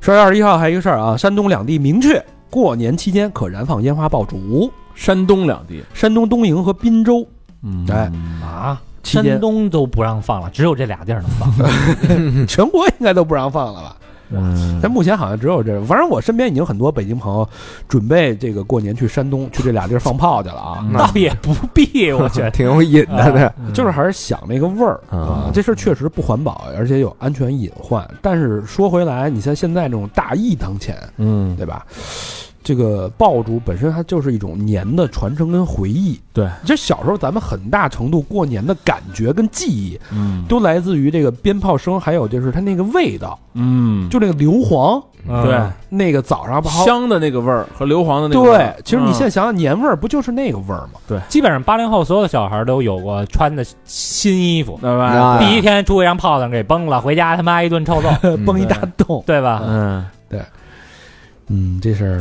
Speaker 2: 十二月二十一号还有一个事儿啊，山东两地明确，过年期间可燃放烟花爆竹。
Speaker 5: 山东两地，
Speaker 2: 山东东营和滨州
Speaker 5: 嗯
Speaker 2: 哎，
Speaker 4: 啊，
Speaker 2: 期间
Speaker 4: 山东都不让放了，只有这俩 地儿能放。
Speaker 5: 嗯
Speaker 2: 全国应该都不让放了吧？但目前好像只有这，反正我身边已经很多北京朋友准备这个过年去山东去这俩地儿放炮去了
Speaker 3: 嗯
Speaker 2: 啊，
Speaker 5: 嗯
Speaker 4: 倒也不 必，我觉得。
Speaker 3: 挺有瘾的，这
Speaker 2: 就是还是想那个味儿
Speaker 3: 啊
Speaker 2: 这事儿确实不环保，而且有安全隐患。但是说回来，你像现在这种大义当前，
Speaker 5: 嗯，
Speaker 2: 对吧？这个爆竹本身它就是一种年的传承跟回忆。
Speaker 5: 对，
Speaker 2: 这小时候咱们很大程度过年的感觉跟记忆，
Speaker 5: 嗯
Speaker 2: 都来自于这个鞭炮声，还有就是它那个味道，
Speaker 5: 嗯，
Speaker 2: 就那个嗯硫磺，
Speaker 5: 对，
Speaker 2: 那个早上好。
Speaker 5: 香的那个味儿和硫磺的那个味
Speaker 2: 对
Speaker 5: 儿，，
Speaker 2: 其实你
Speaker 5: 嗯
Speaker 2: 现在想想，年味儿不就是那个味 儿吗？
Speaker 4: 基本上八零后所有的小孩都有过穿的新衣服，
Speaker 5: 对吧？
Speaker 3: 啊
Speaker 4: 第一天出去让炮仗给崩了，回家他妈一顿臭揍，
Speaker 3: 嗯
Speaker 2: 崩一大洞。
Speaker 4: 对吧？
Speaker 5: 嗯，
Speaker 2: 嗯，这事儿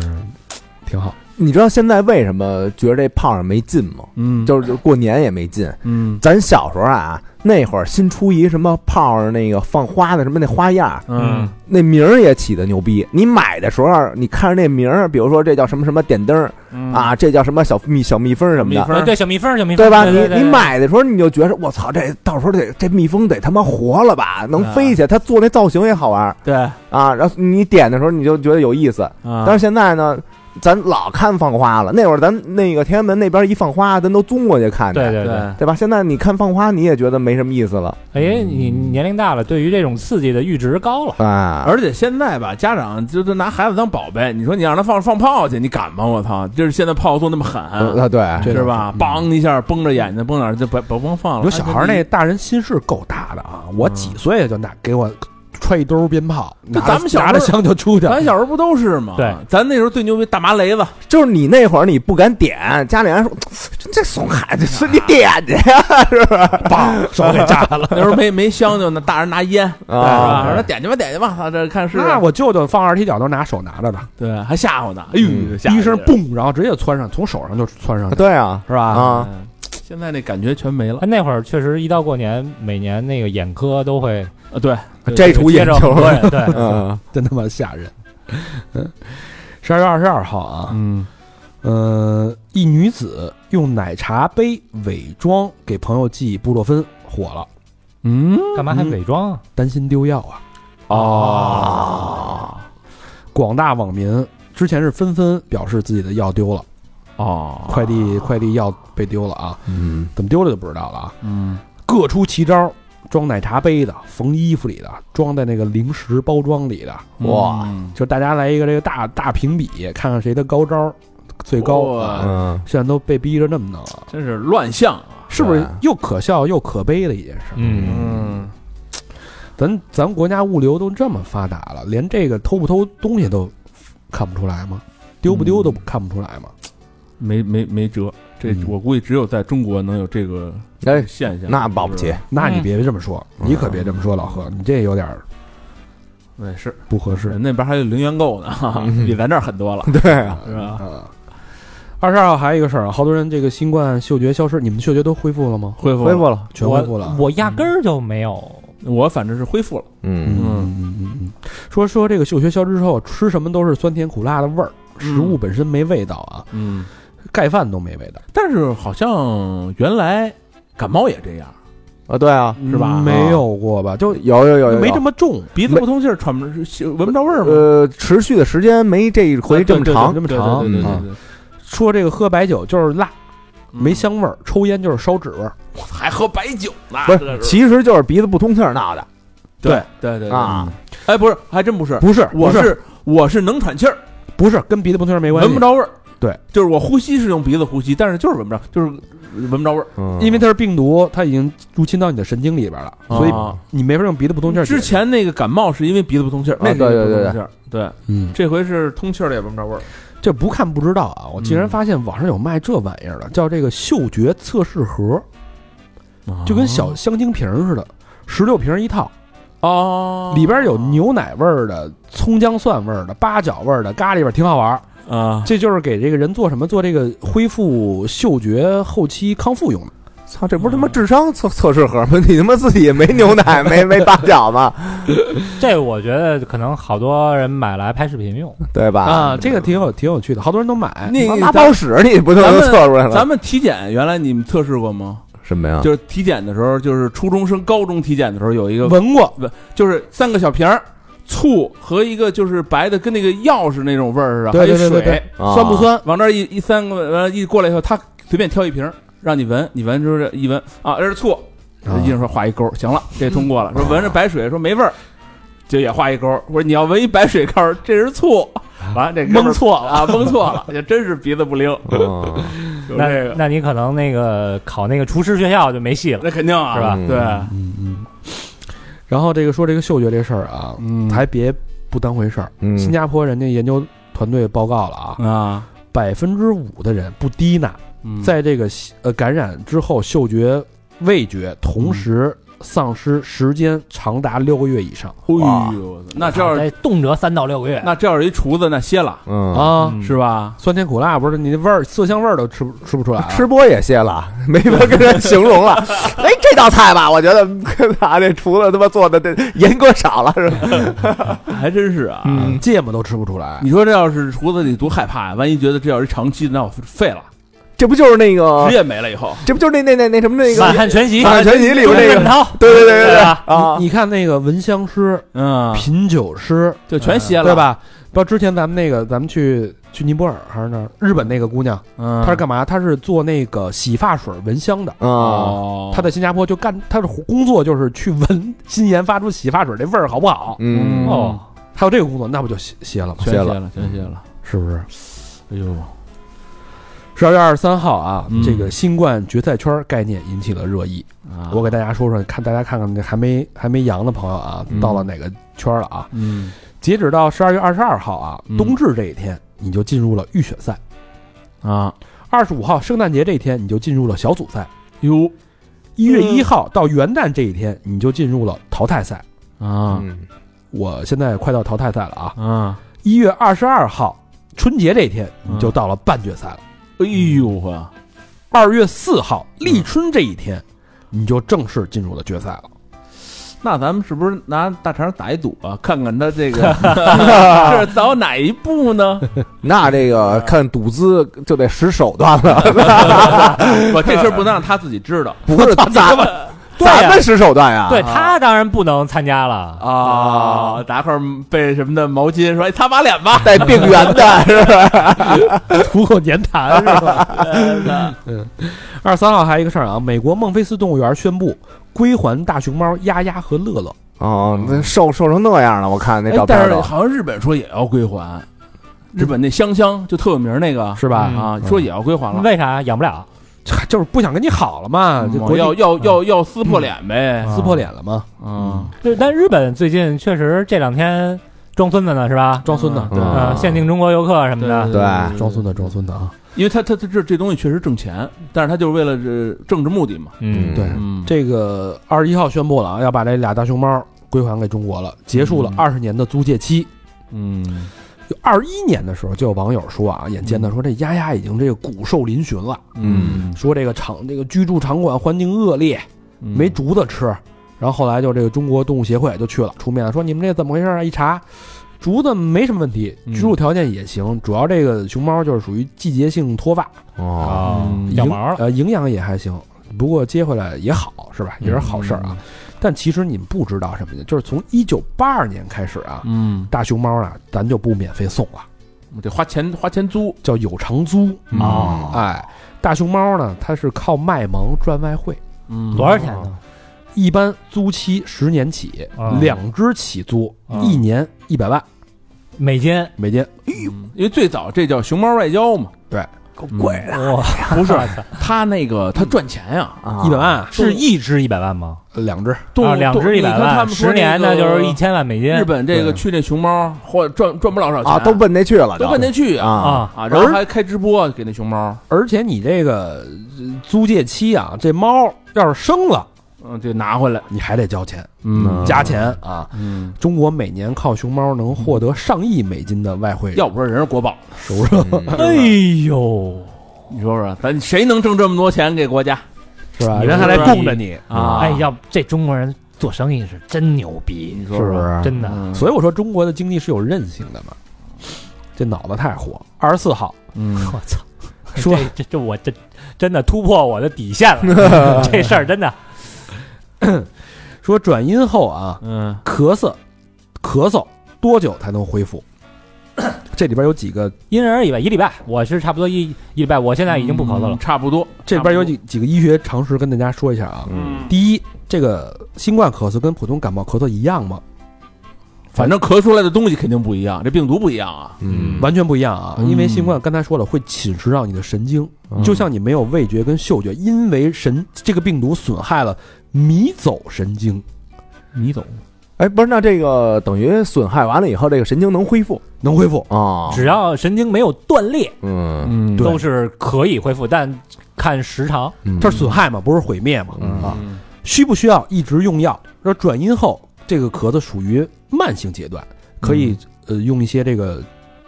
Speaker 2: 挺好。
Speaker 3: 你知道现在为什么觉得这炮仗没劲吗？
Speaker 5: 嗯，
Speaker 3: 就是就是过年也没劲。
Speaker 5: 嗯
Speaker 3: 咱小时候啊，那会儿新出一什么炮儿那个放花的什么那花样儿，
Speaker 5: 嗯
Speaker 3: 那名儿也起的牛逼。你买的时候，你看着那名儿，比如说这叫什么什么点灯儿
Speaker 5: 嗯，
Speaker 3: 啊，这叫什么小蜜小蜜蜂什么
Speaker 5: 蜜
Speaker 3: 的，
Speaker 5: 蜂
Speaker 4: 呃对，小蜜蜂，小蜜蜂，
Speaker 3: 啊对吧？
Speaker 4: 对对对
Speaker 3: 你你买的时候你就觉着我操，这到时候得这蜜蜂得他妈活了吧，能飞
Speaker 4: 啊
Speaker 3: 起来，它做那造型也好玩儿啊
Speaker 5: 对，
Speaker 3: 啊。然后你点的时候你就觉得有意思，但是
Speaker 5: 但
Speaker 3: 现在呢，咱老看放花了，那会儿咱那个天安门那边一放花，咱都综过去看去，
Speaker 4: 对对对。
Speaker 3: 对吧？现在你看放花，你也觉得没什么意思了
Speaker 4: 因为哎你
Speaker 3: 嗯
Speaker 4: 年龄大了，对于这种刺激的阈值高了。
Speaker 3: 啊。
Speaker 5: 而且现在吧，家长就都拿孩子当宝贝，你说你让他放放炮去，你敢吗？我操！就是现在炮做那么狠，
Speaker 2: 呃
Speaker 3: 啊，对，
Speaker 5: 是吧？梆一下，崩着眼睛，崩哪儿就甭甭甭
Speaker 2: 嗯
Speaker 5: 放
Speaker 2: 你
Speaker 5: 了。
Speaker 2: 说小孩儿那大人心是够大的啊！我几岁就拿给我揣一兜鞭炮，
Speaker 5: 嗯就
Speaker 2: 拿
Speaker 5: 咱们小
Speaker 2: 拿着
Speaker 5: 时候
Speaker 2: 香就出去，
Speaker 5: 咱小时候不都是吗？
Speaker 4: 对，
Speaker 5: 咱那时候最牛逼大麻 雷子，
Speaker 3: 就是你那会儿你不敢点，家里人说这这怂孩子，是你点去呀，是吧？
Speaker 2: 梆手给炸了。
Speaker 5: 那时候没没香就那大人拿烟，是
Speaker 3: 啊，
Speaker 5: 吧？说点去吧，点去吧，操，这看是
Speaker 2: 那我舅舅放二踢脚都拿手拿着的，
Speaker 5: 对，还吓唬呢，哎呦，
Speaker 3: 嗯
Speaker 5: 吓唬
Speaker 2: 一声
Speaker 5: 人，
Speaker 2: 嘣，然后直接窜上，从手上就窜 上去，
Speaker 3: 对啊，
Speaker 2: 是吧？
Speaker 3: 啊，
Speaker 5: 嗯现在那感觉全没了
Speaker 4: 哎那会儿确实一到过年，每年那个眼科都会
Speaker 5: 啊！对，
Speaker 3: 这出
Speaker 4: 接
Speaker 3: 眼
Speaker 4: 着
Speaker 3: 球
Speaker 4: 很 多人对，
Speaker 3: 嗯，
Speaker 2: 真他妈吓人。嗯，十二月二十二号啊，
Speaker 5: 嗯，
Speaker 2: 呃，一女子用奶茶杯伪装给朋友寄布洛芬，火了，
Speaker 5: 嗯，
Speaker 4: 干嘛还伪装啊？
Speaker 2: 担心丢药啊。
Speaker 3: 啊
Speaker 5: 哦
Speaker 2: 广大网民之前是纷纷表示自己的药丢了，
Speaker 5: 哦，
Speaker 2: 快递快递药被丢了啊，
Speaker 3: 嗯，
Speaker 2: 怎么丢了就不知道了啊。
Speaker 5: 嗯，
Speaker 2: 各出奇招，装奶茶杯的，缝衣服里的，装在那个零食包装里的，
Speaker 3: 哇
Speaker 5: 嗯，
Speaker 2: 就大家来一个这个大大评比，看看谁的高招最高。啊
Speaker 5: 哇
Speaker 3: 嗯，
Speaker 2: 现在都被逼着那么弄了，
Speaker 5: 真是乱象啊！
Speaker 2: 是不是
Speaker 3: 对
Speaker 2: 又可笑又可悲的一件事？
Speaker 4: 嗯，
Speaker 5: 嗯，
Speaker 2: 咱咱国家物流都这么发达了，连这个偷不偷东西都看不出来吗？丢不丢都看不出来吗？
Speaker 5: 没没没辙，这
Speaker 2: 嗯
Speaker 5: 我估计只有在中国能有这个
Speaker 3: 哎，
Speaker 5: 现象。
Speaker 3: 那保不齐，
Speaker 2: 那你别这么说，你可别这么说，老何，你这有点儿
Speaker 5: 对，是
Speaker 2: 不合适。
Speaker 5: 那边还有零元购 呢，哈哈
Speaker 3: 嗯
Speaker 5: 比咱这儿狠多了，
Speaker 3: 对啊，
Speaker 5: 是吧？
Speaker 2: 啊，二十二号还有一个事儿啊，好多人这个新冠嗅觉消失，你们嗅觉都恢复了吗？
Speaker 5: 恢复
Speaker 3: 恢
Speaker 5: 了，
Speaker 3: 复了，
Speaker 2: 全恢复了啊。
Speaker 4: 嗯我我压根儿就没有。
Speaker 5: 我反正是恢复了。
Speaker 3: 嗯，
Speaker 2: 嗯嗯嗯，说说这个嗅觉消失之后，吃什么都是酸甜苦辣的味儿，食物本身没味道啊，
Speaker 5: 嗯，
Speaker 2: 盖饭都没味道，
Speaker 5: 但是好像原来感冒也这样，
Speaker 3: 啊，对啊，
Speaker 5: 是吧？
Speaker 2: 嗯没有过吧？就
Speaker 3: 有有有有，
Speaker 2: 没这么重，
Speaker 5: 鼻子不通气儿，喘不闻不着味儿吗？
Speaker 3: 呃，持续的时间没这回这么长
Speaker 2: 这么
Speaker 5: 对
Speaker 2: 长
Speaker 5: 对对对
Speaker 2: 嗯
Speaker 5: 对对，
Speaker 2: 说这个喝白酒就是辣，
Speaker 5: 嗯
Speaker 2: 没，香味儿；抽烟就是烧纸味儿。
Speaker 5: 还喝白酒呢？
Speaker 3: 不
Speaker 5: 这
Speaker 3: 是，其实就是鼻子不通气儿闹的
Speaker 5: 对对对对
Speaker 3: 啊，
Speaker 5: 哎，不是，还真不是，
Speaker 2: 不是，
Speaker 5: 我
Speaker 2: 不是
Speaker 5: 是我是能喘气儿，
Speaker 2: 不是跟鼻子不通气儿没关系，
Speaker 5: 闻不着味儿。
Speaker 2: 对，
Speaker 5: 就是我呼吸是用鼻子呼吸，但是就是闻不着，就是闻不着味儿。
Speaker 3: 嗯
Speaker 2: 因为它是病毒，它已经入侵到你的神经里边了，所以
Speaker 5: 啊
Speaker 2: 你没法用鼻子不通气儿解决。
Speaker 5: 之前那个感冒是因为鼻子不通气儿，那是因为
Speaker 3: 对对
Speaker 5: 鼻子不
Speaker 3: 对
Speaker 5: 通气儿。对，
Speaker 2: 嗯，
Speaker 5: 这回是通气儿了也闻不着味儿。
Speaker 2: 这不看不知道啊，我竟然
Speaker 5: 嗯
Speaker 2: 发现网上有卖这玩意儿的，叫这个嗅觉测试盒，就跟小香精瓶儿似的，十六瓶儿一套，
Speaker 5: 哦，
Speaker 2: 里边有牛奶味儿的、葱姜蒜味儿的、八角味儿的、咖喱味儿，挺好玩儿。
Speaker 5: 啊，
Speaker 2: 这就是给这个人做什么？做这个恢复嗅觉后期康复用的。
Speaker 3: 操，这不是他妈智商测测试盒吗？ 你他妈自己也没牛 奶，没没八角吗？
Speaker 4: 这我觉得可能好多人买来拍视频用。
Speaker 3: 对吧？
Speaker 2: 啊，这个挺有挺有趣的，好多人都买。
Speaker 5: 那
Speaker 3: 妈
Speaker 5: 个
Speaker 3: 拉
Speaker 5: 咱
Speaker 3: 泡屎你不就能测 出来了
Speaker 5: 咱？们体检原来你们测试过吗？
Speaker 3: 什
Speaker 2: 啊
Speaker 3: 么呀？
Speaker 5: 就是体检的时候，就是初中生、高中体检的时候有一个，
Speaker 2: 闻过，
Speaker 5: 就是三个小瓶儿。醋和一个就是白的，跟那个钥匙那种味儿似的，啊
Speaker 2: 对对对对
Speaker 5: 还有水
Speaker 2: 对，
Speaker 3: 啊
Speaker 2: 酸不酸？
Speaker 5: 往这儿一一三个，完了一过来以后，他随便挑一瓶儿，让你闻，你闻出这一闻啊，这是醋，
Speaker 2: 啊
Speaker 5: 医生说画一勾，行了，这通过了。说闻着白水，说没味儿，就也画一勾。我说你要闻一白水，告诉这是醋，
Speaker 2: 啊
Speaker 5: 完了这
Speaker 2: 蒙
Speaker 5: 错了啊，蒙错了，这真是鼻子不 灵。
Speaker 3: 嗯
Speaker 5: 就
Speaker 4: 那
Speaker 5: 这个
Speaker 4: 那你可能那个考那个厨师学校就没戏了。
Speaker 5: 那肯定啊，
Speaker 4: 是吧
Speaker 5: 对，
Speaker 2: 嗯嗯。然后这个说这个嗅觉这事儿啊，
Speaker 5: 嗯
Speaker 2: 还别不当回事儿。
Speaker 3: 嗯
Speaker 2: 新加坡人家研究团队报告了啊，
Speaker 5: 啊，
Speaker 2: 百分之五的人不低呢，
Speaker 5: 嗯
Speaker 2: 在这个呃感染之后，嗅觉、味觉同时
Speaker 5: 嗯
Speaker 2: 丧失时间长达六个月以上
Speaker 5: 哎呦
Speaker 3: 哇
Speaker 5: 我操，那这要是
Speaker 4: 得动辄三到六个月。
Speaker 5: 那这要是一厨子，那歇了
Speaker 3: 嗯，
Speaker 2: 啊。
Speaker 4: 嗯
Speaker 5: 是 吧？
Speaker 2: 酸甜苦辣不是你那味儿，色香味儿都吃不吃不出来了。
Speaker 3: 吃播也歇了，没法跟人形容了。哎，这道菜吧，我觉得把这厨子他妈做的这严格少了，是吧？
Speaker 5: 还真是啊。
Speaker 2: 嗯，芥末都吃不出来。
Speaker 5: 你说这要是厨子得多害怕呀！万一觉得这要是长期的，那我废了，
Speaker 3: 这不就是那个
Speaker 5: 职，业没了以后。
Speaker 3: 这不就是那那那那什么那个
Speaker 4: 满汉全席，
Speaker 3: 满汉全席里边那
Speaker 4: 任
Speaker 3: 个？
Speaker 4: 涛，
Speaker 3: 对对对对
Speaker 4: 对
Speaker 3: 对
Speaker 4: 啊
Speaker 3: 啊！
Speaker 2: 你看那个闻香师、
Speaker 5: 嗯，
Speaker 2: 品酒师，
Speaker 5: 就全歇了，
Speaker 2: 对？吧？包括之前咱们那个，咱们去去尼泊尔还是哪儿？日本那个姑娘，
Speaker 5: 嗯，
Speaker 2: 她是干嘛？她是做那个洗发水蚊香的。
Speaker 3: 啊，
Speaker 5: 哦，
Speaker 2: 她在新加坡就干，她的工作就是去闻新研发出洗发水这味儿好不好？
Speaker 3: 嗯，
Speaker 5: 哦，
Speaker 2: 还有这个工作，那不就歇歇了吗？
Speaker 5: 全
Speaker 3: 歇
Speaker 5: 歇
Speaker 3: 了
Speaker 5: 了，全歇了，
Speaker 2: 是不是？
Speaker 5: 哎呦，
Speaker 2: 十二月二十三号啊，
Speaker 5: 嗯
Speaker 2: 这个新冠决赛圈概念引起了热议。
Speaker 5: 啊
Speaker 2: 我给大家说说，看大家看看那还没还没阳的朋友啊，
Speaker 5: 嗯
Speaker 2: 到了哪个圈了啊？
Speaker 5: 嗯
Speaker 2: 截止到十二月二十二号啊，
Speaker 5: 嗯
Speaker 2: 冬至这一天你就进入了预选赛，
Speaker 5: 啊，
Speaker 2: 二十五号圣诞节这一天你就进入了小组赛，
Speaker 5: 哟
Speaker 2: 一月一号到元旦这一天你就进入了淘汰赛。
Speaker 5: 啊
Speaker 3: 嗯
Speaker 2: 我现在快到淘汰赛了啊！
Speaker 5: 啊，
Speaker 2: 一月二十二号春节这一天你
Speaker 5: 嗯
Speaker 2: 就到了半决赛了，
Speaker 5: 哎呦呵，
Speaker 2: 二月四号立春这一天你就正式进入了决赛了。
Speaker 5: 那咱们是不是拿大肠打一赌啊？看看他这 个是走哪一步呢？
Speaker 3: 那这个看赌资就得使手段了，
Speaker 5: 啊我这事儿不能让他自己知道
Speaker 3: 不是咱们
Speaker 4: 对呀
Speaker 3: 咱们使手段呀，
Speaker 4: 对他当然不能参加了，
Speaker 5: 啊！打块被什么的毛巾说，哎，擦把脸吧。
Speaker 3: 带病源的是吧？
Speaker 2: 苦口言谈是吧？嗯，二十三号还有一个事儿啊，美国孟菲斯动物园宣布归还大熊猫丫丫和乐乐。
Speaker 3: 哦，那瘦瘦成那样了，我 看那照片
Speaker 5: 哎但是
Speaker 3: 都，
Speaker 5: 好像日本说也要归还，日本那香香就特有名那个
Speaker 2: 是吧
Speaker 4: 嗯
Speaker 5: 啊，说也要归还了，嗯
Speaker 4: 为啥养不了？
Speaker 2: 嗨就是不想跟你好了嘛，嗯就国
Speaker 5: 要
Speaker 2: 际嗯
Speaker 5: 要要要撕破脸呗，
Speaker 2: 撕破脸了嘛，
Speaker 5: 嗯，
Speaker 4: 对，但日本最近确实这两天装孙子呢，是吧？
Speaker 2: 装孙子，
Speaker 3: 嗯
Speaker 4: 啊，限定中国游客什么的，
Speaker 3: 对
Speaker 2: 装孙子，装孙子啊！
Speaker 5: 因为他他他这这东西确实挣钱，但是他就是为了这政治目的嘛。
Speaker 4: 嗯，
Speaker 2: 对
Speaker 5: 嗯，
Speaker 2: 这个二十一号宣布了啊，要把这俩大熊猫归还给中国了，结束了
Speaker 5: 嗯
Speaker 2: 二十年的租借期。
Speaker 5: 嗯
Speaker 2: 二一年的时候，就有网友说啊，眼尖的说这丫丫已经这个骨瘦嶙峋了，
Speaker 5: 嗯，
Speaker 2: 说这个场这个居住场馆环境恶劣，
Speaker 5: 嗯
Speaker 2: 没竹子吃。然后后来就这个中国动物协会就去了，出面了说你们这怎么回事啊？一查，竹子没什么问题，
Speaker 5: 嗯
Speaker 2: 居住条件也行，主要这个熊猫就是属于季节性脱发，
Speaker 3: 哦，
Speaker 4: 啊
Speaker 5: 嗯，
Speaker 4: 养
Speaker 2: 营
Speaker 4: 毛了，
Speaker 2: 呃，营养也还行。不过接回来也好，是吧？也是好事儿啊。但其实你们不知道什么的，就是从一九八二年开始啊，
Speaker 5: 嗯，
Speaker 2: 大熊猫啊，咱就不免费送了，
Speaker 5: 嗯，得花钱花钱租嗯
Speaker 2: 叫有偿租。
Speaker 3: 哦
Speaker 2: 哎，大熊猫呢，它是靠卖萌赚外汇，
Speaker 5: 嗯
Speaker 4: 多少钱呢？
Speaker 2: 一般租期十年起，
Speaker 4: 啊
Speaker 2: 两只起租，
Speaker 4: 啊
Speaker 2: 一年一百万
Speaker 4: 每斤
Speaker 2: 美金。
Speaker 5: 嗯因为最早这叫熊猫外交嘛，
Speaker 2: 对，
Speaker 5: 够
Speaker 3: 贵
Speaker 4: 哇，
Speaker 5: 不是他那个他赚钱呀，
Speaker 3: 啊
Speaker 2: 一百万啊
Speaker 4: 是一只一百万吗？
Speaker 2: 呃两只，
Speaker 5: 动物
Speaker 4: 啊，两
Speaker 5: 动
Speaker 4: 只一
Speaker 5: 你
Speaker 4: 百
Speaker 5: 看他
Speaker 4: 万，
Speaker 5: 们说
Speaker 4: 十年
Speaker 5: 那
Speaker 4: 的
Speaker 5: 个
Speaker 4: 就是一千万美金
Speaker 5: 日本这
Speaker 2: 对
Speaker 5: 个去那熊猫或者赚赚不了少钱
Speaker 3: 啊，都奔那去了，
Speaker 5: 都奔那去啊
Speaker 3: 啊，
Speaker 4: 啊，
Speaker 5: 啊，然后还开直播给那熊猫，
Speaker 2: 而且你这个呃租借期啊，这猫要是生了，
Speaker 5: 嗯，得拿回来，
Speaker 2: 你还得交钱，
Speaker 3: 嗯
Speaker 2: 加钱啊。
Speaker 5: 嗯，
Speaker 2: 中国每年靠熊猫能获得上亿美金的外汇，
Speaker 5: 要不说人是国宝，
Speaker 2: 是不是？
Speaker 4: 哎呦，
Speaker 5: 你说说，咱谁能挣这么多钱给国家
Speaker 2: 是吧？
Speaker 4: 你
Speaker 2: 人还
Speaker 4: 是
Speaker 2: 得
Speaker 4: 吧
Speaker 2: 供着你，
Speaker 5: 啊？
Speaker 4: 哎，要不这中国人做生意是真牛逼，
Speaker 5: 你
Speaker 2: 是
Speaker 5: 说
Speaker 2: 不
Speaker 5: 说，
Speaker 2: 是？
Speaker 4: 真的。
Speaker 5: 嗯
Speaker 2: 所以我说中国的经济是有韧性的嘛。这脑子太火。二十四号，
Speaker 5: 嗯，
Speaker 4: 我操，
Speaker 2: 说
Speaker 4: 这这这我这真的突破我的底线 了，这事儿真的
Speaker 2: 说转阴后啊，
Speaker 5: 嗯
Speaker 2: 咳嗽，咳嗽多久才能恢复？ 这里边有几个，
Speaker 4: 因人而异吧，一礼拜，我是差不多一一礼拜，我现在已经不咳嗽了
Speaker 5: 嗯，差不多，
Speaker 2: 这里边有几几个医学常识跟大家说一下啊。
Speaker 3: 嗯，
Speaker 2: 第一，这个新冠咳嗽跟普通感冒咳嗽一样吗？
Speaker 5: 反正咳出来的东西肯定不一样，这病毒不一样啊。
Speaker 3: 嗯，
Speaker 2: 完全不一样啊，
Speaker 5: 嗯
Speaker 2: 因为新冠刚才说了会侵蚀到你的神经，
Speaker 5: 嗯
Speaker 2: 就像你没有味觉跟嗅觉，因为神这个病毒损害了迷走神经，
Speaker 5: 你懂，
Speaker 3: 哎，不是，那这个等于损害完了以后，这个神经能恢复
Speaker 2: 能恢复。
Speaker 3: 啊？
Speaker 4: 只要神经没有断裂，
Speaker 3: 嗯
Speaker 5: 嗯，
Speaker 4: 都是可以恢复，但看时长。
Speaker 3: 嗯，
Speaker 2: 它是损害嘛，不是毁灭嘛
Speaker 3: 嗯
Speaker 2: 啊？
Speaker 5: 嗯
Speaker 2: 需不需要一直用药？那转阴后这个咳嗽属于慢性阶段，可以呃用一些这个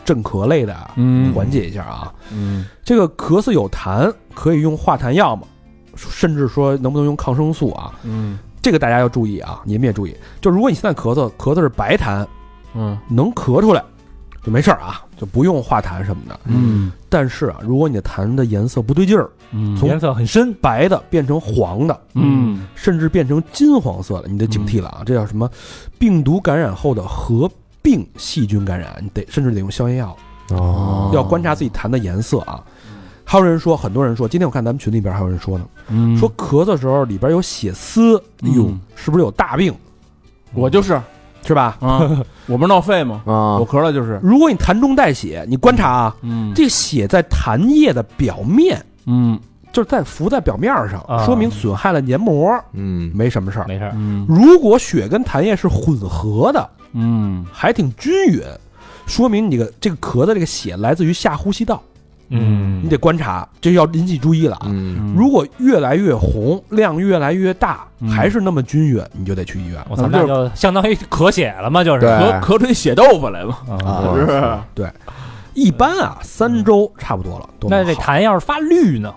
Speaker 2: 镇咳类的啊
Speaker 5: 嗯
Speaker 2: 缓解一下啊。
Speaker 5: 嗯
Speaker 2: 这个咳嗽有痰可以用化痰药嘛，甚至说能不能用抗生素啊？
Speaker 5: 嗯
Speaker 2: 这个大家要注意啊，你们也注意。就如果你现在咳嗽，咳嗽是白痰，
Speaker 5: 嗯
Speaker 2: 能咳出来就没事儿啊，就不用化痰什么的。
Speaker 5: 嗯
Speaker 2: 但是啊，如果你的痰的颜色不对劲儿，
Speaker 5: 嗯
Speaker 2: 从
Speaker 4: 颜色很深，
Speaker 2: 白的变成黄的，
Speaker 5: 嗯
Speaker 2: 甚至变成金黄色了，你得警惕了啊！这叫什么？病毒感染后的合并细菌感染，你得甚至得用消炎药。
Speaker 3: 哦
Speaker 2: 要观察自己痰的颜色啊。还有人说，很多人说，今天我看咱们群里边还有人说呢，
Speaker 5: 嗯
Speaker 2: 说咳嗽的时候里边有血丝，哎呦
Speaker 5: 嗯，
Speaker 2: 是不是有大病？
Speaker 5: 我就是
Speaker 2: 是吧？
Speaker 5: 啊，我不是闹肺吗？
Speaker 3: 啊
Speaker 5: 我，咳了就是，
Speaker 2: 如果你痰中带血，你观察啊，
Speaker 5: 嗯
Speaker 2: 这个血在痰液的表面，
Speaker 5: 嗯
Speaker 2: 就是在浮在表面上
Speaker 4: 啊，
Speaker 2: 说明损害了黏膜，
Speaker 3: 嗯
Speaker 2: 没什么事儿。
Speaker 4: 没事儿，
Speaker 5: 嗯
Speaker 2: 如果血跟痰液是混合的，
Speaker 5: 嗯
Speaker 2: 还挺均匀，说明你的这个咳的这个血来自于下呼吸道，你
Speaker 4: 嗯，
Speaker 2: 得观察，这要引起注意了啊。
Speaker 3: 嗯，
Speaker 2: 如果越来越红，量越来越大
Speaker 5: 嗯，
Speaker 2: 还是那么均匀，你就得去医院。
Speaker 4: 我操，那就相当于咳血了嘛，就是
Speaker 3: 对
Speaker 5: 咳咳嗯出一血豆腐来了，
Speaker 4: 啊
Speaker 5: 是不是？
Speaker 2: 一般啊，三周差不多了。多么
Speaker 4: 那这
Speaker 2: 好
Speaker 4: 痰要是发绿呢？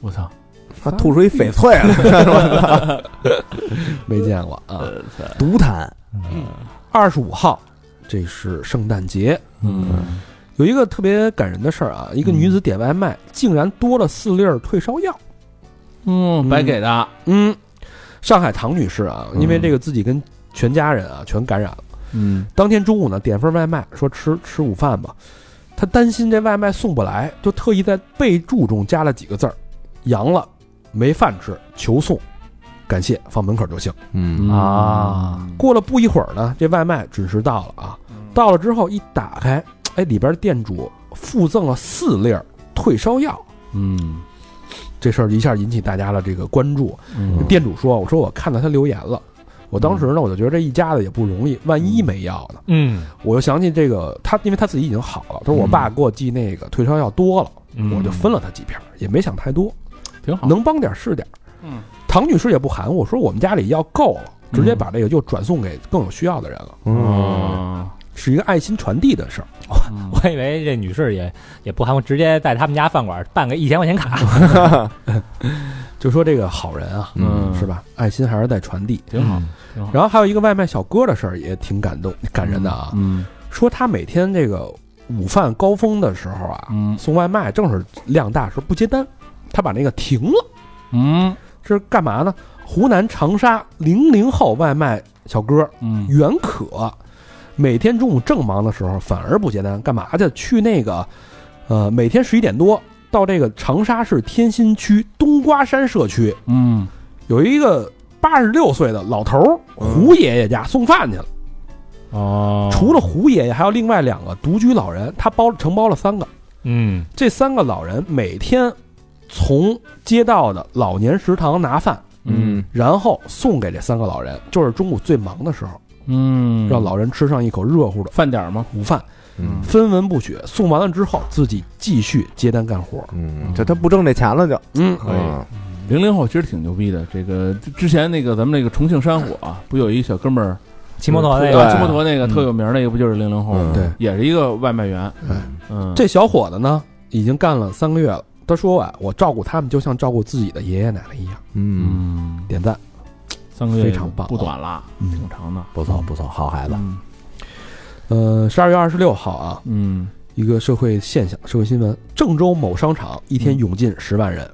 Speaker 5: 我操，
Speaker 3: 他吐出一翡翠来，
Speaker 2: 没见过啊。
Speaker 5: 呃
Speaker 3: 毒痰，
Speaker 2: 二十五号，这是圣诞节，
Speaker 5: 嗯
Speaker 2: 有一个特别感人的事儿啊，一个女子点外卖，竟然多了四粒儿退烧药。
Speaker 5: 嗯，白给的，
Speaker 2: 嗯，上海唐女士啊，
Speaker 3: 嗯
Speaker 2: 因为这个自己跟全家人啊全感染了。
Speaker 5: 嗯
Speaker 2: 当天中午呢，点份外卖，说吃吃午饭吧。她担心这外卖送不来，就特意在备注中加了几个字儿：“阳了，没饭吃，求送，感谢，放门口就行。
Speaker 3: 嗯
Speaker 4: 啊，”
Speaker 2: 过了不一会儿呢，这外卖准时到了啊。
Speaker 3: 嗯
Speaker 2: 到了之后一打开，哎，里边店主附赠了四粒儿退烧药。
Speaker 5: 嗯
Speaker 2: 这事儿一下引起大家的这个关注。
Speaker 5: 嗯
Speaker 2: 店主说：“我说我看到他留言了，我当时呢我就觉得这一家子也不容易，万一没药呢？
Speaker 4: 嗯，
Speaker 2: 我就想起这个他，因为他自己已经好了，他说
Speaker 5: 嗯
Speaker 2: 我爸给我寄那个退烧药多了，
Speaker 4: 嗯
Speaker 2: 我就分了他几片儿，也没想太多，
Speaker 5: 挺好，
Speaker 2: 能帮点儿是点儿。
Speaker 5: 嗯，
Speaker 2: 唐女士也不含糊，说我们家里药够了，直接把这个就转送给更有需要的人了，
Speaker 3: 嗯，
Speaker 5: 啊
Speaker 2: 是一个爱心传递的事儿。
Speaker 4: 我以为这女士也也不含糊，直接在他们家饭馆办个一千块钱卡，
Speaker 2: 就说这个好人啊，
Speaker 5: 嗯
Speaker 2: 是吧？爱心还是在传递。
Speaker 5: 挺好，
Speaker 2: 然后还有一个外卖小哥的事儿也挺感动、感人的啊，
Speaker 5: 嗯
Speaker 2: 说他每天这个午饭高峰的时候啊，
Speaker 5: 嗯
Speaker 2: 送外卖正是量大时候不接单，他把那个停了。
Speaker 5: 嗯
Speaker 2: 这是干嘛呢？湖南长沙零零后外卖小哥
Speaker 5: 嗯
Speaker 2: 袁可，每天中午正忙的时候反而不接单，干嘛去？去那个，呃，每天十一点多到这个长沙市天心区冬瓜山社区
Speaker 5: 嗯
Speaker 2: 有一个八十六岁的老头儿胡爷爷家送饭去了。
Speaker 4: 哦
Speaker 2: 除了胡爷爷，还有另外两个独居老人，他包承包了三个。
Speaker 4: 嗯
Speaker 2: 这三个老人每天从街道的老年食堂拿饭，
Speaker 3: 嗯，
Speaker 2: 然后送给这三个老人，就是中午最忙的时候，
Speaker 5: 嗯，
Speaker 2: 让老人吃上一口热乎的
Speaker 5: 饭点儿吗？
Speaker 2: 午饭，
Speaker 3: 嗯
Speaker 2: 分文不取。送完了之后，自己继续接单干活。
Speaker 3: 嗯，这他不挣这钱了就，
Speaker 2: 嗯
Speaker 5: 可以零零后其实挺牛逼的。这个之之前那个咱们那个重庆山火啊，不有一小哥们儿啊
Speaker 4: 骑摩托那
Speaker 5: 对
Speaker 4: 个
Speaker 5: 吧
Speaker 3: 对
Speaker 5: 骑摩托那个
Speaker 4: 嗯
Speaker 5: 特有名儿那个，不就是零零后吗？
Speaker 3: 嗯对
Speaker 5: 也是一个外卖员。
Speaker 3: 嗯
Speaker 5: 嗯，
Speaker 2: 这小伙子呢，已经干了三个月了。他说啊，我照顾他们就像照顾自己的爷爷奶奶一样。
Speaker 3: 嗯，
Speaker 5: 嗯，
Speaker 2: 点赞。
Speaker 5: 三个月
Speaker 2: 非常棒
Speaker 5: 不短了，
Speaker 2: 嗯
Speaker 5: 挺长的。
Speaker 3: 不错不错，好孩子，
Speaker 5: 嗯
Speaker 2: 呃，十二月二十六号啊，
Speaker 5: 嗯
Speaker 2: 一个社会现象、社会新闻：郑州某商场一
Speaker 5: 嗯
Speaker 2: 天涌进十万人，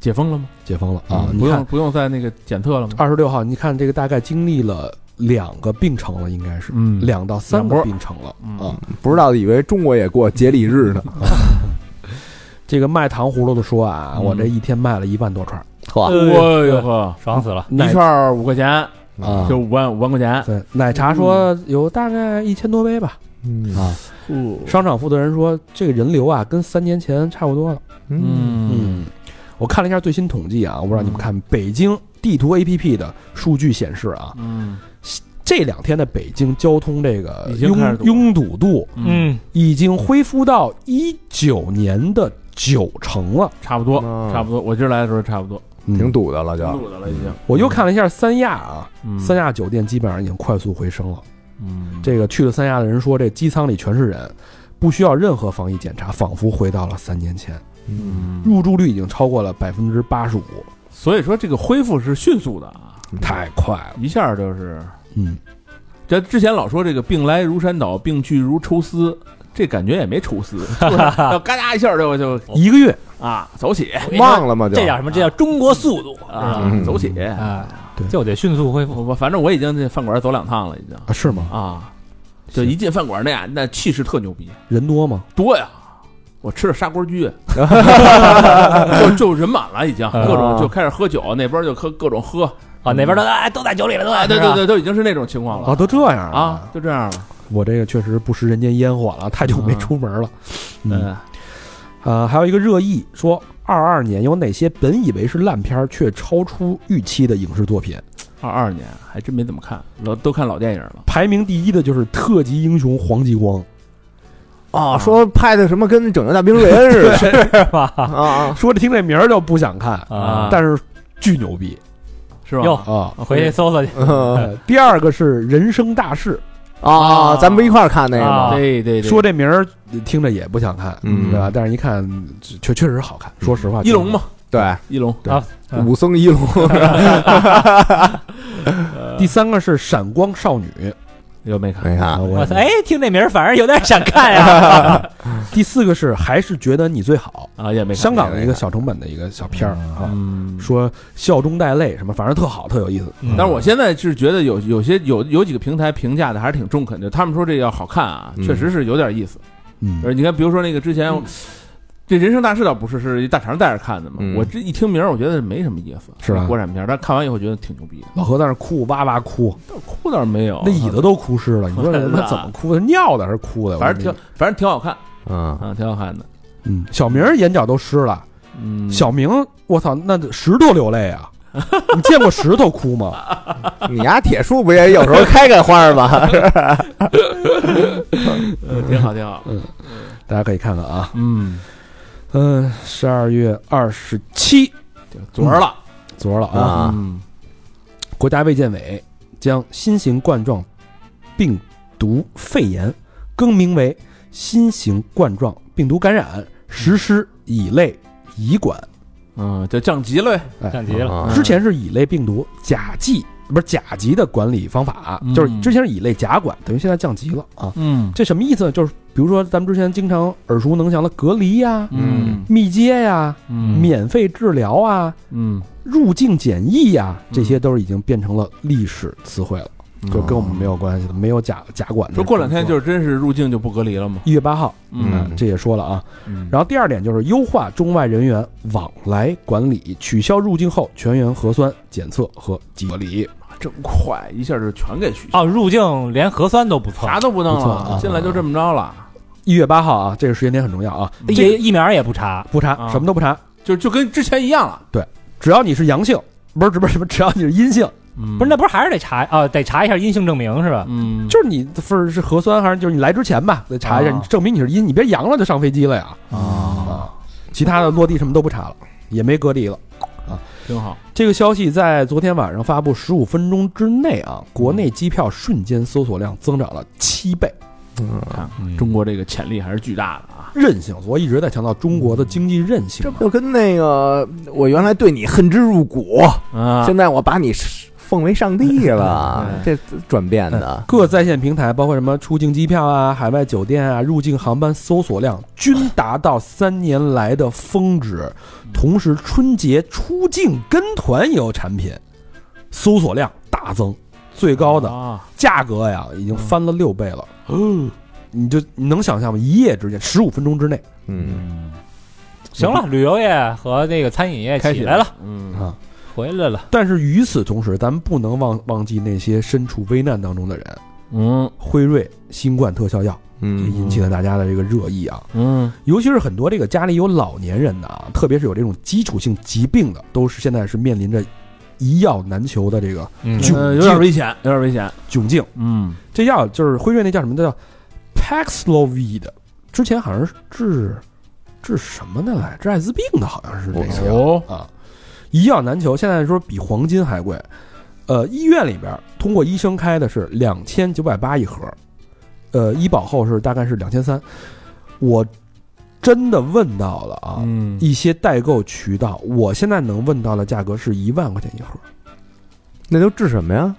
Speaker 5: 解封了吗？
Speaker 2: 解封了啊！
Speaker 5: 嗯不
Speaker 2: 你
Speaker 5: 用
Speaker 2: 看，
Speaker 5: 不用再那个检测了吗？
Speaker 2: 二十六号，你看这个大概经历了两个病程了，应该是
Speaker 5: 嗯
Speaker 2: 两到三
Speaker 5: 两波
Speaker 2: 个病程了
Speaker 5: 嗯
Speaker 2: 啊。
Speaker 3: 不知道以为中国也过节礼日呢，
Speaker 2: 这个卖糖葫芦的说啊，
Speaker 5: 嗯
Speaker 2: 我这一天卖了一万多串儿，
Speaker 3: 呵
Speaker 5: 哎呦呵，
Speaker 4: 爽死了，
Speaker 5: 一
Speaker 2: 奶
Speaker 5: 串儿五块钱，
Speaker 2: 啊
Speaker 5: 就五万五万块钱。
Speaker 2: 对奶茶说
Speaker 5: 嗯
Speaker 2: 有大概一千多杯吧。
Speaker 3: 啊，
Speaker 2: 商场负责人说，这个人流啊，跟三年前差不多了。
Speaker 3: 嗯，
Speaker 2: 嗯，我看了一下最新统计啊，我不知道你
Speaker 5: 嗯
Speaker 2: 们看北京地图 APP 的数据显示啊，
Speaker 5: 嗯
Speaker 2: 这两天的北京交通这个
Speaker 5: 已经开始
Speaker 2: 拥
Speaker 5: 堵
Speaker 2: 拥堵度
Speaker 5: 嗯，
Speaker 2: 已经恢复到一九年的九成了，嗯
Speaker 5: 差不多
Speaker 3: 嗯
Speaker 5: 差不多。我今儿来的时候差不多，
Speaker 3: 挺。堵的了就，
Speaker 5: 录的了已经。
Speaker 2: 我又看了一下三亚啊，
Speaker 5: 嗯
Speaker 2: 三亚酒店基本上已经快速回升了。
Speaker 5: 嗯
Speaker 2: 这个去了三亚的人说，这机舱里全是人，不需要任何防疫检查，仿佛回到了三年前。
Speaker 5: 嗯，哦
Speaker 2: 入住率已经超过了百分之八十五，
Speaker 5: 所以说这个恢复是迅速的啊，
Speaker 2: 太快了。
Speaker 5: 一下就是。
Speaker 2: 嗯，
Speaker 5: 这之前老说这个病来如山倒，病去如抽丝，这感觉也没抽 丝，就是要嘎哒一下就就
Speaker 2: 一个月
Speaker 5: 啊走起
Speaker 3: 忘了嘛就
Speaker 4: 这，叫什么？这叫中国速度
Speaker 5: 啊
Speaker 3: 嗯
Speaker 5: 走起。
Speaker 4: 啊
Speaker 2: 对
Speaker 4: 就得迅速恢复。
Speaker 5: 我我反正我已经这饭馆走两趟了，已经
Speaker 2: 啊？是吗？
Speaker 5: 啊，就一进饭馆那呀，那气势特牛逼，
Speaker 2: 人多吗？
Speaker 5: 多呀。我吃的砂锅居，就就人满了，已经各种就开始喝酒，那边就喝各种喝，
Speaker 4: 啊，那边都哎都在酒里了，都
Speaker 5: 啊，对
Speaker 4: 在
Speaker 5: 对对，哦都已经是那种情况了
Speaker 2: 啊，都这样
Speaker 5: 啊，！就这样了。
Speaker 2: 我这个确实不食人间烟火了，太久没出门了。嗯，
Speaker 5: 嗯，
Speaker 2: 呃，还有一个热议说，二二年有哪些本以为是烂片儿却超出预期的影视作品？
Speaker 5: 二二年还真没怎么看，老都看老电影了。
Speaker 2: 排名第一的就是《特级英雄》黄继光，
Speaker 3: 啊，说拍的什么跟《拯救大兵瑞恩》似的
Speaker 4: 是吧？
Speaker 3: 啊，
Speaker 2: 说着听这名儿就不想看，
Speaker 4: 啊
Speaker 2: 但是巨牛逼
Speaker 5: 是吧？
Speaker 4: 哟
Speaker 2: 啊！
Speaker 4: 回去搜搜去。
Speaker 3: 嗯
Speaker 2: 呃第二个是《人生大事
Speaker 3: 啊，咱们不一块儿看那个吗？
Speaker 5: 对对》，对，
Speaker 2: 说这名儿听着也不想看，
Speaker 3: 嗯
Speaker 2: 对吧？但是一看确确实好看，说实话，
Speaker 5: 一嗯龙嘛，
Speaker 3: 对，
Speaker 5: 一龙
Speaker 2: 对
Speaker 4: 啊，嗯
Speaker 3: 武僧一龙
Speaker 2: 确实好看。第三个是《闪光少女》
Speaker 5: 又没看
Speaker 3: 没
Speaker 2: 啊，
Speaker 3: 看，
Speaker 2: 我
Speaker 4: 我操！哎，听这名儿反而有点想看呀。
Speaker 2: 第四个是《还是觉得你最好
Speaker 5: 啊，也》，没看。
Speaker 2: 香港的一个小成本的一个小片儿啊，
Speaker 5: 嗯，
Speaker 2: 说笑中带泪什么，反正特好，特有意思。
Speaker 5: 但是我现在是觉得有有些有有几个平台评价的还是挺中肯的，他们说这要好看啊，
Speaker 3: 嗯
Speaker 5: 确实是有点意思。
Speaker 2: 嗯
Speaker 5: 而你看，比如说那个之前。这人生大事倒不是，是一大肠带着看的嘛。
Speaker 3: 嗯
Speaker 5: 我这一听名儿，我觉得没什么意思，
Speaker 2: 是吧
Speaker 5: 国产片儿，但看完以后觉得挺牛逼的。
Speaker 2: 老何在那儿哭，哇哇哭，
Speaker 5: 但是哭倒是没有，啊
Speaker 2: 那椅子都哭湿了。你 说他妈怎么哭的？尿的还是哭的？我
Speaker 5: 反正挺反正挺好看
Speaker 3: 嗯，
Speaker 5: 啊，挺好看的。
Speaker 2: 嗯，小明儿眼角都湿了。
Speaker 5: 嗯，
Speaker 2: 小明，我操，那石头流泪啊！你见过石头哭 吗？
Speaker 3: 你家铁叔不也有时候开开花儿吗？
Speaker 5: 呃挺好挺好。
Speaker 2: 大家可以看看啊。
Speaker 5: 嗯，
Speaker 2: 嗯，十二月二十七，
Speaker 5: 就昨儿了
Speaker 2: 昨儿了啊。
Speaker 3: 啊
Speaker 5: 嗯
Speaker 2: 国家卫健委将新型冠状病毒肺炎更名为新型冠状病毒感染，实施乙类乙管。
Speaker 5: 嗯，就降级了呗。
Speaker 2: 哎，
Speaker 4: 降级了
Speaker 5: 嗯
Speaker 3: 啊
Speaker 2: 之前是乙类病毒甲级，不是甲级的管理方法，
Speaker 5: 嗯
Speaker 2: 就是之前是乙类甲管，等于现在降级了啊。
Speaker 5: 嗯
Speaker 2: 这什么意思呢？就是比如说咱们之前经常耳熟能详的隔离呀、
Speaker 5: 嗯
Speaker 2: 密接呀、
Speaker 5: 嗯
Speaker 2: 免费治疗啊、
Speaker 5: 嗯，
Speaker 2: 入境检疫呀、这
Speaker 5: 嗯
Speaker 2: 些都是已经变成了历史词汇了，就跟我们没有关系的，没有甲甲管的。
Speaker 5: 说过两天就是是真是入境就不隔离了嘛。
Speaker 2: 一月八号，
Speaker 5: 嗯
Speaker 2: 嗯，这也说了啊。
Speaker 5: 嗯
Speaker 2: 然后第二点就是优化中外人员往来管理，取消入境后全员核酸检测和集隔离。
Speaker 5: 真快，一下就全给取消，
Speaker 4: 哦，入境连核酸都不测，
Speaker 5: 啥都不弄
Speaker 2: 不错啊
Speaker 5: 了，进来就这么着了，
Speaker 2: 一月八号啊，这个时间点很重要啊，
Speaker 4: 也疫苗也不查。
Speaker 2: 不查
Speaker 5: 啊
Speaker 2: 什么都不查，
Speaker 5: 就就跟之前一样了。
Speaker 2: 只要你是阳性，不是不是不是，只要你是阴性，
Speaker 5: 嗯
Speaker 4: 不是，那，不是还是得查啊？得查一下阴性证明是吧？
Speaker 5: 嗯，
Speaker 2: 就是你不是是核酸还是就是你来之前吧，得查一下，
Speaker 4: 啊
Speaker 2: 你证明你是阴，你别阳了就上飞机了呀。
Speaker 5: 啊，
Speaker 2: 其他的落地什么都不查了，也没隔离了。
Speaker 5: 挺好。
Speaker 2: 这个消息在昨天晚上发布十五分钟之内啊，国内机票瞬间搜索量增长了七倍，
Speaker 5: 看看中国这个潜力还是巨大的啊。
Speaker 2: 韧性。所以一直在强调中国的经济韧性
Speaker 3: 这。不就跟那个我原来对你恨之入骨，
Speaker 5: 啊哎
Speaker 3: 现在我把你奉为上帝 了，这转变的，
Speaker 2: 各在线平台，包括什么出境机票啊、海外酒店啊、入境航班搜索量均达到三年来的峰值。同时，春节出境跟团游产品搜索量大增，最高的
Speaker 5: 啊，
Speaker 2: 价格呀已经翻了六倍了。哦，你就你能想象吗？一夜之间，十五分钟之内
Speaker 3: 嗯，
Speaker 4: 行了，旅游业和那个餐饮业
Speaker 5: 嗯开
Speaker 4: 起
Speaker 5: 始
Speaker 4: 来了，，
Speaker 5: 嗯
Speaker 2: 啊！
Speaker 4: 回来了。
Speaker 2: 但是与此同时，咱们不能忘忘记那些身处危难当中的人。
Speaker 5: 嗯
Speaker 2: 辉瑞新冠特效药也
Speaker 3: 嗯
Speaker 2: 引起了大家的这个热议啊，
Speaker 5: 嗯
Speaker 2: 尤其是很多这个家里有老年人的啊，特别是有这种基础性疾病的，都是现在是面临着一药难求的这个
Speaker 4: 嗯
Speaker 2: 就
Speaker 5: 呃有点危险，有点危险。
Speaker 2: 窘境。
Speaker 5: 嗯，
Speaker 2: 这药就是辉瑞那叫什么叫 Paxlovid，之前好像是治治什么的来，治艾滋病的，好像是这个药、
Speaker 5: 哦
Speaker 2: 啊，一药难求，现在说比黄金还贵。呃，医院里边通过医生开的是两千九百八一盒，呃，医保后是大概是两千三。我真的问到了啊，
Speaker 5: 嗯
Speaker 2: 一些代购渠道，我现在能问到的价格是一万块钱一盒，
Speaker 3: 那都治什么呀？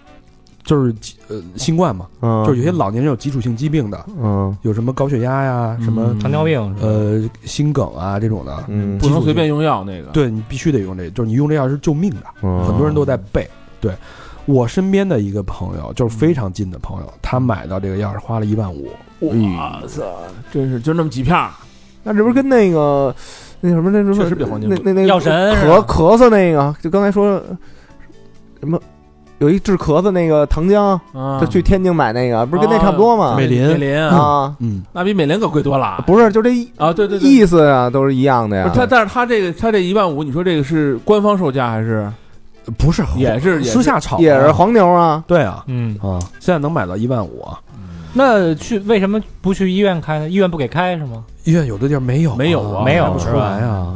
Speaker 2: 就是呃新冠嘛，
Speaker 3: 嗯，
Speaker 2: 就是有些老年人有基础性疾病的，
Speaker 3: 嗯
Speaker 2: 有什么高血压呀，什么、
Speaker 5: 嗯
Speaker 4: 糖尿病是吧
Speaker 2: 呃心梗啊这种的，
Speaker 3: 嗯
Speaker 5: 不能随便用药那个。哦
Speaker 2: 对你必须得用这个，就是你用这药是救命的，
Speaker 3: 嗯
Speaker 2: 很多人都在背。对我身边的一个朋友，就是
Speaker 5: 嗯
Speaker 2: 非常近的朋友，他买到这个钥匙花了一万五，
Speaker 3: 哎
Speaker 5: 哇塞，真是就那么几片儿，
Speaker 3: 那这不是跟那个那什么那什么
Speaker 5: 确实比黄金
Speaker 3: 那那那
Speaker 4: 药神是
Speaker 3: 咳咳嗽那个，就刚才说什么有一治咳嗽那个糖浆，
Speaker 5: 啊
Speaker 3: 就去天津买那个，不是跟那差不多吗
Speaker 2: 美？林
Speaker 5: 美林啊，
Speaker 3: 啊，
Speaker 2: 嗯，
Speaker 5: 那比美林可贵多了。
Speaker 3: 不是，就这意
Speaker 5: 啊，对对对，
Speaker 3: 意思啊，都是一样的
Speaker 5: 不
Speaker 3: 呀
Speaker 5: 是。他，但是他这个他这一万五，你说这个是官方售价还是
Speaker 2: 不是，
Speaker 5: 也是也
Speaker 2: 私下炒的
Speaker 3: 也是黄牛啊，
Speaker 2: 对啊
Speaker 4: 嗯，
Speaker 2: 啊，现在能买到一万五啊，
Speaker 4: 那去为什么不去医院开呢？医院不给开是吗？
Speaker 2: 医院有的地儿没有啊，
Speaker 5: 没有啊
Speaker 4: 没有
Speaker 2: 看不出
Speaker 4: 是吧
Speaker 2: 来啊，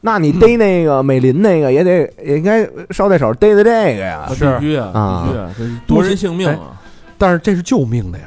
Speaker 3: 那你逮那个美林那个也得也应该捎带手逮逮这个呀
Speaker 5: 啊，必
Speaker 4: 是
Speaker 5: 须啊，
Speaker 3: 啊
Speaker 5: 必须啊，这是夺人性命啊！
Speaker 2: 但是这是救命的呀，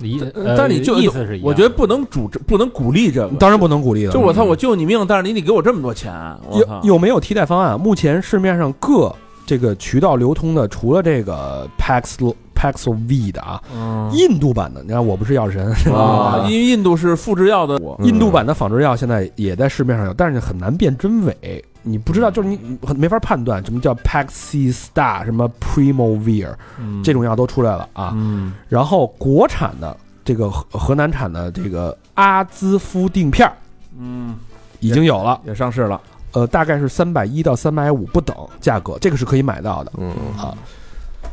Speaker 4: 一
Speaker 5: 呃但是你就
Speaker 4: 意思是一样，
Speaker 5: 我觉得不能主不能鼓励这个，
Speaker 2: 当然不能鼓励了，嗯
Speaker 5: 就我操，我救你命，但是你得给我这么多钱，我操
Speaker 2: 有，有没有替代方案？目前市面上各这个渠道流通的，除了这个 Pax Paxil V 的啊，
Speaker 5: 嗯
Speaker 2: 印度版的，你看我不是药神，
Speaker 5: 啊，因为印度是复制药的，
Speaker 3: 嗯
Speaker 2: 印度版的仿制药现在也在市面上有，但是很难辨真伪，你不知道，就是你
Speaker 5: 嗯
Speaker 2: 你很没法判断什么叫 Paxi Star，什么 Primovir
Speaker 5: 嗯
Speaker 2: 这种药都出来了啊。
Speaker 5: 嗯
Speaker 2: 然后国产的这个河河南产的这个阿兹夫定片儿
Speaker 5: 嗯
Speaker 2: 已经有了，
Speaker 5: 也上市了，
Speaker 2: 呃，大概是三百一到三百五不等价格，这个是可以买到的。
Speaker 3: 嗯，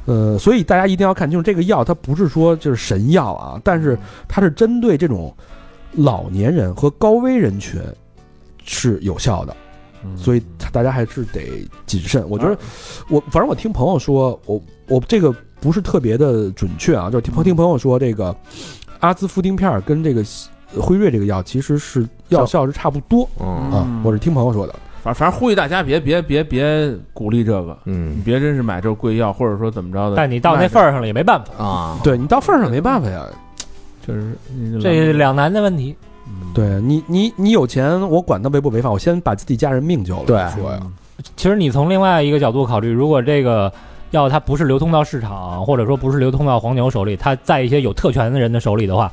Speaker 2: 呃，所以大家一定要看清楚，这个药它不是说就是神药啊，但是它是针对这种老年人和高危人群是有效的，
Speaker 5: 嗯
Speaker 2: 所以大家还是得谨慎。我觉得我反正我听朋友说，我我这个不是特别的准确啊，就是听听朋友说，这个阿兹夫汀片儿跟这个辉瑞这个药其实是药效是差不多
Speaker 3: 嗯
Speaker 2: 啊，我是听朋友说的。
Speaker 5: 反反正呼吁大家别别别别鼓励这个，你
Speaker 3: 嗯
Speaker 5: 别真是买这贵药，或者说怎么着的，
Speaker 4: 但你到那份儿上了也没办法，
Speaker 3: 啊，
Speaker 2: 对你到份儿上没办法呀，
Speaker 5: 就是
Speaker 4: 这两难的问题。
Speaker 2: 对你你你有钱，我管他违不违法，我先把自己家人命救了
Speaker 3: 对
Speaker 2: 再说呀。
Speaker 4: 其实你从另外一个角度考虑，如果这个药它不是流通到市场，或者说不是流通到黄牛手里，它在一些有特权的人的手里的话，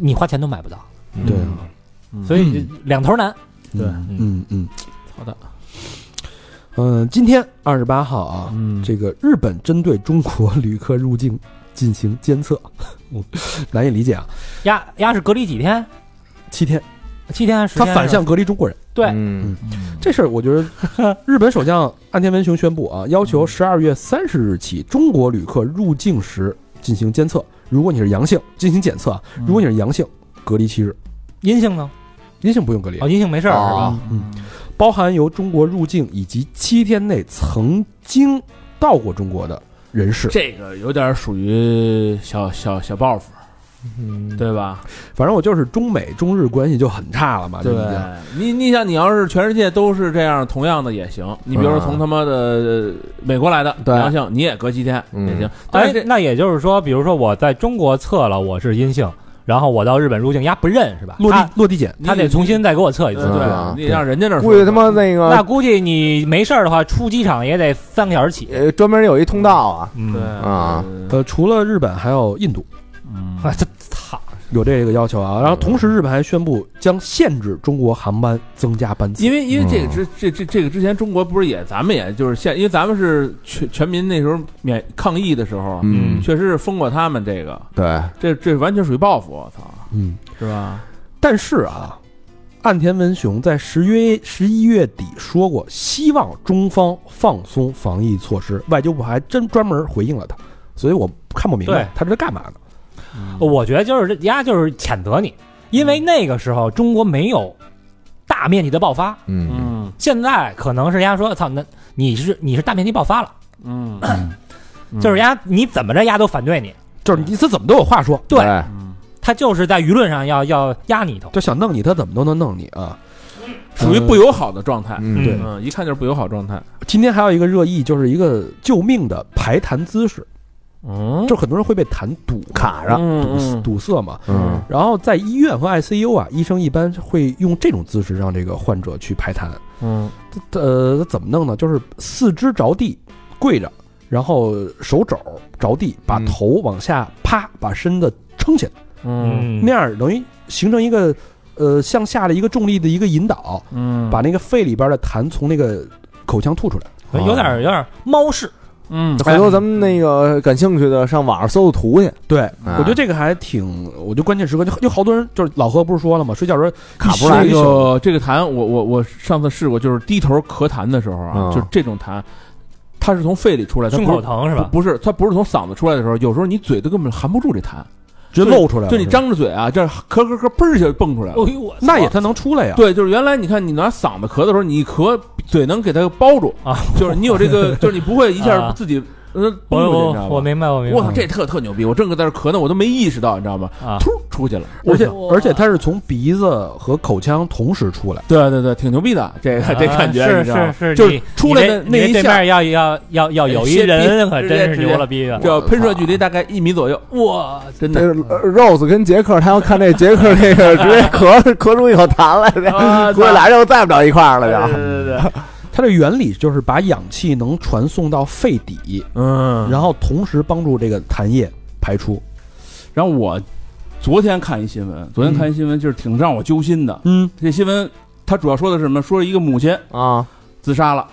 Speaker 4: 你花钱都买不到，
Speaker 5: 嗯
Speaker 2: 对啊，
Speaker 4: 所以两头难。
Speaker 5: 对
Speaker 2: 嗯嗯，
Speaker 5: 好的，
Speaker 2: 嗯，今天二十八号啊，
Speaker 5: 嗯
Speaker 2: 这个日本针对中国 旅客入境进行监测，我难以理解啊，
Speaker 4: 压压是隔离几天？
Speaker 2: 七天，
Speaker 4: 七天还是十
Speaker 2: 他
Speaker 4: 天？
Speaker 2: 反向隔离中国人。
Speaker 4: 对
Speaker 3: 嗯
Speaker 2: 这事儿，我觉 得日本首相岸田文雄宣布啊，要求十二月三十日起，中国旅客入境时进行监测，如果你是阳性，进行检测啊，如果你是阳性，隔离七日，
Speaker 4: 阴性呢？
Speaker 2: 阴性不用隔离
Speaker 4: 哦，。阴性没事儿是吧
Speaker 3: 哦？
Speaker 2: 嗯，包含由中国入境以及七天内曾经到过中国的人士。
Speaker 5: 这个有点属于小小小报复，
Speaker 3: 嗯
Speaker 5: 对吧？
Speaker 2: 反正我就是中美中日关系就很差了嘛，就
Speaker 5: 对
Speaker 2: 已经。
Speaker 5: 你，你想，你要是全世界都是这样，同样的也行。你比如说从他妈的呃美国来的
Speaker 3: 对
Speaker 5: 阳性，你也隔七天
Speaker 3: 嗯
Speaker 5: 也行。但
Speaker 4: 哎
Speaker 5: 是，这
Speaker 4: 那也就是说，比如说我在中国测了我是阴性，然后我到日本入境，压不认是吧？
Speaker 2: 落
Speaker 4: 他
Speaker 2: 地落地检，
Speaker 4: 他得重新再给我测一
Speaker 5: 对
Speaker 4: 次。
Speaker 3: 啊
Speaker 5: 对，你得让人家那儿
Speaker 3: 估计他妈那
Speaker 4: 那
Speaker 3: 个
Speaker 4: 估计你没事儿的话，出机场也得三个小时起。
Speaker 3: 呃专门有一通道啊，
Speaker 4: 嗯
Speaker 5: 对，
Speaker 3: 啊
Speaker 2: 呃，除了日本，还有印度
Speaker 5: 嗯
Speaker 4: 啊，这操，
Speaker 2: 有这个要求啊。然后同时，日本还宣布将限制中国航班增加班次，
Speaker 5: 因为因为这个之这这这个之前中国不是也咱们也就是现，因为咱们是全全民那时候免抗议的时候，
Speaker 3: 嗯，
Speaker 5: 确实是封过他们这个，
Speaker 3: 对，
Speaker 5: 这这完全属于报复，我操，
Speaker 2: 嗯。
Speaker 5: 是吧？
Speaker 2: 但是啊，岸田文雄在十月十一月底说过，希望中方放松防疫措施。外交部还真专门回应了他，所以我看不明
Speaker 4: 对
Speaker 2: 白他这是干嘛呢？
Speaker 4: 我觉得就是这丫就是谴责你，因为那个时候中国没有大面积的爆发，
Speaker 3: 嗯
Speaker 5: 嗯
Speaker 4: 现在可能是丫说，操，那你是你是大面积爆发了，
Speaker 5: 嗯，
Speaker 4: 就是丫你怎么着丫都反对你，
Speaker 2: 就是你是怎么都有话说，
Speaker 4: 对
Speaker 3: 对
Speaker 4: 他就是在舆论上要要压你一头。
Speaker 2: 就想弄你，他怎么都能弄你啊。
Speaker 5: 属于不友好的状态，
Speaker 3: 嗯
Speaker 4: 对
Speaker 5: 嗯，一看就是不友好状态。
Speaker 2: 今天还有一个热议，就是一个救命的排痰姿势，
Speaker 5: 嗯
Speaker 2: 就很多人会被痰堵
Speaker 3: 卡上，
Speaker 2: 堵
Speaker 5: 嗯
Speaker 2: 死堵塞嘛。
Speaker 3: 嗯
Speaker 2: 然后在医院和 ICU 啊，医生一般会用这种姿势让这个患者去排痰。
Speaker 5: 嗯
Speaker 2: 呃，怎么弄呢？就是四肢着地跪着，然后手肘着地，把
Speaker 3: 嗯
Speaker 2: 头往下啪，把身子撑起来，
Speaker 5: 嗯
Speaker 2: 那样等于形成一个呃向下的一个重力的一个引导，
Speaker 5: 嗯
Speaker 2: 把那个肺里边的痰从那个口腔吐出来。
Speaker 5: 哦
Speaker 4: 有点有点猫式，
Speaker 5: 嗯，
Speaker 3: 回头咱们那个感兴趣的上网上搜搜图去。
Speaker 2: 对，
Speaker 3: 啊
Speaker 2: 我觉得这个还挺，我觉得关键时刻就就好多人就是老何不是说了吗？睡觉时候
Speaker 3: 卡不
Speaker 2: 出
Speaker 3: 出来
Speaker 5: 这个这个痰，我我我上次试过，就是低头咳痰的时候啊，
Speaker 3: 嗯
Speaker 5: 就是这种痰，它是从肺里出来，它
Speaker 4: 胸
Speaker 5: 不
Speaker 4: 口
Speaker 5: 是
Speaker 4: 疼是吧？
Speaker 5: 不不是，它不是从嗓子出来的时候，有时候你嘴都根本含不住这痰，
Speaker 2: 直接
Speaker 5: 就
Speaker 2: 露出来了，
Speaker 5: 就你张着嘴啊，这咳咳咳，嘣儿一下蹦出来了。
Speaker 4: 哦呦我
Speaker 2: 那也他能出来呀，
Speaker 5: 对，就是原来你看你拿嗓子咳的时候，你一咳嘴能给它包住
Speaker 4: 啊，
Speaker 5: 就是你有这 个，就是你不会一下
Speaker 4: 啊
Speaker 5: 自己呃
Speaker 4: 我
Speaker 5: 蹦出去，你知
Speaker 4: 我
Speaker 5: 道
Speaker 4: 我
Speaker 5: 吗？
Speaker 4: 明白我明白。
Speaker 5: 我操，这特特牛逼！我正搁在这咳呢，我都没意识到，你知道吗？
Speaker 4: 啊
Speaker 5: 突出去了。
Speaker 2: 而且
Speaker 4: 哇
Speaker 2: 而且它是从鼻子和口腔同时出来，
Speaker 5: 对对对，挺牛逼的，这个这感觉，
Speaker 4: 啊
Speaker 5: 你知道吗
Speaker 4: 是是是，
Speaker 5: 就是
Speaker 4: 你
Speaker 5: 出来的
Speaker 4: 你这
Speaker 5: 那
Speaker 4: 你
Speaker 5: 一
Speaker 4: 这
Speaker 5: 下
Speaker 4: 面，要要要要有一
Speaker 5: 歇逼
Speaker 4: 人，可
Speaker 5: 直接
Speaker 4: 真是
Speaker 5: 直
Speaker 4: 牛
Speaker 5: 接
Speaker 4: 了逼的。
Speaker 5: 这喷射距离大概一米左右，
Speaker 4: 哇，
Speaker 5: 真
Speaker 3: 这
Speaker 5: 的。
Speaker 3: 个呃 Rose 跟杰克，他要看这杰克这个直接咳咳出一口痰来
Speaker 5: 啊
Speaker 3: 了，估计俩人就在不了一块儿了
Speaker 4: 哎
Speaker 3: 就。啊
Speaker 5: 对对，
Speaker 2: 它的原理就是把氧气能传送到肺底，
Speaker 4: 啊
Speaker 5: 嗯。
Speaker 2: 然后同时帮助这个痰液排出。
Speaker 5: 然后我昨天看一新闻，昨天
Speaker 4: 嗯
Speaker 5: 看一新闻就是挺让我揪心的。
Speaker 2: 嗯，
Speaker 5: 这新闻它主要说的是什么？说一个母亲
Speaker 3: 啊，
Speaker 5: 自杀了。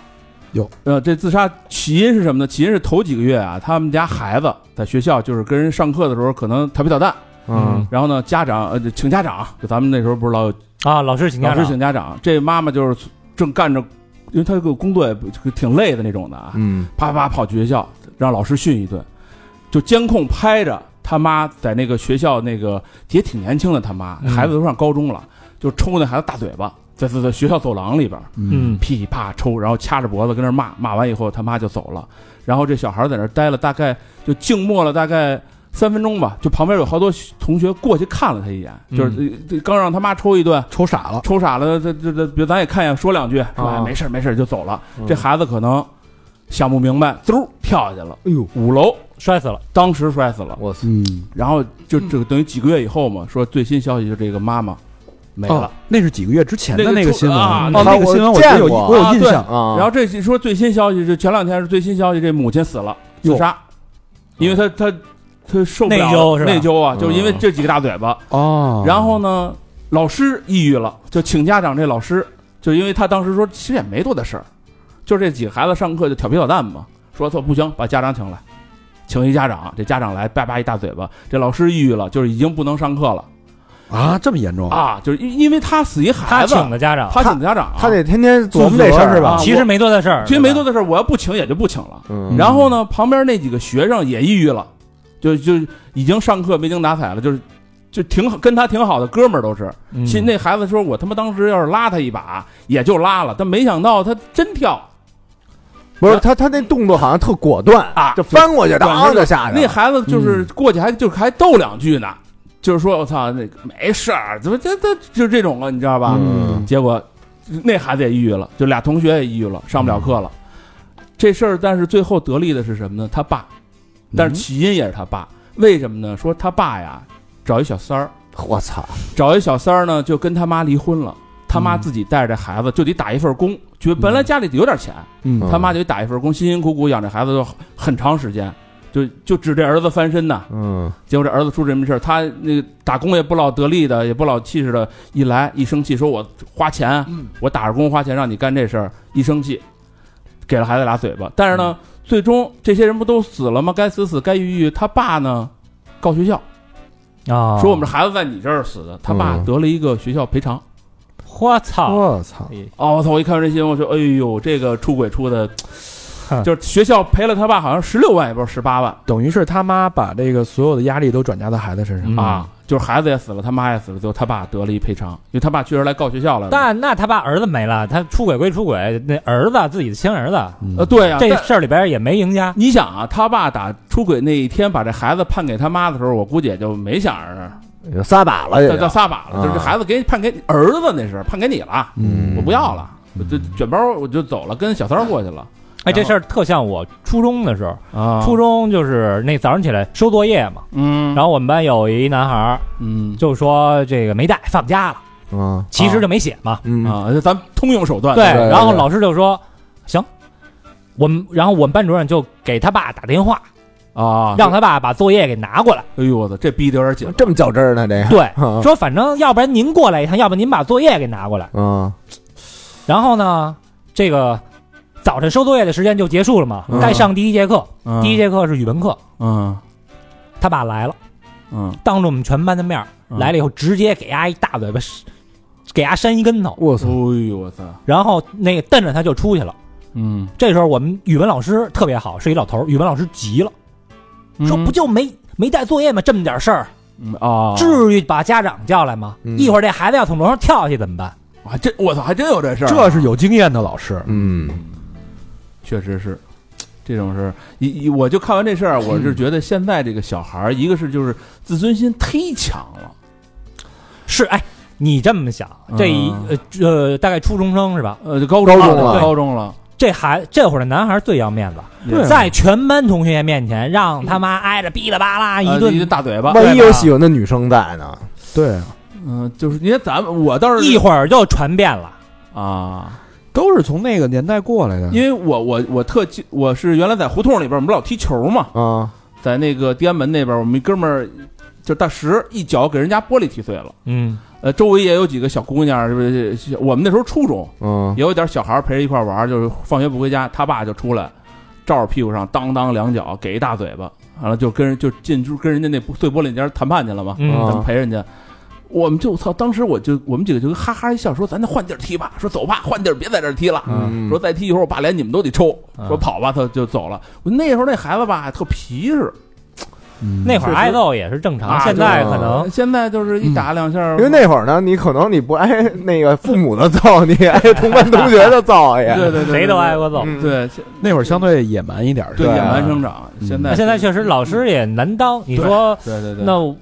Speaker 2: 哟，
Speaker 5: 呃，这自杀起因是什么呢？起因是头几个月啊，他们家孩子在学校就是跟人上课的时候可能调皮捣蛋，
Speaker 3: 嗯，
Speaker 5: 然后呢，家长呃请家长，就咱们那时候不是老有
Speaker 4: 啊，老师请
Speaker 5: 老
Speaker 4: 家
Speaker 5: 师
Speaker 4: 长
Speaker 5: 请家长，这妈妈就是正干着，因为她这个工作也不挺累的那种的啊，
Speaker 3: 嗯，
Speaker 5: 啪啪跑去学校让老师训一顿，就监控拍着他妈在那个学校那个也挺年轻的他妈，
Speaker 4: 嗯
Speaker 5: 孩子都上高中了，就抽那孩子大嘴巴，在在在学校走廊里边，
Speaker 4: 嗯
Speaker 5: 噼里啪抽，然后掐着脖子跟那儿骂，骂完以后他妈就走了，然后这小孩在那儿待了大概就静默了大概。三分钟吧，就旁边有好多同学过去看了他一眼，
Speaker 3: 嗯
Speaker 5: 就是呃这刚让他妈抽一顿，
Speaker 2: 抽傻了，
Speaker 5: 抽傻了，这这这，比如咱也看一眼，说两句，是吧？哎
Speaker 3: 啊
Speaker 5: 没事儿没事儿就走了。
Speaker 3: 嗯
Speaker 5: 这孩子可能想不明白，嗖跳下去了，
Speaker 3: 哎呦，
Speaker 5: 五楼，
Speaker 4: 摔死了，
Speaker 5: 当时摔死了。
Speaker 3: 我操，
Speaker 2: 嗯，
Speaker 5: 然后就这个等于几个月以后嘛，说最新消息就这个妈妈没了
Speaker 2: 哦。，那是几个月之前的
Speaker 5: 那个
Speaker 2: 那个
Speaker 5: 出
Speaker 2: 新闻
Speaker 5: 啊
Speaker 2: 哦，
Speaker 5: 那
Speaker 2: 那
Speaker 3: 个
Speaker 2: 个新
Speaker 3: 我
Speaker 2: 闻我觉得
Speaker 3: 见
Speaker 2: 有
Speaker 3: 过
Speaker 2: 我有印
Speaker 5: 啊
Speaker 2: 象，
Speaker 3: 啊，
Speaker 5: 然后这是说最新消息是前两天是最新消息，这母亲死了，
Speaker 2: 哟
Speaker 5: 自杀，因为她她她受不了
Speaker 4: 内疚是吧
Speaker 5: 内疚啊，
Speaker 3: 嗯啊
Speaker 5: 就是因为这几个大嘴巴。
Speaker 2: 哦
Speaker 5: 然后呢，老师抑郁了，就请家长。这老师就因为他当时说，其实也没多大事儿，就这几个孩子上课就调皮捣蛋嘛，说错不行，把家长请来，请一家长，这家长来，叭叭一大嘴巴。这老师抑郁了，就是已经不能上课了
Speaker 2: 啊，这么严
Speaker 3: 哦
Speaker 2: 重？
Speaker 5: 啊，就是因因为他死一孩
Speaker 4: 他
Speaker 5: 子，
Speaker 4: 请的家长，
Speaker 5: 他请家长啊，
Speaker 3: 他得天天琢磨这事
Speaker 2: 自责
Speaker 3: 儿
Speaker 2: 是吧
Speaker 5: 啊
Speaker 4: 其
Speaker 5: 我
Speaker 4: 实没多大事儿，
Speaker 5: 其实没多大
Speaker 4: 大
Speaker 5: 事儿，我要不请也就不请了。
Speaker 3: 嗯，
Speaker 5: 然后呢，旁边那几个学生也抑郁了，就就已经上课没精打采了，就是就挺好，跟他挺好的哥们儿都是。其实那孩子说：“我他妈当时要是拉他一把，也就拉了，但没想到他真跳。
Speaker 3: 不是他他那动作好像特果断
Speaker 5: 啊
Speaker 3: 就翻过去，当就下去
Speaker 5: 那
Speaker 3: 了。
Speaker 5: 孩子就是过去还就是还逗两句呢，就是说我操，那个没事儿，怎么这这就是这种了，你知道吧？
Speaker 3: 嗯
Speaker 5: 结果那孩子也抑郁了，就俩同学也抑郁了，上不了课了。这事儿，但是最后得利的是什么呢？他爸，但是起因也是他爸。为什么呢？说他爸呀，找一小三儿，
Speaker 3: 我操，
Speaker 5: 找一小三儿呢，就跟他妈离婚了。他妈自己带着这孩子就得打一份工，觉得本来家里得有点钱，
Speaker 2: 嗯
Speaker 3: 嗯
Speaker 5: 他妈就得打一份工，辛辛苦苦养这孩子就很长时间，就就指这儿子翻身呐。
Speaker 3: 嗯，
Speaker 5: 结果这儿子出这么事儿，他那个打工也不老得力的，也不老气势的，一来一生气，说我花钱，我打着工花钱让你干这事儿，一生气，给了孩子俩嘴巴。但是呢，最终这些人不都死了吗？该死死，该郁郁。他爸呢，告学校
Speaker 4: 啊，
Speaker 5: 说我们这孩子在你这儿死的，他爸
Speaker 3: 嗯
Speaker 5: 得了一个学校赔偿。
Speaker 4: 我操，
Speaker 2: 我操，
Speaker 5: 哦，我操！我一看这新闻，我说，哎呦，这个出轨出的，
Speaker 4: 哼
Speaker 5: 就是学校赔了他爸好像十六万，也不知道十八万。
Speaker 2: 等于是他妈把这个所有的压力都转嫁到孩子身上
Speaker 4: 嗯
Speaker 5: 啊，就是孩子也死了，他妈也死了，最后他爸得了一赔偿，因为他爸确实来告学校来了。
Speaker 4: 但那他爸儿子没了，他出轨归出轨，那儿子自己的亲儿子，
Speaker 5: 呃，对啊，
Speaker 4: 这
Speaker 5: 但
Speaker 4: 事儿里边也没赢家。
Speaker 5: 你想啊，他爸打出轨那一天把这孩子判给他妈的时候，我估计也就没想着
Speaker 3: 就撒把了也
Speaker 5: 这
Speaker 3: 就
Speaker 5: 这撒把了，
Speaker 3: 啊
Speaker 5: 就是这孩子给判给你儿子那是判给你了，
Speaker 3: 嗯
Speaker 5: 我不要了，我就卷包我就走了，跟小三儿过去了
Speaker 4: 哎，这
Speaker 5: 然后
Speaker 4: 事儿特像我初中的时候，
Speaker 5: 啊
Speaker 4: 初中就是那早上起来收作业嘛，
Speaker 5: 嗯
Speaker 4: 然后我们班有一男孩儿
Speaker 5: 嗯
Speaker 4: 就说这个没带放假了，
Speaker 3: 嗯
Speaker 4: 其实就没写嘛。
Speaker 3: 嗯
Speaker 5: 啊，就咱通用手段
Speaker 4: 对，
Speaker 3: 对
Speaker 4: 然后
Speaker 3: 对
Speaker 4: 老师就说行，我们然后我们班主任就给他爸打电话，
Speaker 5: 啊，
Speaker 4: 让他爸把作业给拿过来。
Speaker 5: 哎呦我操，这逼得有点紧了，
Speaker 3: 这么较真儿呢这个，
Speaker 4: 对，
Speaker 3: 啊
Speaker 4: 说反正要不然您过来一趟，要不您把作业给拿过来。
Speaker 3: 嗯
Speaker 4: 然后呢，这个早晨收作业的时间就结束了嘛，
Speaker 5: 嗯
Speaker 4: 该上第一节课，
Speaker 5: 嗯
Speaker 4: 第一节课是语文课，
Speaker 5: 嗯
Speaker 4: 他爸来了，
Speaker 5: 嗯，
Speaker 4: 当着我们全班的面儿
Speaker 5: 嗯
Speaker 4: 来了以后，直接给丫一大嘴巴，给丫扇一跟头，
Speaker 3: 我
Speaker 5: 哎
Speaker 3: 操，
Speaker 5: 呦我操，
Speaker 4: 然后那个瞪着他就出去了。
Speaker 5: 嗯，
Speaker 4: 这时候我们语文老师特别好，是一老头儿，语文老师急了，说不就没没带作业吗？这么点事儿，
Speaker 5: 嗯啊，
Speaker 4: 至于把家长叫来吗？
Speaker 3: 嗯
Speaker 4: 一会儿这孩子要从楼上跳下去怎么办？
Speaker 5: 还真我操，还真有这事儿，
Speaker 2: 这是有经验的老师，
Speaker 3: 嗯，
Speaker 5: 确实是这种事儿。一一我就看完这事儿，我是觉得现在这个小孩儿，一个是就是自尊心忒强了，
Speaker 4: 是哎，你这么想，这一、
Speaker 5: 嗯
Speaker 4: 呃呃大概初中生是吧？
Speaker 5: 呃，就高
Speaker 3: 高
Speaker 5: 中
Speaker 3: 中了
Speaker 5: 高中了，
Speaker 4: 这孩这会儿的男孩最要面子，
Speaker 5: 对啊
Speaker 4: 在全班同学面前让他妈挨着哔啦吧啦一
Speaker 5: 呃
Speaker 4: 顿
Speaker 5: 一大嘴巴。
Speaker 3: 万一有喜欢的女生在呢？
Speaker 2: 对，
Speaker 5: 嗯，就是你看咱们，我倒
Speaker 4: 一
Speaker 5: 是
Speaker 4: 会儿就传遍了。嗯
Speaker 5: 啊，
Speaker 2: 都是从那个年代过来的
Speaker 5: 因为我我我特记我是原来在胡同里边，我们老踢球嘛，
Speaker 3: 啊，
Speaker 5: 在那个天安门那边，我们一哥们儿就大石一脚给人家玻璃踢碎了。
Speaker 4: 嗯，
Speaker 5: 呃，周围也有几个小姑娘，是不是？小我们那时候初中，
Speaker 3: 嗯
Speaker 5: 也有点小孩儿陪着一块儿玩儿，就是放学不回家，他爸就出来，照着屁股上当当两脚，给一大嘴巴，完了就跟人就进就跟人家那碎玻璃间儿谈判去了嘛，
Speaker 4: 嗯
Speaker 5: 咱
Speaker 3: 啊
Speaker 5: 们陪人家。我们就操，当时我就我们几个就哈哈一笑，说咱那换地儿踢吧，说走吧，换地儿别在这儿踢了，
Speaker 3: 嗯
Speaker 5: 说再踢一会儿我爸连你们都得抽，
Speaker 4: 嗯
Speaker 5: 说跑吧，他就走了。我那时候那孩子吧还特皮实，
Speaker 2: 嗯
Speaker 4: 那会
Speaker 5: 确
Speaker 4: 儿
Speaker 5: 实
Speaker 4: 挨揍也是正常，
Speaker 5: 啊
Speaker 4: 现在
Speaker 3: 对
Speaker 4: 可能
Speaker 5: 现在就是一打两下儿，
Speaker 3: 嗯因为那会儿呢，你可能你不挨 那个父母的揍，你 挨同班同学的揍也。
Speaker 5: 对对对对，
Speaker 4: 谁都挨过揍。
Speaker 3: 嗯
Speaker 5: 对
Speaker 2: 那会儿相对野蛮一点儿，
Speaker 5: 对
Speaker 3: 对
Speaker 5: 野蛮生长，现
Speaker 4: 那
Speaker 5: 在
Speaker 4: 现在确实老师也难当，你说
Speaker 5: 对对对，
Speaker 4: 嗯那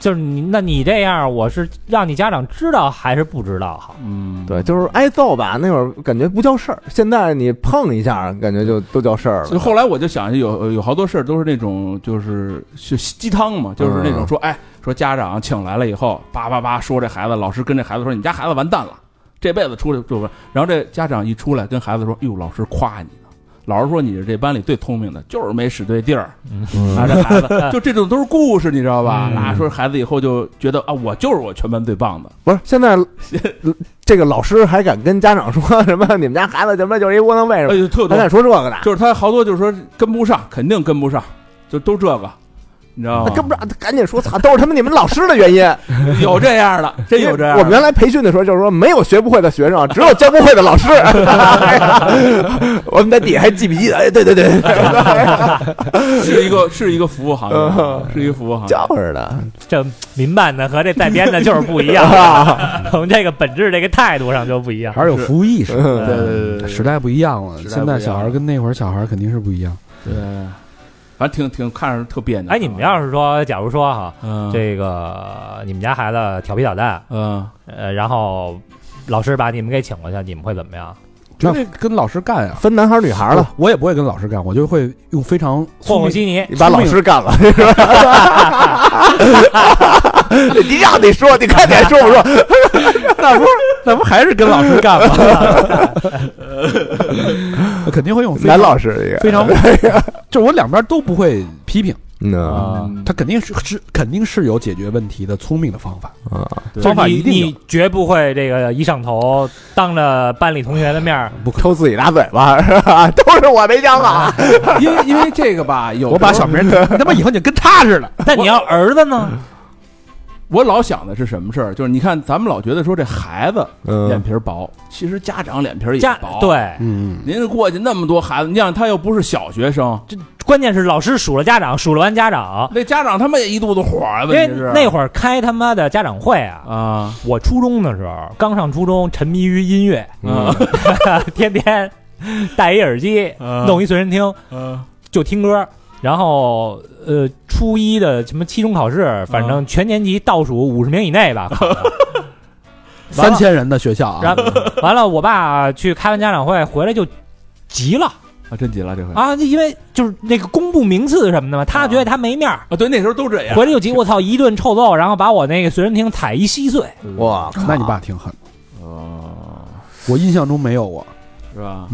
Speaker 4: 就是你那你这样，我是让你家长知道还是不知道好？
Speaker 5: 嗯
Speaker 3: 对，就是挨揍吧，那会儿感觉不叫事儿，现在你碰一下，感觉就都叫事儿
Speaker 5: 所以
Speaker 3: 了。
Speaker 5: 后来我就想，有有好多事儿都是那种就是是鸡汤嘛，就是那种说，哎，说家长请来了以后，叭叭叭说这孩子，老师跟这孩子说，你家孩子完蛋了，这辈子出来就完。然后这家长一出来跟孩子说，哟，老师夸你呢，老师说你是这班里最聪明的，就是没使对劲儿。
Speaker 2: 嗯
Speaker 5: 啊，这孩
Speaker 4: 呃
Speaker 5: 子就这种都是故事，你知道吧？
Speaker 4: 嗯
Speaker 5: 啊，说孩子以后就觉得啊，我就是我全班最棒的。
Speaker 3: 不是，现 在这个老师还敢跟家长说什么？你们家孩子什么就是一窝囊废什
Speaker 5: 哎
Speaker 3: 么？
Speaker 5: 呦，特
Speaker 3: 还
Speaker 5: 多
Speaker 3: 敢说这个呢？
Speaker 5: 就是他好多就是说跟不上，肯定跟不上，就都这个，你知道
Speaker 3: 那
Speaker 5: 吗？
Speaker 3: 跟不上，赶紧说，操，都是他们你们老师的原因。
Speaker 5: 有这样的，真有这样的。啊
Speaker 3: 我们原来培训的时候就是说，没有学不会的学生，只有教不会的老师。 我们在底下还记笔记的，哎，对对对，
Speaker 5: 是一个是一个服务行业，是一个服务行业。
Speaker 3: 教着的。
Speaker 4: 这民办的和这在编的就是不一 样，从这个本质这个态度上就不一样。
Speaker 2: 还是有服务意识。
Speaker 5: 对对
Speaker 2: 时代不一样了，
Speaker 5: 时代不一
Speaker 2: 现
Speaker 5: 样
Speaker 2: 在小孩儿跟那会儿小孩儿肯定是不一样。
Speaker 5: 对，反正挺挺看着特别扭。
Speaker 4: 哎，你们要是说，假如说哈，
Speaker 5: 嗯
Speaker 4: 这个你们家孩子调皮捣蛋，
Speaker 5: 嗯
Speaker 4: 呃，然后老师把你们给请过去，你们会怎么样？
Speaker 2: 绝对跟老师干啊！
Speaker 3: 分男孩女孩 了，
Speaker 2: 我也不会跟老师干，我就会用非常
Speaker 4: 霍
Speaker 2: 聪
Speaker 4: 霍
Speaker 2: 明
Speaker 4: 稀泥，
Speaker 3: 你把老师干了，是吧 你让你说，你看你还说不说？
Speaker 2: 那不还是跟老师 干吗？我肯定会用非
Speaker 3: 男
Speaker 2: 常
Speaker 3: 老师一个，
Speaker 2: 非 常，就是我两边都不会批评，
Speaker 3: 嗯
Speaker 4: 啊
Speaker 2: 他肯定是是肯定是有解决问题的聪明的方 法，
Speaker 5: 对
Speaker 2: 方法
Speaker 4: 你
Speaker 2: 一定
Speaker 4: 你
Speaker 2: 有。
Speaker 4: 绝不会这个一上头当着班里同学的 面儿
Speaker 3: 抽自己大嘴巴 是吧？都是我没教好，
Speaker 5: 因为因为这个吧，有
Speaker 2: 我把小明，你他妈以后你就跟他似的，
Speaker 4: 但你要儿子呢？
Speaker 2: 嗯
Speaker 5: 我老想的是什么事儿，就是你看咱们老觉得说这孩子脸
Speaker 3: 嗯，
Speaker 5: 皮儿薄，其实家长脸皮儿也
Speaker 4: 家
Speaker 5: 薄。，
Speaker 4: 对，
Speaker 2: 嗯，
Speaker 5: 您过去那么多孩子，你想他又不是小学生，
Speaker 4: 关键是老师数了家长，数了完家长，
Speaker 5: 那家长他们也一肚子火啊。
Speaker 4: 因
Speaker 5: 问
Speaker 4: 为
Speaker 5: 题是
Speaker 4: 那会儿开他妈的家长会啊。
Speaker 5: 啊，
Speaker 4: 我初中的时候，刚上初中，沉迷于音乐，
Speaker 5: 嗯
Speaker 4: 天天戴一耳机，
Speaker 5: 嗯
Speaker 4: 弄一随身听
Speaker 5: 嗯
Speaker 4: 就听歌。然后，呃，初一的什么期中考试，反
Speaker 5: 嗯
Speaker 4: 正全年级倒数五十名以 内吧。考的
Speaker 2: 三千人的学校
Speaker 4: 然
Speaker 2: 啊，
Speaker 4: 后，完了，我爸去开完家长会回来就急了。
Speaker 5: 啊，真急了这回
Speaker 4: 啊，就因为就是那个公布名次什么的嘛，他觉得他没面儿，
Speaker 5: 啊！对，那时候都这样
Speaker 4: 回。来就急，我操，一顿臭揍，然后把我那个随身听踩一稀碎。
Speaker 3: 哇靠，
Speaker 2: 那你爸挺狠，
Speaker 5: 哦，
Speaker 2: 我印象中没有我，
Speaker 5: 是吧？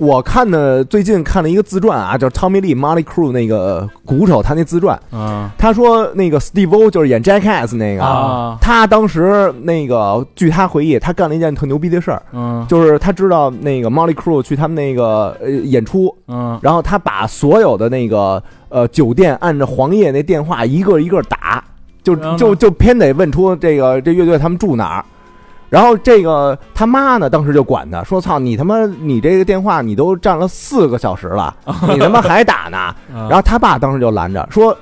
Speaker 3: 我看的最近看了一个自传啊，叫 Tommy Lee Molly Crew 那个鼓手他那自传，
Speaker 5: 啊
Speaker 3: 他说那个 Steve O 就是演 Jackass 那个，
Speaker 5: 啊
Speaker 3: 他当时那个据他回忆，他干了一件特牛逼的事儿，
Speaker 5: 嗯
Speaker 3: 就是他知道那个 Molly Crew 去他们那个呃演出，
Speaker 5: 嗯
Speaker 3: 然后他把所有的那个呃酒店按照黄页那电话一个一个打，就
Speaker 5: 然后呢
Speaker 3: 就就偏得问出这个这乐队他们住哪儿。然后这个他妈呢，当时就管他说：“操你他妈，你这个电话你都占了四个小时 了，你他妈还打呢？”
Speaker 4: 啊
Speaker 3: 然后他爸当时就拦着说：“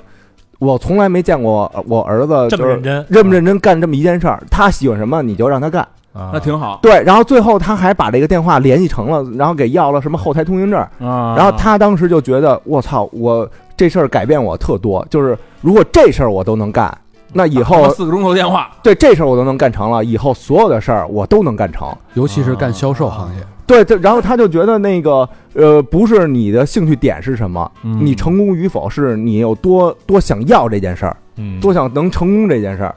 Speaker 3: 我从来没见过我儿子
Speaker 4: 这
Speaker 3: 就是
Speaker 4: 么认真，
Speaker 3: 认不认真干这么一件事儿，他喜欢什么你就让他干。”
Speaker 4: 啊，
Speaker 5: 那挺好
Speaker 3: 对，然后最后他还把这个电话联系成了，然后给要了什么后台通行证，
Speaker 5: 啊
Speaker 3: 然后他当时就觉得，我操，我这事儿改变我特多，就是如果这事儿我都能干，那
Speaker 5: 啊
Speaker 3: 以后
Speaker 5: 四个钟头电话，
Speaker 3: 对这事儿我都能干成了，以后所有的事儿我都能干成。
Speaker 2: 尤其是干销售行业，
Speaker 3: 对，这然后他就觉得那个呃，不是你的兴趣点是什么，
Speaker 5: 嗯
Speaker 3: 你成功与否是你有多多想要这件事儿，
Speaker 4: 嗯
Speaker 3: 多想能成功这件事儿，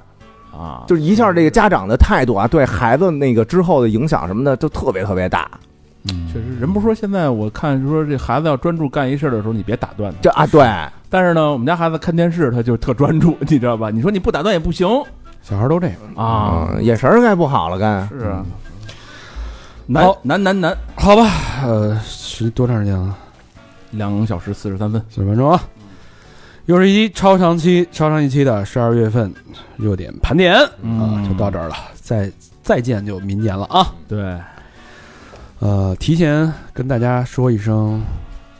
Speaker 5: 啊，
Speaker 3: 就是一下这个家长的态度啊，对孩子那个之后的影响什么的，就特别特别大。
Speaker 5: 确实，人不说现在我看就说这孩子要专注干一事儿的时候，你别打断他。
Speaker 3: 这啊，对，
Speaker 5: 但是呢，我们家孩子看电视，他就是特专注，你知道吧？你说你不打断也不行
Speaker 2: 小孩都这样。
Speaker 5: 啊。
Speaker 3: 嗯，眼神儿该不好了，该。
Speaker 5: 是啊，难
Speaker 2: 好
Speaker 5: 难难难，
Speaker 2: 好吧，呃，时多长时间了？
Speaker 5: 两小时四十三分。
Speaker 2: 四十分钟啊。又是一期超长期、超长一期的十二月份热点盘点啊、
Speaker 5: 嗯
Speaker 2: 就到这儿了。再再见就明年了啊。
Speaker 5: 对，
Speaker 2: 呃，提前跟大家说一声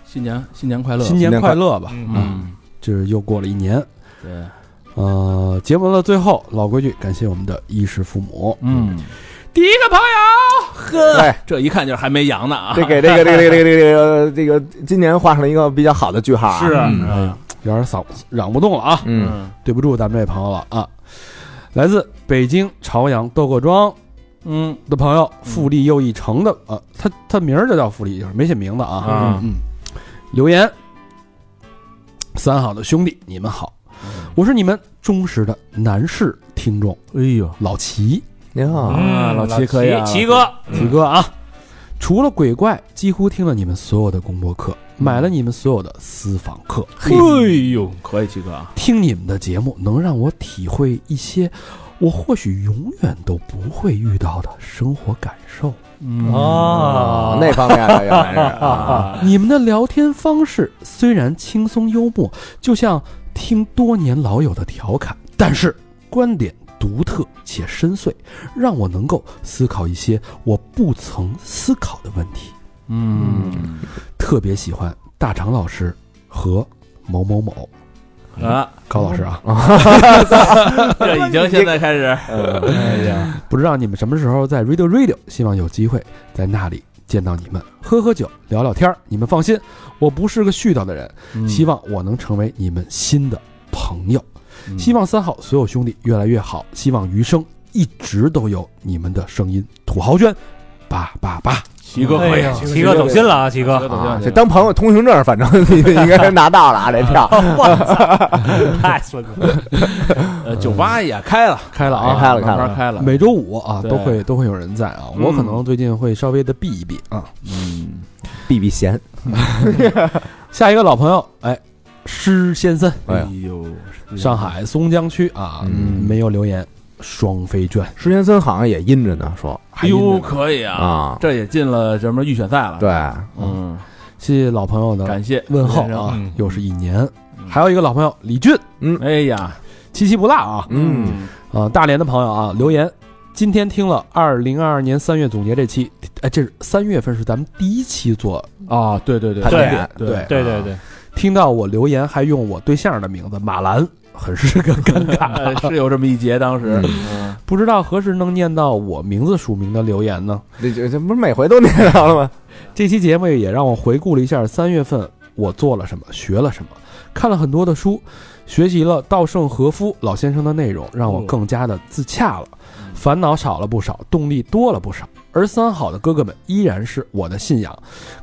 Speaker 5: 新年新年快乐，
Speaker 2: 新年快乐吧，
Speaker 5: 嗯，
Speaker 2: 这又过了一年。
Speaker 5: 对，
Speaker 2: 呃，节目的最后，老规矩，感谢我们的衣食父母。，
Speaker 5: 嗯，
Speaker 2: 第一个朋友，
Speaker 3: 对，
Speaker 5: 这一看就是还没阳呢啊，
Speaker 3: 这给这个这个这个这个这个这个今年画上了一个比较好的句号啊。
Speaker 5: 是啊
Speaker 2: 嗯，哎呦有点嗓子嚷不动了啊，
Speaker 3: 嗯，
Speaker 2: 对不住咱们这位朋友了啊。来自北京朝阳豆各庄
Speaker 5: 嗯
Speaker 2: 的朋友，富力又一城的啊，他他名儿就叫富力，就是没写名字啊。
Speaker 5: 啊
Speaker 2: 嗯，留言，三好的兄弟，你们好，我是你们忠实的男士听众
Speaker 5: 嗯哎呦，
Speaker 2: 老齐。
Speaker 3: 您好，
Speaker 5: 啊
Speaker 4: 嗯，
Speaker 5: 老
Speaker 4: 齐
Speaker 5: 齐可以啊
Speaker 4: 齐哥，
Speaker 2: 体哥啊，除了鬼怪，几乎听了你们所有的公播课，买了你们所有的私房课。
Speaker 5: 哎呦，可以，七哥啊，
Speaker 2: 听你们的节目，能让我体会一些我或许永远都不会遇到的生活感受。
Speaker 5: 嗯
Speaker 4: 哦，
Speaker 3: 那方面的原来是啊，
Speaker 2: 你们的聊天方式虽然轻松幽默，就像听多年老友的调侃，但是观点独特且深邃，让我能够思考一些我不曾思考的问题。
Speaker 5: 嗯
Speaker 2: 特别喜欢大长老师和某某某
Speaker 5: 啊，
Speaker 2: 高老师啊，
Speaker 3: 哦
Speaker 5: 这已经现在开始，哎呀，
Speaker 2: 不知道你们什么时候在 Radio Radio，希望有机会在那里见到你们，喝喝酒，聊聊天儿。你们放心，我不是个絮叨的人，
Speaker 3: 嗯
Speaker 2: 希望我能成为你们新的朋友。希望三好所有兄弟越来越好，希望余生一直都有你们的声音。土豪圈，八八八，
Speaker 5: 七哥可
Speaker 4: 哎
Speaker 5: 以
Speaker 4: 呀，齐哥走心了啊，齐哥，
Speaker 3: 啊这当朋友通行证，反正 你应该是拿到了啊，这票
Speaker 4: 我操，太孙子了，
Speaker 5: 呃，酒吧也开了，
Speaker 2: 开了
Speaker 3: 啊
Speaker 2: 啊！
Speaker 3: 开了开了
Speaker 5: 慢慢开了，
Speaker 2: 每周五啊
Speaker 5: 对
Speaker 2: 都会都会有人在啊，
Speaker 5: 嗯
Speaker 2: 我可能最近会稍微的避一避啊。
Speaker 5: 嗯，
Speaker 3: 避避嫌。
Speaker 2: 下一个老朋友，哎，施先生，
Speaker 3: 哎
Speaker 5: 哎
Speaker 3: 呀
Speaker 5: 呦，
Speaker 2: 上海松江区啊，
Speaker 3: 嗯
Speaker 2: 没有留言，双飞卷，
Speaker 3: 石先森好像也阴着呢，说
Speaker 5: 哎呦，可以啊，
Speaker 3: 啊，
Speaker 5: 这也进了什么预选赛了，
Speaker 3: 对，，
Speaker 5: 嗯，
Speaker 2: 谢谢老朋友的
Speaker 5: 感谢
Speaker 2: 嗯
Speaker 5: 嗯
Speaker 2: 问候啊，
Speaker 4: 嗯
Speaker 2: 又是一年。还有一个老朋友李俊，
Speaker 5: 哎呀，
Speaker 2: 七七不落啊，
Speaker 3: 嗯，
Speaker 2: 啊，大连的朋友啊，留言。今天听了二零二二年三月总结这期，哎，这是三月份是咱们第一期做，
Speaker 5: 啊，对对对
Speaker 3: 盘
Speaker 4: 对
Speaker 3: 点
Speaker 5: 对，
Speaker 4: 对对对，
Speaker 2: 听到我留言还用我对象的名字马兰，很是个尴 尬。
Speaker 5: 呃是有这么一节，当
Speaker 3: 嗯
Speaker 5: 时
Speaker 2: 不知道何时能念到我名字署名的留言呢？
Speaker 3: 这这这不是每回都念到了吗？
Speaker 2: 这期节目也让我回顾了一下三月份我做了什么，学了什么，看了很多的书，学习了稻盛和夫老先生的内容，让我更加的自洽了，烦恼少了不少，动力多了不少。而三好的哥哥们依然是我的信仰，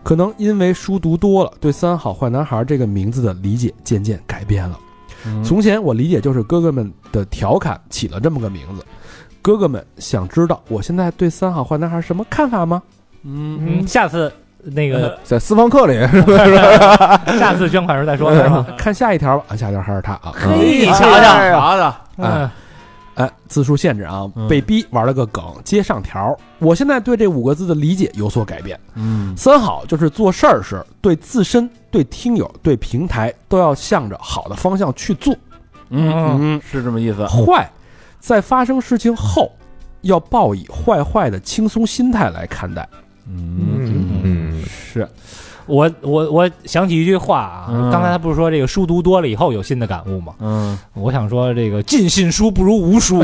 Speaker 2: 可能因为书读多了，对“三好坏男孩”这个名字的理解渐渐改变了。
Speaker 1: 嗯
Speaker 3: 嗯
Speaker 2: 从前我理解就是哥哥们的调侃起了这么个名字。哥哥们想知道我现在对“三好坏男孩”什么看法吗？
Speaker 5: 嗯
Speaker 4: 嗯，下次那 个
Speaker 3: 呃在私房课里，
Speaker 4: 下次捐款时候再说，是吧？
Speaker 2: 看下一条吧，啊，下一条还是他啊。
Speaker 3: 哎
Speaker 4: 嘿
Speaker 3: 呀
Speaker 4: 瞧瞧
Speaker 3: 哎呀
Speaker 5: 啥的，
Speaker 4: 嗯，
Speaker 2: 哎，字数限制啊，
Speaker 1: 嗯
Speaker 2: 被逼玩了个梗，接上条。我现在对这五个字的理解有所改变。
Speaker 1: 嗯，
Speaker 2: 三好就是做事儿时，对自身、对听友、对平台都要向着好的方向去做。
Speaker 5: 嗯
Speaker 4: 嗯
Speaker 5: 嗯，是这么意思。
Speaker 2: 坏，在发生事情后，要抱以坏坏的轻松心态来看待。
Speaker 3: 嗯嗯，
Speaker 5: 是，
Speaker 4: 我我我想起一句话啊
Speaker 5: 嗯，
Speaker 4: 刚才他不是说这个书读多了以后有新的感悟吗？
Speaker 5: 嗯
Speaker 4: 我想说这个尽信书不如无 书，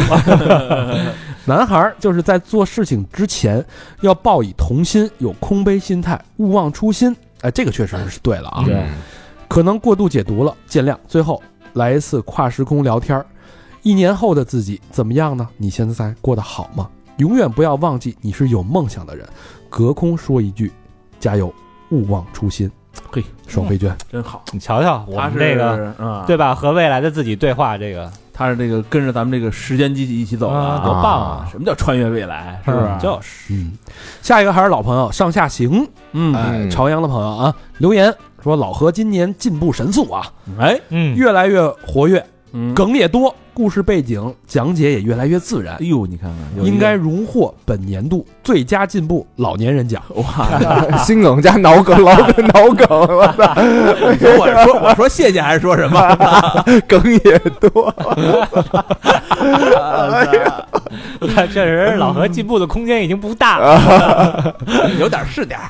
Speaker 2: 男孩儿就是在做事情之前要抱以童心，有空杯心态，勿忘初心。哎，这个确实是对了啊，
Speaker 5: 对
Speaker 2: 可能过度解读了，见谅。最后来一次跨时空聊天儿，一年后的自己怎么样呢？你现在过得好吗？永远不要忘记你是有梦想的人。隔空说一句，加油，勿忘初心。
Speaker 5: 嘿，
Speaker 2: 双飞娟，
Speaker 5: 真好。
Speaker 4: 你瞧瞧我
Speaker 5: 他
Speaker 4: 们
Speaker 5: 是
Speaker 4: 这个，
Speaker 5: 啊，
Speaker 4: 对，吧？和未来的自己对话，这个
Speaker 5: 他是这个跟着咱们这个时间机器一起走的
Speaker 4: 啊
Speaker 5: 啊
Speaker 4: 多棒
Speaker 3: 啊
Speaker 4: 啊！
Speaker 5: 什么叫穿越未来？是不是？
Speaker 4: 就是
Speaker 2: 嗯，下一个还是老朋友上下行，
Speaker 5: 嗯，
Speaker 2: 哎，
Speaker 3: 嗯
Speaker 2: 朝阳的朋友啊，留言说老何今年进步神速啊，
Speaker 5: 哎，
Speaker 4: 嗯，
Speaker 2: 越来越活跃，
Speaker 5: 嗯，
Speaker 2: 梗也多，故事背景讲解也越来越自然
Speaker 5: 哎，呦，你看看，有一个
Speaker 2: 应该荣获本年度最佳进步老年人奖。
Speaker 5: 哇！
Speaker 3: 心梗加脑梗，老梗脑梗，我操，
Speaker 5: 你说我说我说谢谢还是说什么？
Speaker 3: 梗也多，
Speaker 4: 确实老何进步的空间已经不大
Speaker 5: 嗯
Speaker 4: 了，
Speaker 5: 有点是点儿，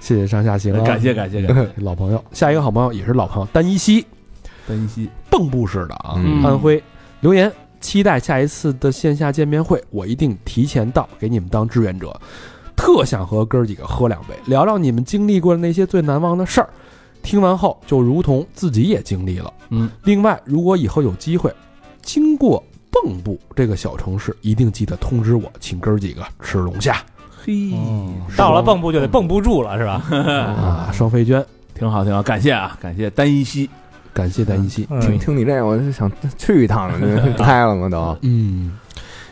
Speaker 2: 谢谢上下行、啊，
Speaker 5: 感谢感谢感谢。
Speaker 2: 老朋友。下一个好朋友也是老朋友，单依稀
Speaker 5: 分析
Speaker 2: 蚌埠市的啊，
Speaker 3: 嗯
Speaker 2: 安徽留言，期待下一次的线下见面会，我一定提前到，给你们当志愿者。特想和哥儿几个喝两杯，聊聊你们经历过的那些最难忘的事儿。听完后就如同自己也经历了。
Speaker 5: 嗯，
Speaker 2: 另外，如果以后有机会经过蚌埠这个小城市，一定记得通知我，请哥儿几个吃龙虾
Speaker 5: 嘿，嗯
Speaker 4: 到了蚌埠就得蚌埠住了，是吧？
Speaker 2: 啊！双飞娟，
Speaker 5: 挺好挺好，感谢啊，感谢单依稀。
Speaker 2: 感谢单依稀。
Speaker 3: 听
Speaker 4: 嗯，
Speaker 3: 听你这个，我就想去一趟 了，开了吗都？
Speaker 2: 嗯，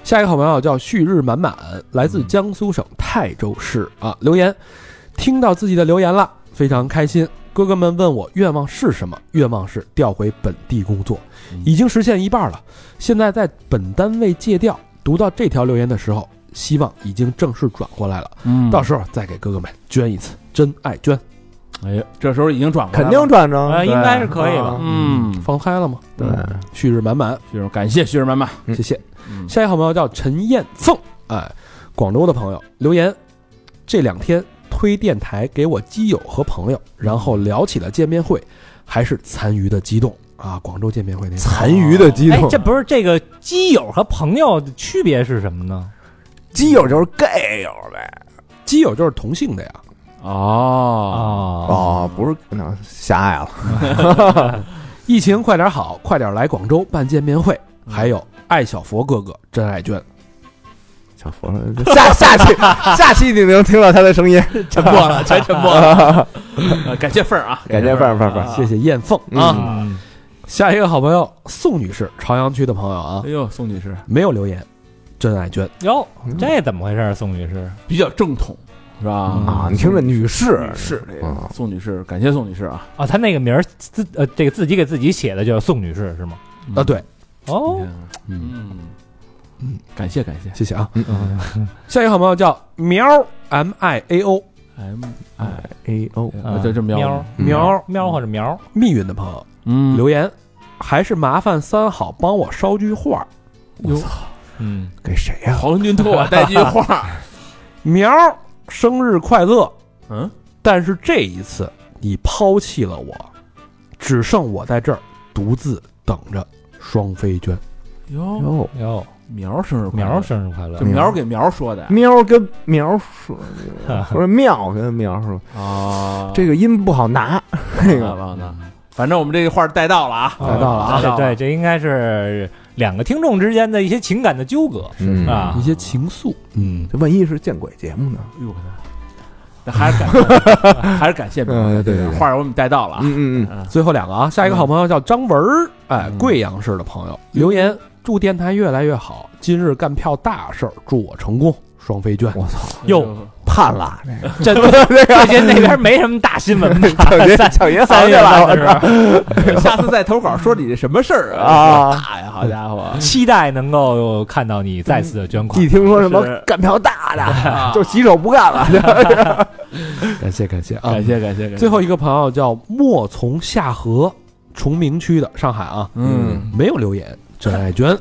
Speaker 2: 下一个好朋友叫旭日满满，来
Speaker 5: 嗯
Speaker 2: 自江苏省泰州市啊，留言，听到自己的留言了，非常开心。哥哥们问我愿望是什么？愿望是调回本地工作
Speaker 5: 嗯，
Speaker 2: 已经实现一半了。现在在本单位借调。读到这条留言的时候，希望已经正式转过来了。
Speaker 5: 嗯
Speaker 2: 到时候再给哥哥们捐一次，真爱捐。
Speaker 5: 哎呀，这时候已经转过来
Speaker 3: 肯
Speaker 5: 了，
Speaker 3: 定转着，
Speaker 4: 呃应该是可以吧？
Speaker 5: 嗯，
Speaker 2: 放开了吗？
Speaker 3: 对，
Speaker 2: 旭日满满，
Speaker 5: 徐师感谢徐师妈妈。
Speaker 3: 嗯
Speaker 2: 谢谢。
Speaker 5: 嗯
Speaker 2: 下一个好朋友叫陈燕凤，哎，广州的朋友留言，这两天推电台给我基友和朋友，然后聊起了见面会，还是残余的激动啊！广州见面会那天，
Speaker 3: 残余的激
Speaker 4: 哎
Speaker 3: 动，，
Speaker 4: 这不是这个基友和朋友的区别是什么呢？
Speaker 3: 基友就是 gay 友呗。
Speaker 2: 基友就是同性的呀，
Speaker 5: 哦，
Speaker 4: 哦，
Speaker 3: 哦，不是，那狭隘了。
Speaker 2: 疫情快点好，快点来广州办见面会，还有爱小佛哥哥真爱娟，
Speaker 3: 小佛，下下 期下期你能听到他的声音，
Speaker 5: 沉默了，全沉默 了。呃感谢凤儿啊，
Speaker 3: 感谢范儿范儿范儿。
Speaker 2: 谢谢燕凤啊！
Speaker 3: 嗯
Speaker 4: 嗯
Speaker 2: 下一个好朋友宋女士，朝阳区的朋友啊
Speaker 5: 哎，呦，宋女士
Speaker 2: 没有留言，真爱娟，啊
Speaker 4: 哟，
Speaker 3: 嗯
Speaker 4: 这怎么回事儿？宋女士，
Speaker 5: 比较正统，是吧？
Speaker 3: 啊，你听着，女士
Speaker 5: 女士这
Speaker 3: 嗯
Speaker 5: 个宋女士，感谢宋女士啊。
Speaker 4: 哦，她那个名儿自呃，这个自己给自己写的叫宋女士是吗？
Speaker 2: 啊，对，
Speaker 4: 哦，
Speaker 2: 嗯，
Speaker 5: 嗯，感谢感谢
Speaker 2: 谢谢啊。
Speaker 4: 嗯
Speaker 2: 下一个好朋友叫苗 M I A O
Speaker 5: ，M I，
Speaker 3: A O，
Speaker 5: 我哎啊就这么
Speaker 4: 喵
Speaker 5: 要，
Speaker 2: 苗
Speaker 4: 喵或者苗，
Speaker 2: 密云的朋友
Speaker 5: 嗯，
Speaker 2: 留言，还是麻烦三好帮我捎句话。
Speaker 4: 嗯，
Speaker 3: 给谁呀？
Speaker 5: 黄金兔啊，带句话，
Speaker 2: 苗生日快乐！
Speaker 5: 嗯，
Speaker 2: 但是这一次你抛弃了我，只剩我在这儿独自等着双飞娟。
Speaker 5: 哟，
Speaker 3: 哟，
Speaker 4: 哟，
Speaker 5: 苗生日快乐
Speaker 4: 苗，生日快乐
Speaker 5: 这！苗给苗说的
Speaker 3: 喵跟苗说，不 是妙跟苗说，
Speaker 5: 啊
Speaker 3: 这个音不好拿，
Speaker 5: 这
Speaker 3: 这
Speaker 5: 个
Speaker 3: 个
Speaker 5: 吧，那反正我们这个话带到了啊，
Speaker 4: 啊
Speaker 3: 带到了啊
Speaker 5: 带到
Speaker 4: 对，这应该是两个听众之间的一些情感的纠葛
Speaker 3: 嗯
Speaker 4: 啊
Speaker 2: 一。些情愫，嗯，
Speaker 3: 这万一是见鬼节目呢？
Speaker 5: 哎呦我的，那还是感谢，还是感 谢苗，
Speaker 3: 嗯对对对
Speaker 5: 话儿我们带到了啊，
Speaker 3: 嗯嗯嗯，
Speaker 2: 最后两个啊，下一个好朋友叫张文儿，哎，
Speaker 5: 嗯
Speaker 2: 贵阳市的朋友留言，祝电台越来越好，今日干票大事儿，祝我成功，双飞娟。
Speaker 3: 我操，
Speaker 4: 哟，
Speaker 3: 判了，啊
Speaker 4: 这最近那边没什么大新闻吧？
Speaker 3: 抢银
Speaker 4: 三
Speaker 3: 抢银行
Speaker 4: 三
Speaker 3: 去
Speaker 4: 月份
Speaker 3: 了
Speaker 4: 的时候，
Speaker 5: 下次再投稿说你这什么事儿
Speaker 3: 啊！
Speaker 5: 大呀，好家伙！
Speaker 4: 期待能够看到你再次的捐款
Speaker 3: 一。听说什么
Speaker 5: 是
Speaker 3: 干票大的，就洗手不干了。
Speaker 2: 感谢感谢啊！
Speaker 5: 感谢感谢感谢。
Speaker 2: 最后一个朋友叫莫从下河，崇明区的上海啊，
Speaker 5: 嗯，
Speaker 2: 没有留言。真爱娟，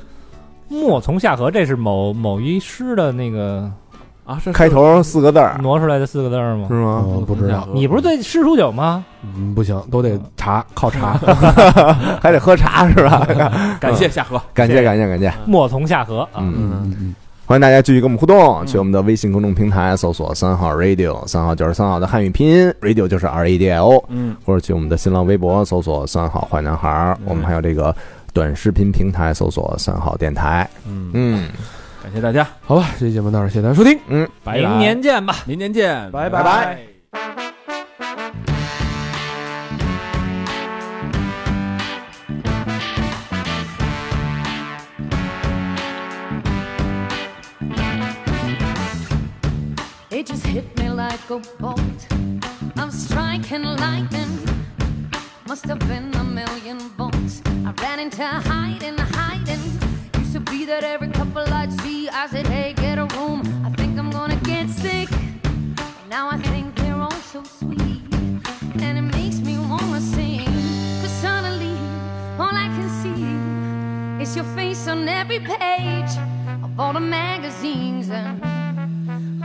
Speaker 4: 莫从下河，这是某某一诗的那个
Speaker 5: 啊，是嗯
Speaker 3: 开头四个字儿
Speaker 4: 挪出来的四个字儿吗
Speaker 3: 是？
Speaker 5: 哦
Speaker 3: 吗？
Speaker 2: 我不知道，
Speaker 4: 你不是对诗书酒吗？
Speaker 2: 嗯，不行，都得查，靠 查。
Speaker 3: 还得喝茶是吧？
Speaker 5: 感谢夏荷，
Speaker 3: 感谢感谢感谢，
Speaker 4: 莫从下河啊，
Speaker 3: 嗯。
Speaker 5: 嗯
Speaker 2: 嗯
Speaker 3: 欢迎大家继续跟我们互动，去我们的微信公众平台搜索“三号 radio”，三号就是三号的汉语拼音，radio 就是 R A D I O，
Speaker 5: 嗯，
Speaker 3: 或者去我们的新浪微博搜索“三号坏男孩儿”，我们还有这个短视频平台搜索“三号电台”。
Speaker 5: 嗯，
Speaker 3: 嗯，
Speaker 5: 感谢大家，
Speaker 2: 好吧，这期节目到这儿，谢谢大家收听。
Speaker 5: 拜拜
Speaker 4: 明年见吧。
Speaker 5: 明年见，
Speaker 2: 拜
Speaker 3: 拜拜。
Speaker 6: It just hit me like a bolt. I'm striking lightning. Must have been a million volts. I ran into hiding, hiding. Used to be that every couple I'd see, I said, Hey, get a room. I think I'm gonna get sick. And now I think they're all so sweet. And it makes me wanna sing. Cause suddenly, all I can see is your face on every page of all the magazines and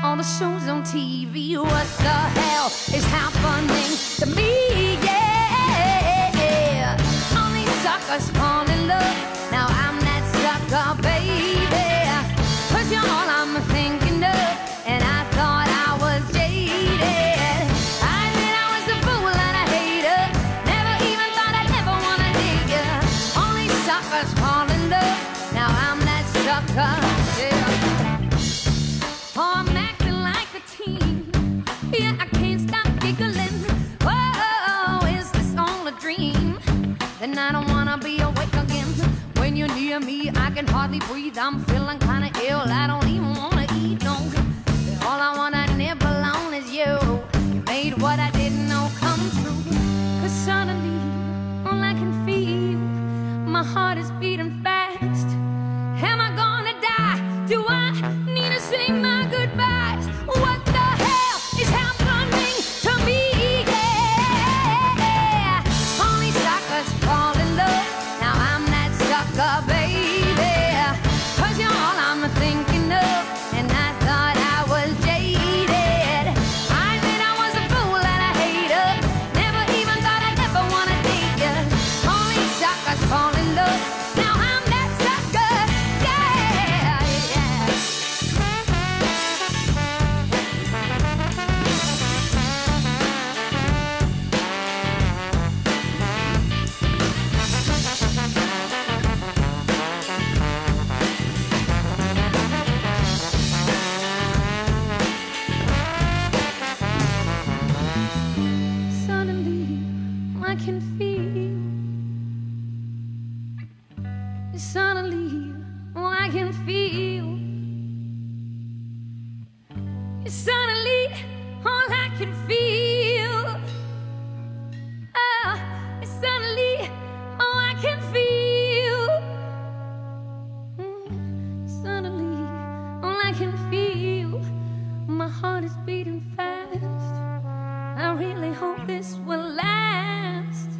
Speaker 6: all the shows on TV. What the hell is happening to me? Yeah, all these suckers fall in love. Now I'm that sucker, baby. Cause you're all I'm thinking of, and I thought I was jaded. I admit I was a fool and a hater. Never even thought I'd ever wanna dig ya. All these suckers fall in love. Now I'm that sucker. Yeah. Oh, I'm acting like a teen. Yeah, I can't stop giggling. Whoa, is this all a dream? Then I don't wanna be awake again. When you're near me, I can hardly breathe. I'm feeling kinda ill. I don't even wanna eat no. All I wanna nibble on is you. You made what I didn't know come true. Cause suddenly, all I can feel, my heart is beating fast. Am I gonna die? Do I need to say my goodbyes? What the hell is happening to me? Yeah. Only suckers fall in love. Now I'm that sucker, baby. Cause you're all I'm thinking of. And I thought I was jaded. I admit I was a fool and a hater. Never even thought I'd ever wanna date ya. Only suckers fall in love. Now I'm that sucker. Yeah, yeah. Suddenly, I can feel. Suddenly, all I can feel. Suddenly, all I can feel. Ah, suddenly, all I can feel. Mm, Suddenly, all I can feel. My heart is beating fast. I really hope this will last. Oh,